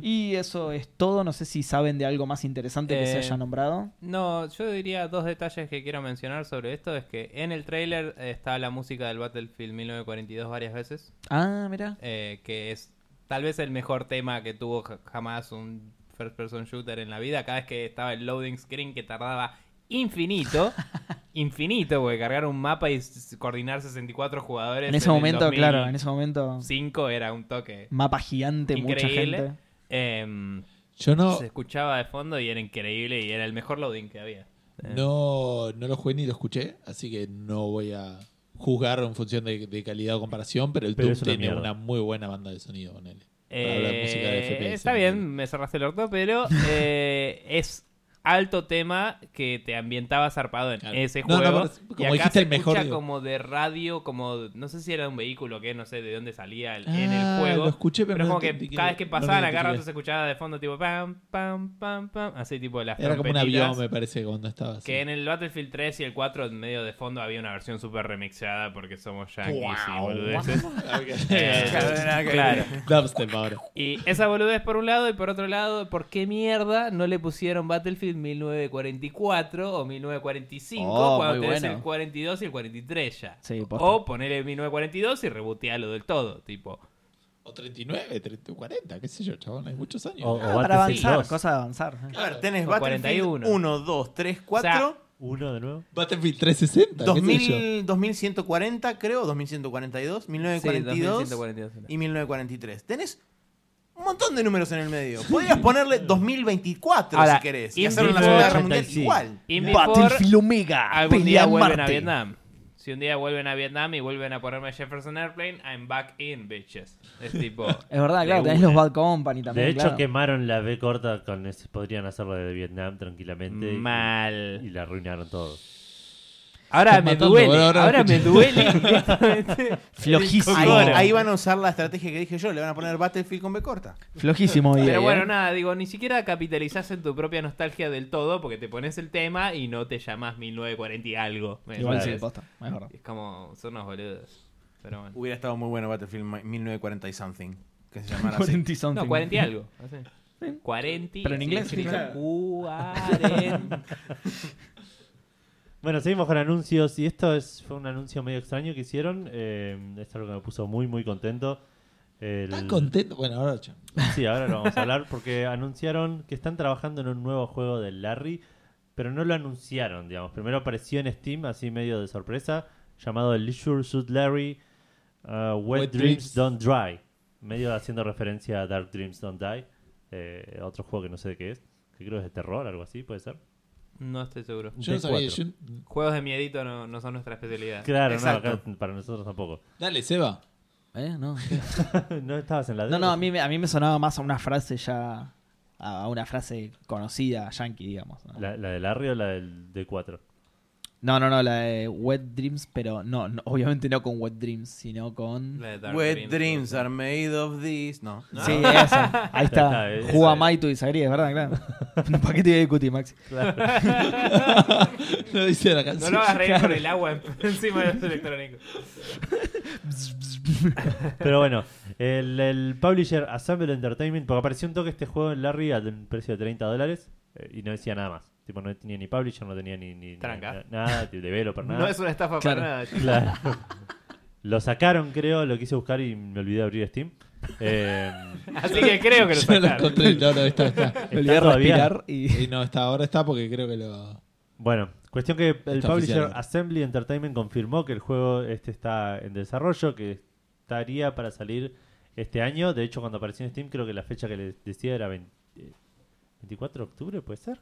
Speaker 5: Y eso es todo, no sé si saben de algo más interesante que se
Speaker 4: Eh,
Speaker 5: haya nombrado.
Speaker 4: No, yo diría dos detalles que quiero mencionar sobre esto. Es que en el trailer está la música del Battlefield 1942 varias veces,
Speaker 5: Ah, mira.
Speaker 4: eh, que es tal vez el mejor tema que tuvo ja- jamás un first person shooter en la vida. Cada vez que estaba el loading screen que tardaba infinito, infinito, porque cargar un mapa y s- s- coordinar 64 jugadores.
Speaker 5: En ese
Speaker 4: el
Speaker 5: momento, Mm. claro, en ese momento,
Speaker 4: 2005 era un toque.
Speaker 5: mapa gigante,
Speaker 4: Increíble.
Speaker 5: mucha gente.
Speaker 4: Em,
Speaker 2: Yo no,
Speaker 4: Se escuchaba de fondo y era increíble y era el mejor loading que había.
Speaker 2: eh. no, no lo jugué ni lo escuché, así que no voy a juzgar en función de, de calidad o comparación, pero el
Speaker 1: Pero
Speaker 2: Doom
Speaker 1: es una
Speaker 2: tiene
Speaker 1: mierda.
Speaker 2: una muy buena banda de sonido con él.
Speaker 4: Eh, está bien, me cerraste el orto, pero eh, es alto tema que te ambientaba zarpado en
Speaker 2: Claro.
Speaker 4: ese
Speaker 2: No, no,
Speaker 4: juego.
Speaker 2: pero como
Speaker 4: y acá
Speaker 2: dijiste
Speaker 4: se
Speaker 2: el mejor,
Speaker 4: escucha
Speaker 2: digo.
Speaker 4: como de radio, como no sé si era de un vehículo que no sé de dónde salía el- en
Speaker 2: Ah,
Speaker 4: el juego.
Speaker 2: lo escuché, pero
Speaker 4: pero es
Speaker 2: no
Speaker 4: como que
Speaker 2: entendí que-
Speaker 4: cada vez que
Speaker 2: no lo
Speaker 4: pasaban, acá
Speaker 2: identifiqué.
Speaker 4: rato se escuchaba de fondo tipo pam, pam, pam, pam, así tipo las
Speaker 2: Era como un
Speaker 4: trompetitas.
Speaker 2: avión, me parece, cuando estaba.
Speaker 4: Que en el Battlefield 3 y el 4 en medio de fondo había una versión súper remixada porque somos yankees y boludeces. Eh, claro.
Speaker 2: Dubstep ahora.
Speaker 4: Y esa boludez por un lado, y por otro lado, ¿por qué mierda no le pusieron Battlefield 1944 o 1945
Speaker 5: Oh,
Speaker 4: cuando
Speaker 5: muy
Speaker 4: tenés
Speaker 5: bueno.
Speaker 4: el 42 y el 43 ya?
Speaker 5: Sí, posta.
Speaker 4: o ponerle 1942 y rebotealo del todo, tipo.
Speaker 2: O 39, 30, 40, qué sé yo, chabón, hay muchos años.
Speaker 1: O- o
Speaker 5: Ah, para
Speaker 1: Battlefield
Speaker 5: avanzar,
Speaker 1: 2.
Speaker 5: cosa de avanzar. ¿eh?
Speaker 3: A ver, tenés
Speaker 4: O
Speaker 3: Battlefield
Speaker 4: 41.
Speaker 3: 1, 2, 3, 4,
Speaker 1: Uno de nuevo.
Speaker 2: Battlefield 360, qué sé yo.
Speaker 3: 2000, 2140 creo, 2142, 1942
Speaker 4: Sí, 2142 era.
Speaker 3: y 1943. Tenés un montón de números en el medio. Podrías ponerle 2024
Speaker 4: Ahora,
Speaker 3: si querés y
Speaker 4: Indy
Speaker 3: hacerlo en la Segunda Guerra Mundial
Speaker 1: 85.
Speaker 3: igual.
Speaker 4: Y
Speaker 5: Battlefield Omega.
Speaker 4: algún
Speaker 5: pelea
Speaker 4: día
Speaker 5: en
Speaker 4: vuelven a
Speaker 5: Marte.
Speaker 4: Vietnam. Si un día vuelven a Vietnam y vuelven a ponerme Jefferson Airplane, I'm back in, bitches. Es tipo.
Speaker 5: Es verdad,
Speaker 4: de
Speaker 5: claro, tenés
Speaker 4: una.
Speaker 5: los Bad Company también.
Speaker 1: de hecho,
Speaker 5: claro.
Speaker 1: quemaron la B corta con ese. Podrían hacerlo de Vietnam tranquilamente. y-
Speaker 4: Mal.
Speaker 1: Y la arruinaron todo.
Speaker 4: Ahora
Speaker 2: Estás
Speaker 4: me
Speaker 2: matando,
Speaker 4: duele,
Speaker 2: boludo, ahora
Speaker 4: ahora,
Speaker 2: lo
Speaker 4: me
Speaker 2: escuché.
Speaker 4: duele. directamente.
Speaker 5: Flojísimo.
Speaker 3: Ahí,
Speaker 4: Ahora.
Speaker 3: ahí van a usar la estrategia que dije yo, le van a poner Battlefield con B corta.
Speaker 5: Flojísimo. hoy, eh.
Speaker 4: Pero bueno, nada, digo, ni siquiera capitalizás en tu propia nostalgia del todo porque te pones el tema y no te llamás 1940 y algo. ¿me
Speaker 5: Igual sí,
Speaker 4: entendés?
Speaker 5: posta. es verdad.
Speaker 4: Es como, son unos boludos. Pero bueno.
Speaker 3: Hubiera estado muy bueno Battlefield ma- 1940 y something. Que se llamara así.
Speaker 5: 40 y something.
Speaker 4: No, 40 y algo. así. 40
Speaker 5: Pero en inglés, sí, claro.
Speaker 4: 40.
Speaker 1: Bueno, seguimos con anuncios y esto es, fue un anuncio medio extraño que hicieron. eh, es algo que me puso muy, muy contento. El-
Speaker 2: Tan contento. Bueno, ahora ya.
Speaker 1: Sí, ahora lo vamos a hablar porque anunciaron que están trabajando en un nuevo juego de Larry, pero no lo anunciaron, digamos. Primero apareció en Steam, así medio de sorpresa, llamado Leisure Suit Larry uh, Wet,
Speaker 2: Wet
Speaker 1: Dreams
Speaker 2: Dreams.
Speaker 1: Don't Dry, medio haciendo referencia a Dark Dreams Don't Die, eh, otro juego que no sé de qué es, que creo es de terror, algo así, puede ser.
Speaker 4: No estoy seguro.
Speaker 2: Yo no
Speaker 1: D4.
Speaker 2: sabía. yo-
Speaker 4: Juegos de miedito no, no son nuestra especialidad.
Speaker 1: Claro, no,
Speaker 3: Exacto.
Speaker 1: acá para nosotros tampoco.
Speaker 2: Dale, Seba.
Speaker 5: Eh, No.
Speaker 1: no estabas en la
Speaker 5: no, no, a mí, me- a mí me sonaba más a una frase ya. A una frase conocida, yankee, digamos. ¿no?
Speaker 1: ¿La, la del Larry o la del D4?
Speaker 5: No, no, no, la de Wet Dreams, pero no, no, obviamente no con Wet Dreams, sino con.
Speaker 4: La de Dark
Speaker 3: Wet dreams are made of this. No.
Speaker 5: Sí, esa.
Speaker 1: Esa
Speaker 5: Ahí está.
Speaker 1: es,
Speaker 5: Juga
Speaker 1: esa es.
Speaker 5: Maito y Sagri, es verdad, claro. ¿Para qué te voy a discutir, Maxi?
Speaker 2: no dice la
Speaker 4: No
Speaker 2: canción.
Speaker 4: lo hagas reír con el agua en- encima de los electrónicos.
Speaker 1: Pero bueno, el, el publisher Assemble Entertainment, porque apareció un toque este juego en Larry a un precio de 30 dólares eh, y no decía nada más. Tipo, no tenía ni publisher, no tenía ni, ni-
Speaker 4: Tranca.
Speaker 1: ni- nada, de developer, nada.
Speaker 4: No es una estafa
Speaker 5: Claro.
Speaker 4: para nada.
Speaker 1: Claro. Lo sacaron, creo, lo quise buscar y me olvidé de abrir Steam. Eh,
Speaker 4: Así que creo que lo
Speaker 2: Yo no lo
Speaker 4: sacaron.
Speaker 2: encontré. No, no, está, está.
Speaker 5: Me olvidé de
Speaker 1: ¿Está todavía?
Speaker 5: respirar y.
Speaker 2: Y no, está, ahora está porque creo que lo.
Speaker 1: bueno, cuestión que el
Speaker 2: Está
Speaker 1: publisher
Speaker 2: oficial.
Speaker 1: Assembly Entertainment confirmó que el juego este está en desarrollo, que estaría para salir este año. De hecho, cuando apareció en Steam, creo que la fecha que les decía era 20 24 de octubre, ¿puede ser?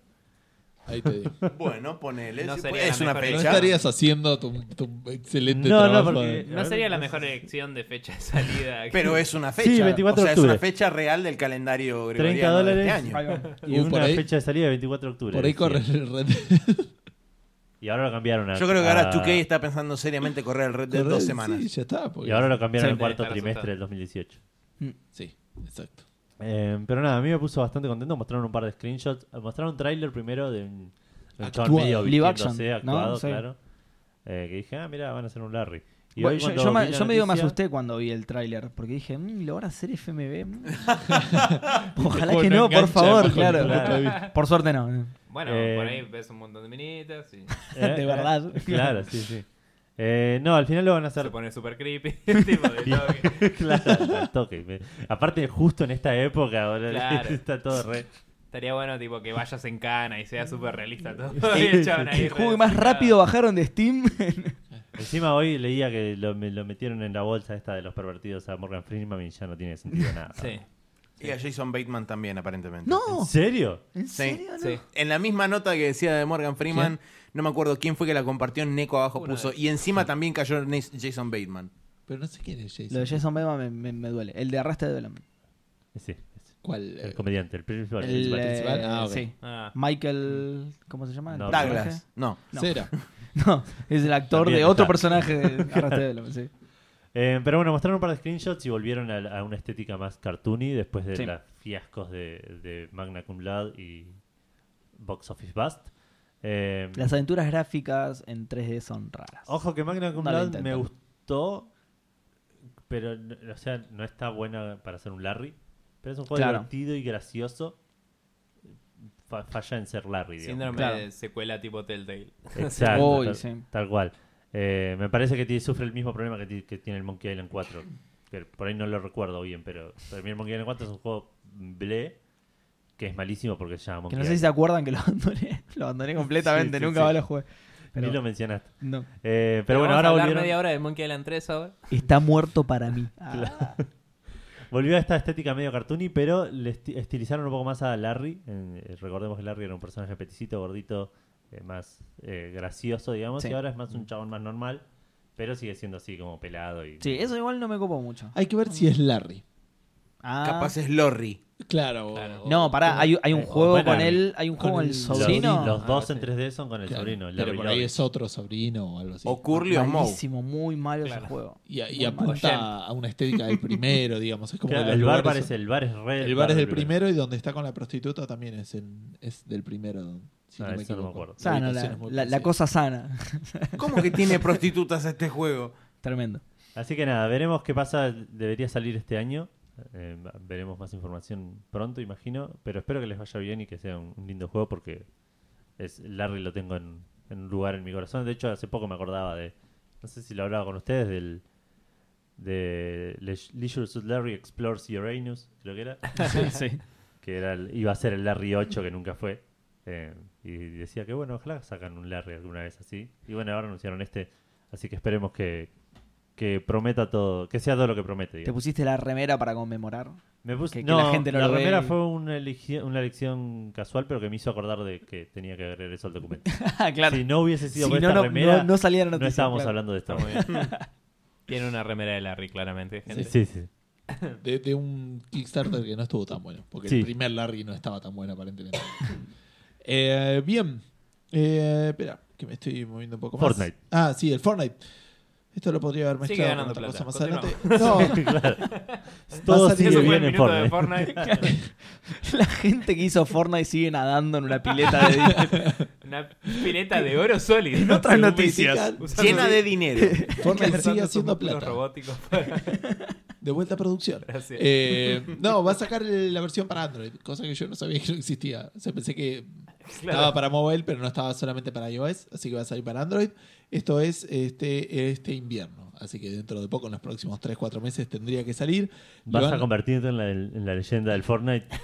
Speaker 2: Ahí te digo.
Speaker 3: Bueno, ponele.
Speaker 4: No
Speaker 3: si
Speaker 4: sería
Speaker 3: puede-
Speaker 4: la
Speaker 3: es una
Speaker 4: mejor
Speaker 2: No
Speaker 3: fecha.
Speaker 2: estarías haciendo tu, tu excelente
Speaker 1: No, no,
Speaker 2: trabajo.
Speaker 1: porque-
Speaker 2: de-
Speaker 4: No sería la mejor elección de fecha de salida.
Speaker 3: Pero es una fecha.
Speaker 1: 24 de
Speaker 3: o sea,
Speaker 1: octubre.
Speaker 3: es una fecha real del calendario
Speaker 1: 30
Speaker 3: gregoriano de
Speaker 1: dólares
Speaker 3: este año.
Speaker 1: y
Speaker 2: Uh, por
Speaker 1: una
Speaker 2: ahí-
Speaker 1: fecha de salida de 24 de octubre.
Speaker 2: Por ahí
Speaker 1: decía.
Speaker 2: corre el Red
Speaker 1: Y ahora lo cambiaron a.
Speaker 3: Yo creo que
Speaker 4: Ah.
Speaker 3: ahora
Speaker 1: a-
Speaker 3: 2K está pensando seriamente correr el Red Dead
Speaker 2: Correr,
Speaker 3: dos semanas.
Speaker 2: Sí, ya está. porque-
Speaker 1: Y ahora lo cambiaron
Speaker 4: Sí,
Speaker 1: al cuarto
Speaker 4: estar
Speaker 1: trimestre
Speaker 4: asustado.
Speaker 1: del 2018.
Speaker 2: Sí, exacto.
Speaker 1: Eh, pero nada, a mí me puso bastante contento. Mostraron un par de screenshots. Eh, Mostraron un tráiler primero de un, de un chabón
Speaker 2: Actuado.
Speaker 1: medio
Speaker 5: Live
Speaker 1: vistiéndose,
Speaker 5: action, ¿no?
Speaker 1: actuado,
Speaker 5: Sí.
Speaker 1: claro. Eh, que dije, ah, mira, van a hacer un Larry. Y
Speaker 5: Bueno,
Speaker 1: hoy
Speaker 5: yo,
Speaker 1: cuando
Speaker 5: yo
Speaker 1: vi
Speaker 5: me,
Speaker 1: la
Speaker 5: yo medio me
Speaker 1: noticia-
Speaker 5: asusté cuando vi el tráiler, porque dije, "Mm, ¿lo van a hacer FMB? Mm".
Speaker 2: El
Speaker 5: Ojalá
Speaker 2: juego
Speaker 5: que
Speaker 2: no
Speaker 5: no, por
Speaker 2: engancha,
Speaker 5: favor,
Speaker 2: bajo
Speaker 5: claro.
Speaker 1: el
Speaker 2: claro.
Speaker 5: Por suerte no.
Speaker 4: Bueno,
Speaker 1: Eh,
Speaker 4: por ahí ves un montón de minitas y
Speaker 1: Eh,
Speaker 5: De
Speaker 1: eh,
Speaker 5: verdad.
Speaker 1: Claro, sí, sí. Eh, no, al final lo van a
Speaker 4: se
Speaker 1: hacer.
Speaker 4: pone super creepy. tipo de toque.
Speaker 1: claro, al toque. Me- Aparte, justo en esta época, boludo,
Speaker 4: Claro.
Speaker 1: está todo re.
Speaker 4: Estaría bueno tipo que vayas en cana y sea súper realista todo. Y el chabón ahí
Speaker 5: El juego que
Speaker 4: re
Speaker 5: más
Speaker 4: desesperado.
Speaker 5: rápido bajaron de Steam.
Speaker 1: Encima hoy leía que lo, me lo metieron en la bolsa esta de los pervertidos a Morgan Freeman y ya no tiene sentido nada.
Speaker 4: Sí,
Speaker 3: Y a Jason Bateman también, aparentemente.
Speaker 1: ¿En
Speaker 5: No,
Speaker 1: serio?
Speaker 5: en serio, Ah, no?
Speaker 4: sí.
Speaker 3: En la misma nota que decía de Morgan Freeman, no me acuerdo quién fue que la compartió, Neko abajo
Speaker 4: Uno
Speaker 3: puso.
Speaker 4: de-
Speaker 3: Y encima también cayó Ne- Jason Bateman.
Speaker 2: Pero no sé quién es Jason.
Speaker 5: Lo de Jason Bateman me, me- me duele. El de Arrested Development.
Speaker 1: Sí, sí.
Speaker 2: ¿Cuál? Eh,
Speaker 1: el comediante, el principal.
Speaker 5: Eh, El,
Speaker 1: principal.
Speaker 5: eh,
Speaker 2: principal? Ah, ok.
Speaker 5: sí.
Speaker 4: Ah,
Speaker 5: Michael. ¿Cómo se llama? el
Speaker 1: No,
Speaker 5: personaje?
Speaker 3: Douglas. No.
Speaker 5: No.
Speaker 2: Cera.
Speaker 5: No, es el actor
Speaker 1: También
Speaker 5: de otro
Speaker 1: está.
Speaker 5: personaje de Arrested Development, sí.
Speaker 1: Eh, pero bueno, mostraron un par de screenshots y volvieron a, a una estética más cartoony después de
Speaker 5: Sí.
Speaker 1: los fiascos de, de Magna Cum Laude y Box Office Bust. Eh,
Speaker 5: Las aventuras gráficas en 3D son raras.
Speaker 1: Ojo que Magna Cum
Speaker 5: No lo
Speaker 1: Laude me
Speaker 5: intentan.
Speaker 1: gustó, pero n- o sea, no está buena para hacer un Larry. Pero es un juego
Speaker 5: Claro.
Speaker 1: divertido y gracioso. Fa- falla en ser Larry. digamos.
Speaker 4: síndrome
Speaker 5: Claro.
Speaker 4: de secuela tipo Telltale.
Speaker 1: Exacto.
Speaker 5: Uy,
Speaker 1: tal,
Speaker 5: sí.
Speaker 1: tal cual. Eh, me parece que ti- sufre el mismo problema que, ti- que tiene el Monkey Island 4. Que por ahí no lo recuerdo bien, pero para mí el Monkey Island 4 es un juego ble que es malísimo porque se llama
Speaker 5: Que
Speaker 1: Monkey
Speaker 5: no sé si se
Speaker 1: Island.
Speaker 5: acuerdan que lo abandoné, lo abandoné
Speaker 1: Sí,
Speaker 5: completamente,
Speaker 1: sí,
Speaker 5: nunca
Speaker 1: sí.
Speaker 5: más lo jugué.
Speaker 1: Ni
Speaker 5: Pero,
Speaker 1: lo mencionaste.
Speaker 5: no.
Speaker 1: Eh, pero bueno,
Speaker 4: vamos
Speaker 1: ahora
Speaker 4: a hablar
Speaker 1: volvieron,
Speaker 4: media hora de Monkey Island 3 ahora.
Speaker 5: Está muerto para mí.
Speaker 1: volvió a esta estética medio cartoony, pero le esti- estilizaron un poco más a Larry. En- eh, recordemos que Larry era un personaje peticito, gordito, eh, más eh, gracioso, digamos,
Speaker 5: Sí.
Speaker 1: y ahora es más un chabón más normal, pero sigue siendo así como pelado. Y,
Speaker 5: Sí, eso igual no me copó mucho.
Speaker 2: Hay que ver si es Larry.
Speaker 5: Ah.
Speaker 3: Capaz es Lorry.
Speaker 2: Claro. o-
Speaker 4: Claro.
Speaker 2: o-
Speaker 5: No, pará, hay, hay un
Speaker 1: Eh,
Speaker 5: juego
Speaker 1: bueno,
Speaker 5: con él, hay un
Speaker 2: con
Speaker 5: juego con el
Speaker 2: el
Speaker 1: Los,
Speaker 5: sobrino.
Speaker 1: los
Speaker 4: Ah,
Speaker 1: dos
Speaker 4: sí.
Speaker 1: en 3D son con el
Speaker 2: claro.
Speaker 1: sobrino. el
Speaker 2: Pero
Speaker 1: Larry
Speaker 2: por ahí
Speaker 1: Lobby.
Speaker 2: es otro sobrino o algo así.
Speaker 3: O Curly o Moe.
Speaker 5: Malísimo, muy malo
Speaker 4: Claro.
Speaker 5: ese juego.
Speaker 2: Y, a- y
Speaker 5: Muy malo.
Speaker 2: apunta a una estética del primero, digamos. Es como
Speaker 1: Claro,
Speaker 2: que los
Speaker 1: el bar
Speaker 2: lugares
Speaker 1: parece,
Speaker 2: son-
Speaker 1: el bar es re
Speaker 2: el bar es del primero y donde está con la prostituta también es, en- es del primero. Si
Speaker 1: Ah,
Speaker 2: no me
Speaker 1: eso no me
Speaker 2: equivoco.
Speaker 1: acuerdo.
Speaker 5: Sana,
Speaker 2: ubicación
Speaker 5: la,
Speaker 2: es muy
Speaker 5: la- la
Speaker 2: parecida.
Speaker 5: cosa sana.
Speaker 3: ¿Cómo que tiene prostitutas este juego?
Speaker 5: Tremendo.
Speaker 1: Así que nada, veremos qué pasa. Debería salir este año. Eh, veremos más información pronto, imagino. Pero espero que les vaya bien y que sea un, un lindo juego porque es Larry lo tengo en, en un lugar en mi corazón. De hecho, hace poco me acordaba de. No sé si lo hablaba con ustedes del. De Le- Leisure Suit Larry Explores Uranus, creo que era.
Speaker 5: Sí, sí.
Speaker 1: que era el- iba a ser el Larry 8 que nunca fue. Eh, y decía que bueno, ojalá sacan un Larry alguna vez así. Y bueno, ahora anunciaron este, así que esperemos que, que prometa todo, que sea todo lo que promete.
Speaker 5: ¿Te
Speaker 1: digamos.
Speaker 5: pusiste la remera para conmemorar?
Speaker 1: Me puse-
Speaker 5: que- que
Speaker 1: no,
Speaker 5: la gente no lo ve
Speaker 1: remera
Speaker 5: y-
Speaker 1: fue una, elegi- una elección casual, pero que me hizo acordar de que tenía que agregar eso al documento.
Speaker 5: Ah, claro.
Speaker 1: Si no hubiese
Speaker 5: Si
Speaker 1: sido por
Speaker 5: no,
Speaker 1: esta
Speaker 5: no,
Speaker 1: remera,
Speaker 5: no, no salía la
Speaker 1: no
Speaker 5: noticia,
Speaker 1: estábamos
Speaker 5: claro.
Speaker 1: hablando de
Speaker 4: Está
Speaker 1: esto.
Speaker 4: muy bien. Tiene una remera de Larry, claramente. gente.
Speaker 1: Sí, sí.
Speaker 2: De, de un Kickstarter que no estuvo tan bueno. Porque
Speaker 1: Sí.
Speaker 2: el primer Larry no estaba tan bueno, aparentemente. Eh, bien. Eh, espera, que me estoy moviendo un poco más.
Speaker 1: Fortnite.
Speaker 2: Ah, sí, el Fortnite. Esto lo podría haber
Speaker 4: Sigue
Speaker 2: mezclado con
Speaker 4: ganando
Speaker 2: otra cosa
Speaker 4: plata.
Speaker 2: más adelante. No,
Speaker 1: Claro. Todo
Speaker 2: salir-
Speaker 1: sigue
Speaker 4: Eso fue el
Speaker 1: bien en
Speaker 4: minuto de
Speaker 1: Fortnite.
Speaker 4: Fortnite.
Speaker 5: La gente que hizo Fortnite sigue nadando en una pileta de
Speaker 4: Una pileta de oro sólido.
Speaker 5: otras
Speaker 4: Según
Speaker 5: noticias.
Speaker 4: me indican,
Speaker 3: Llena de
Speaker 4: usando-
Speaker 3: dinero.
Speaker 2: Fortnite sigue
Speaker 4: usando sus
Speaker 2: haciendo
Speaker 4: músculos
Speaker 2: plata.
Speaker 4: robóticos para-
Speaker 2: De vuelta a producción.
Speaker 4: Gracias.
Speaker 2: Eh, no, va a sacar el- la versión para Android, cosa que yo no sabía que no existía. O sea, pensé que estaba
Speaker 4: Claro.
Speaker 2: para mobile, pero no estaba solamente para iOS, así que va a salir para Android. Esto es este, este invierno, así que dentro de poco, en los próximos 3-4 meses, tendría que salir. Lo
Speaker 1: Vas a
Speaker 2: han-
Speaker 1: convertirte en la, en la leyenda del Fortnite.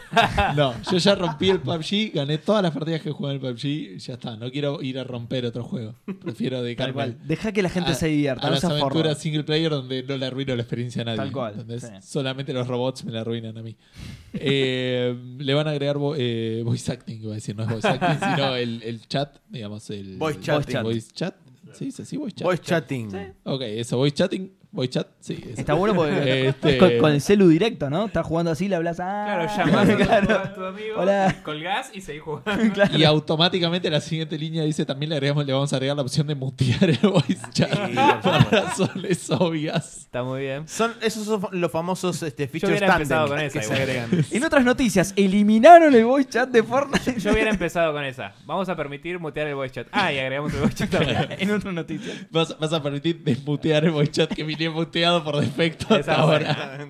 Speaker 2: No, yo ya rompí el PUBG, gané todas las partidas que jugué en el PUBG, ya está. No quiero ir a romper otro juego, prefiero
Speaker 5: Tal
Speaker 2: dedicarme
Speaker 5: cual. Deja que la gente
Speaker 2: a-
Speaker 5: se divierta.
Speaker 2: Ah, a
Speaker 5: no
Speaker 2: las
Speaker 5: seas forro.
Speaker 2: aventuras single player donde no le arruino la experiencia a nadie.
Speaker 5: Tal cual,
Speaker 2: ¿entendés?
Speaker 5: sí.
Speaker 2: Solamente los robots me la arruinan a mí. Eh, le van a agregar vo- eh, voice acting, iba a decir, no es voice acting, sino el, el chat, digamos, el
Speaker 3: Voice chatting.
Speaker 2: voice chat. ¿Se dice así? Voice chat.
Speaker 3: Voice chatting.
Speaker 2: Ok, eso, voice chatting. Voy chat, sí. eso.
Speaker 5: Está bueno porque
Speaker 2: Este-
Speaker 5: con, con el celu directo, ¿no? Estás jugando así, le hablas. Ah,
Speaker 4: Claro, llamás a tu-
Speaker 5: claro.
Speaker 4: a tu amigo,
Speaker 5: Hola.
Speaker 4: colgás y seguís jugando.
Speaker 5: Claro.
Speaker 2: Y automáticamente la siguiente línea dice también le agregamos, le vamos a agregar la opción de mutear el voice
Speaker 3: Sí,
Speaker 2: chat.
Speaker 3: por
Speaker 2: Por
Speaker 3: favor.
Speaker 2: razones obvias.
Speaker 4: Está muy bien.
Speaker 3: Son, esos son los famosos este,
Speaker 4: Yo
Speaker 3: feature
Speaker 4: hubiera
Speaker 3: tandem
Speaker 4: empezado con
Speaker 3: que
Speaker 4: esa.
Speaker 3: se
Speaker 4: igual.
Speaker 3: agregan.
Speaker 5: En otras noticias, eliminaron el voice chat de Fortnite.
Speaker 4: Yo hubiera empezado con esa. Vamos a permitir mutear el voice chat. Ah, y agregamos el voice chat ahora.
Speaker 5: en otras noticias.
Speaker 2: Vas, vas a permitir desmutear el voice chat que viene muteado por defecto hasta
Speaker 4: Exacto.
Speaker 2: ahora.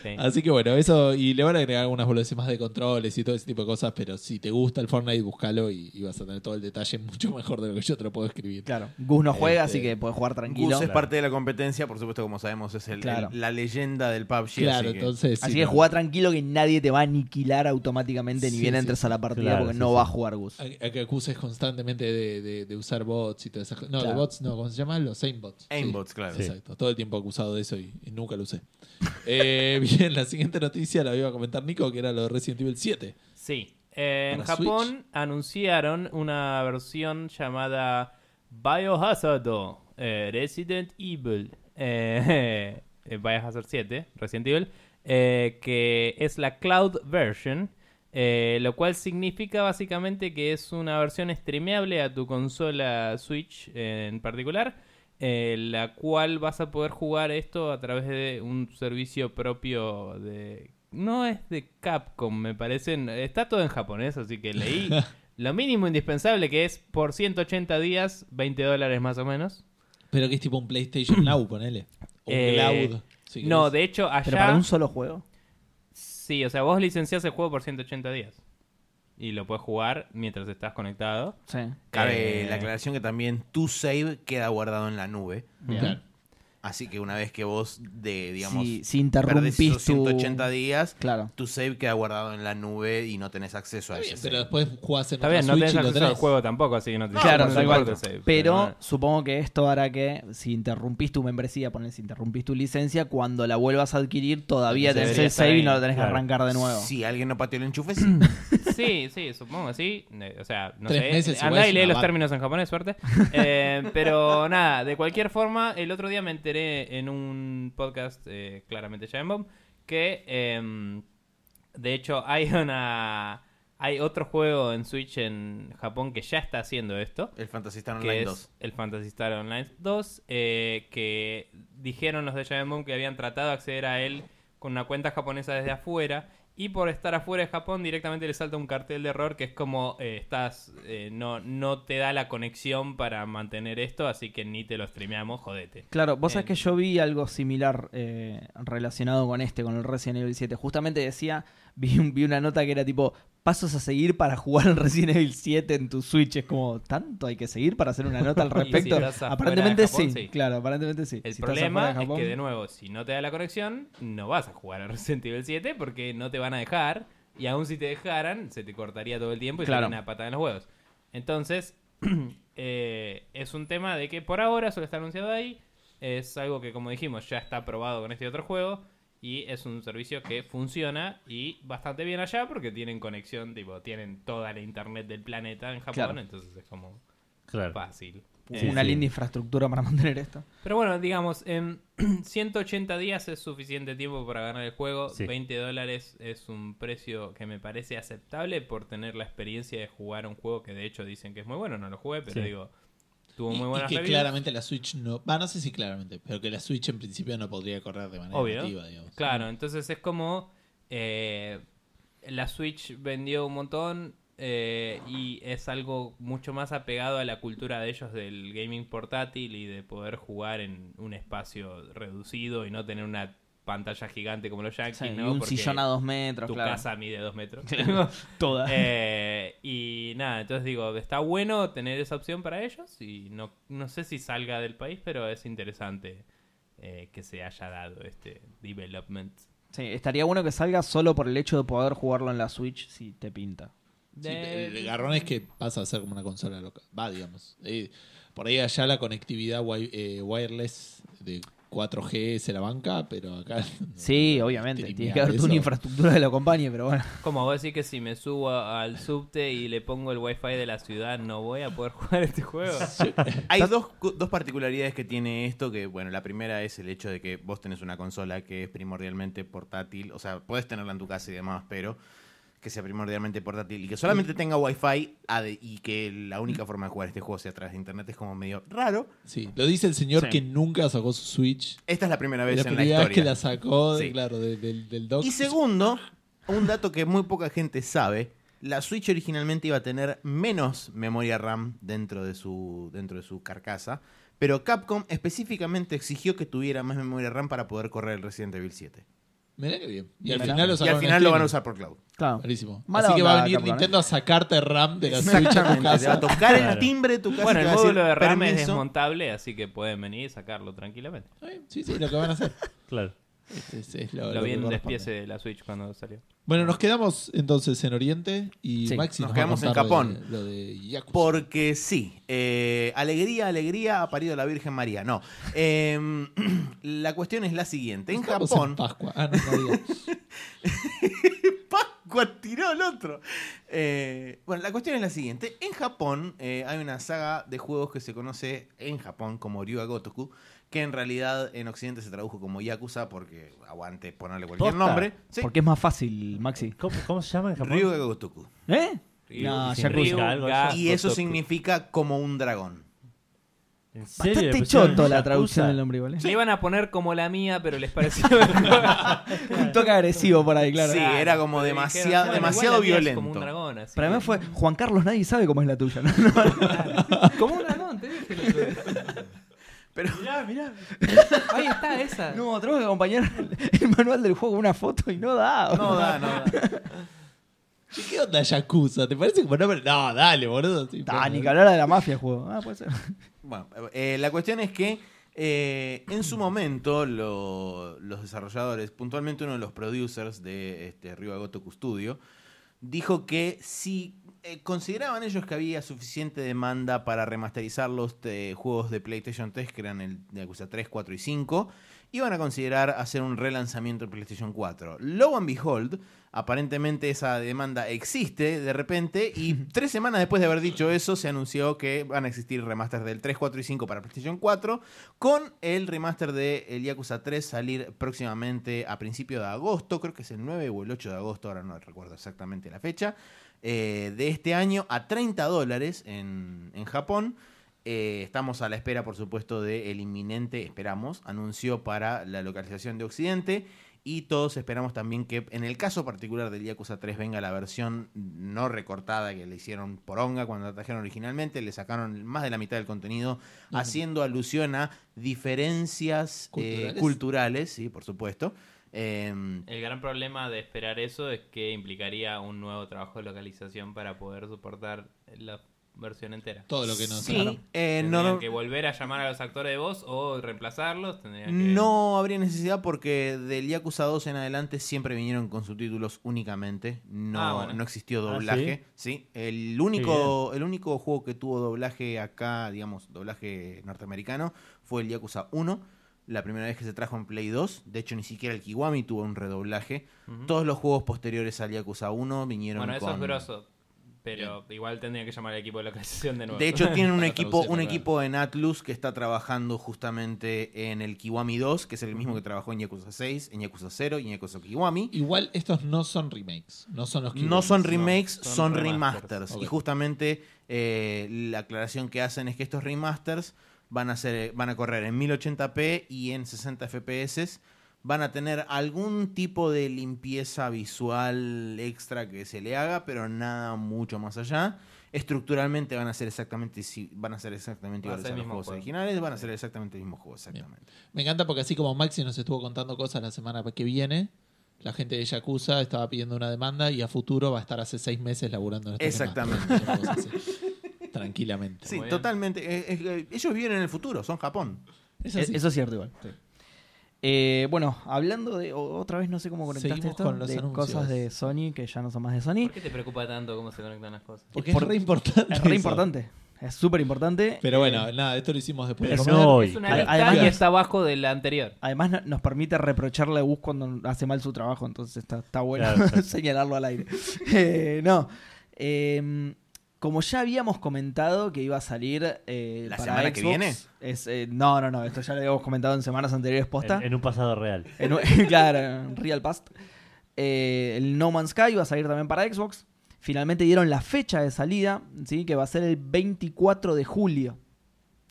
Speaker 4: Sí.
Speaker 2: Así que bueno, eso. Y le van a agregar algunas boludeces más de controles y todo ese tipo de cosas. Pero si te gusta el Fortnite, búscalo y, y vas a tener todo el detalle mucho mejor de lo que yo te lo puedo escribir.
Speaker 5: Claro, Gus no juega,
Speaker 2: Este,
Speaker 5: así que puede jugar tranquilo.
Speaker 3: Gus es parte de la competencia, por supuesto, como sabemos, es el,
Speaker 5: Claro.
Speaker 3: el- la leyenda del PUBG. así
Speaker 2: Claro,
Speaker 3: que-
Speaker 2: entonces.
Speaker 5: Así
Speaker 2: sí,
Speaker 5: que
Speaker 2: no.
Speaker 5: jugá tranquilo que nadie te va a aniquilar automáticamente ni
Speaker 2: Sí,
Speaker 5: bien
Speaker 2: sí,
Speaker 5: entres a la partida
Speaker 1: Claro,
Speaker 5: porque
Speaker 1: sí,
Speaker 5: no
Speaker 1: sí.
Speaker 5: va a jugar Gus.
Speaker 2: A, a que acuses constantemente de, de- de usar bots y todas esas cosas. No,
Speaker 5: Claro.
Speaker 2: de bots no, ¿cómo se llama? Los aimbots. Sí.
Speaker 3: Aimbots, claro.
Speaker 1: Sí.
Speaker 2: Exacto, todo el tiempo acusado de eso y, y nunca lo usé. Eh, bien, la siguiente noticia la iba a comentar Nico, que era lo de Resident Evil 7.
Speaker 4: Sí. Eh, en
Speaker 2: Para
Speaker 4: Japón
Speaker 2: Switch.
Speaker 4: anunciaron una versión llamada Biohazard eh, Resident Evil eh, eh, Biohazard 7, Resident Evil, eh, que es la cloud version, eh, lo cual significa básicamente que es una versión streameable a tu consola Switch en particular, eh, la cual vas a poder jugar esto a través de un servicio propio de... No es de Capcom, me parece. Está todo en japonés, así que leí lo mínimo indispensable que es por 180 días, 20 dólares más o menos.
Speaker 2: Pero que es tipo un PlayStation Now, ponele. O un
Speaker 4: Eh,
Speaker 2: Cloud. si
Speaker 4: no,
Speaker 2: querés.
Speaker 4: de hecho allá...
Speaker 5: Pero para un solo juego.
Speaker 4: Sí, o sea, vos licenciás el juego por 180 días. Y lo puedes jugar mientras estás conectado.
Speaker 5: Sí.
Speaker 3: Cabe
Speaker 4: Eh,
Speaker 3: la aclaración que también tu save queda guardado en la nube.
Speaker 4: Bien.
Speaker 2: Claro.
Speaker 3: Así que una vez que vos, de, digamos,
Speaker 5: si, si
Speaker 3: perdés
Speaker 5: interrumpís
Speaker 3: esos
Speaker 5: tu...
Speaker 3: 180 días,
Speaker 5: Claro.
Speaker 3: tu save queda guardado en la nube y no tenés acceso a
Speaker 2: Está bien,
Speaker 3: ese
Speaker 2: pero
Speaker 3: save.
Speaker 2: después jugás en
Speaker 4: Está
Speaker 2: otra
Speaker 4: bien, no
Speaker 2: Switch
Speaker 4: tenés
Speaker 2: y lo
Speaker 4: acceso al
Speaker 2: tenés.
Speaker 4: juego tampoco, así que no tenés
Speaker 5: Claro,
Speaker 4: no
Speaker 5: tal
Speaker 4: importa
Speaker 5: cual.
Speaker 4: el save,
Speaker 5: Pero
Speaker 4: no-
Speaker 5: supongo que esto hará que si interrumpís tu membresía, poner si interrumpís tu licencia, cuando la vuelvas a adquirir todavía
Speaker 4: Debería
Speaker 5: tenés el
Speaker 4: estar
Speaker 5: save y
Speaker 4: ahí,
Speaker 5: no lo tenés que
Speaker 1: claro.
Speaker 5: arrancar de nuevo.
Speaker 3: Si alguien no pateó el enchufe, sí.
Speaker 4: Sí, sí, supongo que sí. Eh, O sea, no
Speaker 2: Tres
Speaker 4: sé.
Speaker 2: meses
Speaker 4: Andá
Speaker 2: igual
Speaker 4: y
Speaker 2: es
Speaker 4: lee
Speaker 2: una
Speaker 4: los
Speaker 2: banda.
Speaker 4: términos en japonés, suerte. Eh, pero nada, de cualquier forma, el otro día me enteré en un podcast, eh, claramente Giant Bomb, que em, de hecho hay una. Hay otro juego en Switch en Japón que ya está haciendo esto
Speaker 3: El Fantasy Star
Speaker 4: que
Speaker 3: Online
Speaker 4: es
Speaker 3: 2.
Speaker 4: el Fantasy Star Online 2, eh, que dijeron los de Giant Bomb que habían tratado de acceder a él con una cuenta japonesa desde afuera y por estar afuera de Japón directamente le salta un cartel de error que es como eh, estás eh, no no te da la conexión para mantener esto, así que ni te lo streameamos, jodete.
Speaker 5: Claro, vos sabés
Speaker 4: En-
Speaker 5: que yo vi algo similar eh, relacionado con este, con el Resident Evil 7. Justamente decía, vi, un- vi una nota que era tipo, pasos a seguir para jugar el Resident Evil 7 en tu Switch. Es como, ¿tanto hay que seguir para hacer una nota al
Speaker 4: si
Speaker 5: respecto?
Speaker 4: estás afuera de
Speaker 5: aparentemente
Speaker 4: Japón,
Speaker 5: sí,
Speaker 4: sí.
Speaker 5: claro, aparentemente sí.
Speaker 4: El
Speaker 5: Si estás
Speaker 4: problema
Speaker 5: afuera de
Speaker 4: es que,
Speaker 5: Japón-
Speaker 4: de nuevo, si no te da la conexión, no vas a jugar a Resident Evil 7 porque no te van a dejar. Y aún si te dejaran, se te cortaría todo el tiempo y
Speaker 5: Claro.
Speaker 4: sería una patada en los huevos. Entonces, eh, es un tema de que por ahora solo está anunciado ahí. Es algo que, como dijimos, ya está probado con este otro juego. Y es un servicio que funciona y bastante bien allá porque tienen conexión, tipo, tienen toda la internet del planeta en Japón.
Speaker 5: Claro.
Speaker 4: Entonces es como
Speaker 1: Claro.
Speaker 4: fácil.
Speaker 1: Sí,
Speaker 5: una
Speaker 1: sí.
Speaker 5: linda infraestructura para mantener esto.
Speaker 4: Pero bueno, digamos, en 180 días es suficiente tiempo para ganar el juego.
Speaker 1: Sí.
Speaker 4: 20 dólares es un precio que me parece aceptable por tener la experiencia de jugar un juego que de hecho dicen que es muy bueno. No lo jugué, pero
Speaker 1: Sí.
Speaker 4: digo, tuvo
Speaker 2: Y-
Speaker 4: muy
Speaker 2: Y,
Speaker 4: buenas
Speaker 2: que
Speaker 4: reviews.
Speaker 2: claramente la Switch no. Va, no sé si claramente, pero que la Switch en principio no podría correr de manera
Speaker 4: Obvio.
Speaker 2: nativa, digamos.
Speaker 4: Claro, entonces es como eh, la Switch vendió un montón eh, y es algo mucho más apegado a la cultura de ellos del gaming portátil y de poder jugar en un espacio reducido y no tener una pantalla gigante como los Yankees,
Speaker 5: Sí, y
Speaker 4: ¿no?
Speaker 5: un
Speaker 4: Porque
Speaker 5: sillón a dos metros,
Speaker 4: tu
Speaker 5: claro.
Speaker 4: casa mide dos metros.
Speaker 5: Toda.
Speaker 4: Eh, y nada, entonces digo, está bueno tener esa opción para ellos y no, no sé si salga del país, pero es interesante eh, que se haya dado este development.
Speaker 5: Sí, estaría bueno que salga solo por el hecho de poder jugarlo en la Switch si te pinta.
Speaker 2: Sí,
Speaker 4: Eh,
Speaker 2: el garrón es que pasa a ser como una consola loca. Va, digamos. Eh, por ahí allá la conectividad wi- eh, wireless de 4G se la banca, pero acá. no-
Speaker 6: Sí,
Speaker 2: no-
Speaker 6: obviamente. Tiene que
Speaker 2: streamear
Speaker 6: haber tú una
Speaker 2: eso.
Speaker 6: infraestructura que lo acompañe, pero bueno.
Speaker 4: Como vos decís que si me subo a- al subte y le pongo el wifi de la ciudad, no voy a poder jugar este juego.
Speaker 3: Hay dos, cu- dos particularidades que tiene esto, que bueno, la primera es el hecho de que vos tenés una consola que es primordialmente portátil, o sea, puedes tenerla en tu casa y demás, pero que sea primordialmente portátil y que solamente
Speaker 2: Mm.
Speaker 3: tenga wifi ade- y que la única forma de jugar este juego sea a través de internet es como medio raro.
Speaker 2: Sí, lo dice el señor
Speaker 6: Sí.
Speaker 2: que nunca sacó su Switch.
Speaker 3: Esta es la primera vez
Speaker 2: La
Speaker 3: en la
Speaker 2: primera
Speaker 3: historia.
Speaker 2: vez que la sacó, de-
Speaker 3: Sí.
Speaker 2: claro, de- del, del dock.
Speaker 3: Y segundo, un dato que muy poca gente sabe, la Switch originalmente iba a tener menos memoria RAM dentro de su, dentro de su carcasa, pero Capcom específicamente exigió que tuviera más memoria RAM para poder correr el Resident Evil 7.
Speaker 2: Mirá que bien. Y al
Speaker 6: Mirá.
Speaker 2: final lo
Speaker 3: Y al
Speaker 2: sacaron en
Speaker 3: final lo van a
Speaker 2: streaming.
Speaker 3: usar por cloud.
Speaker 6: Claro.
Speaker 2: Buenísimo.
Speaker 6: Mala
Speaker 2: Así que
Speaker 6: onda,
Speaker 2: va a venir
Speaker 6: Capcom,
Speaker 2: Nintendo a sacarte RAM de la Switch a tu
Speaker 3: ¿eh? Exactamente, te va a
Speaker 2: casa.
Speaker 3: tocar el
Speaker 1: Claro.
Speaker 3: timbre de tu casa.
Speaker 4: Bueno,
Speaker 3: y te
Speaker 4: el
Speaker 3: va a decir,
Speaker 4: módulo de RAM es
Speaker 3: "Permiso".
Speaker 4: desmontable, así que pueden venir y sacarlo tranquilamente.
Speaker 2: Sí, sí, lo que van a hacer.
Speaker 1: Claro.
Speaker 2: Es- es- es lo,
Speaker 4: Lo
Speaker 2: lo que
Speaker 4: vi en
Speaker 2: corresponde.
Speaker 4: despiece de la Switch cuando salió.
Speaker 2: Bueno, nos quedamos entonces en Oriente y
Speaker 6: Sí,
Speaker 2: Maxi
Speaker 3: nos
Speaker 2: va a
Speaker 3: quedamos en
Speaker 2: contar lo de-
Speaker 3: Japón.
Speaker 2: Lo de Yakuza.
Speaker 3: Porque sí, eh, alegría, alegría ha parido la Virgen María. No, Em, la cuestión es la siguiente. En
Speaker 2: Estamos
Speaker 3: Japón...
Speaker 2: Pascua. Ah, no, no había.
Speaker 3: Pascua tiró el otro. Eh, bueno, la cuestión es la siguiente. En Japón eh, hay una saga de juegos que se conoce en Japón como Ryuga Gotoku, que en realidad en Occidente se tradujo como Yakuza porque aguante ponerle cualquier
Speaker 6: Posta.
Speaker 3: nombre. Sí,
Speaker 6: Porque es más fácil, Maxi.
Speaker 1: ¿Cómo, cómo se llama en Japón?
Speaker 3: Ryuga Gotoku.
Speaker 6: ¿Eh? No,
Speaker 1: Sí,
Speaker 6: Yakuza.
Speaker 1: Ryu, algo de eso.
Speaker 3: Y eso
Speaker 4: Ah, Gotoku.
Speaker 3: significa como un dragón.
Speaker 1: ¿En serio? le
Speaker 6: Bastante
Speaker 1: pusieron
Speaker 6: choto la
Speaker 1: Yakuza?
Speaker 6: traducción del nombre, ¿vale?
Speaker 4: Le iban a poner como la mía, pero les pareció mejor.
Speaker 6: Un toque agresivo por ahí, claro.
Speaker 3: Sí, era como
Speaker 4: Pero dijeron,
Speaker 3: demasiado-
Speaker 4: "Bueno,
Speaker 3: demasiado
Speaker 4: igual la mía es Como un
Speaker 3: violento".
Speaker 4: dragón, así
Speaker 6: Para mí
Speaker 4: que-
Speaker 6: fue, Juan Carlos, nadie sabe cómo es la tuya. ¿no?
Speaker 4: Como un dragón, te dije. el otro día.
Speaker 3: Pero
Speaker 4: Ahí está esa.
Speaker 6: No, tenemos que acompañar el, el manual del juego con una foto y no da.
Speaker 3: no da, no da.
Speaker 2: Che, ¿Qué onda Yakuza? ¿Te parece como nombre? No, dale, boludo. Sí,
Speaker 6: Ah, ni que
Speaker 2: bueno.
Speaker 6: hablar de la mafia el juego. Ah, puede ser.
Speaker 3: Bueno, eh, la cuestión es que eh, en su momento lo- los desarrolladores, puntualmente uno de los producers de este, Ryuga Gotoku Studio, dijo que si eh, consideraban ellos que había suficiente demanda para remasterizar los eh, juegos de PlayStation 3, que eran el de Yakuza 3, 4 y 5, iban a considerar hacer un relanzamiento en PlayStation 4. Lo and behold, aparentemente esa demanda existe de repente y tres semanas después de haber dicho eso se anunció que van a existir remasters del 3, 4 y 5 para PlayStation 4 con el remaster de el Yakuza 3 salir próximamente a principio de agosto, creo que es el 9 o el 8 de agosto, ahora no recuerdo exactamente la fecha, eh, de este año a 30 dólares en, en Japón. Eh, estamos a la espera, por supuesto, del inminente, esperamos, anuncio para la localización de Occidente. Y todos esperamos también que, en el caso particular del Yakuza 3, venga la versión no recortada que le hicieron poronga cuando la trajeron originalmente. Le sacaron más de la mitad del contenido,
Speaker 2: Ujú.
Speaker 3: haciendo alusión a diferencias eh,
Speaker 2: ¿Culturales?
Speaker 3: culturales, sí, por supuesto. Em,
Speaker 4: El gran problema de esperar eso es que implicaría un nuevo trabajo de localización para poder soportar la versión entera.
Speaker 2: Todo lo que nos
Speaker 3: sí,
Speaker 2: sacaron.
Speaker 3: eh, no,
Speaker 4: tendrían
Speaker 3: no-
Speaker 4: que volver a llamar a los actores de voz o reemplazarlos. Tendrían que...
Speaker 3: No habría necesidad porque del Yakuza 2 en adelante siempre vinieron con subtítulos únicamente. No,
Speaker 4: Ah, bueno.
Speaker 3: no existió
Speaker 1: Ah,
Speaker 3: doblaje. sí? El único, el único juego que tuvo doblaje acá, digamos, doblaje norteamericano, fue el Yakuza 1. La primera vez que se trajo en Play 2. De hecho, ni siquiera el Kiwami tuvo un redoblaje.
Speaker 4: Ujú.
Speaker 3: Todos los juegos posteriores al Yakuza 1 vinieron
Speaker 4: Bueno, eso
Speaker 3: con...
Speaker 4: es grosso. Pero igual tendría que llamar al equipo de localización de nuevo.
Speaker 3: De hecho, tienen un
Speaker 2: Para
Speaker 3: equipo,
Speaker 2: traducirlo,
Speaker 3: un
Speaker 2: claro.
Speaker 3: equipo en Atlus que está trabajando justamente en el Kiwami 2, que es el mismo que trabajó en Yakuza 6, en Yakuza 0 y en Yakuza Kiwami.
Speaker 2: Igual estos no son remakes. No son los que.
Speaker 3: No son
Speaker 4: no,
Speaker 3: remakes,
Speaker 4: son
Speaker 3: son
Speaker 4: remasters.
Speaker 3: remasters.
Speaker 2: Ok.
Speaker 3: Y justamente eh, la aclaración que hacen es que estos remasters van a, ser, eh, van a correr en 1080p y en 60 fps. Van a tener algún tipo de limpieza visual extra que se le haga, pero nada mucho más allá. Estructuralmente van a ser exactamente, si- van a ser exactamente
Speaker 4: Va a
Speaker 3: iguales
Speaker 4: ser
Speaker 3: a
Speaker 4: el
Speaker 3: los
Speaker 4: mismo
Speaker 3: juegos
Speaker 4: juego.
Speaker 3: originales, van a ser exactamente el mismo juego, exactamente.
Speaker 2: Me encanta porque así como Maxi nos estuvo contando cosas la semana que viene, la gente de Yakuza estaba pidiendo una demanda y a futuro va a estar hace seis meses laburando en este
Speaker 3: Exactamente.
Speaker 2: tema. Una cosa así. Tranquilamente.
Speaker 3: Sí,
Speaker 4: Muy bien.
Speaker 3: totalmente. Eh, eh, eh, ellos viven en el futuro, son Japón.
Speaker 2: Es
Speaker 6: Eh,
Speaker 2: así.
Speaker 6: Eso es cierto igual. Eh, bueno, hablando de. o- Otra vez no sé cómo conectaste
Speaker 2: Seguimos
Speaker 6: esto.
Speaker 2: con los
Speaker 6: de
Speaker 2: anuncios.
Speaker 6: cosas de Sony que ya no son más de Sony.
Speaker 4: ¿Por qué te preocupa tanto cómo se conectan las cosas?
Speaker 2: porque
Speaker 6: por-
Speaker 2: es re importante.
Speaker 6: Es re
Speaker 2: eso.
Speaker 6: importante.
Speaker 5: Es súper importante. Eh,
Speaker 2: Pero bueno, nada, esto lo hicimos después de
Speaker 1: Pero
Speaker 2: comer.
Speaker 1: no hoy.
Speaker 4: Es una
Speaker 5: Ad-
Speaker 4: lista
Speaker 5: además-
Speaker 4: que está abajo de la anterior.
Speaker 5: Además no- nos permite reprocharle a Gus cuando hace mal su trabajo, entonces está, está bueno
Speaker 1: Claro, claro.
Speaker 5: señalarlo al aire. Eh, no. Eh, como ya habíamos comentado que iba a salir eh,
Speaker 3: ¿La
Speaker 5: para
Speaker 3: semana que
Speaker 5: Xbox,
Speaker 3: viene?
Speaker 5: es, eh, no, no, no, esto ya lo habíamos comentado en semanas anteriores posta.
Speaker 1: En, en un pasado real.
Speaker 5: En un- claro, en Real Past. Eh, el No Man's Sky va a salir también para Xbox. Finalmente dieron la fecha de salida, ¿sí? que va a ser el 24 de julio.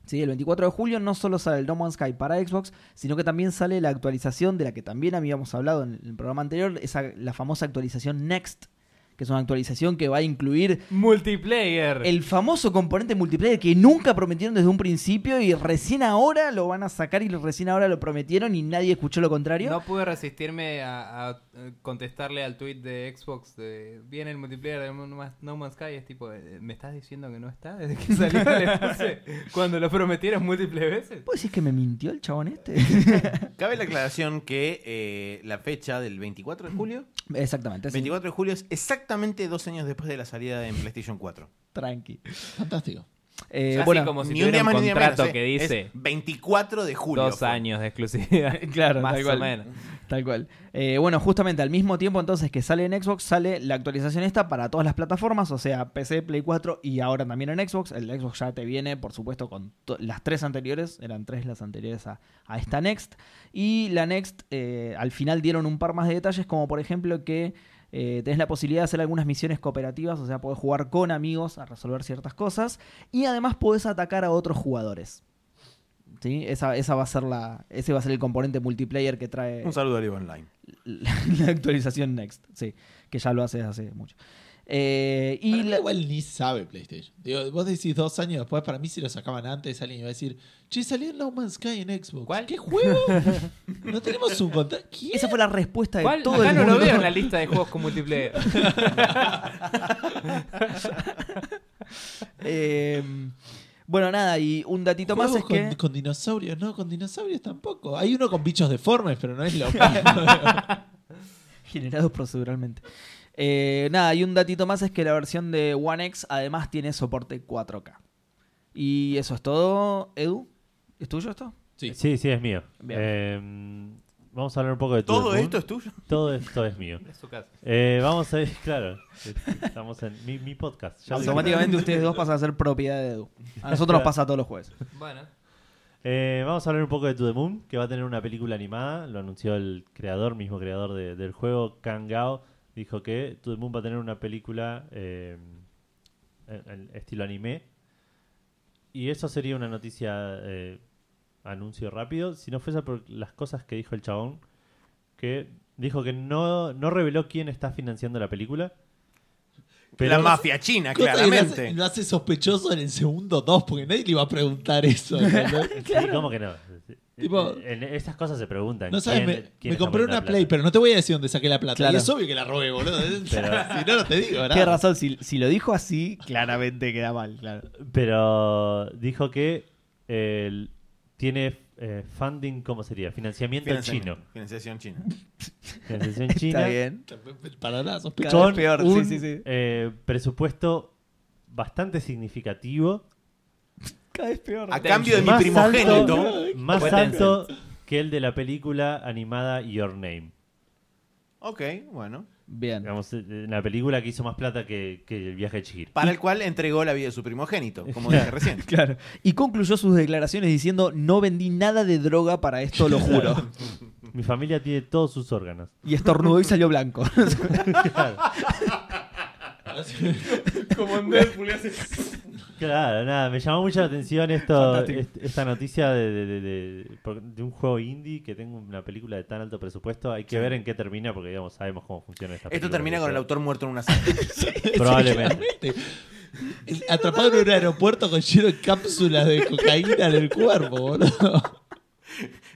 Speaker 5: ¿Sí? El 24 de julio no solo sale el No Man's Sky para Xbox, sino que también sale la actualización de la que también habíamos hablado en el programa anterior, esa, la famosa actualización Next, que es una actualización que va a incluir
Speaker 4: Multiplayer.
Speaker 5: el famoso componente multiplayer que nunca prometieron desde un principio y recién ahora lo van a sacar y recién ahora lo prometieron y nadie escuchó lo contrario.
Speaker 4: No pude resistirme a, a contestarle al tweet de Xbox de viene el multiplayer de No Man's- No Man's Sky. Es tipo, eh, ¿me estás diciendo que no está? Desde que salió le puse cuando lo prometieron múltiples veces.
Speaker 3: Eh,
Speaker 5: ¿Puedo decir que me mintió el chabón este?
Speaker 3: Cabe la aclaración que eh, la fecha del 24 de julio.
Speaker 1: Mm.
Speaker 5: Exactamente, así,
Speaker 3: 24 de julio es exactamente dos años después de la salida en PlayStation 4.
Speaker 5: tranqui.
Speaker 2: Fantástico.
Speaker 5: Eh,
Speaker 4: Así
Speaker 5: bueno,
Speaker 4: como si
Speaker 3: Ni un
Speaker 4: tuviera
Speaker 3: día
Speaker 4: un
Speaker 3: más ni un día menos.
Speaker 4: contrato
Speaker 3: eh.
Speaker 4: que dice
Speaker 3: Es 24 de julio.
Speaker 4: dos
Speaker 3: fue.
Speaker 4: años de exclusividad.
Speaker 5: Claro,
Speaker 4: más
Speaker 5: tal
Speaker 4: o
Speaker 5: cual.
Speaker 4: menos.
Speaker 5: tal cual. Eh, bueno, justamente al mismo tiempo entonces que sale en Xbox, sale la actualización esta para todas las plataformas, o sea, PC, Play 4 y ahora también en Xbox. El Xbox ya te viene, por supuesto, con to- las tres anteriores, eran tres las anteriores a, a esta Next. Y la Next, eh, al final dieron un par más de detalles, como por ejemplo que eh, tenés la posibilidad de hacer algunas misiones cooperativas, o sea, podés jugar con amigos a resolver ciertas cosas y además podés atacar a otros jugadores. ¿Sí? Esa, esa va a ser la, ese va a ser el componente multiplayer que trae
Speaker 3: Un saludo a Live Online.
Speaker 5: la, la actualización Next, sí, que ya lo hace desde hace mucho. Eh,
Speaker 2: Y
Speaker 5: y la-
Speaker 2: igual ni sabe PlayStation. Digo, vos decís dos años después, para mí si lo sacaban antes, alguien iba a decir, che, salió No Man's Sky en Xbox.
Speaker 4: ¿Cuál?
Speaker 2: ¿Qué juego? no tenemos un contrato. ¿Quién?
Speaker 5: esa fue la respuesta de
Speaker 4: ¿Cuál?
Speaker 5: todo
Speaker 4: Acá
Speaker 5: el
Speaker 4: no
Speaker 5: mundo.
Speaker 4: lo veo en la lista de juegos con multiplayer.
Speaker 5: Eh, bueno, nada, y un datito más es
Speaker 2: Juegos con,
Speaker 5: que
Speaker 2: con dinosaurios, no, con dinosaurios tampoco. Hay uno con bichos deformes, pero no es lo mismo.
Speaker 5: generados proceduralmente. Eh, nada, y un datito más es que la versión de One X además tiene soporte 4K. Y eso es todo, Edu. ¿Es tuyo esto?
Speaker 2: sí.
Speaker 1: Sí, sí, es mío.
Speaker 5: Bien.
Speaker 1: Eh, vamos a hablar un poco de
Speaker 3: ¿Todo
Speaker 1: Toon.
Speaker 3: esto es tuyo?
Speaker 1: Todo esto es mío.
Speaker 4: Es su casa.
Speaker 1: Eh, vamos a ir, claro. Estamos en mi, mi podcast. Ya lo dije.
Speaker 5: Automáticamente ustedes dos pasan a ser propiedad de Edu. A nosotros nos pasa todos los jueves.
Speaker 4: Bueno,
Speaker 1: Eh, vamos a hablar un poco de To The Moon, que va a tener una película animada. Lo anunció el creador, mismo creador de- del juego, Kangao. Dijo que To The Moon va a tener una película eh, en- en estilo anime. Y eso sería una noticia, eh, anuncio rápido. Si no fuese por las cosas que dijo el chabón, que dijo que no, no reveló quién está financiando la película.
Speaker 3: la mafia china,
Speaker 2: Cosa que lo hace-
Speaker 3: claramente.
Speaker 2: Lo hace sospechoso en el segundo 2, porque nadie le iba a preguntar eso. ¿entendés?
Speaker 1: Sí, ¿cómo que no?
Speaker 2: Tipo-
Speaker 1: En- esas cosas se preguntan.
Speaker 2: No sabes,
Speaker 1: ¿Quién-
Speaker 2: me,
Speaker 1: quién
Speaker 2: me
Speaker 1: está poniendo
Speaker 2: compré
Speaker 1: la
Speaker 2: una
Speaker 1: plata?
Speaker 2: Play, pero no te voy a decir dónde saqué la plata.
Speaker 5: Claro.
Speaker 2: Y es obvio que la robé, boludo. si no, no te digo, ¿verdad?
Speaker 5: Tienes razón, si, si lo dijo así, claramente queda mal, claro.
Speaker 1: Pero dijo que eh, tiene eh, funding, ¿cómo sería? Financiamiento,
Speaker 3: Financiación-
Speaker 1: chino.
Speaker 3: Financiación china.
Speaker 1: Financiación china.
Speaker 5: Está bien.
Speaker 2: Para nada,
Speaker 5: Cada
Speaker 2: sospechoso.
Speaker 1: Con
Speaker 5: vez peor, sí,
Speaker 1: un
Speaker 5: sí, sí.
Speaker 1: eh, presupuesto bastante significativo.
Speaker 5: Cada vez peor.
Speaker 3: A cambio de mi
Speaker 1: Más
Speaker 3: primogénito.
Speaker 1: alto, más
Speaker 4: Competencia.
Speaker 1: alto que el de la película animada Your Name.
Speaker 3: Ok, bueno.
Speaker 5: Bien.
Speaker 1: Digamos, eh, una película que hizo más plata que, que el viaje de Chihiro.
Speaker 3: Para el cual entregó la vida de su primogénito, como dije recién.
Speaker 5: Claro. Y concluyó sus declaraciones diciendo, no vendí nada de droga para esto, lo juro.
Speaker 1: Mi familia tiene todos sus órganos.
Speaker 5: Y estornudó y salió blanco.
Speaker 1: Claro.
Speaker 3: como en Deadpool hace.
Speaker 1: Claro, nada, me llamó mucho la atención esto, est- esta noticia de, de- de- de- por- de un juego indie que tenga una película de tan alto presupuesto. Hay que ver en qué termina porque, digamos, sabemos cómo funciona esta
Speaker 3: Esto
Speaker 1: película,
Speaker 3: termina con el
Speaker 1: porque-
Speaker 3: autor muerto en una sala.
Speaker 1: Probablemente.
Speaker 2: Es Atrapado en un aeropuerto con lleno de cápsulas de cocaína en el cuerpo, boludo.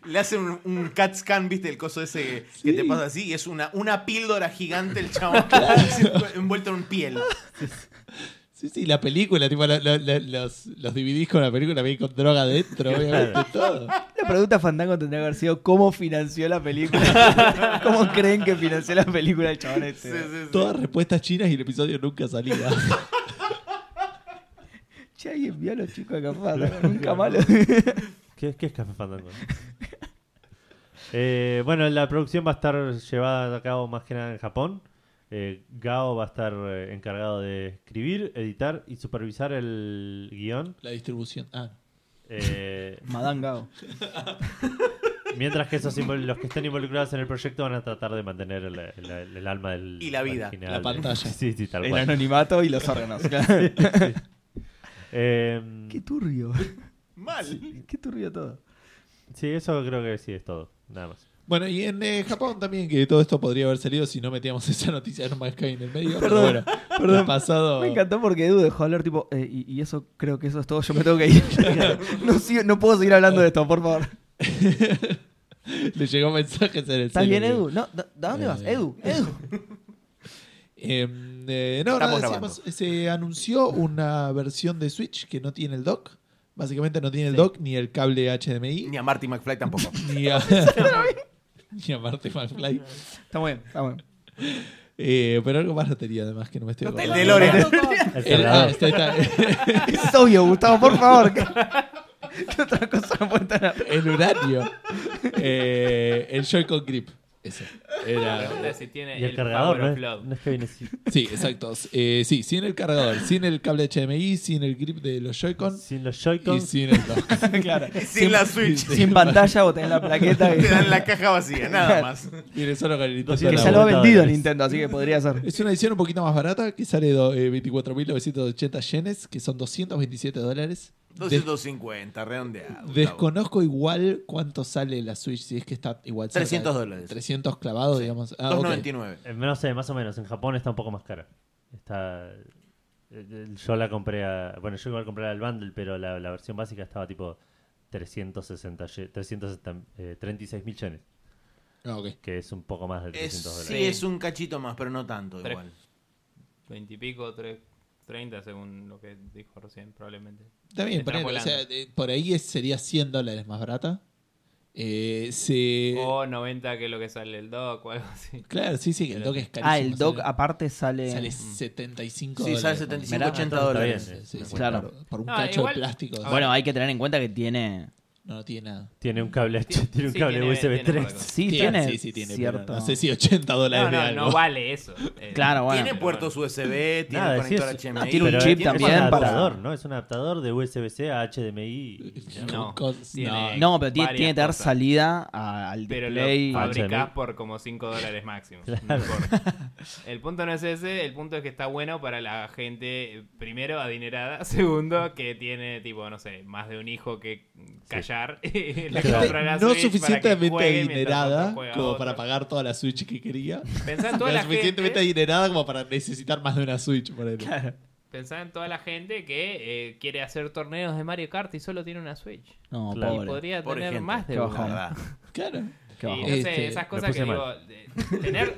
Speaker 3: Le hacen un, un CAT scan, viste, el coso ese que, que te pasa así, y es una, una píldora gigante el chabón envuelto en piel.
Speaker 2: Sí, sí, la película, tipo, lo- lo- lo- los, los dividís con la película, viene con droga dentro, obviamente, todo.
Speaker 5: La pregunta Fandango tendría que haber sido, ¿cómo financió la película? ¿Cómo creen que financió la película el chabón
Speaker 3: Sí,
Speaker 5: este?
Speaker 3: sí, sí.
Speaker 2: Todas respuestas chinas y el episodio nunca salía.
Speaker 6: Che, alguien vio a los chicos de Café Fandango, Nunca malo.
Speaker 1: ¿Qué, qué es Café Fandango? Eh, bueno, la producción va a estar llevada a cabo más que nada en Japón. Eh, Gao va a estar eh, encargado de escribir, editar y supervisar el guión.
Speaker 2: La distribución. Ah,
Speaker 1: Eh,
Speaker 6: Madame Gao.
Speaker 1: mientras que esos invol- los que estén involucrados en el proyecto van a tratar de mantener el, el- el alma del.
Speaker 3: Y la vida,
Speaker 1: original. ¿eh?
Speaker 2: la pantalla.
Speaker 1: Sí, sí, tal
Speaker 6: El
Speaker 1: cual.
Speaker 6: anonimato y los órganos. claro.
Speaker 1: Eh,
Speaker 6: Qué turbio.
Speaker 2: Mal.
Speaker 6: Qué turbio todo.
Speaker 1: sí, eso creo que sí es todo. Nada más.
Speaker 2: Bueno, y en eh, Japón también, que todo esto podría haber salido si no metíamos esa noticia de No Man's Sky en el medio. pero
Speaker 6: Perdón,
Speaker 2: bueno,
Speaker 6: perdón.
Speaker 2: el pasado.
Speaker 5: Oh.
Speaker 6: Me encantó porque Edu dejó hablar tipo, eh, y, y eso creo que eso es todo, yo me tengo que ir. no, sigo- no puedo seguir hablando de esto, por favor.
Speaker 2: Le llegó mensajes en el
Speaker 6: ¿Estás
Speaker 2: celu
Speaker 6: bien,
Speaker 2: que-
Speaker 6: Edu? No, ¿da- ¿da dónde
Speaker 2: Eh.
Speaker 6: vas? Edu, Edu.
Speaker 2: Em, eh, no,
Speaker 3: Estamos
Speaker 2: nada, decíamos, se anunció una versión de Switch que no tiene el dock. Básicamente no tiene el dock ni el cable HDMI.
Speaker 3: Ni a Marty McFly tampoco.
Speaker 2: Ni a, ni a Marty McFly.
Speaker 6: Está bien, está bien.
Speaker 2: Eh, pero algo más no tenía, además, que no me estoy
Speaker 3: No te-
Speaker 2: acordando.
Speaker 3: el DeLorean.
Speaker 1: El
Speaker 2: El- ah,
Speaker 1: cargador.
Speaker 2: está- está-
Speaker 6: Es obvio, Gustavo, por favor. ¿Qué, qué otra cosa no puede estar?
Speaker 2: el uranio. Eh, el Joy-Con Grip. Ese.
Speaker 4: Pregunta
Speaker 2: Era,
Speaker 4: si tiene
Speaker 1: Y el, cargador,
Speaker 4: Power
Speaker 1: ¿no?
Speaker 4: of
Speaker 1: es-
Speaker 4: Love.
Speaker 1: no es que viene así.
Speaker 2: sí, exacto. Eh, sí, sin el cargador, sin el cable HDMI, sin el grip de los Joy-Con
Speaker 1: Sin los
Speaker 2: y
Speaker 1: Joy-Cons.
Speaker 2: sin el dock.
Speaker 6: claro.
Speaker 3: Sin la Switch.
Speaker 6: Sin pantalla, vos tenés la plaqueta. y-
Speaker 3: Te dan la caja vacía, nada más.
Speaker 2: Viene solo con el Nintendo
Speaker 6: que
Speaker 1: la
Speaker 6: ya lo ha
Speaker 1: vuelta de
Speaker 6: vendido
Speaker 1: dólares.
Speaker 6: Nintendo, así que podría ser.
Speaker 2: Es una edición un poquito más barata que sale do- eh, 24.980 yenes, que son 227 dólares. Des-
Speaker 3: 250, redondeado. Gustavo.
Speaker 2: desconozco igual cuánto sale la Switch, si es que está igual. cerca de
Speaker 3: 300 dólares.
Speaker 2: 300 clavados, digamos. Ah, ok.
Speaker 3: 299.
Speaker 1: Eh, No sé, más o menos. En Japón está un poco más cara. Está. eh, eh, Yo la compré a. Bueno, yo igual compré el bundle, pero la, la versión básica estaba tipo 360 ye- 370, eh, 36 mil yenes,
Speaker 2: Ah, ok.
Speaker 1: que es un poco más de
Speaker 3: Es,
Speaker 1: 300 dólares.
Speaker 3: sí, es un cachito más, pero no tanto
Speaker 4: Pero-
Speaker 3: igual.
Speaker 4: 20 y pico, 3, 30 según lo que dijo recién, probablemente.
Speaker 2: Está bien,
Speaker 4: Está
Speaker 2: ponele, o sea,
Speaker 4: volando.
Speaker 2: eh, por ahí es- sería 100 dólares más barata. Eh, se-
Speaker 4: O 90 que es lo que sale el doc o algo así.
Speaker 2: Claro, sí, sí, que el dock es carísimo.
Speaker 6: Ah, el dock
Speaker 2: sale,
Speaker 6: aparte sale.
Speaker 2: sale 75
Speaker 3: Sí,
Speaker 2: dólares.
Speaker 3: sale
Speaker 2: ponele.
Speaker 3: 75, 80 dólares.
Speaker 1: Está bien,
Speaker 2: Sí, sí,
Speaker 6: Claro.
Speaker 2: por- Por un
Speaker 4: Ah,
Speaker 2: cacho
Speaker 4: igual-
Speaker 2: de plástico.
Speaker 4: Ah,
Speaker 2: Bueno,
Speaker 4: bueno.
Speaker 6: hay que tener en cuenta que tiene.
Speaker 2: no, no tiene nada.
Speaker 1: Tiene un cable,
Speaker 4: Tiene-
Speaker 1: tiene un
Speaker 4: sí,
Speaker 1: cable
Speaker 4: tiene-
Speaker 1: USB
Speaker 4: tiene
Speaker 1: 3.
Speaker 4: puerto.
Speaker 6: Sí,
Speaker 2: Tiene-
Speaker 6: tiene.
Speaker 2: sí, sí, tiene, pero
Speaker 6: cierto.
Speaker 2: No sé si 80 dólares
Speaker 4: No,
Speaker 2: de
Speaker 4: no,
Speaker 2: algo.
Speaker 4: no vale eso. Eh,
Speaker 6: Claro, bueno.
Speaker 3: tiene puertos USB, tiene
Speaker 1: Nada, sí,
Speaker 3: conector
Speaker 1: es-
Speaker 3: HMI.
Speaker 6: tiene un
Speaker 1: pero
Speaker 6: chip
Speaker 1: es-
Speaker 6: también
Speaker 1: Es un
Speaker 6: para-
Speaker 1: adaptador, ¿no? Es un adaptador de USB-C a HDMI. y-
Speaker 4: No,
Speaker 2: Cos-
Speaker 4: tiene-
Speaker 2: no.
Speaker 6: No, pero tiene,
Speaker 4: varias
Speaker 6: tiene que dar
Speaker 4: cosas.
Speaker 6: salida a- al
Speaker 4: Pero
Speaker 6: display.
Speaker 4: lo fabricás
Speaker 1: HDMI.
Speaker 4: por como 5 dólares máximo. no
Speaker 1: Claro.
Speaker 4: importa. el punto no es ese, el punto es que está bueno para la gente, eh, primero, adinerada, segundo, que tiene, tipo, no sé, más de un hijo que callar. y
Speaker 2: La
Speaker 4: le compra
Speaker 2: gente
Speaker 4: la
Speaker 2: no
Speaker 4: Switch para que
Speaker 2: suficientemente
Speaker 4: juegue mientras
Speaker 2: adinerada
Speaker 4: otro juega
Speaker 2: como
Speaker 4: otro.
Speaker 2: para pagar toda la Switch que quería.
Speaker 4: Pensá en
Speaker 2: No
Speaker 4: toda la
Speaker 2: suficientemente
Speaker 4: gente-
Speaker 2: adinerada como para necesitar más de una Switch. Por ejemplo.
Speaker 4: Pensá en toda la gente que eh, quiere hacer torneos de Mario Kart y solo tiene una Switch.
Speaker 6: No,
Speaker 1: Claro.
Speaker 4: Y
Speaker 6: pobre.
Speaker 4: podría
Speaker 3: Por
Speaker 4: tener
Speaker 3: ejemplo.
Speaker 4: más de
Speaker 6: Qué
Speaker 4: una.
Speaker 6: bajón.
Speaker 3: Verdad.
Speaker 2: Claro.
Speaker 6: Qué
Speaker 4: Y
Speaker 6: bajo.
Speaker 4: no
Speaker 2: Este,
Speaker 4: sé, esas
Speaker 1: me
Speaker 4: cosas que
Speaker 1: puse
Speaker 4: digo, de- tener...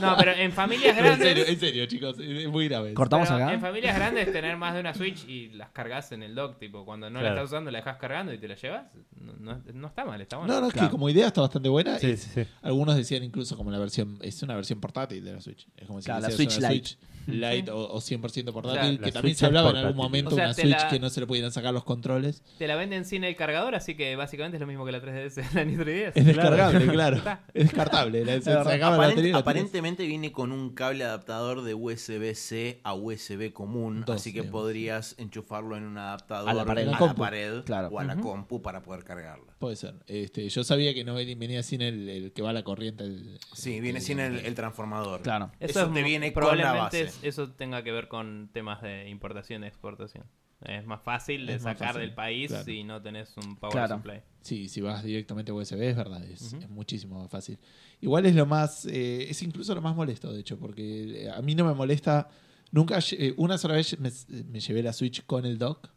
Speaker 4: No, pero en familias
Speaker 2: Pero En
Speaker 4: grandes...
Speaker 2: serio, en serio, chicos, es muy grave.
Speaker 6: Cortamos
Speaker 4: Pero
Speaker 6: acá.
Speaker 4: En familias grandes tener más de una Switch y las cargas en el dock, tipo, cuando no
Speaker 1: Claro.
Speaker 4: la estás usando la dejas cargando y te la llevas, no, no- no está mal, está bueno.
Speaker 2: No, no, es
Speaker 6: Claro.
Speaker 2: que como idea está bastante buena.
Speaker 1: Sí,
Speaker 2: Es-
Speaker 1: sí, sí.
Speaker 2: Algunos decían incluso como la versión, es una versión portátil de la Switch. Es como si
Speaker 6: Claro, la
Speaker 2: quisieras
Speaker 6: Switch
Speaker 2: una
Speaker 6: Lite.
Speaker 2: Lite o, o 100% portátil,
Speaker 4: Claro.
Speaker 2: que
Speaker 1: La
Speaker 2: también
Speaker 1: Switch
Speaker 2: se
Speaker 1: es
Speaker 2: hablaba en algún
Speaker 1: portátil.
Speaker 2: momento
Speaker 4: O sea,
Speaker 2: una
Speaker 4: te
Speaker 2: Switch
Speaker 4: la-
Speaker 2: que no se le pudieran sacar los controles.
Speaker 4: Te la venden sin el cargador, así que básicamente es lo mismo que la 3DS, la Nintendo 3DS.
Speaker 2: Es descargable, claro.
Speaker 4: Está.
Speaker 2: Es descartable. La- se
Speaker 6: verdad.
Speaker 2: sacaba la
Speaker 3: Aparent-
Speaker 2: batería y la tenías.
Speaker 3: aparentemente viene con un cable adaptador de USB-C a USB común,
Speaker 2: Dos,
Speaker 3: así que
Speaker 2: digamos.
Speaker 3: podrías enchufarlo en un adaptador
Speaker 6: A la pared.
Speaker 3: a
Speaker 2: La
Speaker 3: la
Speaker 2: compu.
Speaker 3: pared
Speaker 6: Claro.
Speaker 3: o a la compu para poder cargarla.
Speaker 2: Puede ser. Este, yo sabía que no ven- venía sin el, el que va a la corriente. el-
Speaker 3: Sí,
Speaker 2: el-
Speaker 3: viene
Speaker 2: el-
Speaker 3: sin el, el transformador.
Speaker 6: Claro.
Speaker 3: Eso, te
Speaker 4: es-
Speaker 3: viene con la
Speaker 4: probablemente
Speaker 3: base.
Speaker 4: es- eso tenga que ver con temas de importación y exportación. Es más fácil de
Speaker 2: Es más
Speaker 4: sacar
Speaker 2: fácil,
Speaker 4: del país
Speaker 2: claro.
Speaker 4: si no tenés un power
Speaker 6: Claro.
Speaker 4: supply.
Speaker 2: Sí, si vas directamente a USB es verdad, es, es muchísimo más fácil. Igual es lo más, eh, es incluso lo más molesto, de hecho, porque eh, a mí no me molesta, nunca, lle- eh, una sola vez me, me llevé la Switch con el dock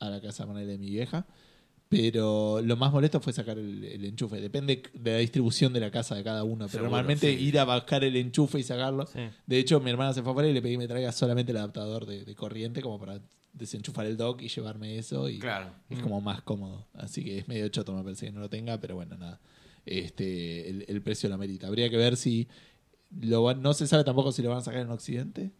Speaker 2: a la casa ponele, de mi vieja, pero lo más molesto fue sacar el, el enchufe, depende de la distribución de la casa de cada uno, pero
Speaker 3: Seguro,
Speaker 2: normalmente
Speaker 3: sí.
Speaker 2: ir a buscar el enchufe y sacarlo.
Speaker 4: Sí.
Speaker 2: De hecho, mi hermana se fue afuera y le pedí que me traiga solamente el adaptador de, de corriente como para desenchufar el dock y llevarme eso y
Speaker 3: Claro.
Speaker 2: es como más cómodo. Así que es medio choto, me parece que no lo tenga, pero bueno, nada. Este, el, el precio lo merita. Habría que ver si. Lo, van- no se sabe tampoco si lo van a sacar en Occidente.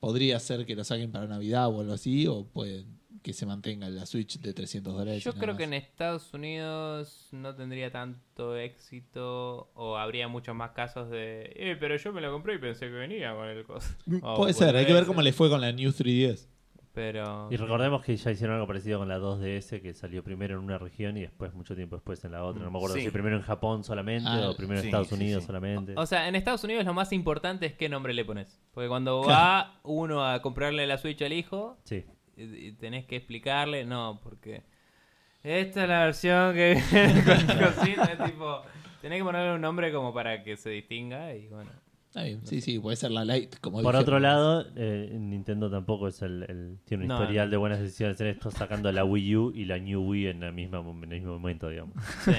Speaker 2: Podría ser que lo saquen para Navidad o algo así, o pueden que se mantenga la Switch de 300 dólares.
Speaker 4: Yo
Speaker 2: y nada
Speaker 4: creo que en
Speaker 2: más.
Speaker 4: Estados Unidos no tendría tanto éxito o habría muchos más casos de... "Eh, pero yo me lo compré y pensé que venía con el coso. O
Speaker 2: Mm, Ah, Puede ser, hay que ver
Speaker 4: boludeces.
Speaker 2: cómo le fue con la New 3DS.
Speaker 4: Pero...
Speaker 1: Y recordemos que ya hicieron algo parecido con la 2DS, que salió primero en una región y después, mucho tiempo después, en la otra. No me acuerdo
Speaker 3: Sí.
Speaker 1: si primero en Japón solamente
Speaker 2: Ah,
Speaker 1: o primero en
Speaker 3: sí,
Speaker 1: Estados
Speaker 3: sí,
Speaker 1: Unidos
Speaker 3: sí.
Speaker 1: solamente.
Speaker 4: O sea, en Estados Unidos lo más importante es qué nombre le pones. Porque cuando
Speaker 2: Claro.
Speaker 4: va uno a comprarle la Switch al hijo,
Speaker 1: sí.
Speaker 4: y- y tenés que explicarle, no, porque esta es la versión que viene con la cosita, es tipo, tenés que ponerle un nombre como para que se distinga y bueno.
Speaker 2: Está bien, sí, sí, puede ser la Lite. Como
Speaker 1: Por
Speaker 2: dijeron.
Speaker 1: otro lado, eh, Nintendo tampoco es el, el- tiene un
Speaker 4: No,
Speaker 1: historial de buenas decisiones en esto, sacando la Wii U y la New Wii en, la misma, en el mismo momento, digamos.
Speaker 4: Sí,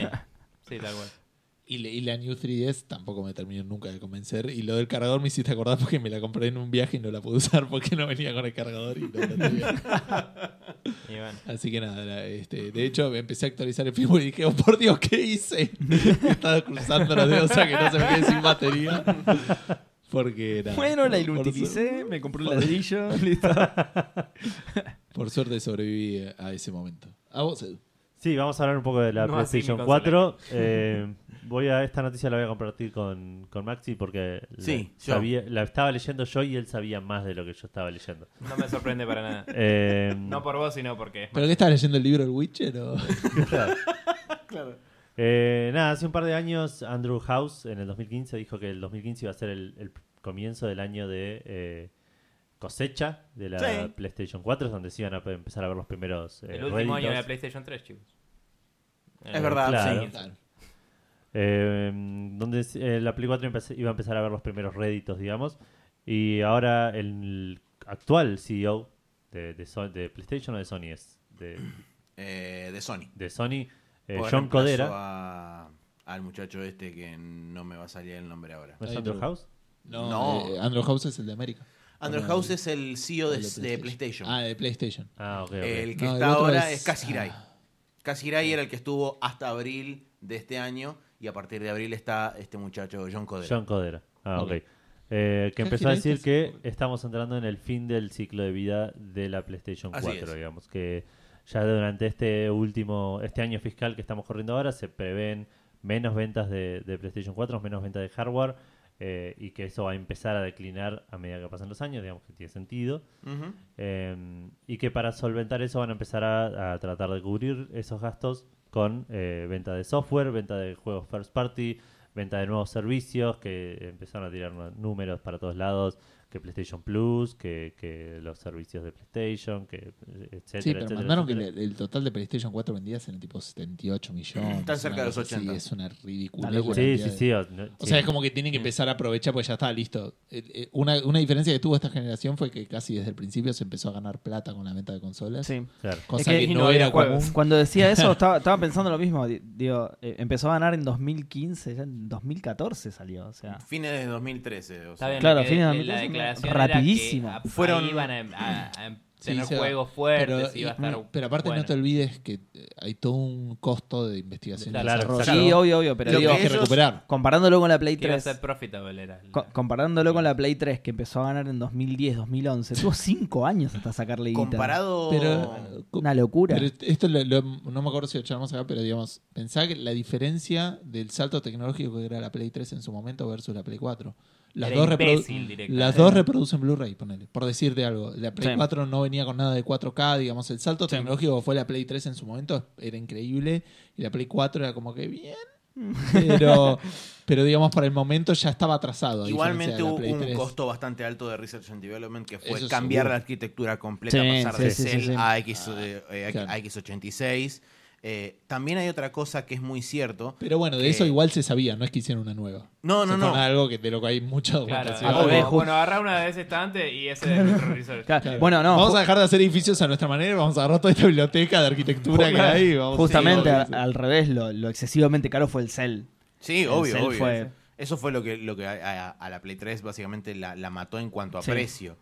Speaker 4: sí, tal cual.
Speaker 2: Y, le- y la New 3DS tampoco me terminó nunca de convencer. Y lo del cargador me hiciste acordar porque me la compré en un viaje y no la pude usar porque no venía con el cargador y no la tenía.
Speaker 4: Y bueno.
Speaker 2: Así que nada, la- este, de hecho me empecé a actualizar el firmware y dije, oh por Dios, ¿qué hice? Estaba cruzando los dedos a que no se me quede sin batería. Porque nada,
Speaker 6: Bueno, la
Speaker 2: por su-
Speaker 6: ilutilicé, me compré un ladrillo, listo.
Speaker 2: Por suerte sobreviví a ese momento. A vos, Edu.
Speaker 1: Sí, vamos a hablar un poco de la
Speaker 4: No así mi
Speaker 1: PlayStation
Speaker 4: consola.
Speaker 1: 4. Eh, voy a esta noticia la voy a compartir con, con Maxi porque la-
Speaker 3: Sí, yo.
Speaker 1: sabía- la estaba leyendo yo y él sabía más de lo que yo estaba leyendo.
Speaker 4: No me sorprende para nada.
Speaker 1: Eh,
Speaker 4: No por vos, sino porque es
Speaker 2: ¿Pero qué estás leyendo el libro El Witcher? O...
Speaker 1: Eh, nada, hace un par de años Andrew House en el 2015 dijo que el 2015 iba a ser el, el comienzo del año de eh, cosecha de la
Speaker 3: Sí.
Speaker 1: PlayStation 4, donde se iban a pe- empezar a ver los primeros eh,
Speaker 4: el último año de la
Speaker 1: réditos.
Speaker 4: PlayStation 3, chicos.
Speaker 3: Es verdad,
Speaker 1: claro.
Speaker 3: sí.
Speaker 2: Claro.
Speaker 1: Eh, donde eh, la Play 4 empe- iba a empezar a ver los primeros réditos, digamos. Y ahora el actual CEO de, de So- de PlayStation o de Sony es de,
Speaker 3: Eh, de Sony.
Speaker 1: de Sony, eh,
Speaker 3: Por
Speaker 1: John
Speaker 3: reemplazo
Speaker 1: Codera.
Speaker 3: a- al muchacho este que no me va a salir el nombre ahora.
Speaker 1: ¿No es
Speaker 2: Ahí
Speaker 1: Andrew
Speaker 2: tuvo.
Speaker 1: House?
Speaker 2: No,
Speaker 3: No.
Speaker 2: eh, Andrew House es el de América.
Speaker 3: Andrew
Speaker 2: Bueno,
Speaker 3: House
Speaker 2: el-
Speaker 3: es el CEO de,
Speaker 2: el
Speaker 3: de PlayStation.
Speaker 2: Ah, de PlayStation.
Speaker 1: Ah, ok. ok.
Speaker 3: El que
Speaker 2: No, el
Speaker 3: está
Speaker 2: otro
Speaker 3: ahora
Speaker 2: es-
Speaker 3: es Kaz Hirai.
Speaker 2: ah.
Speaker 3: Kaz Hirai era el que estuvo hasta abril de este año y a partir de abril está este muchacho John Codera.
Speaker 1: John Codera. Ah, ok.
Speaker 2: Ok.
Speaker 1: Eh, que
Speaker 2: Casi
Speaker 1: empezó a
Speaker 2: la
Speaker 1: decir
Speaker 2: viste
Speaker 1: que
Speaker 2: hace poco.
Speaker 1: estamos entrando en el fin del ciclo de vida de la PlayStation
Speaker 3: Así
Speaker 1: 4,
Speaker 3: es.
Speaker 1: digamos, que ya durante este último, este año fiscal que estamos corriendo ahora, se prevén menos ventas de, de PlayStation 4, menos ventas de hardware, eh, y que eso va a empezar a declinar a medida que pasan los años, digamos que tiene sentido.
Speaker 3: Ujú.
Speaker 1: Eh, y que para solventar eso van a empezar a, a tratar de cubrir esos gastos con eh, venta de software, venta de juegos first party, venta de nuevos servicios, que empezaron a tirar nu- números para todos lados, que PlayStation Plus, que, que los servicios de PlayStation, que eh, etcétera,
Speaker 2: Sí, pero
Speaker 1: etcétera,
Speaker 2: mandaron que
Speaker 1: etcétera.
Speaker 2: le- el total de PlayStation 4 vendidas eran tipo 78 millones.
Speaker 3: Están cerca
Speaker 2: una
Speaker 3: de los
Speaker 2: cosa así,
Speaker 3: 80.
Speaker 2: es una ridícula.
Speaker 6: Una locura.
Speaker 1: Sí, sí, sí. O, no-
Speaker 2: O
Speaker 1: sí.
Speaker 2: sea, es como que tienen que empezar a aprovechar porque ya está listo. Eh, eh, Una, una diferencia que tuvo esta generación fue que casi desde el principio se empezó a ganar plata con la venta de consolas.
Speaker 6: Sí.
Speaker 1: Claro.
Speaker 2: Cosa
Speaker 6: Es
Speaker 2: que,
Speaker 6: que-
Speaker 4: y
Speaker 2: no,
Speaker 4: no había
Speaker 2: era
Speaker 4: juegos.
Speaker 2: común.
Speaker 6: Cuando decía eso, estaba, estaba pensando lo mismo. Di- Digo, eh, empezó a ganar en 2015, ya en 2014 salió. O sea,
Speaker 3: Fines de 2013. o
Speaker 4: Ah. Está
Speaker 3: sea.
Speaker 4: bien,
Speaker 6: Claro,
Speaker 4: la que-
Speaker 6: finalmente
Speaker 4: la
Speaker 6: es una-
Speaker 4: declaración
Speaker 6: rapidísimo.
Speaker 4: Era que
Speaker 3: Fueron-
Speaker 4: Fueron... iban a, em, a- a
Speaker 2: Sí,
Speaker 4: tener
Speaker 2: se va.
Speaker 4: juegos
Speaker 2: Pero,
Speaker 4: fuertes, iba a
Speaker 2: y-
Speaker 4: estar
Speaker 2: pero aparte
Speaker 4: bueno.
Speaker 2: no te olvides que eh, hay todo un costo de investigación y
Speaker 1: Claro,
Speaker 2: desarrollo
Speaker 1: claro.
Speaker 6: sí, obvio, obvio. Pero
Speaker 3: Lo
Speaker 2: que
Speaker 6: digo,
Speaker 2: hay que
Speaker 3: ellos-
Speaker 2: recuperar.
Speaker 6: comparándolo con la Play
Speaker 4: Que iba a ser
Speaker 6: 3.
Speaker 4: profitable era la-
Speaker 6: co- comparándolo con la Play 3, que empezó a ganar en 2010, 2011. Tuvo 5 años hasta sacarle guita.
Speaker 3: Comparado.
Speaker 2: Pero, eh,
Speaker 6: Una locura.
Speaker 2: Pero este, esto lo- lo- no me acuerdo si lo charlamos acá, pero digamos, pensá que la diferencia del salto tecnológico que era la Play 3 en su momento versus la Play 4. Las,
Speaker 4: Era
Speaker 2: dos, reprodu-
Speaker 4: imbécil directamente.
Speaker 2: las dos reproducen Blu-ray, ponele. Por decirte algo, la Play
Speaker 6: Sí.
Speaker 2: 4 no venía con nada de 4K, digamos, el salto tecnológico fue la Play 3 en su momento, era increíble, y la Play 4 era como que bien. Pero, pero digamos, para el momento ya estaba atrasado. a diferencia
Speaker 3: Igualmente
Speaker 2: de la
Speaker 3: hubo
Speaker 2: Play
Speaker 3: un
Speaker 2: 3.
Speaker 3: costo bastante alto de Research and Development que fue
Speaker 2: Eso
Speaker 3: cambiar
Speaker 2: seguro.
Speaker 3: la arquitectura completa,
Speaker 6: Sí,
Speaker 3: pasar
Speaker 6: sí,
Speaker 3: de
Speaker 6: sí, sí,
Speaker 3: Cell
Speaker 6: sí.
Speaker 3: a, X, eh, eh,
Speaker 2: Ah, claro.
Speaker 3: a X86. Eh, también hay otra cosa que es muy cierto.
Speaker 2: Pero bueno, de
Speaker 3: que-
Speaker 2: eso igual se sabía, no es que hicieron una nueva.
Speaker 3: No, no,
Speaker 2: Se Ah,
Speaker 3: no.
Speaker 2: fueron a algo que, de lo que hay mucha
Speaker 4: Claro,
Speaker 2: documentación.
Speaker 4: era
Speaker 6: Ah,
Speaker 4: como,
Speaker 6: bueno,
Speaker 4: bueno, agarrá una de ese estante y ese de nuestro research.
Speaker 6: Claro,
Speaker 2: Claro.
Speaker 6: Bueno, no.
Speaker 2: Vamos
Speaker 6: ju-
Speaker 2: a dejar de hacer edificios a nuestra manera, y vamos a agarrar toda esta biblioteca de arquitectura que hay. y Vamos a-
Speaker 6: justamente
Speaker 2: Sí,
Speaker 6: a-
Speaker 2: obvio,
Speaker 6: al revés, lo, lo excesivamente caro fue el Cell.
Speaker 3: Sí,
Speaker 6: El
Speaker 3: obvio,
Speaker 6: Cell
Speaker 3: obvio.
Speaker 6: fue-
Speaker 3: Eso fue lo que, lo que a, a- a la Play 3 básicamente la, la mató en cuanto a
Speaker 6: Sí.
Speaker 3: precio.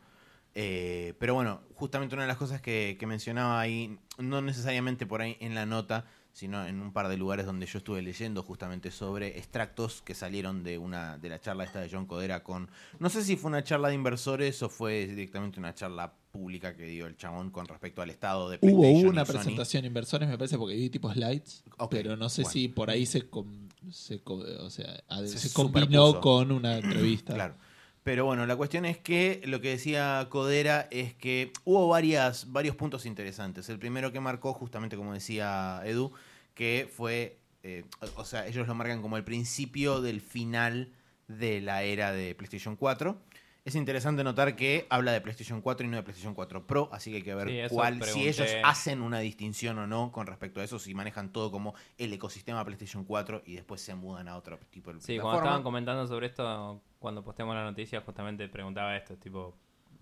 Speaker 3: Eh, pero bueno, justamente una de las cosas que, que mencionaba ahí, no necesariamente por ahí en la nota, sino en un par de lugares donde yo estuve leyendo justamente sobre extractos que salieron de una de la charla esta de John Codera con no sé si fue una charla de inversores o fue directamente una charla pública que dio el chabón con respecto al estado de
Speaker 2: Hubo
Speaker 3: PlayStation
Speaker 2: una
Speaker 3: y Sony.
Speaker 2: presentación de inversores, me parece, porque vi tipo slides,
Speaker 3: Ok,
Speaker 2: pero no sé
Speaker 3: bueno.
Speaker 2: si por ahí se, com- se, co- o sea, a-
Speaker 3: Se
Speaker 2: se combinó
Speaker 3: superpuso.
Speaker 2: con una entrevista.
Speaker 3: Claro. Pero bueno, la cuestión es que lo que decía Codera es que hubo varias, varios puntos interesantes. El primero que marcó, justamente como decía Edu, que fue, eh, o o sea, ellos lo marcan como el principio del final de la era de PlayStation 4. Es interesante notar que habla de PlayStation 4 y no de PlayStation 4 Pro, así que hay que ver
Speaker 4: Sí, eso
Speaker 3: cuál, si
Speaker 4: pregunté.
Speaker 3: ellos hacen una distinción o no con respecto a eso, si manejan todo como el ecosistema PlayStation 4 y después se mudan a otro tipo de
Speaker 4: Sí,
Speaker 3: plataforma.
Speaker 4: cuando estaban comentando sobre esto, cuando posteamos la noticia, justamente preguntaba esto, tipo,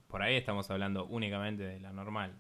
Speaker 4: por ahí estamos hablando únicamente de la normal.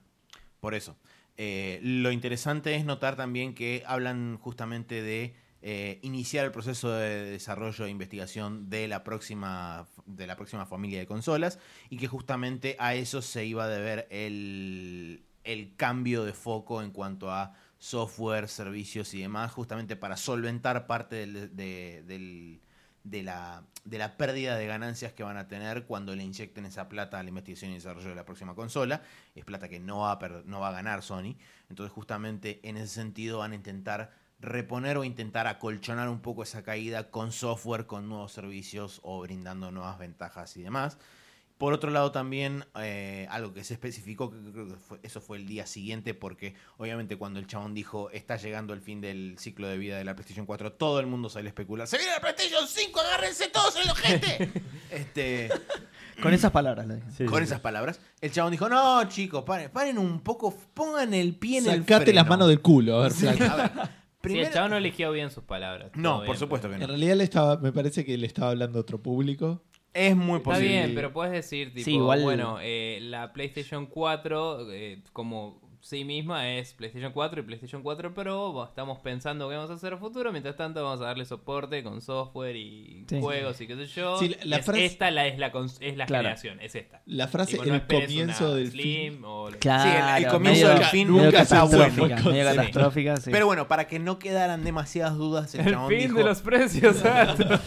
Speaker 3: Por eso. Eh, lo interesante es notar también que hablan justamente de eh, iniciar el proceso de desarrollo e investigación de la próxima de la próxima familia de consolas y que justamente a eso se iba a deber el, el cambio de foco en cuanto a software, servicios y demás, justamente para solventar parte del- de- del- de, la, de la pérdida de ganancias que van a tener cuando le inyecten esa plata a la investigación y desarrollo de la próxima consola. Es plata que no va a, per- no va a ganar Sony. Entonces justamente en ese sentido van a intentar reponer o intentar acolchonar un poco esa caída con software, con nuevos servicios o brindando nuevas ventajas y demás. Por otro lado, también eh, algo que se especificó, que creo que fue- eso fue el día siguiente, porque obviamente cuando el chabón dijo está llegando el fin del ciclo de vida de la PlayStation 4, todo el mundo sale a especular. ¡Se viene la PlayStation 5! ¡Agárrense todos el ojete! este,
Speaker 6: Con esas palabras lo dije.
Speaker 1: Sí,
Speaker 3: con
Speaker 1: sí,
Speaker 3: esas
Speaker 1: sí.
Speaker 3: palabras, el chabón dijo: No, chicos, paren, paren un poco, pongan el pie en el
Speaker 2: Sacate las
Speaker 3: freno".
Speaker 2: manos del culo, a ver,
Speaker 3: Sí,
Speaker 2: flaco.
Speaker 3: a ver,
Speaker 4: Sí,
Speaker 3: primero-
Speaker 4: el chavo no eligió bien sus palabras.
Speaker 3: No,
Speaker 4: todo
Speaker 3: por
Speaker 4: bien,
Speaker 3: supuesto que
Speaker 2: En
Speaker 3: no.
Speaker 2: realidad le estaba, me parece que le estaba hablando a otro público.
Speaker 3: Es muy
Speaker 4: pero- Está
Speaker 3: posible.
Speaker 4: bien, pero puedes decir, tipo,
Speaker 6: Sí, igual-
Speaker 4: bueno, eh, la PlayStation 4, eh, como sí misma, es PlayStation 4 y PlayStation 4 Pro. bueno, Estamos pensando qué vamos a hacer a futuro. Mientras tanto, vamos a darle soporte con software y
Speaker 6: Sí.
Speaker 4: juegos y qué sé yo.
Speaker 2: Sí, la- la
Speaker 4: Es
Speaker 2: frase-
Speaker 4: esta la, es la, cons- es la
Speaker 6: Claro.
Speaker 4: generación, es esta.
Speaker 2: La frase,
Speaker 4: Tipo, no
Speaker 2: el
Speaker 4: esperes
Speaker 2: comienzo
Speaker 4: una
Speaker 2: del
Speaker 4: Slim
Speaker 2: fin.
Speaker 4: o lo-
Speaker 6: Claro,
Speaker 3: Sí, el- el comienzo del fin
Speaker 6: medio
Speaker 3: nunca está bueno.
Speaker 6: catastrófica, Medio
Speaker 4: Sí.
Speaker 6: catastrófica, sí.
Speaker 3: Pero bueno, para que no quedaran demasiadas dudas, el,
Speaker 4: El
Speaker 3: chabón
Speaker 4: fin
Speaker 3: dijo-
Speaker 4: de los precios altos.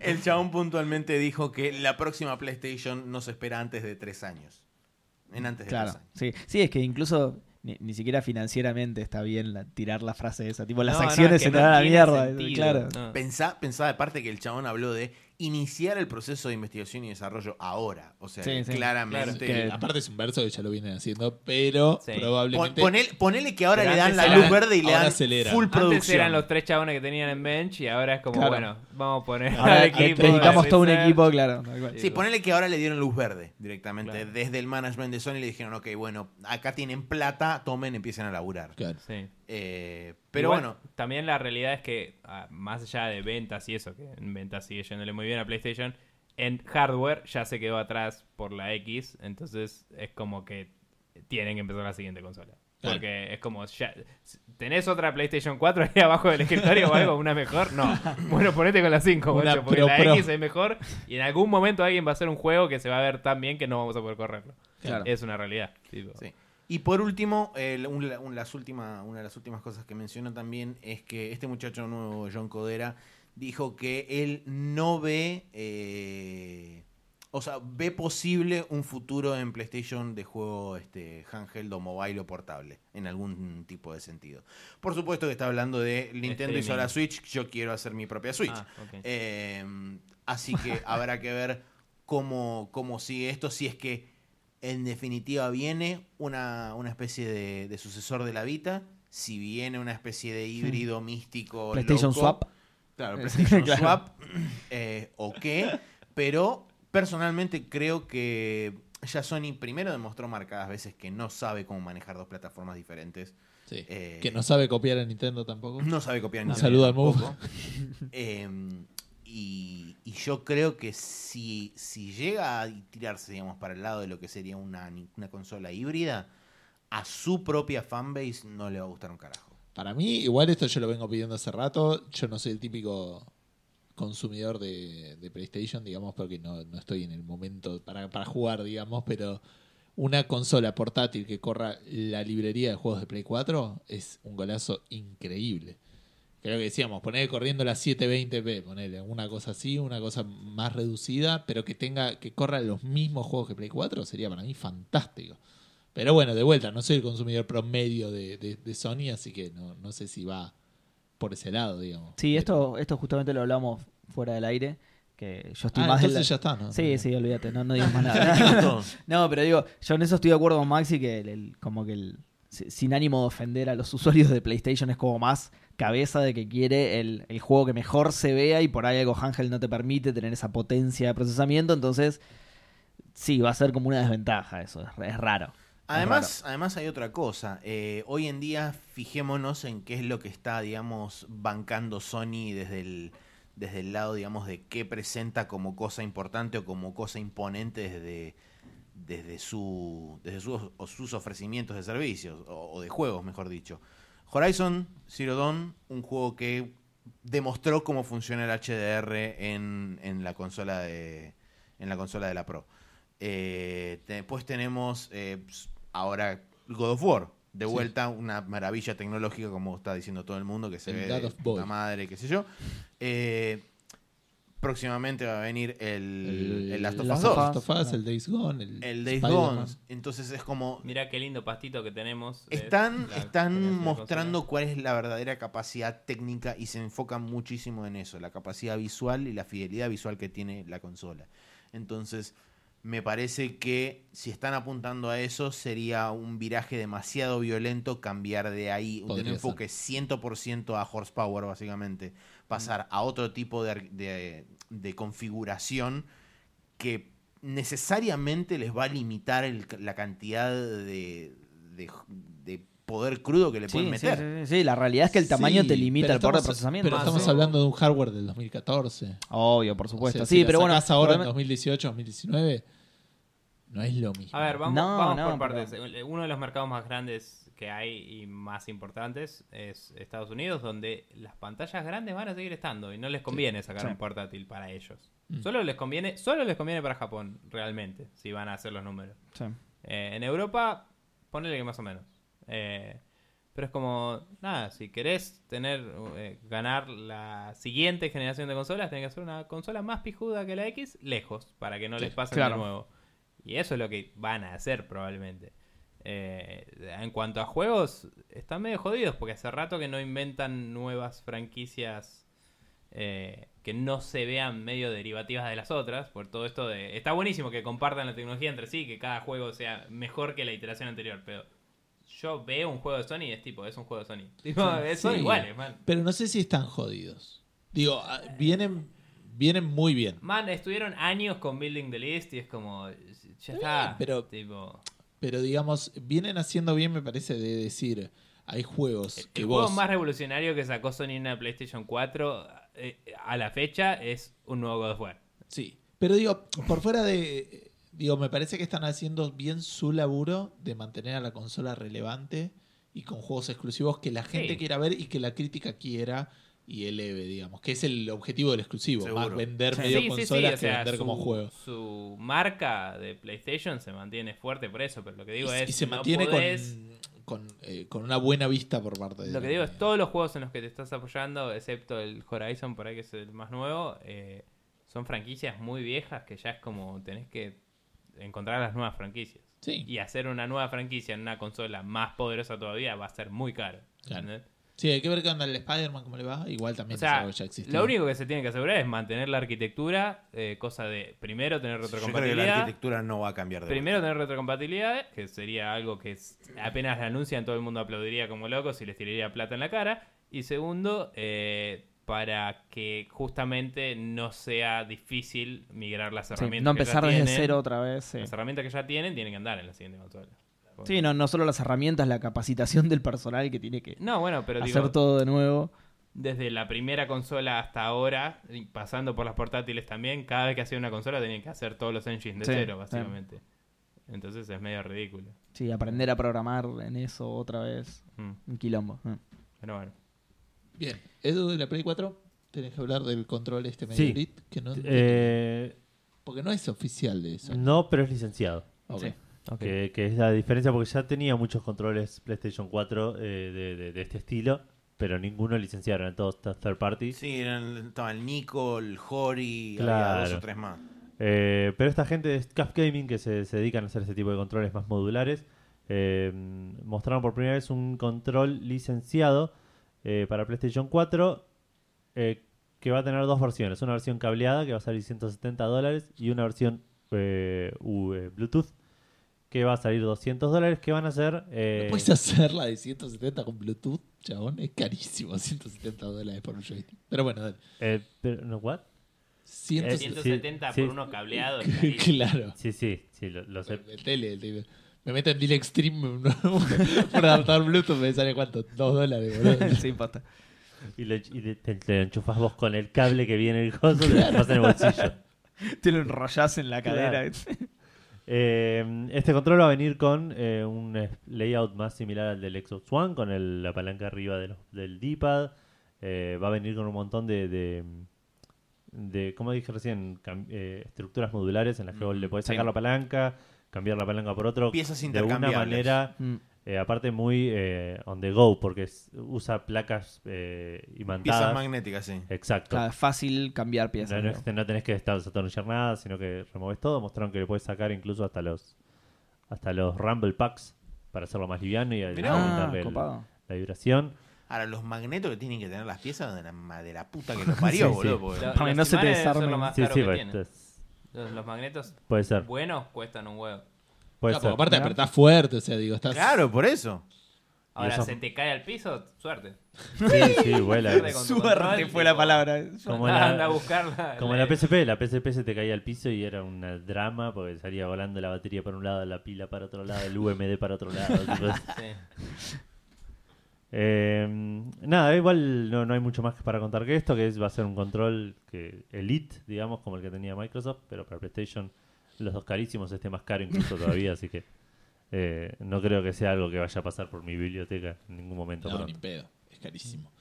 Speaker 3: el chabón puntualmente dijo que la próxima PlayStation nos espera antes de tres años. En antes de
Speaker 6: Claro,
Speaker 3: tres años.
Speaker 6: sí. Sí, es que incluso ni, ni siquiera financieramente está bien la- tirar la frase esa. Tipo, las
Speaker 4: No, no,
Speaker 6: acciones
Speaker 4: es que
Speaker 6: se te
Speaker 4: no
Speaker 6: van a la
Speaker 4: tiene
Speaker 6: mierda. eh,
Speaker 4: sentido.
Speaker 6: Claro.
Speaker 4: No.
Speaker 3: Pensá, pensá aparte que el chabón habló de iniciar el proceso de investigación y desarrollo ahora. O sea,
Speaker 6: Sí,
Speaker 3: que
Speaker 6: sí.
Speaker 3: claramente.
Speaker 2: Que aparte es un verso que ya lo vienen haciendo, pero
Speaker 4: Sí.
Speaker 2: probablemente.
Speaker 3: Pon- ponele, ponele que ahora
Speaker 4: Pero
Speaker 3: le dan
Speaker 4: antes
Speaker 3: la
Speaker 4: era-
Speaker 3: luz verde y le
Speaker 2: ahora
Speaker 3: dan
Speaker 2: acelera.
Speaker 3: full
Speaker 2: Antes
Speaker 3: producción.
Speaker 4: Antes eran los tres chabones que tenían en bench y ahora es como,
Speaker 6: Claro.
Speaker 4: bueno, vamos a poner
Speaker 6: Ahora
Speaker 4: al
Speaker 6: que
Speaker 4: equipo.
Speaker 6: dedicamos
Speaker 4: de
Speaker 6: todo un
Speaker 4: research.
Speaker 6: equipo, claro. tal cual.
Speaker 3: Sí, ponele que ahora le dieron luz verde directamente.
Speaker 4: Claro.
Speaker 3: Desde el management de Sony le dijeron, ok, bueno, acá tienen plata, tomen, empiecen a laburar.
Speaker 2: Claro.
Speaker 4: Sí.
Speaker 3: Eh, pero
Speaker 4: Igual,
Speaker 3: bueno,
Speaker 4: También la realidad es que, ah, más allá de ventas y eso, que en ventas sigue yéndole muy bien a PlayStation, en hardware ya se quedó atrás por la X, entonces es como que tienen que empezar la siguiente consola.
Speaker 2: Claro.
Speaker 4: Porque es como, ya, ¿tenés otra PlayStation 4 ahí abajo del escritorio o algo? ¿Una mejor? No. Bueno, ponete con la 5,
Speaker 2: Una
Speaker 4: bocho, porque
Speaker 2: Pro
Speaker 4: la
Speaker 2: Pro.
Speaker 4: X es mejor y en algún momento alguien va a hacer un juego que se va a ver tan bien que no vamos a poder correrlo.
Speaker 6: Claro.
Speaker 4: Es una realidad. tipo.
Speaker 3: Sí. Y por último, el- un- la- un- las última- una de las últimas cosas que menciona también es que este muchacho nuevo, John Codera, dijo que él no ve, eh, o sea, ve posible un futuro en PlayStation de juego este, handheld o mobile o portable, en algún tipo de sentido. Por supuesto que está hablando de Nintendo hizo la Switch, yo quiero hacer mi propia Switch.
Speaker 4: Ah, ok.
Speaker 3: Eh, así que habrá que ver cómo, cómo sigue esto, si es que en definitiva viene una, una especie de, de sucesor de la Vita, si viene una especie de híbrido místico.
Speaker 6: PlayStation
Speaker 3: loco.
Speaker 6: Swap.
Speaker 3: Claro,
Speaker 6: Eh,
Speaker 3: PlayStation
Speaker 6: claro.
Speaker 3: Swap eh, o qué, pero personalmente creo que ya Sony primero demostró marcadas veces que no sabe cómo manejar dos plataformas diferentes.
Speaker 2: Sí.
Speaker 3: Eh,
Speaker 2: que no sabe copiar a Nintendo tampoco.
Speaker 3: no sabe copiar
Speaker 2: Un
Speaker 3: Nintendo
Speaker 2: saludo al Mou.
Speaker 3: tampoco. Eh, y, y yo creo que si, si llega a tirarse, digamos, para el lado de lo que sería una, ni- una consola híbrida, a su propia fanbase no le va a gustar un carajo.
Speaker 2: Para mí, igual esto yo lo vengo pidiendo hace rato. Yo no soy el típico consumidor de, de PlayStation, digamos, porque no, no estoy en el momento para, para jugar, digamos, pero una consola portátil que corra la librería de juegos de Play 4 es un golazo increíble. Creo que decíamos, poner corriendo la 720p, ponerle una cosa así, una cosa más reducida, pero que tenga que corra los mismos juegos que Play 4 sería para mí fantástico. Pero bueno, de vuelta, no soy el consumidor promedio de, de- de Sony, así que no, no sé si va por ese lado, digamos.
Speaker 6: Sí, esto, esto justamente lo hablamos fuera del aire. Que yo estoy
Speaker 2: Ah,
Speaker 6: más de
Speaker 2: entonces
Speaker 6: la-
Speaker 2: ya está, ¿no?
Speaker 6: Sí, sí, olvídate, no, no digas más nada. no, pero digo, yo en eso estoy de acuerdo con Maxi, que el- el- como que el, si- sin ánimo de ofender a los usuarios de PlayStation es como más cabeza de que quiere el, el juego que mejor se vea y por ahí algo Ángel no te permite tener esa potencia de procesamiento, entonces sí, va a ser como una desventaja eso, es, es raro.
Speaker 3: Además, además hay otra cosa. Eh, hoy en día fijémonos en qué es lo que está, digamos, bancando Sony desde el, desde el lado, digamos, de qué presenta como cosa importante o como cosa imponente desde, desde, su, desde sus, o sus ofrecimientos de servicios o, o de juegos, mejor dicho. Horizon Zero Dawn, un juego que demostró cómo funciona el HDR en, en la consola de en la consola de la Pro. Eh, te- después tenemos eh, ps- ahora God of War. De
Speaker 2: Sí.
Speaker 3: vuelta, una maravilla tecnológica, como está diciendo todo el mundo, que se
Speaker 2: El
Speaker 3: ve
Speaker 2: God
Speaker 3: de
Speaker 2: of Boy.
Speaker 3: puta madre, qué sé yo. Eh, próximamente va a venir el, el Last of Us 2.
Speaker 2: Last of Us, el Days Gone, el,
Speaker 3: El Days
Speaker 2: Spider-Man.
Speaker 3: Gone. Entonces es como
Speaker 4: Mirá qué lindo pastito que tenemos. de
Speaker 3: están,
Speaker 4: la generación
Speaker 3: están
Speaker 4: de
Speaker 3: mostrando
Speaker 4: consolas.
Speaker 3: cuál es la verdadera capacidad técnica y se enfocan muchísimo en eso, la capacidad visual y la fidelidad visual que tiene la consola. Entonces, me parece que si están apuntando a eso, sería un viraje demasiado violento cambiar de ahí, de un
Speaker 2: Podría
Speaker 3: enfoque 100% a horsepower, básicamente, pasar a otro tipo de, ar- de- de configuración que necesariamente les va a limitar el- la cantidad de, de- de poder crudo que le pueden
Speaker 6: Sí, sí,
Speaker 3: meter.
Speaker 6: sí, sí, la realidad es que el tamaño
Speaker 2: Sí,
Speaker 6: te limita
Speaker 2: pero
Speaker 6: el poder de
Speaker 2: estamos-
Speaker 6: procesamiento.
Speaker 2: Pero
Speaker 4: Ah,
Speaker 2: estamos
Speaker 4: sí.
Speaker 2: hablando de un hardware del 2014.
Speaker 6: Obvio, por supuesto.
Speaker 2: O sea,
Speaker 6: sí,
Speaker 2: si la
Speaker 6: pero bueno,
Speaker 2: sacás ahora
Speaker 6: por
Speaker 2: en
Speaker 6: lo menos-
Speaker 2: 2018, 2019, no es lo mismo.
Speaker 4: A ver, vamos,
Speaker 6: No,
Speaker 4: vamos
Speaker 6: no,
Speaker 4: por partes.
Speaker 6: pero-
Speaker 4: El- Uno de los mercados más grandes que hay y más importantes es Estados Unidos, donde las pantallas grandes van a seguir estando y no les conviene sacar
Speaker 6: Sí.
Speaker 4: un portátil para ellos.
Speaker 2: Mm.
Speaker 4: Solo les conviene, solo les conviene para Japón, realmente, si van a hacer los números.
Speaker 6: Sí.
Speaker 4: Eh, en Europa, ponele que más o menos. Eh, pero es como, nada, si querés tener eh, ganar la siguiente generación de consolas, tenés que hacer una consola más pijuda que la X, lejos, para que no
Speaker 2: Sí,
Speaker 4: les pase
Speaker 6: claro.
Speaker 4: de nuevo. Y eso es lo que van a hacer probablemente. Eh, en cuanto a juegos, están medio jodidos porque hace rato que no inventan nuevas franquicias eh, que no se vean medio derivativas de las otras, por todo esto de... Está buenísimo que compartan la tecnología entre sí, que cada juego sea mejor que la iteración anterior, pero yo veo un juego de Sony y es tipo, es un juego de Sony. Tipo, es- son
Speaker 2: Sí.
Speaker 4: iguales, man.
Speaker 2: Pero no sé si están jodidos. Digo, ah, vienen, vienen muy bien.
Speaker 4: Man, estuvieron años con Building the List y es como, ya está.
Speaker 2: pero-
Speaker 4: tipo,
Speaker 2: Pero digamos, vienen haciendo bien, me parece, de decir, hay juegos que
Speaker 4: el
Speaker 2: vos...
Speaker 4: juego más revolucionario que sacó Sony en una PlayStation 4 eh, a la fecha es un nuevo God of War.
Speaker 2: Sí, pero digo, por fuera de... Digo, me parece que están haciendo bien su laburo de mantener a la consola relevante y con juegos exclusivos que la gente
Speaker 4: Sí.
Speaker 2: quiera ver y que la crítica quiera y eleve, digamos, que es el objetivo del exclusivo, más
Speaker 3: Seguro.
Speaker 2: vender
Speaker 6: Sí.
Speaker 2: medio
Speaker 4: Sí, sí, sí,
Speaker 2: consolas
Speaker 4: o sea,
Speaker 2: que vender como
Speaker 4: su-
Speaker 2: juego.
Speaker 4: Su marca de PlayStation se mantiene fuerte por eso, pero lo que digo
Speaker 2: y,
Speaker 4: es.
Speaker 2: y se
Speaker 4: no
Speaker 2: mantiene con-
Speaker 4: podés-
Speaker 2: con, eh, con una buena vista por parte de
Speaker 4: Lo
Speaker 2: la
Speaker 4: que digo es
Speaker 2: comunidad.
Speaker 4: todos los juegos en los que te estás apoyando, excepto el Horizon por ahí que es el más nuevo, eh, son franquicias muy viejas que ya es como tenés que encontrar las nuevas franquicias.
Speaker 2: Sí.
Speaker 4: Y hacer una nueva franquicia en una consola más poderosa todavía va a ser muy caro.
Speaker 2: Claro.
Speaker 4: ¿entendés?
Speaker 2: Sí, hay que ver qué onda el Spider-Man, cómo le va. Igual también
Speaker 4: O sea,
Speaker 2: es algo que ya existía.
Speaker 4: lo único que se tiene que asegurar es mantener la arquitectura, eh, cosa de primero tener
Speaker 3: Yo creo que
Speaker 4: retrocompatibilidad.
Speaker 3: la arquitectura no va a cambiar de
Speaker 4: Primero
Speaker 3: vuelta.
Speaker 4: tener retrocompatibilidades, que sería algo que s- apenas la anuncian todo el mundo aplaudiría como locos y les tiraría plata en la cara. Y segundo, eh, para que justamente no sea difícil migrar las
Speaker 6: Sí,
Speaker 4: herramientas.
Speaker 6: no
Speaker 4: que ya
Speaker 6: empezar desde
Speaker 4: tienen.
Speaker 6: cero otra vez. Sí.
Speaker 4: Las herramientas que ya tienen tienen que andar en la siguiente consola.
Speaker 6: Sí, no, no solo las herramientas, la capacitación del personal que tiene que
Speaker 4: No, bueno, pero
Speaker 6: hacer
Speaker 4: digo,
Speaker 6: todo de nuevo.
Speaker 4: desde la primera consola hasta ahora, y pasando por las portátiles también, cada vez que hacía una consola tenían que hacer todos los engines de
Speaker 6: Sí,
Speaker 4: cero,
Speaker 6: sí.
Speaker 4: básicamente. Entonces es medio ridículo.
Speaker 6: Sí, aprender a programar en eso otra vez.
Speaker 4: Mm,
Speaker 6: Un quilombo. Mm.
Speaker 4: Pero bueno.
Speaker 2: Bien. Edu de la Play 4, tenés que hablar del control este medio
Speaker 1: Sí.
Speaker 2: grid, que no,
Speaker 1: Eh,
Speaker 2: porque no es oficial de eso.
Speaker 1: Mm. no, pero es licenciado.
Speaker 2: Ok.
Speaker 6: sí.
Speaker 4: Ok.
Speaker 1: que, que es la diferencia porque ya tenía muchos controles PlayStation 4 eh, de, de- de este estilo, pero ninguno licenciaron, eran todos th- third party.
Speaker 3: Sí, eran- estaba el Nico, el Hori, había
Speaker 1: Claro.
Speaker 3: dos o tres más.
Speaker 1: Eh, pero esta gente de Scaf Gaming que se, se dedican a hacer ese tipo de controles más modulares, eh, mostraron por primera vez un control licenciado eh, para PlayStation 4 eh, que va a tener dos versiones, una versión cableada que va a salir 170 dólares y una versión eh, U- eh, Bluetooth que va a salir 200 dólares que van a ser... eh,
Speaker 2: ¿No puedes hacer la de 170 con Bluetooth, chabón? Es carísimo, 170 dólares por un joystick. Pero bueno, dale.
Speaker 1: eh, pero- ¿no, what?
Speaker 2: 170.
Speaker 4: 170
Speaker 1: sí.
Speaker 4: por uno cableado. es Eh, carísimo.
Speaker 2: claro.
Speaker 1: Sí, sí, sí, lo, lo sé.
Speaker 2: El tele, el tele. Me meto en Deal Extreme ¿no? por adaptar Bluetooth, me sale cuánto? 2 dólares, boludo.
Speaker 6: sí, posta.
Speaker 1: Y, lo- y te, te- te lo enchufás vos con el cable que viene el coso, te lo enchufás en el bolsillo.
Speaker 6: Te lo enrollás en la cadera.
Speaker 1: Claro. Eh, este control va a venir con eh, un eh, layout más similar al del Xbox One, con el- la palanca arriba de los- del D-pad. Eh, va a venir con un montón de, de, de, como dije recién, cam- eh, estructuras modulares en las que vos le podés
Speaker 3: Mm, sí.
Speaker 1: sacar la palanca, cambiar la palanca por otro.
Speaker 3: Piezas
Speaker 1: de una
Speaker 3: intercambiables.
Speaker 1: manera,
Speaker 6: Mm.
Speaker 1: eh, aparte muy eh, on the go, porque es- usa placas eh,
Speaker 3: Piezas
Speaker 1: imantadas.
Speaker 3: magnéticas, sí.
Speaker 1: Exacto.
Speaker 6: Claro, es fácil cambiar
Speaker 1: No,
Speaker 6: Ah, piezas.
Speaker 1: no
Speaker 6: ¿no?
Speaker 1: es que no tenés que estar desatornillar nada, sino que removes todo. Mostraron que le puedes sacar incluso hasta los hasta los Rumble Packs para hacerlo más liviano y
Speaker 3: Mirá.
Speaker 6: Ah,
Speaker 1: aumentarle el-
Speaker 6: copado.
Speaker 1: la vibración.
Speaker 3: Ahora, los magnetos que tienen que tener las piezas de la, ma- de la puta que los parió,
Speaker 1: Sí, sí.
Speaker 3: boludo. porque-
Speaker 4: Lo-
Speaker 6: Para que
Speaker 4: los
Speaker 6: no se te
Speaker 4: imanes deben ser
Speaker 6: desarmen.
Speaker 4: lo más
Speaker 1: Sí,
Speaker 4: caro
Speaker 1: sí,
Speaker 4: que
Speaker 1: pues,
Speaker 4: tienen.
Speaker 1: es-
Speaker 4: Los, los magnetos
Speaker 1: puede ser.
Speaker 4: buenos cuestan un huevo.
Speaker 1: Puede ser.
Speaker 2: Claro, porque aparte apretás fuerte, o sea, digo, estás.
Speaker 3: Claro, por eso.
Speaker 4: Ahora,
Speaker 1: esos-
Speaker 4: se te cae al piso, suerte.
Speaker 1: Sí, sí, vuela.
Speaker 4: Suerte con tu
Speaker 6: Suerte
Speaker 4: control,
Speaker 6: fue la
Speaker 4: tipo,
Speaker 6: palabra.
Speaker 1: Como
Speaker 4: anda-
Speaker 1: la-
Speaker 4: anda a buscarla.
Speaker 1: Como la PSP, la PSP se te caía al piso y era un drama porque salía volando la batería para un lado, la pila para otro lado, el UMD para otro lado. tipo, es-
Speaker 4: Sí.
Speaker 1: Eh, nada, igual no, no hay mucho más que para contar que esto, que es, va a ser un control que elite, digamos, como el que tenía Microsoft, pero para PlayStation los dos carísimos, este más caro incluso todavía, así que eh, no creo que sea algo que vaya a pasar por mi biblioteca en ningún momento.
Speaker 2: No, ni
Speaker 1: pronto.
Speaker 2: pedo. Es carísimo.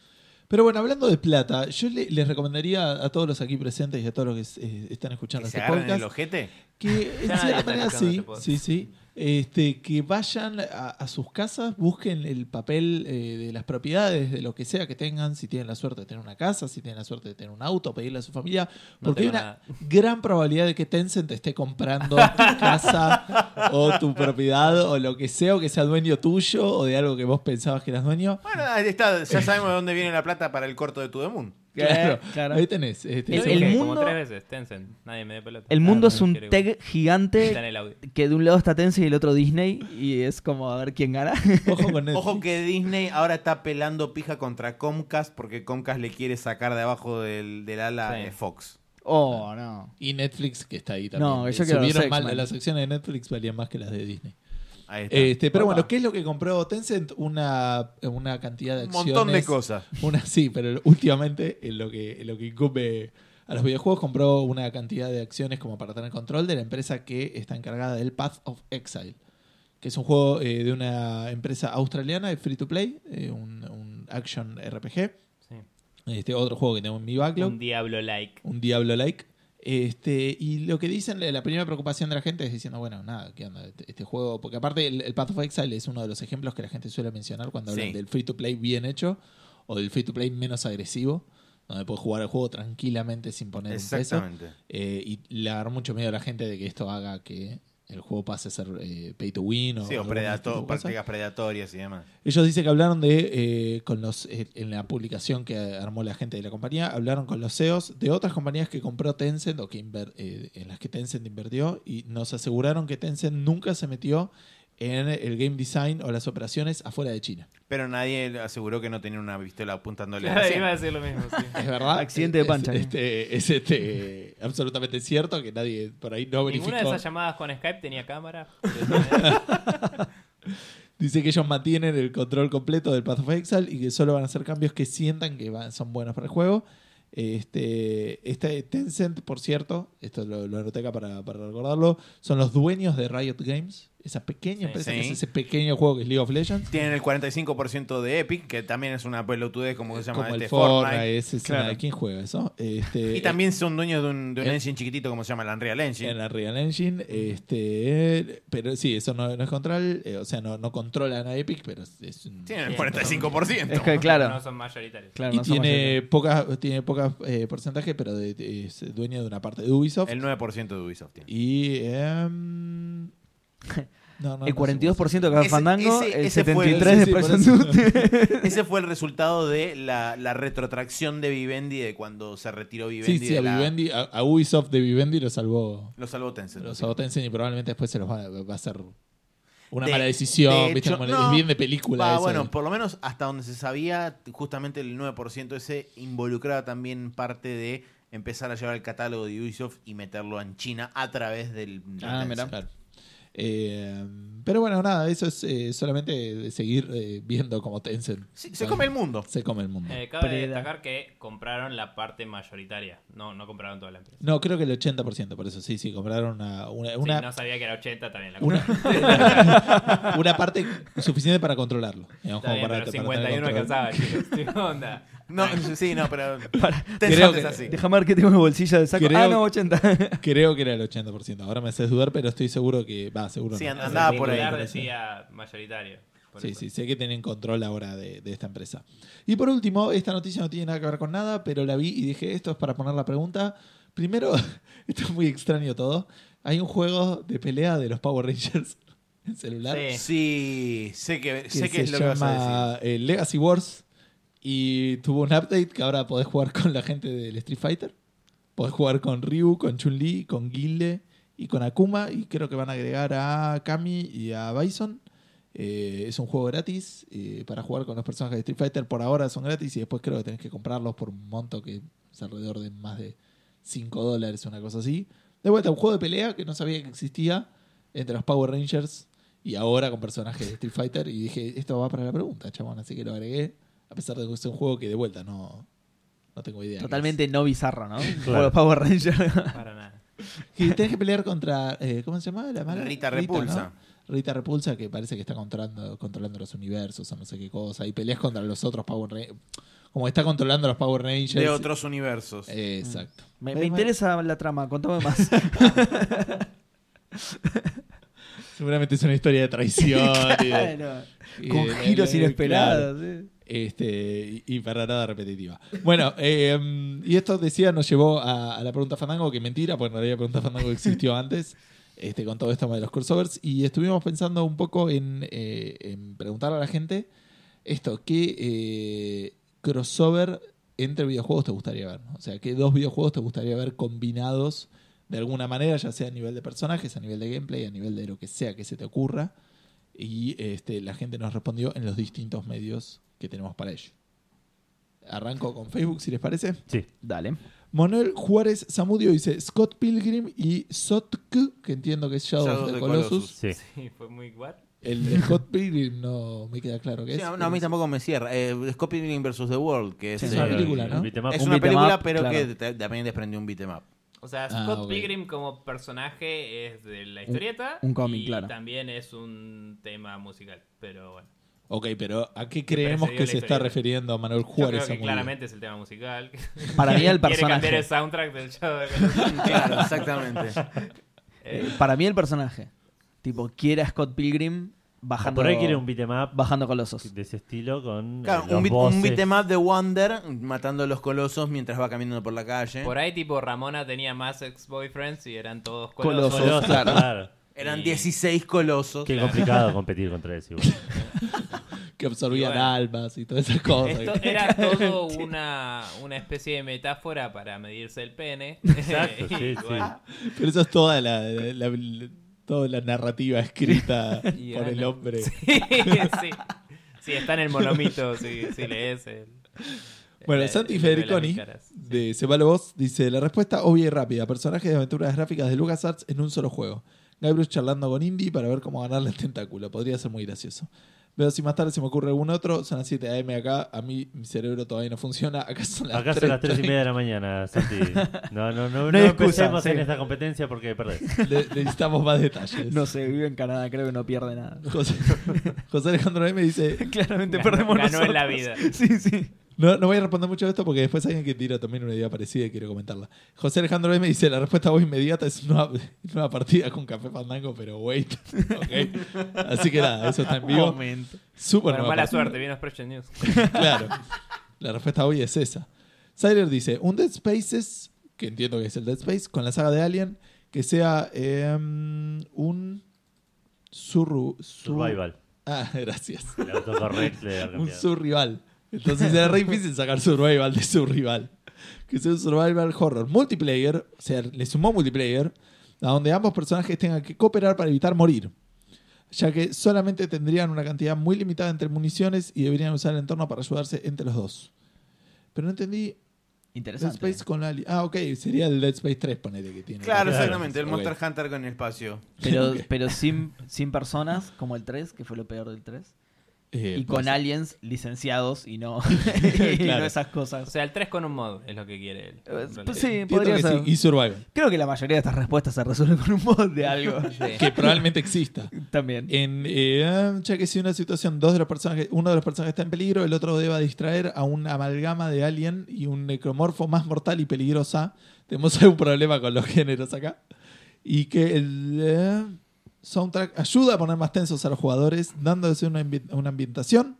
Speaker 2: Pero bueno, hablando de plata, yo le- les recomendaría a todos los aquí presentes y a todos los que eh, están escuchando
Speaker 3: Que se
Speaker 2: este
Speaker 3: agarren el
Speaker 2: podcast
Speaker 3: ojete.
Speaker 2: que en
Speaker 4: nadie
Speaker 2: cierta
Speaker 4: está
Speaker 2: manera
Speaker 4: escuchando
Speaker 2: sí,
Speaker 4: este podcast.
Speaker 2: sí, sí. Este, que vayan a, a sus casas, busquen el papel eh, de las propiedades, de lo que sea que tengan, si tienen la suerte de tener una casa, si tienen la suerte de tener un auto, pedirle a su familia,
Speaker 4: No
Speaker 2: porque hay
Speaker 4: tengo
Speaker 2: una
Speaker 4: nada.
Speaker 2: gran probabilidad de que Tencent te esté comprando tu casa o tu propiedad o lo que sea, o que sea dueño tuyo o de algo que vos pensabas que eras dueño.
Speaker 3: Bueno, ahí está, ya sabemos de dónde viene la plata para el corto de Tu Moon.
Speaker 2: Claro,
Speaker 6: claro.
Speaker 2: ahí tenés. este,
Speaker 6: El-
Speaker 4: Yo
Speaker 2: sí.
Speaker 6: el
Speaker 4: dije
Speaker 6: mundo-
Speaker 4: Como tres veces, Tencent. Nadie me dé pelota.
Speaker 6: El mundo
Speaker 4: Ah,
Speaker 6: es un
Speaker 4: quiero igual.
Speaker 6: tag
Speaker 4: Está en
Speaker 6: gigante
Speaker 4: el audio.
Speaker 6: que de un lado está Tencent y del otro Disney y es como a ver quién gana.
Speaker 2: Ojo con Netflix.
Speaker 3: Ojo que Disney ahora está pelando pija contra Comcast porque Comcast le quiere sacar de abajo del, del ala
Speaker 4: Sí.
Speaker 3: de Fox.
Speaker 6: Oh, no.
Speaker 2: Y Netflix que está ahí también.
Speaker 6: No,
Speaker 2: Eh,
Speaker 6: yo quiero
Speaker 2: Subieron
Speaker 6: los
Speaker 2: mal,
Speaker 6: X-Men.
Speaker 2: las acciones de Netflix valían más que las de Disney.
Speaker 3: Ahí está.
Speaker 2: Este, pero
Speaker 6: Opa.
Speaker 2: bueno, ¿qué es lo que compró Tencent? Una, una cantidad de
Speaker 3: Un
Speaker 2: acciones.
Speaker 3: montón de cosas.
Speaker 2: Una, sí, pero últimamente en lo que, en lo que incumbe a los videojuegos compró una cantidad de acciones como para tener control de la empresa que está encargada del Path of Exile, que es un juego eh, de una empresa australiana de free to play, eh, un, un action RPG.
Speaker 4: Sí.
Speaker 2: Este, otro juego que tengo en mi backlog
Speaker 4: Un diablo like.
Speaker 2: un diablo like. Este, y lo que dicen, la primera preocupación de la gente es diciendo, bueno, nada, ¿qué onda? Este, este juego, porque aparte el, el Path of Exile es uno de los ejemplos que la gente suele mencionar cuando hablan
Speaker 3: Sí.
Speaker 2: del free to play bien hecho o del free to play menos agresivo, donde puedes jugar el juego tranquilamente sin poner un peso.
Speaker 3: Exactamente.
Speaker 2: Eh, y le agarró mucho miedo a la gente de que esto haga que el juego pase a ser eh, pay to win o,
Speaker 3: Sí, o
Speaker 2: alguna de este tipo
Speaker 3: predato-
Speaker 2: de cosas.
Speaker 3: prácticas predatorias y demás.
Speaker 2: Ellos dicen que hablaron de, eh, con los, eh, en la publicación que armó la gente de la compañía, hablaron con los CEOs de otras compañías que compró Tencent o que inver- eh, en las que Tencent invirtió y nos aseguraron que Tencent nunca se metió en el game design o las operaciones afuera de China.
Speaker 3: Pero nadie le aseguró que no tenía una pistola apuntándole a la
Speaker 4: Iba a
Speaker 3: sien.
Speaker 4: decir lo mismo, sí.
Speaker 2: Es verdad.
Speaker 6: Accidente de
Speaker 2: Es-
Speaker 6: pancha.
Speaker 2: Es, este, es este, absolutamente cierto que nadie por ahí no verificó.
Speaker 4: Ninguna de esas llamadas con Skype tenía cámara.
Speaker 2: Dice que ellos mantienen el control completo del Path of Exile y que solo van a hacer cambios que sientan que van- son buenos para el juego. Este, este Tencent, por cierto, esto lo, lo anoté acá para, para recordarlo, son los dueños de Riot Games, esa pequeña
Speaker 4: Sí.
Speaker 2: empresa,
Speaker 3: Sí.
Speaker 2: que es ese pequeño juego que es League of Legends.
Speaker 3: Tienen el 45% de Epic, que también es una pelotudez como que se llama
Speaker 2: Como
Speaker 3: este
Speaker 2: el Fortnite,
Speaker 3: Fortnite.
Speaker 2: ese es
Speaker 5: Claro.
Speaker 2: una- ¿quién juega eso? Este,
Speaker 3: Y también son dueños de un, de un
Speaker 2: en-
Speaker 3: engine chiquitito como se llama el Unreal Engine.
Speaker 2: En la Real Engine, este, pero sí, eso no, no es control, eh, o sea, no, no controlan a Epic, pero es, es un-
Speaker 3: Tienen el
Speaker 4: Bien.
Speaker 3: 45%.
Speaker 5: Es que, claro,
Speaker 4: No son mayoritarios.
Speaker 5: claro,
Speaker 2: y
Speaker 5: no somos
Speaker 2: tiene pocas, tiene pocas eh, porcentaje, pero de- de- es dueña de una parte de Ubisoft.
Speaker 3: El 9% de Ubisoft tiene.
Speaker 2: Y em, no, no,
Speaker 5: el
Speaker 2: no sé
Speaker 5: 42% de
Speaker 3: Ese-
Speaker 5: Café Fandango,
Speaker 3: ese-
Speaker 5: el
Speaker 3: ese fue el-
Speaker 5: 73%
Speaker 2: sí,
Speaker 5: de
Speaker 2: sí, por
Speaker 5: Press and
Speaker 2: eso.
Speaker 5: Duty.
Speaker 3: Ese fue el resultado de la, la retrotracción de Vivendi de cuando se retiró
Speaker 2: cómo
Speaker 3: Vivendi.
Speaker 2: se- Sí, sí,
Speaker 3: de
Speaker 2: a,
Speaker 3: la-
Speaker 2: Vivendi, a, a Ubisoft de Vivendi lo salvó.
Speaker 3: Los salvó Tencent.
Speaker 2: Lo
Speaker 3: Los
Speaker 2: salvó Tencent y probablemente después se los va, va a hacer una
Speaker 3: De-
Speaker 2: mala
Speaker 3: de
Speaker 2: decisión,
Speaker 3: hecho,
Speaker 2: ¿viste? Como el
Speaker 3: no.
Speaker 2: desvío de película.
Speaker 3: Ah,
Speaker 2: eso.
Speaker 3: bueno, por lo menos hasta donde se sabía, justamente el 9% ese involucraba también parte de empezar a llevar el catálogo de Ubisoft y meterlo en China a través del...
Speaker 5: Ah, mirá.
Speaker 2: Claro. Eh, pero bueno, nada, eso es eh, solamente de seguir eh, viendo como Tencent
Speaker 3: Sí, se come el mundo.
Speaker 2: se come el mundo.
Speaker 4: Eh, cabe
Speaker 5: Preda.
Speaker 4: destacar que compraron la parte mayoritaria. No, no compraron toda la empresa.
Speaker 2: No, creo que el 80%, por eso sí, sí, compraron una, una,
Speaker 4: Sí,
Speaker 2: una,
Speaker 4: no sabía que era 80, también la compraron.
Speaker 2: una, una parte suficiente para controlarlo. digamos,
Speaker 4: Está
Speaker 2: como
Speaker 4: bien,
Speaker 2: para- para
Speaker 4: pero
Speaker 2: tener
Speaker 4: 51
Speaker 2: control.
Speaker 4: alcanzaba, chicos. ¿Qué onda?
Speaker 3: No, sí, no, pero...
Speaker 2: Ah. creo
Speaker 3: Tencent
Speaker 2: que-
Speaker 3: es así.
Speaker 5: Déjame ver que tengo en mi bolsilla de saco.
Speaker 2: Creo-
Speaker 5: Ah, no, 80.
Speaker 2: Creo que era el 80%. Ahora me haces dudar, pero estoy seguro que. Va, seguro.
Speaker 3: Sí,
Speaker 2: no.
Speaker 3: anda- andaba por ahí.
Speaker 4: Singular decía mayoritario. por
Speaker 2: Sí,
Speaker 4: eso.
Speaker 2: sí, sé que tienen control ahora de, de esta empresa. Y por último, esta noticia no tiene nada que ver con nada, pero la vi y dije, esto es para poner la pregunta. Primero, esto es muy extraño todo. Hay un juego de pelea de los Power Rangers en celular
Speaker 4: Sí.
Speaker 3: Eh, Sí, sé que,
Speaker 2: que
Speaker 3: sé que
Speaker 2: se
Speaker 3: es lo que vas a decir.
Speaker 2: llama eh, Legacy Wars y tuvo un update que ahora podés jugar con la gente del Street Fighter. Podés jugar con Ryu, con Chun-Li, con Guile y con Akuma y creo que van a agregar a Kami y a Bison. Eh, es un juego gratis eh, para jugar con los personajes de Street Fighter. Por ahora son gratis y después creo que tenés que comprarlos por un monto que es alrededor de más de 5 dólares, una cosa así. De vuelta, un juego de pelea que no sabía que existía entre los Power Rangers y ahora con personajes de Street Fighter. Y dije, esto va para la pregunta, chabón. Así que lo agregué, a pesar de que es un juego que de vuelta no, no tengo idea. qué es.
Speaker 5: Totalmente no bizarro, ¿no? Por los Power Rangers.
Speaker 4: Para nada.
Speaker 2: Que tenés que pelear contra. eh, ¿Cómo se llama? La mala?
Speaker 3: Rita
Speaker 2: ¿no?
Speaker 3: Repulsa.
Speaker 2: Rita Repulsa, que parece que está controlando, controlando los universos o no sé qué cosa. Y peleas contra los otros Power Rangers. Como está controlando los Power Rangers.
Speaker 3: De otros universos.
Speaker 2: Eh, Exacto.
Speaker 5: Me,
Speaker 2: Eh,
Speaker 5: me
Speaker 2: bueno,
Speaker 5: interesa la trama, contame más.
Speaker 2: Seguramente es una historia de traición. y de-
Speaker 5: Claro.
Speaker 2: eh, y
Speaker 5: Con
Speaker 2: de-
Speaker 5: giros
Speaker 2: de- claro.
Speaker 5: inesperados. ¿eh?
Speaker 2: Este, y- y para nada repetitiva. Bueno, eh, y esto decía, nos llevó a, a la pregunta Fandango, que mentira, porque en realidad pregunta Fandango existió antes, este, con todo esto de los crossovers. Y estuvimos pensando un poco en, eh, en preguntar a la gente esto, ¿qué eh, crossover entre videojuegos te gustaría ver? O sea, ¿qué dos videojuegos te gustaría ver combinados de alguna manera, ya sea a nivel de personajes, a nivel de gameplay, a nivel de lo que sea que se te ocurra? Y este, la gente nos respondió en los distintos medios que tenemos para ello. Arranco con Facebook, si les parece.
Speaker 1: Sí.
Speaker 5: Dale.
Speaker 2: Manuel Juárez Zamudio dice Scott Pilgrim y Sotk, que entiendo que es Shadow,
Speaker 3: Shadow
Speaker 2: of
Speaker 3: of
Speaker 2: the
Speaker 3: the
Speaker 2: Colossus.
Speaker 3: Colossus.
Speaker 1: Sí.
Speaker 4: Sí, fue muy what?
Speaker 2: El de Scott Pilgrim no me queda claro qué
Speaker 3: Sí,
Speaker 2: es.
Speaker 3: no, a mí tampoco me cierra. Eh, Scoping vs. The World, que es,
Speaker 2: Sí, es
Speaker 3: eh,
Speaker 2: una película,
Speaker 1: el
Speaker 2: ¿no?
Speaker 1: beat 'em up.
Speaker 3: es
Speaker 5: Un
Speaker 3: una
Speaker 5: beat 'em
Speaker 3: película,
Speaker 5: up,
Speaker 3: pero
Speaker 5: claro.
Speaker 3: que te- también desprendió un beat em up.
Speaker 4: O sea,
Speaker 2: Ah,
Speaker 4: Scott
Speaker 2: ok.
Speaker 4: Pilgrim como personaje es de la historieta.
Speaker 5: un cómic,
Speaker 4: y
Speaker 5: claro.
Speaker 4: también es un tema musical. Pero bueno.
Speaker 2: Ok, pero ¿a qué creemos
Speaker 4: Pero se dio
Speaker 2: que
Speaker 4: la
Speaker 2: se está
Speaker 4: historia.
Speaker 2: refiriendo Manuel
Speaker 4: Yo
Speaker 2: Juárez
Speaker 4: creo que
Speaker 2: Zamudio?
Speaker 4: claramente es el tema musical.
Speaker 5: Para mí el
Speaker 4: Quiere cambiar el
Speaker 5: personaje.
Speaker 4: soundtrack del show. de-
Speaker 3: Claro, exactamente.
Speaker 5: eh,
Speaker 4: Eh,
Speaker 5: Para mí el personaje. Tipo, quiere a Scott Pilgrim
Speaker 1: Ah,
Speaker 5: bajando,
Speaker 1: Por ahí quiere un beat'em up
Speaker 5: bajando colosos.
Speaker 1: de ese estilo con
Speaker 3: Claro,
Speaker 1: eh,
Speaker 3: un,
Speaker 1: los
Speaker 3: beat, un
Speaker 1: bosses.
Speaker 3: beat 'em up de Wonder matando a los colosos mientras va caminando por la calle.
Speaker 4: por ahí, tipo, Ramona tenía más ex-boyfriends y eran todos
Speaker 5: Colosos.
Speaker 4: colosos.
Speaker 1: Colosos,
Speaker 5: claro.
Speaker 1: claro.
Speaker 3: Eran
Speaker 4: Y-
Speaker 3: 16 colosos.
Speaker 1: Qué complicado competir contra eso. igual.
Speaker 2: Que absorbían
Speaker 4: Y bueno.
Speaker 2: almas y todas esas cosas.
Speaker 4: Esto era todo una, una especie de metáfora para medirse el pene.
Speaker 1: Exacto,
Speaker 4: Y
Speaker 1: sí,
Speaker 4: bueno,
Speaker 1: sí.
Speaker 2: Pero eso es toda la, la- la- toda la narrativa escrita
Speaker 4: Y
Speaker 2: por
Speaker 4: gana.
Speaker 2: el hombre.
Speaker 4: Sí, sí. Sí, está en el monomito, si sí, sí, lees. El,
Speaker 2: Bueno,
Speaker 4: la-
Speaker 2: Santi
Speaker 4: el de las
Speaker 2: Federiconi
Speaker 4: mil caras.
Speaker 2: de Sebalo Voz dice: La respuesta obvia y rápida. Personajes de aventuras gráficas de LucasArts en un solo juego. Guybrush charlando con Indy para ver cómo ganarle el tentáculo. Podría ser muy gracioso. Veo si más tarde se me ocurre algún otro. Son las 7 a.m. acá. A mí mi cerebro todavía no funciona. Acá son las
Speaker 1: Acá
Speaker 2: 3.
Speaker 1: son las 3 y media de la mañana, Santi. No, no, no, no,
Speaker 6: No hay excusa,
Speaker 1: empecemos en
Speaker 6: sí.
Speaker 1: esta competencia porque perdés.
Speaker 2: Le- necesitamos más detalles.
Speaker 6: No sé, vive en Canadá, creo que no pierde nada.
Speaker 2: José, José Alejandro M. dice:
Speaker 6: Claramente
Speaker 4: Ganó-
Speaker 6: perdemos
Speaker 4: ganó en la
Speaker 6: nosotros.
Speaker 4: vida.
Speaker 6: Sí, sí.
Speaker 2: no, no voy a responder mucho a esto porque después hay alguien que tira también una idea parecida y quiero comentarla. José Alejandro M. dice: La respuesta voy inmediata es una, una partida con Café Fandango, pero wait. Ok. Así que nada, eso está en vivo.
Speaker 6: Momento.
Speaker 2: Súper
Speaker 4: Bueno,
Speaker 2: nueva
Speaker 4: mala
Speaker 2: partida.
Speaker 4: suerte, viene Expression News.
Speaker 2: Claro. La respuesta hoy es esa. Siler dice, un Dead Spaces, que entiendo que es el Dead Space, con la saga de Alien, que sea em, un... surru- su-
Speaker 1: Survival.
Speaker 2: Ah, gracias.
Speaker 1: El autocorrect le ha
Speaker 2: Un
Speaker 1: cambiado.
Speaker 2: surrival. Entonces era re difícil sacar survival de surrival. Que sea un survival horror. Multiplayer, o sea, le sumó multiplayer, a donde ambos personajes tengan que cooperar para evitar morir. Ya que solamente tendrían una cantidad muy limitada entre municiones y deberían usar el entorno para ayudarse entre los dos. Pero no entendí. Dead
Speaker 6: Interesante.
Speaker 2: Space con Ali. Ah, ok, sería el Dead Space 3, ponele que tiene.
Speaker 3: Claro,
Speaker 1: Claro.
Speaker 3: exactamente. El
Speaker 2: Ok.
Speaker 3: Monster Hunter con el espacio.
Speaker 6: Pero, pero sin, sin personas, como el 3, que fue lo peor del 3.
Speaker 2: Eh,
Speaker 6: Y con
Speaker 2: pues,
Speaker 6: aliens licenciados y no, y
Speaker 2: Claro.
Speaker 6: no esas
Speaker 4: O
Speaker 6: cosas.
Speaker 4: sea, el 3 con un mod es lo que quiere él.
Speaker 6: Eh,
Speaker 4: en realidad.
Speaker 6: pues sí,
Speaker 2: entiendo
Speaker 6: podría
Speaker 2: que sí,
Speaker 6: ser.
Speaker 2: Y Survival,
Speaker 6: Creo que la mayoría de estas respuestas se resuelven con un mod de algo.
Speaker 2: que probablemente exista.
Speaker 6: También.
Speaker 2: En, eh, ya que si una situación, dos de los personajes, uno de los personajes está en peligro, el otro deba distraer a una amalgama de alien y un necromorfo más mortal y peligrosa. Tenemos algún problema con los géneros acá. Y que el eh, soundtrack ayuda a poner más tensos a los jugadores, dándoles una, ambi- una ambientación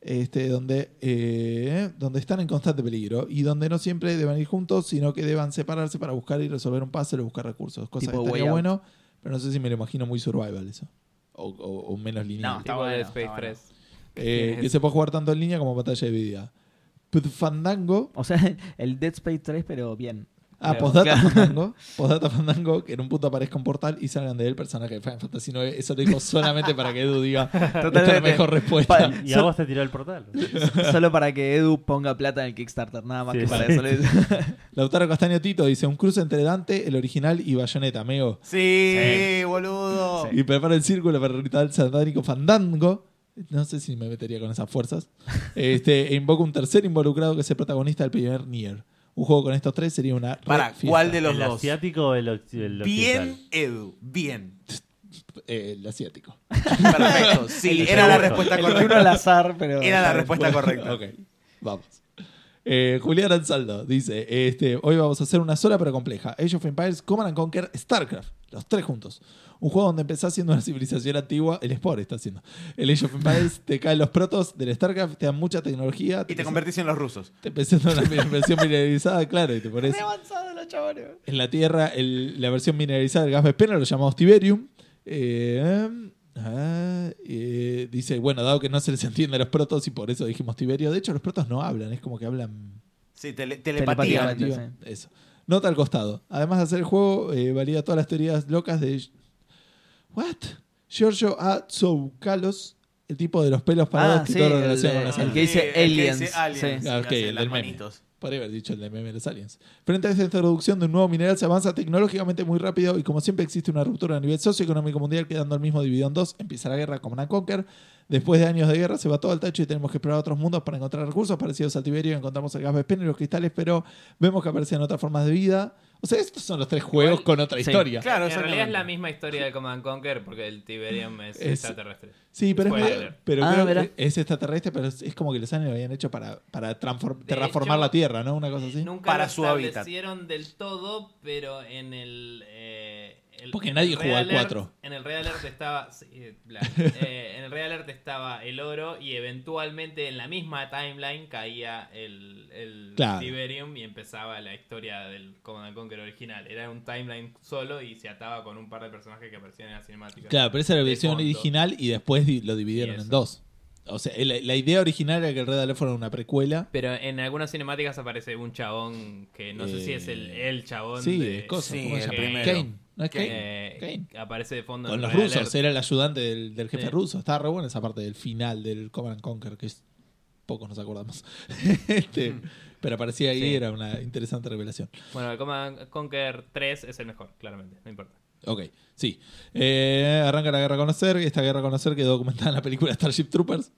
Speaker 2: este, donde, eh, donde están en constante peligro y donde no siempre deban ir juntos, sino que deban separarse para buscar y resolver un puzzle o buscar recursos. Cosa
Speaker 6: Tipo
Speaker 2: que
Speaker 6: Way
Speaker 2: estaría
Speaker 6: Out.
Speaker 2: bueno, pero no sé si me lo imagino muy survival eso. O, o- o menos lineal.
Speaker 6: No, está
Speaker 4: Tipo
Speaker 6: bueno,
Speaker 4: de
Speaker 6: está
Speaker 4: Space
Speaker 6: bueno.
Speaker 4: 3.
Speaker 2: Eh,
Speaker 4: sí,
Speaker 2: que
Speaker 4: es-
Speaker 2: se puede jugar tanto en línea como pantalla de video. Put- Fandango.
Speaker 6: O sea, el Dead Space 3, pero bien.
Speaker 2: Ah,
Speaker 4: Claro.
Speaker 2: postdata
Speaker 6: Claro.
Speaker 2: Fandango. Postdata Fandango, que en un punto aparezca un portal y salgan de él personaje de Final Fantasy IX. Eso te digo solamente para que Edu diga. Esta es la
Speaker 6: Totalmente.
Speaker 2: mejor respuesta.
Speaker 6: Pa-
Speaker 1: Y a vos te tiró el portal.
Speaker 6: Solo para que Edu ponga plata en el Kickstarter, nada más
Speaker 1: Sí,
Speaker 6: que para
Speaker 1: sí.
Speaker 6: eso. le-
Speaker 2: Lautaro Castaño Tito dice: un cruce entre Dante, el original y Bayonetta, amigo.
Speaker 3: Sí, boludo.
Speaker 2: Y prepara el círculo para el ritual satánico Fandango. No sé si me metería con esas fuerzas. Este, e invoca un tercer involucrado que es el protagonista del primer Nier. Un juego con estos tres sería una. re
Speaker 3: Para,
Speaker 2: fiesta.
Speaker 3: ¿cuál de los
Speaker 1: ¿El
Speaker 3: dos?
Speaker 1: asiático o el, occ- el occidental?
Speaker 3: Bien, Edu. Bien.
Speaker 2: Eh, el asiático.
Speaker 3: Perfecto. Sí,
Speaker 1: El
Speaker 3: era la
Speaker 1: segundo.
Speaker 3: respuesta
Speaker 6: El uno
Speaker 3: correcta.
Speaker 6: al azar, pero.
Speaker 3: Era la respuesta correcta.
Speaker 2: Ok, vamos. Eh, Julián Ansaldo dice: este, Hoy vamos a hacer una sola pero compleja. Age of Empires, Command and Conquer, StarCraft. Los tres juntos. Un juego donde empezás siendo una civilización antigua. El Spore está haciendo. El Age of Empires te caen los protos del StarCraft, te dan mucha tecnología.
Speaker 3: Y te
Speaker 2: empiezas-
Speaker 3: convertís en los rusos.
Speaker 2: te pensás en una versión mineralizada, claro, y te pones
Speaker 6: Re avanzado los chabones.
Speaker 2: en la Tierra el- la versión mineralizada del gas vespero, lo llamamos Tiberium. Eh, ah, eh, dice, bueno, dado que no se les entiende a los protos y por eso dijimos Tiberio, de hecho los protos no hablan, es como que hablan...
Speaker 3: Sí, tele-
Speaker 6: Telepatía.
Speaker 3: telepatía.
Speaker 6: Telepáticamente,
Speaker 2: Tío, Eso. Nota al costado. Además de hacer el juego, eh, valida todas las teorías locas de... ¿What? Giorgio A. Tsoukalos, el tipo de los pelos parados
Speaker 6: Ah,
Speaker 2: que
Speaker 6: sí,
Speaker 2: todo lo
Speaker 6: el
Speaker 2: relaciona
Speaker 6: de-
Speaker 2: con las
Speaker 6: el
Speaker 2: almas.
Speaker 6: que dice
Speaker 3: Sí, el que
Speaker 6: aliens,
Speaker 3: dice aliens.
Speaker 6: sí.
Speaker 2: Ah, ok,
Speaker 3: hace
Speaker 2: el
Speaker 3: las
Speaker 2: del meme.
Speaker 3: manitos.
Speaker 2: Podría haber dicho el de meme de los aliens. Frente a esta introducción de un nuevo mineral, se avanza tecnológicamente muy rápido y como siempre existe una ruptura a nivel socioeconómico mundial, quedando el mismo dividido en dos. Empieza la guerra como una conquer. Después de años de guerra se va todo al tacho y tenemos que explorar otros mundos para encontrar recursos parecidos a Tiberio. Encontramos el gas vespeno y los cristales, pero vemos que aparecen otras formas de vida. O sea, estos son los tres juegos con otra
Speaker 6: sí.
Speaker 2: historia.
Speaker 3: Claro,
Speaker 4: en realidad es la
Speaker 3: exactamente.
Speaker 4: misma historia del Command and Conquer porque el Tiberium es,
Speaker 2: Es-
Speaker 4: extraterrestre.
Speaker 2: Sí, pero, es,
Speaker 4: Spoiler.
Speaker 2: medio- pero
Speaker 6: Ah,
Speaker 2: creo
Speaker 6: verá.
Speaker 2: que es extraterrestre, pero es es como que los aliens lo habían hecho para, para transform-
Speaker 4: De
Speaker 2: terraformar
Speaker 4: hecho,
Speaker 2: la Tierra, ¿no? Una cosa así.
Speaker 4: Nunca
Speaker 3: Para
Speaker 4: lo
Speaker 3: su hábitat.
Speaker 4: establecieron del todo, pero en el... eh, el-
Speaker 2: Porque
Speaker 4: en
Speaker 2: nadie
Speaker 4: el
Speaker 2: jugó
Speaker 4: Red
Speaker 2: al
Speaker 4: Alert-
Speaker 2: cuatro.
Speaker 4: En el Real Alert estaba... sí, eh, bla. Eh, en el Real Alert estaba el oro y eventualmente en la misma timeline caía el, el
Speaker 2: Claro.
Speaker 4: Tiberium y empezaba la historia del Command and Conquer original. Era un timeline solo y se ataba con un par de personajes que aparecían en la cinemática.
Speaker 2: Claro, pero esa era la
Speaker 4: de
Speaker 2: versión
Speaker 4: fondo.
Speaker 2: original y después di- lo dividieron en
Speaker 4: Y eso.
Speaker 2: dos. O sea, la, la idea original era que el Red Alert fuera una precuela.
Speaker 4: Pero en algunas cinemáticas aparece un chabón que no sé si es el,
Speaker 2: Eh,
Speaker 4: el chabón.
Speaker 2: sí,
Speaker 4: de-
Speaker 2: de cosas.
Speaker 3: sí,
Speaker 2: ¿cómo se
Speaker 3: el
Speaker 2: llama?
Speaker 3: primero.
Speaker 2: Kane. ¿No es Kane?
Speaker 4: eh,
Speaker 2: Kane.
Speaker 4: que aparece de fondo.
Speaker 2: Con
Speaker 4: en
Speaker 2: los
Speaker 4: Red
Speaker 2: rusos,
Speaker 4: Alert.
Speaker 2: era el ayudante del, del jefe
Speaker 4: Sí.
Speaker 2: ruso. Estaba re buena esa parte del final del Command and Conquer, que es- pocos nos acordamos. Este, Pero aparecía ahí,
Speaker 4: Mm. Sí.
Speaker 2: era una interesante revelación.
Speaker 4: Bueno, el Command Conquer 3 es el mejor, claramente. No importa.
Speaker 2: Ok, sí. Eh, arranca la guerra con los Zerg. Esta guerra con los Zerg quedó documentada en la película Starship Troopers.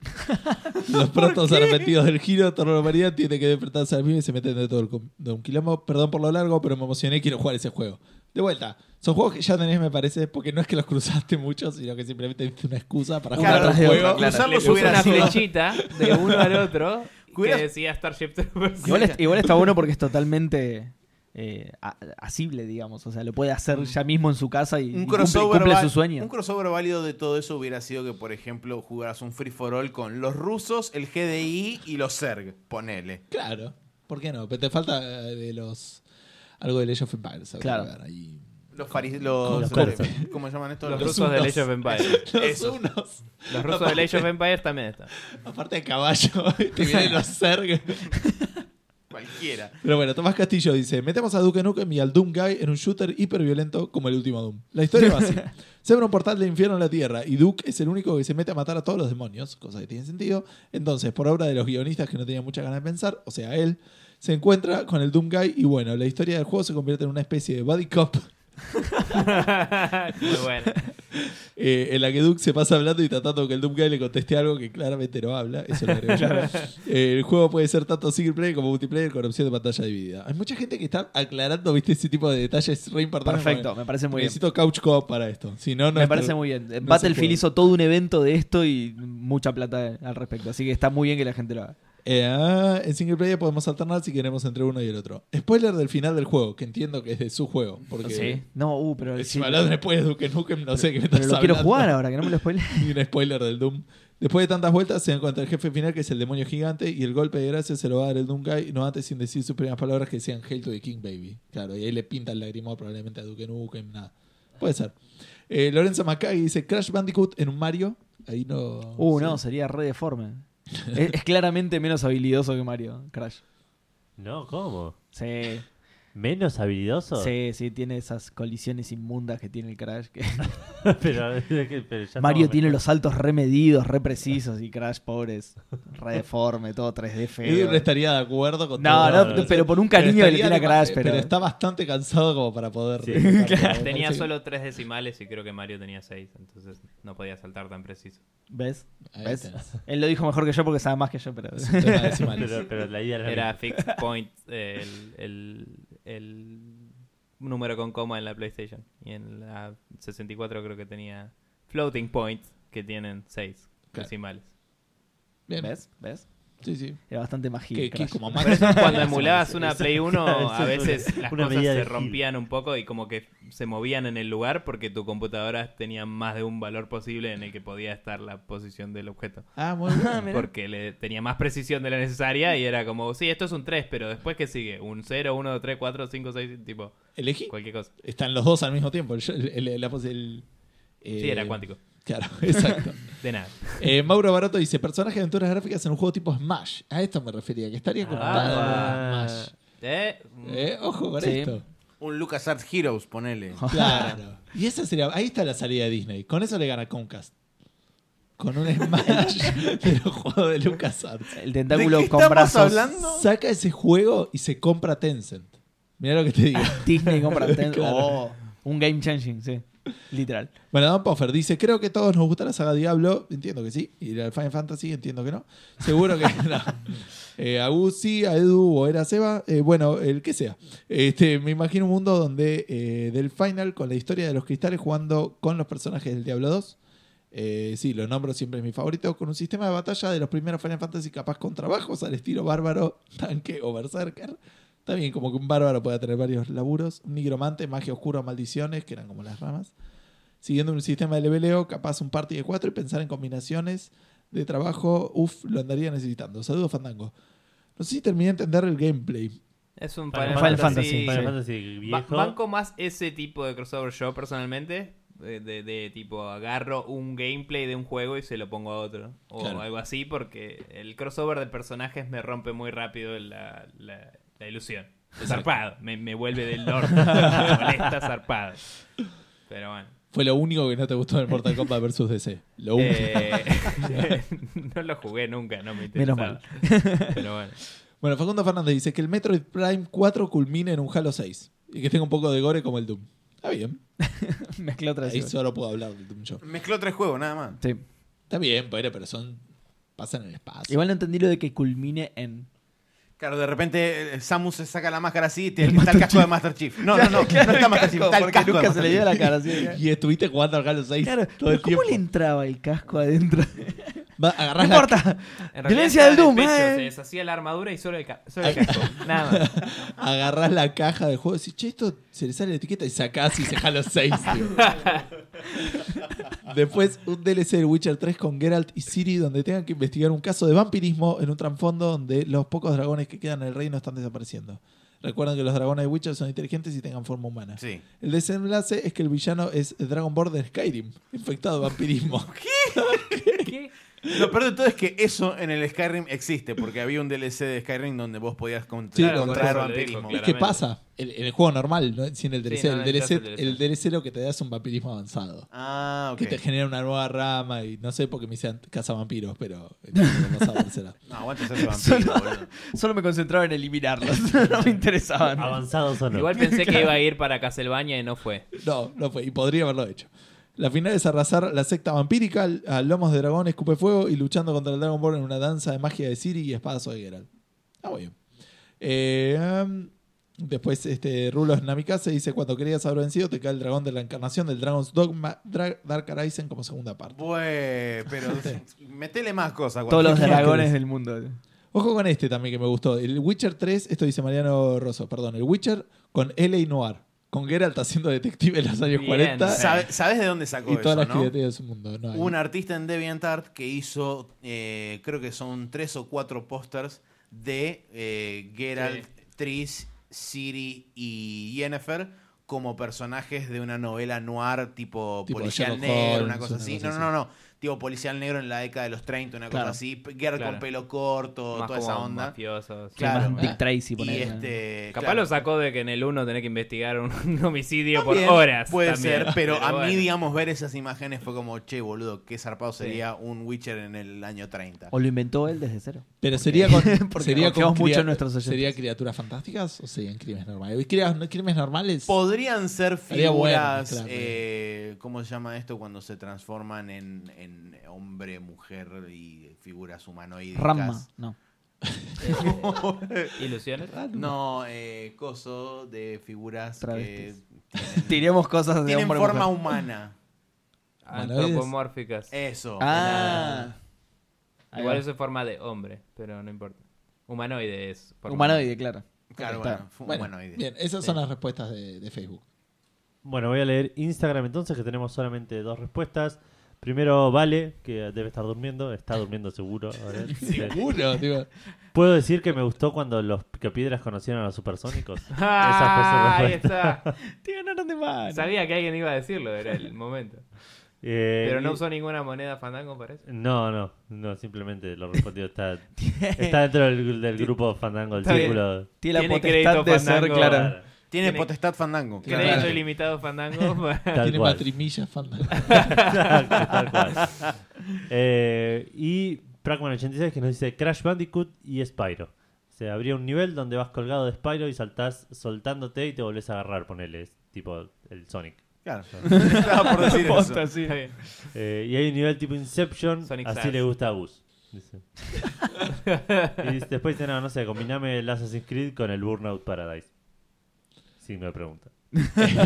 Speaker 2: los protos arrepentidos del giro, toda la humanidad tiene que enfrentarse al mismo y se meten de todo el com- de un quilombo. Perdón por lo largo, pero me emocioné y quiero jugar ese juego. De vuelta, son juegos que ya tenés, me parece, porque no es que los cruzaste mucho, sino que simplemente diste una excusa para
Speaker 5: Claro,
Speaker 2: jugar
Speaker 5: tras
Speaker 2: un
Speaker 5: de
Speaker 2: juego.
Speaker 5: otra, claro.
Speaker 3: Cruzarlos
Speaker 4: Le puso
Speaker 3: hubiera
Speaker 4: una
Speaker 3: sido-
Speaker 4: flechita de uno al otro que
Speaker 3: Hubieras-
Speaker 4: decía Starship Troopers.
Speaker 6: Igual, es- igual está bueno porque es totalmente eh, a- asible, digamos. O sea, lo puede hacer ya mismo en su casa y, y
Speaker 3: un
Speaker 6: cumple,
Speaker 3: crossover,
Speaker 6: cumple
Speaker 3: va-
Speaker 6: su sueño.
Speaker 3: un crossover válido de todo eso hubiera sido que, por ejemplo, jugaras un free for all con los rusos, el GDI y los Zerg, ponele.
Speaker 2: Claro, ¿por qué no? Pero te falta eh, de los algo de Age of Empires. algo
Speaker 6: Claro.
Speaker 2: que ver ahí.
Speaker 3: Los faris, los, eh,
Speaker 1: Los persas.
Speaker 3: ¿Cómo se llaman estos?
Speaker 4: Los
Speaker 2: Los
Speaker 4: rusos de
Speaker 2: unos.
Speaker 4: Age of Empires.
Speaker 2: Los
Speaker 3: Esos.
Speaker 2: unos.
Speaker 4: Los rusos de Age of Empires también están.
Speaker 2: Aparte de caballo, te vienen los Zerg.
Speaker 3: cualquiera.
Speaker 2: Pero bueno, Tomás Castillo dice: Metemos a Duke Nukem y al Doom Guy en un shooter hiperviolento como el último Doom. La historia va así: se abre un portal del infierno a la tierra y Duke es el único que se mete a matar a todos los demonios, cosa que tiene sentido. Entonces, por obra de los guionistas que no tenían mucha ganas de pensar, o sea, él, se encuentra con el Doom Guy y bueno, la historia del juego se convierte en una especie de buddy cop
Speaker 4: Muy bueno.
Speaker 2: eh, en la que Duke se pasa hablando y tratando que el Doom Guy le conteste algo que claramente no habla. Eso lo agrego yo. Eh, el juego puede ser tanto single player como multiplayer con opción de pantalla dividida. Hay mucha gente que está aclarando, viste, ese tipo de detalles re importantes.
Speaker 6: Perfecto,
Speaker 2: Como,
Speaker 6: me parece muy bien.
Speaker 2: Necesito couch co para esto. Si no, no
Speaker 6: Me
Speaker 2: es-
Speaker 6: parece muy bien. Eh,
Speaker 2: no se
Speaker 6: Battlefield
Speaker 2: puede.
Speaker 6: hizo todo un evento de esto y mucha plata al respecto. Así que está muy bien que la gente lo haga.
Speaker 2: Eh, ah, en single player podemos alternar si queremos entre uno y el otro. Spoiler del final del juego, que entiendo que es de su juego. Porque
Speaker 6: No, uh, pero.
Speaker 2: si
Speaker 6: sí,
Speaker 2: me hablas después de Duke Nukem, no sé qué me
Speaker 6: pero
Speaker 2: estás
Speaker 6: lo quiero
Speaker 2: hablando.
Speaker 6: jugar ahora, que no me lo spoile.
Speaker 2: Y un spoiler del Doom. Después de tantas vueltas se encuentra el jefe final que es el demonio gigante y el golpe de gracia se lo va a dar el Doom Guy no antes sin decir sus primeras palabras que decían Hail to the King Baby. Claro, y ahí le pinta el lagrimón probablemente a Duke Nukem, nada. Puede ser. Eh, Lorenzo Macagui dice Crash Bandicoot en un Mario. Ahí no...
Speaker 6: Uh,
Speaker 2: sí.
Speaker 6: no, sería re deforme. es, es claramente menos habilidoso que Mario Crash.
Speaker 1: No, ¿cómo?
Speaker 6: Sí,
Speaker 1: ¿Menos habilidoso?
Speaker 6: sí, sí, tiene esas colisiones inmundas que tiene el Crash. que-
Speaker 1: pero, es que- pero ya
Speaker 6: Mario
Speaker 1: estamos
Speaker 6: tiene
Speaker 1: mejor.
Speaker 6: los saltos remedidos, re precisos y Crash, pobres, re deforme, todo 3D
Speaker 2: Edu
Speaker 6: feo.
Speaker 2: no estaría de acuerdo con
Speaker 6: No,
Speaker 2: todo.
Speaker 1: no,
Speaker 2: O sea,
Speaker 6: pero por un cariño que le
Speaker 2: estaría
Speaker 6: tiene a Crash,
Speaker 2: dema-
Speaker 6: pero-
Speaker 2: está bastante cansado como para poder...
Speaker 1: Sí.
Speaker 2: realizar todo.
Speaker 4: Tenía
Speaker 2: Parece-
Speaker 4: solo tres decimales y creo que Mario tenía seis, entonces no podía saltar tan preciso.
Speaker 6: ¿Ves?
Speaker 2: Ahí
Speaker 6: ¿Ves?
Speaker 2: tenés.
Speaker 6: Él lo dijo mejor que yo porque sabe más que yo, pero.
Speaker 2: Es un tema decimal.
Speaker 1: Pero, pero la idea era,
Speaker 4: Era fixed point eh, el, el- el número con coma en la PlayStation. Y en la 64 creo que tenía floating point, que tienen seis
Speaker 2: Claro.
Speaker 4: decimales.
Speaker 2: Bien.
Speaker 6: ¿Ves? ¿Ves?
Speaker 2: Sí, sí.
Speaker 6: Era bastante magia.
Speaker 2: Que, que es como
Speaker 4: Pero eso
Speaker 2: máximo.
Speaker 4: es cuando emulabas una Play 1,
Speaker 1: Eso
Speaker 4: a
Speaker 1: es
Speaker 4: veces
Speaker 1: una-
Speaker 4: las
Speaker 1: una
Speaker 4: cosas
Speaker 1: medida
Speaker 4: se
Speaker 1: de Gil.
Speaker 4: rompían un poco y como que se movían en el lugar porque tu computadora tenía más de un valor posible en el que podía estar la posición del objeto.
Speaker 2: Ah, muy bien.
Speaker 4: Porque le tenía más precisión de la necesaria y era como, sí, esto es un 3, pero después que sigue, un 0, 1, 2, 3, 4, 5, 6, tipo,
Speaker 2: Elegí.
Speaker 4: cualquier cosa.
Speaker 2: Están los dos al mismo tiempo. El- el- el- la pos- el-
Speaker 4: Sí,
Speaker 2: eh,
Speaker 4: era cuántico.
Speaker 2: Claro, exacto.
Speaker 4: De nada.
Speaker 2: Eh, Mauro Barato dice: Personaje de aventuras gráficas en un juego tipo Smash. A esto me refería, que estaría como.
Speaker 1: Ah.
Speaker 2: Smash.
Speaker 4: Eh,
Speaker 2: Eh, ojo con
Speaker 6: Sí.
Speaker 2: esto.
Speaker 3: Un LucasArts Heroes, ponele.
Speaker 2: Claro. Y esa sería. Ahí está la salida de Disney. Con eso le gana Comcast. Con un Smash de los juegos de LucasArts.
Speaker 6: El
Speaker 3: ¿De
Speaker 6: tentáculo
Speaker 3: qué
Speaker 6: con
Speaker 3: estamos
Speaker 6: brazos.
Speaker 3: hablando?
Speaker 2: Saca ese juego y se compra Tencent. Mirá lo que te digo.
Speaker 6: Disney compra ten-
Speaker 2: Claro.
Speaker 6: oh, un game changing, sí. Literal.
Speaker 2: Bueno, Dan Poffer dice, creo que todos nos gusta la saga Diablo, entiendo que sí, y la Final Fantasy, entiendo que no. Seguro que no. Eh, a Gus sí, a Edu o era Seba, eh, bueno, el que sea. Este, me imagino un mundo donde eh, del Final, con la historia de los cristales, jugando con los personajes del Diablo 2. Eh, sí, los nombro siempre es mi favorito. Con un sistema de batalla de los primeros Final Fantasy capaz con trabajos al estilo bárbaro, tanque o berserker. Está bien, como que un bárbaro pueda tener varios laburos. Un nigromante, magia oscura, maldiciones, que eran como las ramas. Siguiendo un sistema de leveleo, capaz un party de cuatro y pensar en combinaciones de trabajo. Uf, lo andaría necesitando. Saludos, Fandango. No sé si terminé de entender el gameplay.
Speaker 4: es un
Speaker 1: Final
Speaker 4: Final,
Speaker 1: Fantasy,
Speaker 4: Fantasy.
Speaker 1: Final
Speaker 4: sí.
Speaker 1: Fantasy
Speaker 4: Ba-
Speaker 1: viejo.
Speaker 4: banco más ese tipo de crossover yo personalmente. De, de- de tipo, agarro un gameplay de un juego y se lo pongo a otro. O
Speaker 2: Claro.
Speaker 4: algo así, porque el crossover de personajes me rompe muy rápido la, la- la ilusión. Zarpado. Me, me vuelve del norte. me molesta zarpado. Pero bueno.
Speaker 2: Fue lo único que no te gustó del Mortal Kombat vs. DC. Lo único.
Speaker 4: Eh, no lo jugué nunca, no me
Speaker 6: Menos
Speaker 4: interesaba. Pero bueno.
Speaker 2: Bueno, Facundo Fernández dice que el Metroid Prime 4 culmine en un Halo 6. Y que tenga un poco de gore como el Doom. Está bien.
Speaker 6: Mezcló otra
Speaker 2: Ahí
Speaker 6: vez.
Speaker 2: solo puedo hablar del Doom Show.
Speaker 3: Mezcló tres juegos, nada más.
Speaker 6: Sí.
Speaker 2: Está bien, pero, pero son. pasan en el espacio.
Speaker 6: Igual no entendí lo de que culmine en.
Speaker 3: Claro, de repente eh, Samus se saca la máscara así y te- está el casco de Master Chief. No, no, no, no está Master Chief, está el
Speaker 6: Porque
Speaker 3: casco de
Speaker 6: nunca se
Speaker 3: Master
Speaker 6: le dio
Speaker 3: Chief.
Speaker 6: la cara. así que-
Speaker 2: Y estuviste jugando al Halo 6
Speaker 6: Claro,
Speaker 2: todo el
Speaker 6: pero ¿cómo
Speaker 2: tiempo.
Speaker 6: le entraba el casco adentro?
Speaker 2: Va,
Speaker 6: No
Speaker 2: agarrás la-
Speaker 6: importa.
Speaker 4: En realidad
Speaker 6: Violencia
Speaker 4: estaba
Speaker 6: del Doom,
Speaker 4: en el pecho,
Speaker 6: eh.
Speaker 4: Se deshacía la armadura y solo el, ca- solo el casco. Nada más.
Speaker 2: agarrás la caja del juego y decís, che, esto se le sale la etiqueta y sacás y se Halo 6, tío. Después, un DLC del Witcher 3 con Geralt y Ciri, donde tengan que investigar un caso de vampirismo en un trasfondo donde los pocos dragones que quedan en el reino están desapareciendo. Recuerden que los dragones de Witcher son inteligentes y tengan forma humana.
Speaker 3: Sí.
Speaker 2: El desenlace es que el villano es Dragon Ball de Skyrim, infectado de vampirismo.
Speaker 4: ¿Qué?
Speaker 3: Lo peor de todo es que eso en el Skyrim existe, porque había un DLC de Skyrim donde vos podías con-
Speaker 2: Sí,
Speaker 3: contraer
Speaker 2: lo
Speaker 4: contrario,
Speaker 3: vampirismo.
Speaker 4: lo dijo,
Speaker 2: ¿Qué
Speaker 4: Claramente.
Speaker 2: pasa? El- En el juego normal, ¿no? sin el DLC.
Speaker 4: no,
Speaker 2: el,
Speaker 4: no
Speaker 2: DLC
Speaker 4: entras al DLC.
Speaker 2: el DLC lo que te da es un vampirismo avanzado.
Speaker 3: Ah, ok.
Speaker 2: Que te genera una nueva rama y no sé por qué me dicen cazavampiros, pero eh, entonces lo vas a aparecerá.
Speaker 3: No, aguanta ser vampiro, boludo.
Speaker 6: Solo me concentraba en eliminarlos. No me interesaban.
Speaker 1: Avanzados o no.
Speaker 4: Igual pensé que iba a ir para Castlevania y no fue.
Speaker 2: No, no fue, y podría haberlo hecho. La final es arrasar la secta vampírica al- a lomos de dragón, escupe fuego y luchando contra el Dragon Ball en una danza de magia de Siri y espadas de Geralt. Ah, muy bien. Eh, am, después, este Rulos Namikaze dice: Cuando querías haber vencido, te cae el dragón de la encarnación del Dragon's Dogma Dra- Dark Horizon como segunda parte.
Speaker 3: Bue, pero metele más cosas.
Speaker 6: Todos los
Speaker 3: cualquier-
Speaker 6: dragones del mundo.
Speaker 2: Ojo con este también que me gustó. El Witcher 3, esto dice Mariano Rosso, perdón. El Witcher con L.A. Noir. Con Geralt haciendo detective en los años
Speaker 4: Bien.
Speaker 2: 40
Speaker 3: Sabe- ¿Sabes de dónde sacó
Speaker 2: y
Speaker 3: eso,
Speaker 2: todas las
Speaker 3: no?
Speaker 2: criaturas de su mundo. No, hay-
Speaker 3: Hubo un artista en DeviantArt que hizo, eh, creo que son tres o cuatro pósters de eh, Geralt, Triss, Ciri y Yennefer como personajes de una novela noir tipo,
Speaker 2: Tipo
Speaker 3: policial
Speaker 2: Sherlock
Speaker 3: negro,
Speaker 2: Holmes,
Speaker 3: una cosa
Speaker 2: una
Speaker 3: así.
Speaker 2: cosa
Speaker 3: no,
Speaker 2: así.
Speaker 3: no, no, no. Tipo policial negro en la década de los 30, una
Speaker 6: Claro.
Speaker 3: cosa así. Geralt
Speaker 4: Claro.
Speaker 3: con pelo corto, toda
Speaker 4: Más como
Speaker 3: esa onda.
Speaker 4: mafiosos.
Speaker 3: Claro.
Speaker 6: Más Dick Tracy,
Speaker 3: Y
Speaker 6: poner.
Speaker 3: este,
Speaker 4: Capaz
Speaker 3: claro.
Speaker 4: lo sacó de que en el 1 tenés que investigar un, un homicidio
Speaker 3: También,
Speaker 4: por horas.
Speaker 3: Puede
Speaker 4: también.
Speaker 3: ser, pero, a mí,
Speaker 4: bueno.
Speaker 3: digamos, ver esas imágenes fue como, che, boludo, qué zarpado sería un Witcher en el año 30.
Speaker 6: O lo inventó él desde cero.
Speaker 2: Pero sería con,
Speaker 6: porque
Speaker 2: sería con
Speaker 6: confiamos mucho
Speaker 2: cria-
Speaker 6: en nuestros oyentes.
Speaker 2: ¿Sería criaturas fantásticas o serían crímenes normales? Cría- ¿Crímenes normales?
Speaker 3: Podrían ser
Speaker 2: Estaría bueno
Speaker 3: figuras,
Speaker 2: mezclarlo.
Speaker 3: eh, ¿cómo se llama esto? Cuando se transforman en, en hombre, mujer y figuras humanoides.
Speaker 6: Ramma, no.
Speaker 4: ¿Ilusiones?
Speaker 3: Eh, Ah, No, eh, coso de figuras que
Speaker 6: Travestis. Tiremos cosas de
Speaker 3: tienen
Speaker 6: hombre a
Speaker 3: forma
Speaker 6: mujer.
Speaker 3: humana.
Speaker 2: Humanoides.
Speaker 4: Ah, Antropomórficas.
Speaker 3: Eso.
Speaker 6: Ah, Ahí
Speaker 4: Igual
Speaker 6: va.
Speaker 4: eso es forma de hombre, pero no importa. Humanoide es. forma-
Speaker 6: humanoide, claro.
Speaker 3: Eh, claro,
Speaker 6: está.
Speaker 3: bueno, fu-
Speaker 2: Bueno,
Speaker 3: humanoide.
Speaker 2: bien, esas son las respuestas de, de Facebook.
Speaker 1: Bueno, voy a leer Instagram entonces, que tenemos solamente dos respuestas. Primero, Vale, que debe estar durmiendo, está durmiendo seguro. ahora.
Speaker 2: Seguro, digo.
Speaker 1: ¿Puedo decir que me gustó cuando los picapiedras conocieron a los supersónicos?
Speaker 4: Ah,
Speaker 1: Esa fue su
Speaker 4: ahí
Speaker 1: respuesta.
Speaker 4: está.
Speaker 6: Te ganaron de mano.
Speaker 4: Sabía que alguien iba a decirlo, era el momento.
Speaker 1: Eh,
Speaker 4: Pero no
Speaker 1: y-
Speaker 4: usó ninguna moneda fandango, parece.
Speaker 1: No, no, no, simplemente lo respondió. Está, está dentro del, del grupo Fandango, el
Speaker 4: Está bien.
Speaker 1: círculo.
Speaker 6: Tiene la
Speaker 4: Tiene
Speaker 6: potestad
Speaker 4: crédito
Speaker 6: de ser
Speaker 4: Fandango.
Speaker 6: clara.
Speaker 3: Tiene
Speaker 4: Tiene-
Speaker 3: potestad fandango.
Speaker 4: Crédito
Speaker 2: Claro.
Speaker 4: ilimitado fandango.
Speaker 1: Tal
Speaker 2: Tiene
Speaker 1: cual.
Speaker 2: matrimillas fantásticas.
Speaker 1: Exacto, tal cual. Eh, y Pragman86 que nos dice Crash Bandicoot y Spyro. O sea, habría un nivel donde vas colgado de Spyro y saltás soltándote y te volvés a agarrar, ponele. es tipo el Sonic.
Speaker 3: Claro. Estaba por decir eso.
Speaker 4: Posta, sí, está bien.
Speaker 1: Eh, y hay un nivel tipo Inception,
Speaker 4: Sonic
Speaker 1: así
Speaker 4: Stars.
Speaker 1: le gusta a Gus. dice. y después dice, no, no sé, combiname el Assassin's Creed con el Burnout Paradise. Signo de pregunta.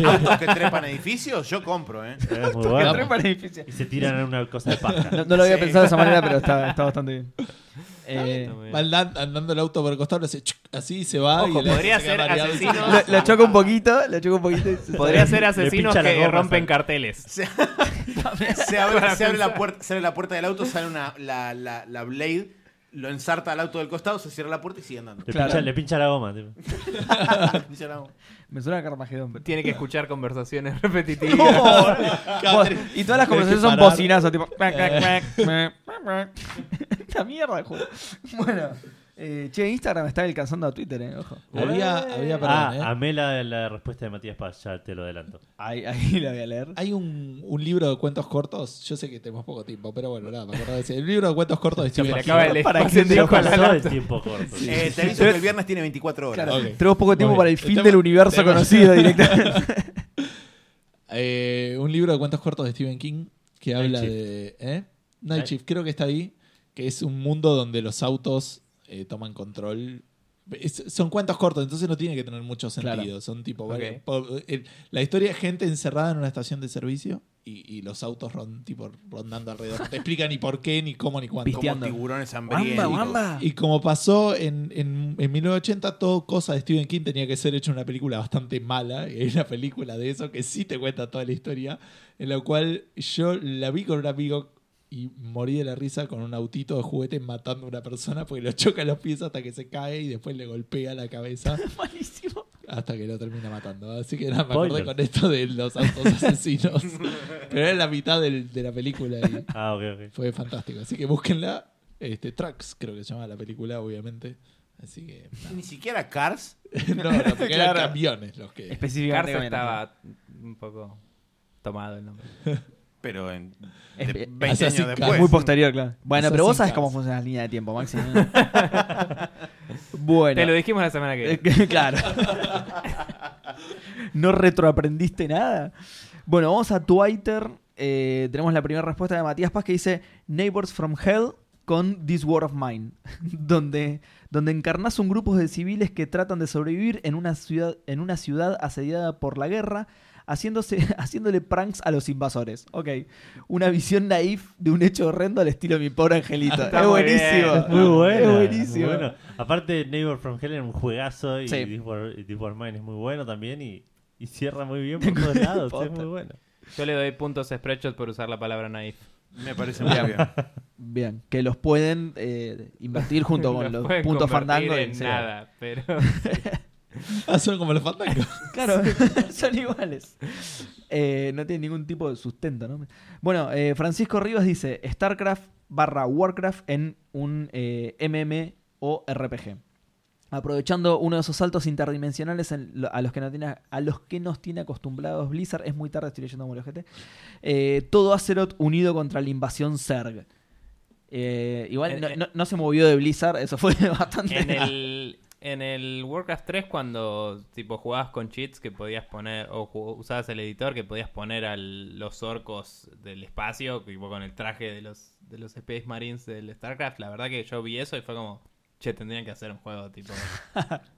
Speaker 3: Autos que trepan edificios, yo compro, ¿eh?
Speaker 1: Es muy
Speaker 6: Que
Speaker 1: bueno.
Speaker 6: trepan edificios.
Speaker 1: Y se tiran en una cosa de paja.
Speaker 6: No, no lo había pensado de esa manera, pero está, está bastante bien. Eh,
Speaker 4: Está bien.
Speaker 2: Va andan- andando el auto por el costado, lo hace chuc, así y se va.
Speaker 4: Ojo,
Speaker 2: y el auto
Speaker 4: podría
Speaker 2: se queda
Speaker 4: ser
Speaker 2: mareado y se
Speaker 4: asesino.
Speaker 2: va.
Speaker 6: lo, lo choco un poquito, lo choco un poquito. y se-
Speaker 4: Podría ser
Speaker 1: Le
Speaker 4: asesinos
Speaker 1: pincha la
Speaker 4: que
Speaker 1: goma,
Speaker 4: rompen
Speaker 1: ¿sabes?
Speaker 4: carteles.
Speaker 3: Se, se abre, se abre la puerta, se abre la puerta del auto, sale una, la, la, la blade, lo ensarta al auto del costado, se cierra la puerta y sigue andando. Ah,
Speaker 1: Le,
Speaker 6: Claro.
Speaker 1: pincha, le pincha la goma. tipo.
Speaker 3: Dice, "No".
Speaker 6: Me suena a Carmagedón. pero-
Speaker 4: Tiene que escuchar conversaciones repetitivas.
Speaker 6: Vos- y todas las conversaciones son
Speaker 2: parar.
Speaker 6: bocinazos, tipo. "Mac, mac, mac, mac, mac, mac". Esta mierda, el juego. Bueno, eh, che, Instagram está alcanzando a Twitter, eh, ojo.
Speaker 2: Había, había perdón,
Speaker 1: ah,
Speaker 2: ¿eh?
Speaker 1: amé la, la respuesta de Matías Paz, ya te lo adelanto.
Speaker 6: Ahí, ahí la voy a leer.
Speaker 2: Hay un, un libro de cuentos cortos. Yo sé que tenemos poco tiempo, pero bueno, nada, me acordaba de decir. El libro de cuentos cortos de
Speaker 4: Se
Speaker 2: Stephen
Speaker 4: le
Speaker 2: King.
Speaker 4: acaba el
Speaker 6: Para que
Speaker 4: espacio
Speaker 6: se
Speaker 4: de
Speaker 1: Ya
Speaker 4: con la
Speaker 1: pasó el
Speaker 4: laptop.
Speaker 1: tiempo corto.
Speaker 3: Eh, te aviso que el viernes tiene 24 horas.
Speaker 2: Ok.
Speaker 6: Tenemos poco tiempo
Speaker 2: Muy
Speaker 6: para
Speaker 2: bien.
Speaker 6: el fin
Speaker 2: Tema-
Speaker 6: del universo
Speaker 2: tema-
Speaker 6: conocido directamente.
Speaker 2: Eh, un libro de cuentos cortos de Stephen King que
Speaker 1: Night
Speaker 2: habla
Speaker 1: Shift.
Speaker 2: de. ¿eh? Night
Speaker 1: Night-
Speaker 2: Shift, creo que está ahí. Que es un mundo donde los autos eh, toman control. Es- son cuentos cortos, entonces no tiene que tener mucho sentido.
Speaker 5: Claro.
Speaker 2: Son tipo.
Speaker 4: Ok.
Speaker 2: varios- po- el- la historia es gente encerrada en una estación de servicio y, y los autos ron- tipo, rondando alrededor. No te explican ni por qué, ni cómo, ni cuándo.
Speaker 5: Pisteando.
Speaker 3: Como tiburones hambrientos.
Speaker 5: Ah.
Speaker 2: Y como pasó en, en, en 1980, todo cosa de Stephen King tenía que ser hecho en una película bastante mala. Y hay una película de eso que sí te cuenta toda la historia, en la cual yo la vi con un amigo y morí de la risa con un autito de juguete matando a una persona porque lo choca en los pies hasta que se cae y después le golpea la cabeza
Speaker 5: Malísimo.
Speaker 2: hasta que lo termina matando. Así que nada, me acordé
Speaker 1: Spoiler.
Speaker 2: con esto de los autos asesinos. Pero era la mitad del- de la película y
Speaker 1: Ah, ok, ok.
Speaker 2: fue fantástico. Así que búsquenla. Este, Tracks, creo que se llama la película, obviamente. Así que.
Speaker 3: Ni siquiera Cars.
Speaker 2: No, no, porque eran camiones los que.
Speaker 5: Específicamente.
Speaker 4: Cárcel
Speaker 5: con el-
Speaker 4: estaba un poco tomado el nombre.
Speaker 3: Pero en
Speaker 5: Es-
Speaker 3: de
Speaker 5: es
Speaker 3: 20
Speaker 2: así,
Speaker 3: años
Speaker 2: Cars.
Speaker 3: después.
Speaker 5: Muy posterior, claro. Bueno,
Speaker 2: Esas
Speaker 5: pero vos
Speaker 2: sin
Speaker 5: sabes cómo
Speaker 2: casa.
Speaker 5: funciona la línea de tiempo, Maxi. ¿no? bueno.
Speaker 4: Te lo dijimos la semana que viene.
Speaker 5: Eh, claro. ¿No retroaprendiste nada? Bueno, vamos a Twitter. Eh, tenemos la primera respuesta de Matías Paz que dice Neighbors from Hell con This War of Mine, donde, donde encarnas un grupo de civiles que tratan de sobrevivir en una ciudad, en una ciudad asediada por la guerra, haciéndose, haciéndole pranks a los invasores. Ok, una visión naif de un hecho horrendo al estilo mi pobre angelito.
Speaker 4: Ah, Está
Speaker 5: es
Speaker 4: muy
Speaker 5: buenísimo.
Speaker 4: bien,
Speaker 1: Es Ah, muy bueno.
Speaker 5: Es buenísimo.
Speaker 1: Aparte, Neighbor from Hell era un juegazo y
Speaker 5: Sí.
Speaker 1: This War, This War Mine es muy bueno también y, y cierra muy bien por todos lados. es muy bueno.
Speaker 4: Yo le doy puntos a Spreadshot por usar la palabra naif.
Speaker 3: Me parece muy bien.
Speaker 5: Bien, que los pueden eh, invertir junto con los,
Speaker 4: pueden
Speaker 5: puntos
Speaker 4: convertir
Speaker 5: fandango.
Speaker 4: en
Speaker 5: sí.
Speaker 4: nada, pero
Speaker 2: Ah, son como los fandangos.
Speaker 5: Claro, son iguales. Eh, no tiene ningún tipo de sustento, ¿no? Bueno, eh, Francisco Rivas dice StarCraft barra Warcraft en un eh, MMORPG. Aprovechando uno de esos saltos interdimensionales en lo- a, los que no tiene, a los que nos tiene acostumbrados Blizzard, es muy tarde, estoy leyendo como el ojete. Eh, todo Azeroth unido contra la invasión Zerg. Eh, igual
Speaker 4: En-
Speaker 5: no,
Speaker 4: en-
Speaker 5: no- no se movió de Blizzard, eso fue bastante.
Speaker 4: en el en el Warcraft 3 cuando tipo jugabas con cheats que podías poner o ju- usabas el editor que podías poner a los orcos del espacio, tipo con el traje de los de los Space Marines del StarCraft, la verdad que yo vi eso y fue como Che, tendrían que hacer un juego tipo.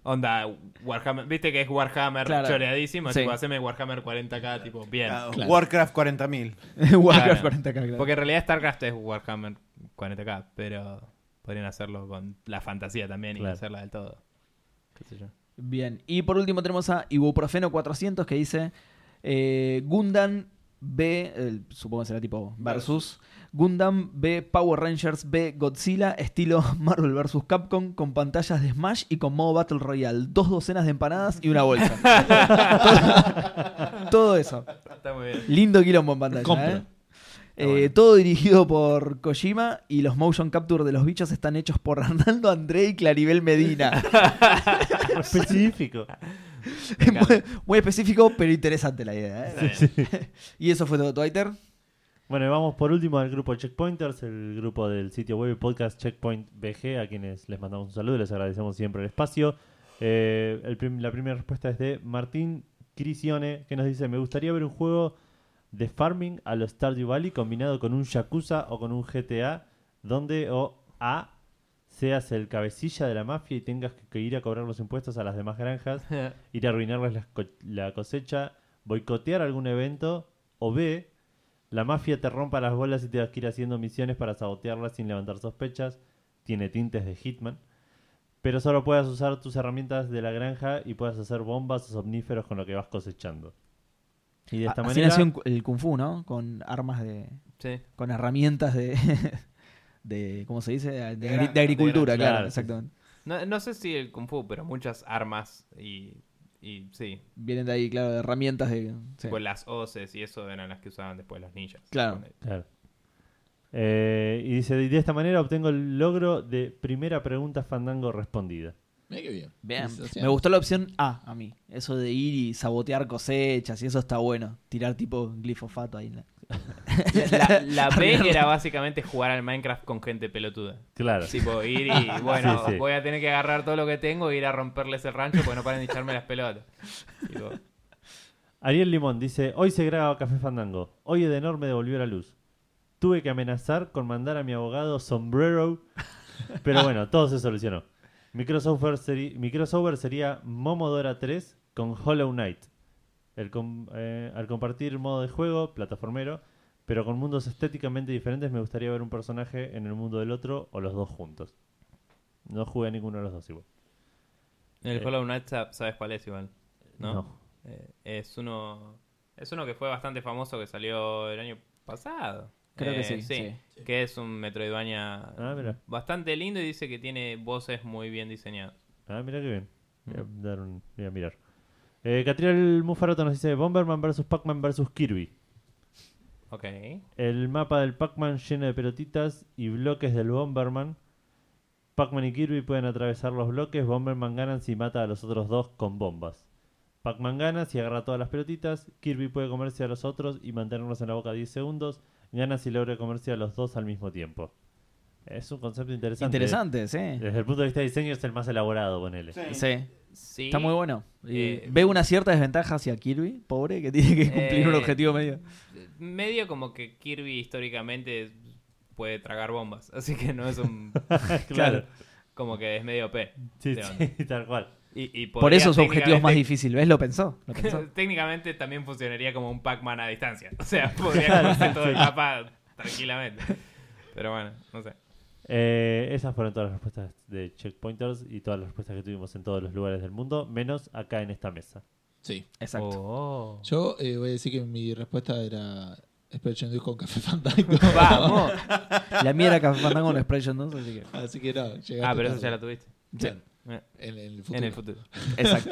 Speaker 4: Onda, Warhammer. Viste que es Warhammer
Speaker 5: Claro.
Speaker 4: choreadísimo.
Speaker 5: Sí.
Speaker 4: Tipo, haceme Warhammer 40k, tipo, bien.
Speaker 3: Ah,
Speaker 2: Claro.
Speaker 3: Warcraft 40.000.
Speaker 5: Warcraft
Speaker 4: Claro.
Speaker 5: 40K, claro.
Speaker 4: Porque en realidad StarCraft es Warhammer 40k, pero podrían hacerlo con la fantasía también y
Speaker 1: Claro.
Speaker 4: hacerla del todo. ¿Qué sé yo?
Speaker 5: Bien, y por último tenemos a Ibuprofeno 400 que dice eh, Gundam B, eh, supongo que será tipo versus, Gundam B Power Rangers B Godzilla, estilo Marvel vs. Capcom, con pantallas de Smash y con modo Battle Royale, dos docenas de empanadas y una bolsa. todo, todo eso.
Speaker 4: Está muy bien.
Speaker 5: Lindo quilombo en pantalla.
Speaker 2: Compro.
Speaker 5: ¿eh? Eh,
Speaker 4: bueno.
Speaker 5: Todo dirigido por Kojima y los motion capture de los bichos están hechos por Arnaldo André y Claribel Medina.
Speaker 1: Específico.
Speaker 4: Me encanta.
Speaker 5: muy, muy específico, pero interesante la idea. ¿eh?
Speaker 4: Está bien.
Speaker 5: Y eso fue todo Twitter.
Speaker 1: Bueno, y vamos por último al grupo Checkpointers, el grupo del sitio web y podcast Checkpoint BG, a quienes les mandamos un saludo, les agradecemos siempre el espacio. Eh, el prim- la primera respuesta es de Martín Crisione, que nos dice, me gustaría ver un juego de farming a los Stardew Valley combinado con un Yakuza o con un GTA, donde o A, seas el cabecilla de la mafia y tengas que- que ir a cobrar los impuestos a las demás granjas, ir a arruinarles las co- la cosecha, boicotear algún evento, o B, la mafia te rompa las bolas y tengas que ir haciendo misiones para sabotearlas sin levantar sospechas, tiene tintes de Hitman, pero solo puedas usar tus herramientas de la granja y puedas hacer bombas o somníferos con lo que vas cosechando. Y de esta
Speaker 5: Ah, Así
Speaker 1: manera...
Speaker 5: nació en- el Kung Fu, ¿no? Con armas de.
Speaker 4: Sí.
Speaker 5: con herramientas de. de ¿Cómo se dice? De,
Speaker 3: De
Speaker 5: agri-
Speaker 3: granja,
Speaker 5: de agricultura,
Speaker 1: de granja.
Speaker 5: claro,
Speaker 1: Claro,
Speaker 5: exactamente.
Speaker 4: No, no sé si el Kung Fu, pero muchas armas y, y sí,
Speaker 5: Vienen de ahí, claro, de herramientas de. sí.
Speaker 4: Pues las hoces y eso eran las que usaban después los ninjas.
Speaker 5: Claro.
Speaker 1: Claro. Eh, y dice, de esta manera obtengo el logro de primera pregunta fandango respondida.
Speaker 2: Mira qué bien.
Speaker 5: Bien.
Speaker 2: Es- o sea,
Speaker 5: Me gustó la opción A a mí. Eso de ir y sabotear cosechas y eso está bueno. Tirar tipo glifofato ahí. en la-
Speaker 4: La, la B era básicamente jugar al Minecraft con gente pelotuda.
Speaker 1: Claro.
Speaker 4: Tipo, ir y, bueno,
Speaker 1: Sí, sí.
Speaker 4: voy a tener que agarrar todo lo que tengo e ir a romperles el rancho porque no paran de echarme las pelotas. Tipo,
Speaker 1: Ariel Limón dice, hoy se graba Café Fandango. Hoy el enorme devolvió la luz. Tuve que amenazar con mandar a mi abogado sombrero, pero bueno, todo se solucionó. Mi crossover, seri- mi crossover sería Momodora 3 con Hollow Knight. El com- eh, al compartir modo de juego, plataformero, pero con mundos estéticamente diferentes, me gustaría ver un personaje en el mundo del otro o los dos juntos. No jugué a ninguno de los dos igual.
Speaker 4: El
Speaker 1: Eh.
Speaker 4: Hollow Knight sa- sabes cuál es igual, ¿no?
Speaker 1: No.
Speaker 4: Eh, es uno es uno que fue bastante famoso que salió el año pasado.
Speaker 6: Creo que
Speaker 4: Eh,
Speaker 6: sí, sí.
Speaker 4: Que es un Metroidvania
Speaker 1: Ah, mira.
Speaker 4: bastante lindo y dice que tiene voces muy bien diseñadas.
Speaker 1: Ah, mira qué bien. Voy a, dar un- voy a mirar. Eh, Catriel Mufaroto nos dice Bomberman vs. Pac-Man vs. Kirby.
Speaker 4: Ok.
Speaker 1: El mapa del Pac-Man lleno de pelotitas y bloques del Bomberman. Pac-Man y Kirby pueden atravesar los bloques. Bomberman gana si mata a los otros dos con bombas. Pac-Man gana si agarra todas las pelotitas. Kirby puede comerse a los otros y mantenerlos en la boca 10 segundos. Gana si logra comerse a los dos al mismo tiempo. Es un concepto interesante. Eh,
Speaker 6: Interesante, sí.
Speaker 1: Desde el punto de vista de diseño es el más elaborado, ponele.
Speaker 6: Sí.
Speaker 4: Sí.
Speaker 6: Está muy bueno. Y
Speaker 4: Eh,
Speaker 6: veo una cierta desventaja hacia Kirby, pobre, que tiene que cumplir un
Speaker 4: Eh,
Speaker 6: objetivo medio.
Speaker 4: Medio como que Kirby históricamente puede tragar bombas, así que no es un
Speaker 1: claro.
Speaker 4: como que es medio P.
Speaker 1: Sí,
Speaker 4: de onda.
Speaker 1: sí, tal cual.
Speaker 4: Y, y
Speaker 6: Por eso su objetivo es más
Speaker 4: técnicamente-
Speaker 6: difícil. ¿Ves? Lo pensó. Lo pensó.
Speaker 4: Técnicamente también funcionaría como un Pac-Man a distancia. O sea, podría comerse todo el mapa tranquilamente. Pero bueno, no sé.
Speaker 1: Eh, esas fueron todas las respuestas de Checkpointers y todas las respuestas que tuvimos en todos los lugares del mundo, menos acá en esta mesa.
Speaker 2: Sí.
Speaker 6: Exacto.
Speaker 2: Yo eh, voy a decir que mi respuesta era Expression Dude con Café Fandango.
Speaker 4: Vamos.
Speaker 6: La mía era Café Fandango con Spray John Dawson, así que.
Speaker 2: Así que no, llegaste
Speaker 4: Ah, pero eso
Speaker 2: tarde.
Speaker 4: ya la tuviste.
Speaker 2: Claro,
Speaker 4: Eh,
Speaker 2: en, el futuro.
Speaker 4: En el futuro.
Speaker 6: Exacto.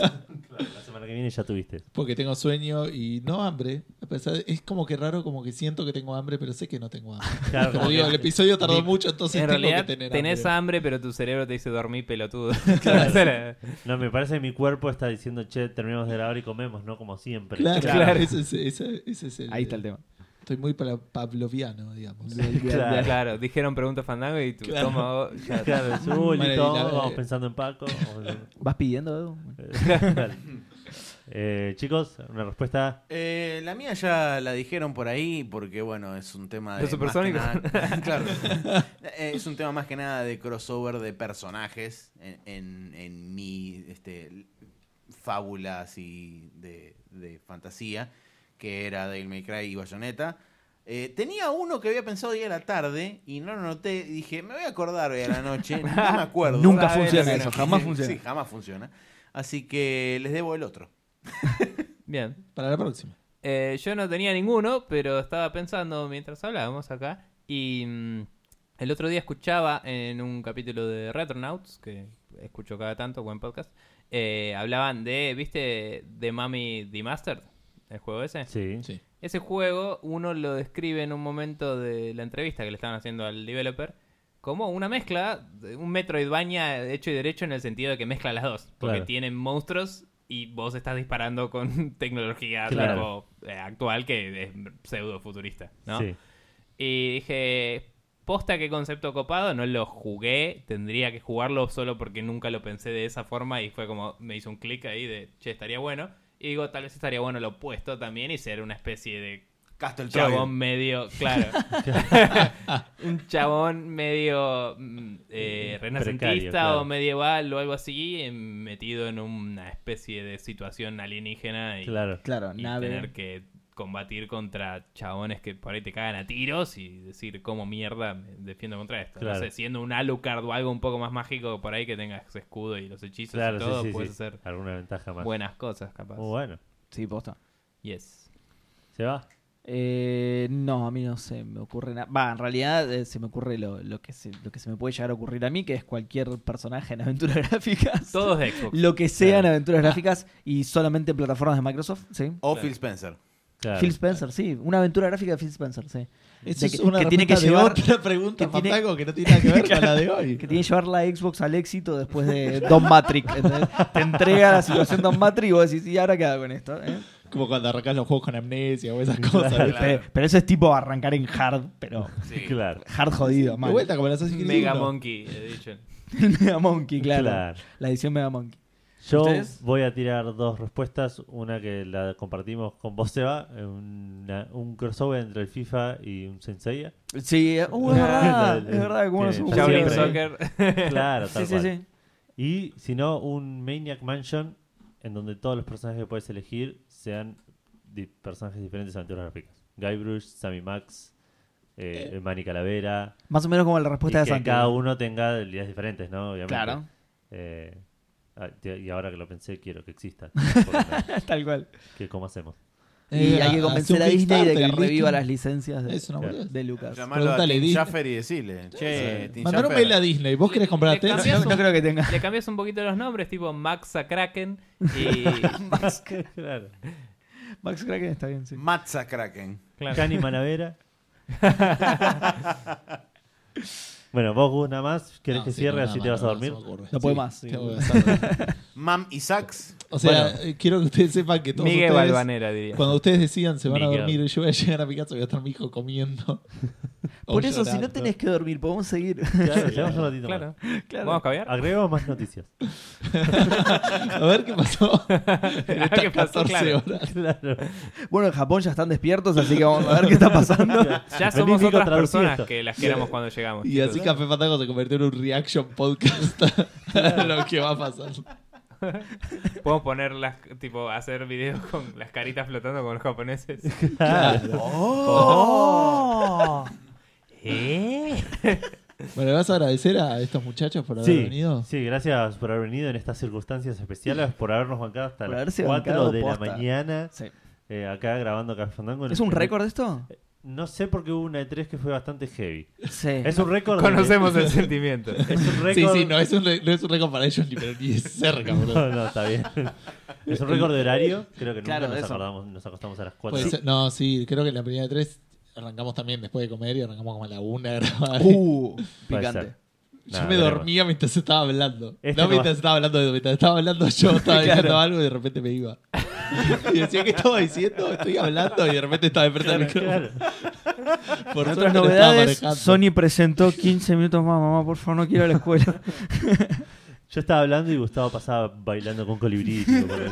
Speaker 1: La semana que viene ya tuviste.
Speaker 2: Porque tengo sueño y no hambre. A pesar de- es como que raro, como que siento que tengo hambre, pero sé que no tengo hambre.
Speaker 1: Claro,
Speaker 2: Pero
Speaker 1: como
Speaker 2: digo,
Speaker 1: que-
Speaker 2: el episodio tardó mucho, entonces
Speaker 4: en
Speaker 2: tengo
Speaker 4: realidad
Speaker 2: que tener
Speaker 4: tenés
Speaker 2: hambre.
Speaker 4: hambre. pero tu cerebro te dice dormir pelotudo.
Speaker 1: Claro. No, me parece que mi cuerpo está diciendo, che, terminamos de grabar y comemos, no como siempre.
Speaker 2: Claro,
Speaker 6: Claro.
Speaker 2: claro, Ese, es, ese- ese es el.
Speaker 6: Ahí está el tema.
Speaker 2: Estoy muy para pavloviano, digamos.
Speaker 1: Claro.
Speaker 4: Claro, dijeron pregunta fandango y tu
Speaker 2: Claro.
Speaker 4: estómago ya-
Speaker 1: Claro, es, uy,
Speaker 2: Bueno, y
Speaker 1: listo,
Speaker 2: la-
Speaker 1: vamos pensando en Paco. vamos-
Speaker 6: ¿Vas pidiendo, Edu?
Speaker 1: eh, claro. Eh, chicos, una respuesta.
Speaker 3: Eh, la mía ya la dijeron por ahí porque, bueno, es un tema de...
Speaker 4: Los supersónicos.
Speaker 3: más que nada- claro. Eh, Es un tema más que nada de crossover de personajes en, en- en mi este, fábula así de, de fantasía, que era Devil May Cry y Bayonetta. Eh, tenía uno que había pensado hoy a la tarde y no lo noté. y Dije, me voy a acordar hoy a la noche. No me acuerdo.
Speaker 6: Nunca
Speaker 3: Ah,
Speaker 6: funciona
Speaker 3: era-
Speaker 6: eso, jamás funciona.
Speaker 3: Sí, jamás funciona. Así que les debo el otro.
Speaker 4: Bien.
Speaker 2: Para la próxima.
Speaker 4: Eh, yo no tenía ninguno, pero estaba pensando mientras hablábamos acá. Y mm, el otro día escuchaba en un capítulo de Retronauts, que escucho cada tanto, buen podcast. eh, hablaban de, ¿viste? De Mami The Master, el juego ese.
Speaker 1: Sí.
Speaker 2: Sí.
Speaker 4: Ese juego uno lo describe en un momento de la entrevista que le estaban haciendo al developer como una mezcla, de un Metroidvania hecho y derecho en el sentido de que mezcla las dos. Porque
Speaker 1: Claro.
Speaker 4: tienen monstruos y vos estás disparando con tecnología
Speaker 1: Claro.
Speaker 4: tipo, eh, actual que es pseudo futurista, ¿no?
Speaker 1: sí.
Speaker 4: Y dije, posta que concepto copado, no lo jugué, tendría que jugarlo solo porque nunca lo pensé de esa forma y fue como, me hizo un clic ahí de, che, estaría bueno. Y digo, tal vez estaría bueno lo opuesto también y ser una especie de
Speaker 3: Castle Troy.
Speaker 4: chabón medio, claro. un chabón medio mm, eh, renacentista
Speaker 1: Precario, claro.
Speaker 4: o medieval o algo así, eh, metido en una especie de situación alienígena y,
Speaker 1: Claro.
Speaker 6: Claro,
Speaker 4: y
Speaker 6: nave.
Speaker 4: tener que combatir contra chabones que por ahí te cagan a tiros y decir cómo mierda me defiendo contra esto. No
Speaker 1: Claro.
Speaker 4: sé, siendo un Alucard o algo un poco más mágico por ahí que tengas escudo y los hechizos
Speaker 1: Claro,
Speaker 4: y
Speaker 1: sí,
Speaker 4: todo,
Speaker 1: sí,
Speaker 4: puedes
Speaker 1: sí.
Speaker 4: hacer
Speaker 1: Alguna ventaja más. Bueno.
Speaker 4: buenas cosas capaz.
Speaker 1: Muy bueno.
Speaker 6: Sí, posta.
Speaker 4: Yes.
Speaker 1: ¿Se va?
Speaker 6: Eh, no, a mí no se me ocurre nada. Va, en realidad eh, se me ocurre lo, lo que se, lo que se me puede llegar a ocurrir a mí, que es cualquier personaje en aventuras gráficas.
Speaker 4: Todos de Xbox.
Speaker 6: Lo que sea en
Speaker 1: Claro.
Speaker 6: aventuras gráficas y solamente en plataformas de Microsoft, sí.
Speaker 3: O Phil Spencer.
Speaker 1: Claro.
Speaker 6: Phil Spencer, sí. Una aventura gráfica de Phil Spencer, sí.
Speaker 2: Esa
Speaker 6: De
Speaker 2: es
Speaker 6: que-
Speaker 2: una
Speaker 6: que tiene que
Speaker 2: respuesta de
Speaker 6: llevar-
Speaker 2: otra pregunta,
Speaker 6: que tiene-
Speaker 2: Fandango, que no tiene nada que ver con la de hoy.
Speaker 6: Que tiene que llevar la Xbox al éxito después de Don Matrix. ¿entendés? Te entrega la situación Don Matrix y vos decís, ¿y ahora qué hago con esto? eh?"
Speaker 2: Como cuando arrancas los juegos con amnesia o esas cosas.
Speaker 1: Claro.
Speaker 2: ¿viste?
Speaker 6: Pero, pero eso es tipo arrancar en hard, pero
Speaker 3: Sí.
Speaker 1: Claro.
Speaker 6: hard jodido,
Speaker 2: De
Speaker 6: mal.
Speaker 2: vuelta, como las Assassin's Creed
Speaker 4: Mega
Speaker 2: uno.
Speaker 4: Monkey Edition.
Speaker 6: Mega Monkey, claro.
Speaker 1: Claro.
Speaker 6: La edición Mega Monkey.
Speaker 1: Yo
Speaker 6: ¿Ustedes?
Speaker 1: voy a tirar dos respuestas. Una que la compartimos con vos, Seba. una- un crossover entre el FIFA y un Sensei.
Speaker 6: Sí, eh, uh, es verdad, es verdad, como nos
Speaker 1: Que
Speaker 6: unimos
Speaker 4: Shaolin
Speaker 1: siempre-
Speaker 4: Soccer.
Speaker 1: Claro,
Speaker 6: Sí,
Speaker 1: tal
Speaker 6: sí,
Speaker 1: cual.
Speaker 6: sí.
Speaker 1: Y si no, un Maniac Mansion en donde todos los personajes que puedes elegir sean di- personajes diferentes de aventuras gráficas. Guybrush, Sammy Max, eh, el Manny Calavera.
Speaker 6: Más o menos como la
Speaker 1: Y
Speaker 6: respuesta de
Speaker 1: que cada
Speaker 6: Santiago.
Speaker 1: uno tenga habilidades diferentes, ¿no? Obviamente.
Speaker 6: Claro,
Speaker 1: Eh, ah, te- y ahora que lo pensé, quiero que exista. Porque,
Speaker 6: tal cual.
Speaker 1: ¿qué- ¿Cómo hacemos?
Speaker 6: Y
Speaker 2: Eh,
Speaker 6: hay que
Speaker 2: hace
Speaker 6: convencer
Speaker 2: un
Speaker 6: a Disney de que
Speaker 2: Kickstarter,
Speaker 6: reviva
Speaker 2: ¿listo?
Speaker 6: las licencias de,
Speaker 2: Es una boludez.
Speaker 6: de Lucas.
Speaker 3: Llamarlo a
Speaker 2: Preguntale,
Speaker 3: Tim
Speaker 2: Dis-
Speaker 3: Schaffer y decirle, che, Tim
Speaker 2: Mandar un
Speaker 3: Schaffer,
Speaker 2: mail a Disney. ¿Vos querés comprar
Speaker 4: Le- le
Speaker 2: Tetris?
Speaker 4: cambias
Speaker 6: No, no creo que tenga.
Speaker 4: Le cambias un poquito los nombres, tipo Max a Kraken. Y.
Speaker 1: claro.
Speaker 6: Max Kraken está bien, sí.
Speaker 3: Matza Kraken.
Speaker 4: claro.
Speaker 1: Cani Manavera. bueno, vos, Gus, nada más. ¿Querés
Speaker 2: No,
Speaker 1: que
Speaker 2: sí,
Speaker 1: cierre
Speaker 2: nada
Speaker 1: así
Speaker 2: más,
Speaker 1: te vas a
Speaker 2: no,
Speaker 1: dormir?
Speaker 2: se me ocurre.
Speaker 6: No puede
Speaker 2: Sí,
Speaker 6: más, sí.
Speaker 2: tengo que gastar.
Speaker 3: Mam y Sax.
Speaker 2: O sea, eh, quiero que ustedes sepan que todos
Speaker 4: Miguel
Speaker 2: ustedes,
Speaker 4: Balvanera, diría.
Speaker 2: cuando ustedes decidan se van a
Speaker 1: Miguel.
Speaker 2: dormir y yo voy a llegar a mi casa voy a estar mi hijo comiendo. O
Speaker 6: Por eso, si no
Speaker 2: llorando.
Speaker 6: tenés que dormir, podemos seguir.
Speaker 1: Claro, llevamos un ratito más.
Speaker 4: Claro. ¿Vamos a
Speaker 2: Ah,
Speaker 4: caviar?
Speaker 1: Agregamos más noticias.
Speaker 2: A ver qué pasó. en
Speaker 4: A ver Ah, qué
Speaker 2: estas
Speaker 4: pasó,
Speaker 2: 14
Speaker 4: claro.
Speaker 2: horas.
Speaker 1: Claro.
Speaker 6: Bueno, en Japón ya están despiertos, así que vamos a ver qué está pasando.
Speaker 4: Ya
Speaker 1: Vení,
Speaker 4: somos
Speaker 1: Nico,
Speaker 4: otras
Speaker 1: traducí
Speaker 4: personas
Speaker 1: esto.
Speaker 4: que las que éramos cuando llegamos.
Speaker 2: Y así Café Fandango se convirtió en un reaction podcast a lo que va a pasar.
Speaker 4: Podemos poner las, tipo, hacer videos con las caritas flotando con los japoneses.
Speaker 1: Oh.
Speaker 3: ¿Eh?
Speaker 2: Bueno, ¿vas a agradecer a estos muchachos por haber
Speaker 1: Sí,
Speaker 2: venido?
Speaker 1: sí, gracias por haber venido en estas circunstancias especiales, por habernos bancado hasta
Speaker 6: Por
Speaker 1: las
Speaker 6: haberse
Speaker 1: 4
Speaker 6: bancado
Speaker 1: de la
Speaker 6: posta.
Speaker 1: mañana
Speaker 6: Sí.
Speaker 1: eh, acá grabando Café Fandango.
Speaker 6: ¿Es un récord esto?
Speaker 1: No sé porque hubo una de 3 que fue bastante heavy.
Speaker 6: Sí.
Speaker 1: Es un récord. de-
Speaker 4: Conocemos el sentimiento.
Speaker 1: Es un
Speaker 2: Sí,
Speaker 1: récord.
Speaker 2: sí, no es un, re- no es un récord para ellos ni, pero ni de cerca, boludo.
Speaker 1: No, no, está bien. Es un récord de horario. Creo que nunca
Speaker 6: Claro,
Speaker 1: nos,
Speaker 6: eso.
Speaker 1: acordamos, nos acostamos a las 4.
Speaker 2: Puede ser- no, sí, creo que en la primera de tres arrancamos también después de comer y arrancamos como a la una. a grabar.
Speaker 6: Uh,
Speaker 1: Puede
Speaker 6: picante.
Speaker 1: ser.
Speaker 2: yo
Speaker 1: nada,
Speaker 2: me
Speaker 1: veremos.
Speaker 2: dormía mientras se estaba hablando.
Speaker 1: Este
Speaker 2: no
Speaker 1: no
Speaker 2: mientras
Speaker 1: va.
Speaker 2: estaba hablando, de- mientras estaba hablando yo estaba
Speaker 6: Claro.
Speaker 2: diciendo algo y de repente me iba. y decía, ¿qué estaba diciendo? Estoy hablando y de repente estaba enfrente del
Speaker 1: Claro.
Speaker 2: micrófono. Por
Speaker 6: En
Speaker 2: suerte
Speaker 6: otras
Speaker 2: no estaba
Speaker 6: novedades,
Speaker 2: manejando.
Speaker 6: Sony presentó 15 minutos más. Mamá, por favor, no quiero ir a la escuela.
Speaker 1: Yo estaba hablando y Gustavo pasaba bailando con colibrí. tipo, por el-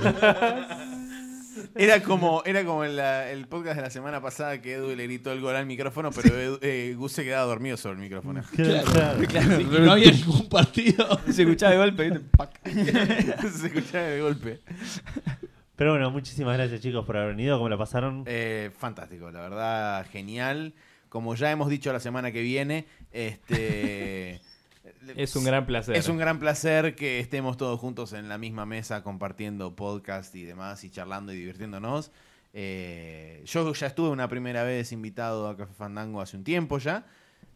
Speaker 3: Era como, era como el, la- el podcast de la semana pasada que Edu le gritó el gol al micrófono, pero Edu- eh, Gus se quedaba dormido sobre el micrófono.
Speaker 2: Mm.
Speaker 1: Claro.
Speaker 2: Sí, y no había ningún partido.
Speaker 6: Se escuchaba de golpe. ¿viste? Pac.
Speaker 3: se escuchaba de golpe.
Speaker 1: Pero bueno, muchísimas gracias chicos por haber venido. ¿Cómo la pasaron?
Speaker 3: Eh, fantástico, la verdad, genial. Como ya hemos dicho la semana que viene, este
Speaker 4: Es un gran placer.
Speaker 3: es un gran placer que estemos todos juntos en la misma mesa compartiendo podcast y demás y charlando y divirtiéndonos. Eh, yo ya estuve una primera vez invitado a Café Fandango hace un tiempo ya,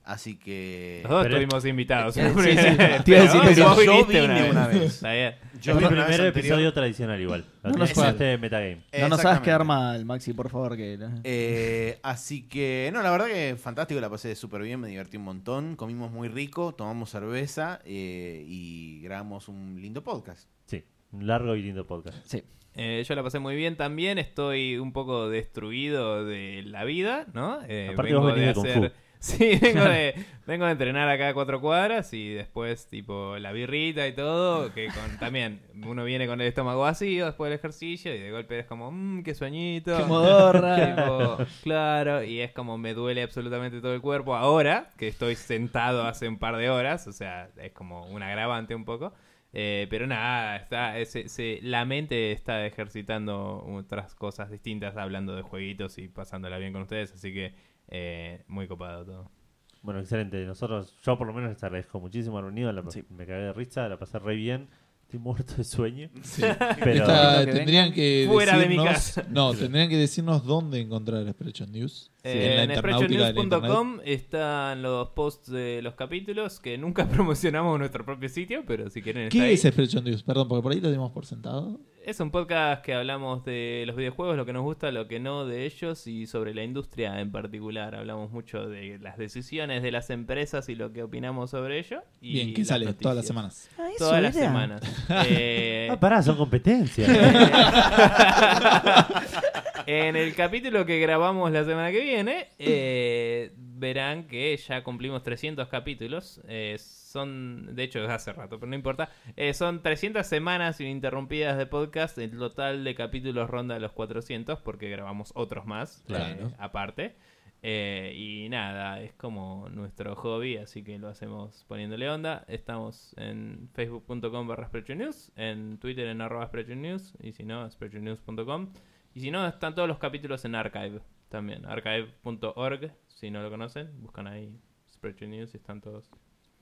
Speaker 3: así que
Speaker 4: Los dos
Speaker 1: Pero-
Speaker 4: estuvimos invitados.
Speaker 6: Eh, sí,
Speaker 4: Pero-
Speaker 6: sí.
Speaker 4: pero
Speaker 6: Te iba a decir
Speaker 4: vos
Speaker 6: eso.
Speaker 3: Yo
Speaker 4: viniste
Speaker 3: vine una vez.
Speaker 4: Está bien.
Speaker 3: yo
Speaker 1: es
Speaker 3: vi
Speaker 1: el
Speaker 3: una vez
Speaker 1: primer
Speaker 3: anterior-
Speaker 1: episodio tradicional igual. No,
Speaker 2: nos jodas.
Speaker 1: este metagame.
Speaker 6: No nos hagas quedar
Speaker 3: Exactamente.
Speaker 6: mal, Maxi, por favor. Que...
Speaker 3: Eh, así que, no, la verdad que fantástico, la pasé súper bien, me divertí un montón, comimos muy rico, tomamos cerveza eh, y grabamos un lindo podcast.
Speaker 1: Sí, un largo y lindo podcast.
Speaker 6: Sí.
Speaker 4: Eh, yo la pasé muy bien también. Estoy un poco destruido de la vida, ¿no? Eh,
Speaker 1: Aparte vos venís de Kung Fu.
Speaker 4: Sí, vengo de, vengo de entrenar acá a cuatro cuadras y después, tipo, la birrita y todo. Que con, también uno viene con el estómago vacío después del ejercicio y de golpe es como, mmm, qué sueñito.
Speaker 6: Qué modorra.
Speaker 4: Tipo, claro, y es como me duele absolutamente todo el cuerpo ahora, que estoy sentado hace un par de horas, o sea, es como un agravante un poco. Eh, pero nada, está, se- se- la mente está ejercitando otras cosas distintas, hablando de jueguitos y pasándola bien con ustedes, así que eh, muy copado todo.
Speaker 1: Bueno, excelente. Nosotros, yo por lo menos les agradezco muchísimo haber venido. la- Me cagué de risa, la pasé re bien. Estoy muerto de sueño. Pero
Speaker 2: Esta-
Speaker 6: que
Speaker 2: tendrían que
Speaker 4: Fuera de mi
Speaker 2: decirnos,
Speaker 4: casa.
Speaker 2: No, tendrían que decirnos dónde encontrar Spreadshot News.
Speaker 4: Eh, en
Speaker 2: internautica de la internet.
Speaker 4: expressionnews.com están los posts de los capítulos que nunca promocionamos en nuestro propio sitio, pero si quieren está
Speaker 2: ¿Qué
Speaker 4: ahí.
Speaker 2: es Spreadshot News? Perdón, porque por ahí lo dimos por sentado.
Speaker 4: Es un podcast que hablamos de los videojuegos, lo que nos gusta, lo que no de ellos y sobre la industria en particular. Hablamos mucho de las decisiones de las empresas y lo que opinamos sobre ello. Y
Speaker 2: Bien, ¿qué
Speaker 4: las
Speaker 2: sale?
Speaker 4: noticias.
Speaker 2: Todas las semanas.
Speaker 4: Todas las semanas. Eh,
Speaker 1: Ah, pará, son competencias.
Speaker 4: en el capítulo que grabamos la semana que viene, eh, verán que ya cumplimos 300 capítulos. Eh, son, de hecho, es hace rato, pero no importa. Eh, son 300 semanas ininterrumpidas de podcast. El total de capítulos ronda los 400 porque grabamos otros más
Speaker 2: Claro.
Speaker 4: eh, aparte. Eh, y nada, es como nuestro hobby, así que lo hacemos poniéndole onda. Estamos en facebook.com barra Spreadshirt News, en Twitter en arroba Spreadshirt News, y si no, spreadshirtnews.com. Y si no, están todos los capítulos en Archive también, archive.org, si no lo conocen, buscan ahí Spreadshirt News y están todos.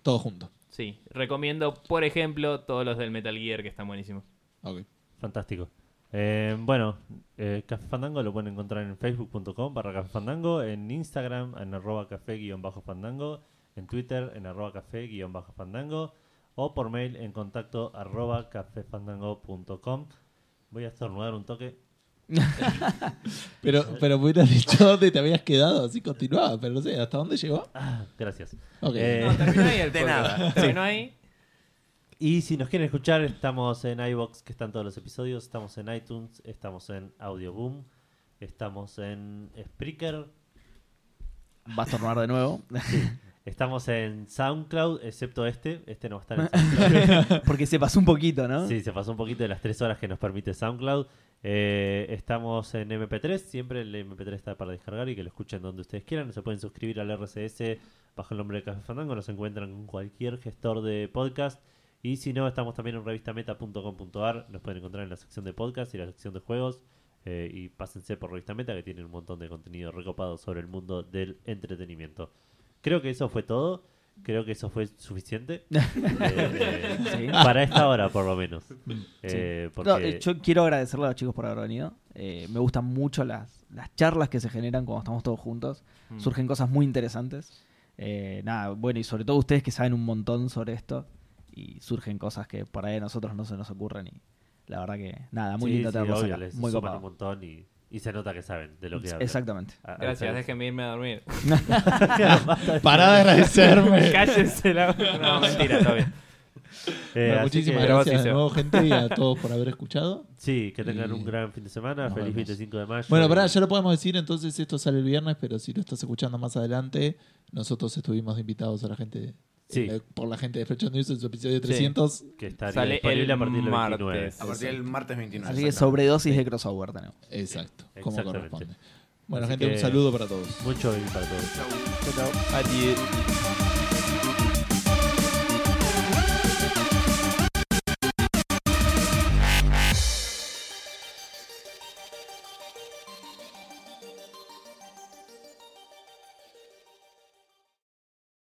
Speaker 2: Todo junto.
Speaker 4: Sí, recomiendo, por ejemplo, todos los del Metal Gear que están buenísimos.
Speaker 2: Ok.
Speaker 1: Fantástico. Eh, bueno, eh, Café Fandango lo pueden encontrar en facebook.com barra Café Fandango, en Instagram en arroba café guión bajo fandango, en Twitter en arroba café guión bajo fandango o por mail en contacto arroba cafefandango.com. Voy a estornudar un toque.
Speaker 2: Pero, pero me hubieras dicho dónde te habías quedado, así continuaba, pero no sé, ¿hasta dónde llegó?
Speaker 1: Ah, gracias.
Speaker 2: Ok.
Speaker 1: Eh,
Speaker 4: No, terminó ahí el
Speaker 3: De
Speaker 4: podcast.
Speaker 3: nada.
Speaker 4: Terminó ahí.
Speaker 1: Y si nos quieren escuchar, estamos en iBox, que están todos los episodios, estamos en iTunes, estamos en Audioboom, estamos en Spreaker,
Speaker 6: Va a estornudar de nuevo.
Speaker 1: estamos en SoundCloud, excepto este, este no va a estar en SoundCloud.
Speaker 6: Porque se pasó un poquito, ¿no?
Speaker 1: sí, se pasó un poquito de las tres horas que nos permite SoundCloud. Eh, estamos en MP3, siempre el MP3 está para descargar y que lo escuchen donde ustedes quieran. Se pueden suscribir al RCS bajo el nombre de Café Fandango, nos encuentran con cualquier gestor de podcast. Y si no, estamos también en revistameta.com.ar, nos pueden encontrar en la sección de podcast y la sección de juegos. Eh, y pásense por Revista Meta que tiene un montón de contenido recopado sobre el mundo del entretenimiento. Creo que eso fue todo. Creo que eso fue suficiente Eh, eh,
Speaker 6: Sí.
Speaker 1: para esta hora, por lo menos. Eh, porque
Speaker 6: No, eh, yo quiero agradecerle a los chicos por haber venido. Eh, me gustan mucho las, las charlas que se generan cuando estamos todos juntos.
Speaker 4: Mm.
Speaker 6: Surgen cosas muy interesantes. Eh, nada, bueno, y sobre todo ustedes que saben un montón sobre esto. Y surgen cosas que por ahí a nosotros no se nos ocurren. Y la verdad que, nada, muy
Speaker 1: sí,
Speaker 6: lindo
Speaker 1: sí,
Speaker 6: tenerlos
Speaker 1: obvio,
Speaker 6: acá.
Speaker 1: les
Speaker 6: Muy
Speaker 1: suman
Speaker 6: copado.
Speaker 1: un montón y, y se nota que saben de lo que hablan. Ah,
Speaker 6: Exactamente.
Speaker 1: A- a
Speaker 4: Gracias,
Speaker 1: diferencia-
Speaker 4: déjenme irme a dormir.
Speaker 1: Basta de-
Speaker 2: Pará de agradecerme.
Speaker 4: Cállense la No, mentira, todo bien.
Speaker 1: Eh,
Speaker 2: Bueno,
Speaker 1: así
Speaker 2: muchísimas
Speaker 1: que-
Speaker 4: Pero
Speaker 2: gracias
Speaker 4: vos sí
Speaker 2: de
Speaker 4: se-
Speaker 2: nuevo, gente, y a todos por haber escuchado.
Speaker 1: Sí, que tengan
Speaker 2: Y
Speaker 1: un gran fin de semana.
Speaker 2: nos
Speaker 1: Feliz
Speaker 2: vemos.
Speaker 1: 25 de mayo.
Speaker 2: Bueno, pará,
Speaker 1: Y-
Speaker 2: ya lo podemos decir, entonces esto sale el viernes, pero si lo estás escuchando más adelante, nosotros estuvimos invitados a la gente
Speaker 1: Sí.
Speaker 2: eh, por la gente de Fecha News en su episodio 300.
Speaker 1: que está
Speaker 4: Sale
Speaker 1: disponible a
Speaker 4: el
Speaker 1: partir del
Speaker 4: martes.
Speaker 1: 29.
Speaker 3: A partir del martes 29.
Speaker 6: Así que
Speaker 3: exacto.
Speaker 6: sobredosis de crossover tenemos.
Speaker 2: Exacto, como
Speaker 1: Exactamente.
Speaker 2: corresponde. Bueno,
Speaker 1: Así
Speaker 2: gente,
Speaker 1: que-
Speaker 2: un saludo para todos.
Speaker 1: Mucho bien para todos.
Speaker 4: Adiós.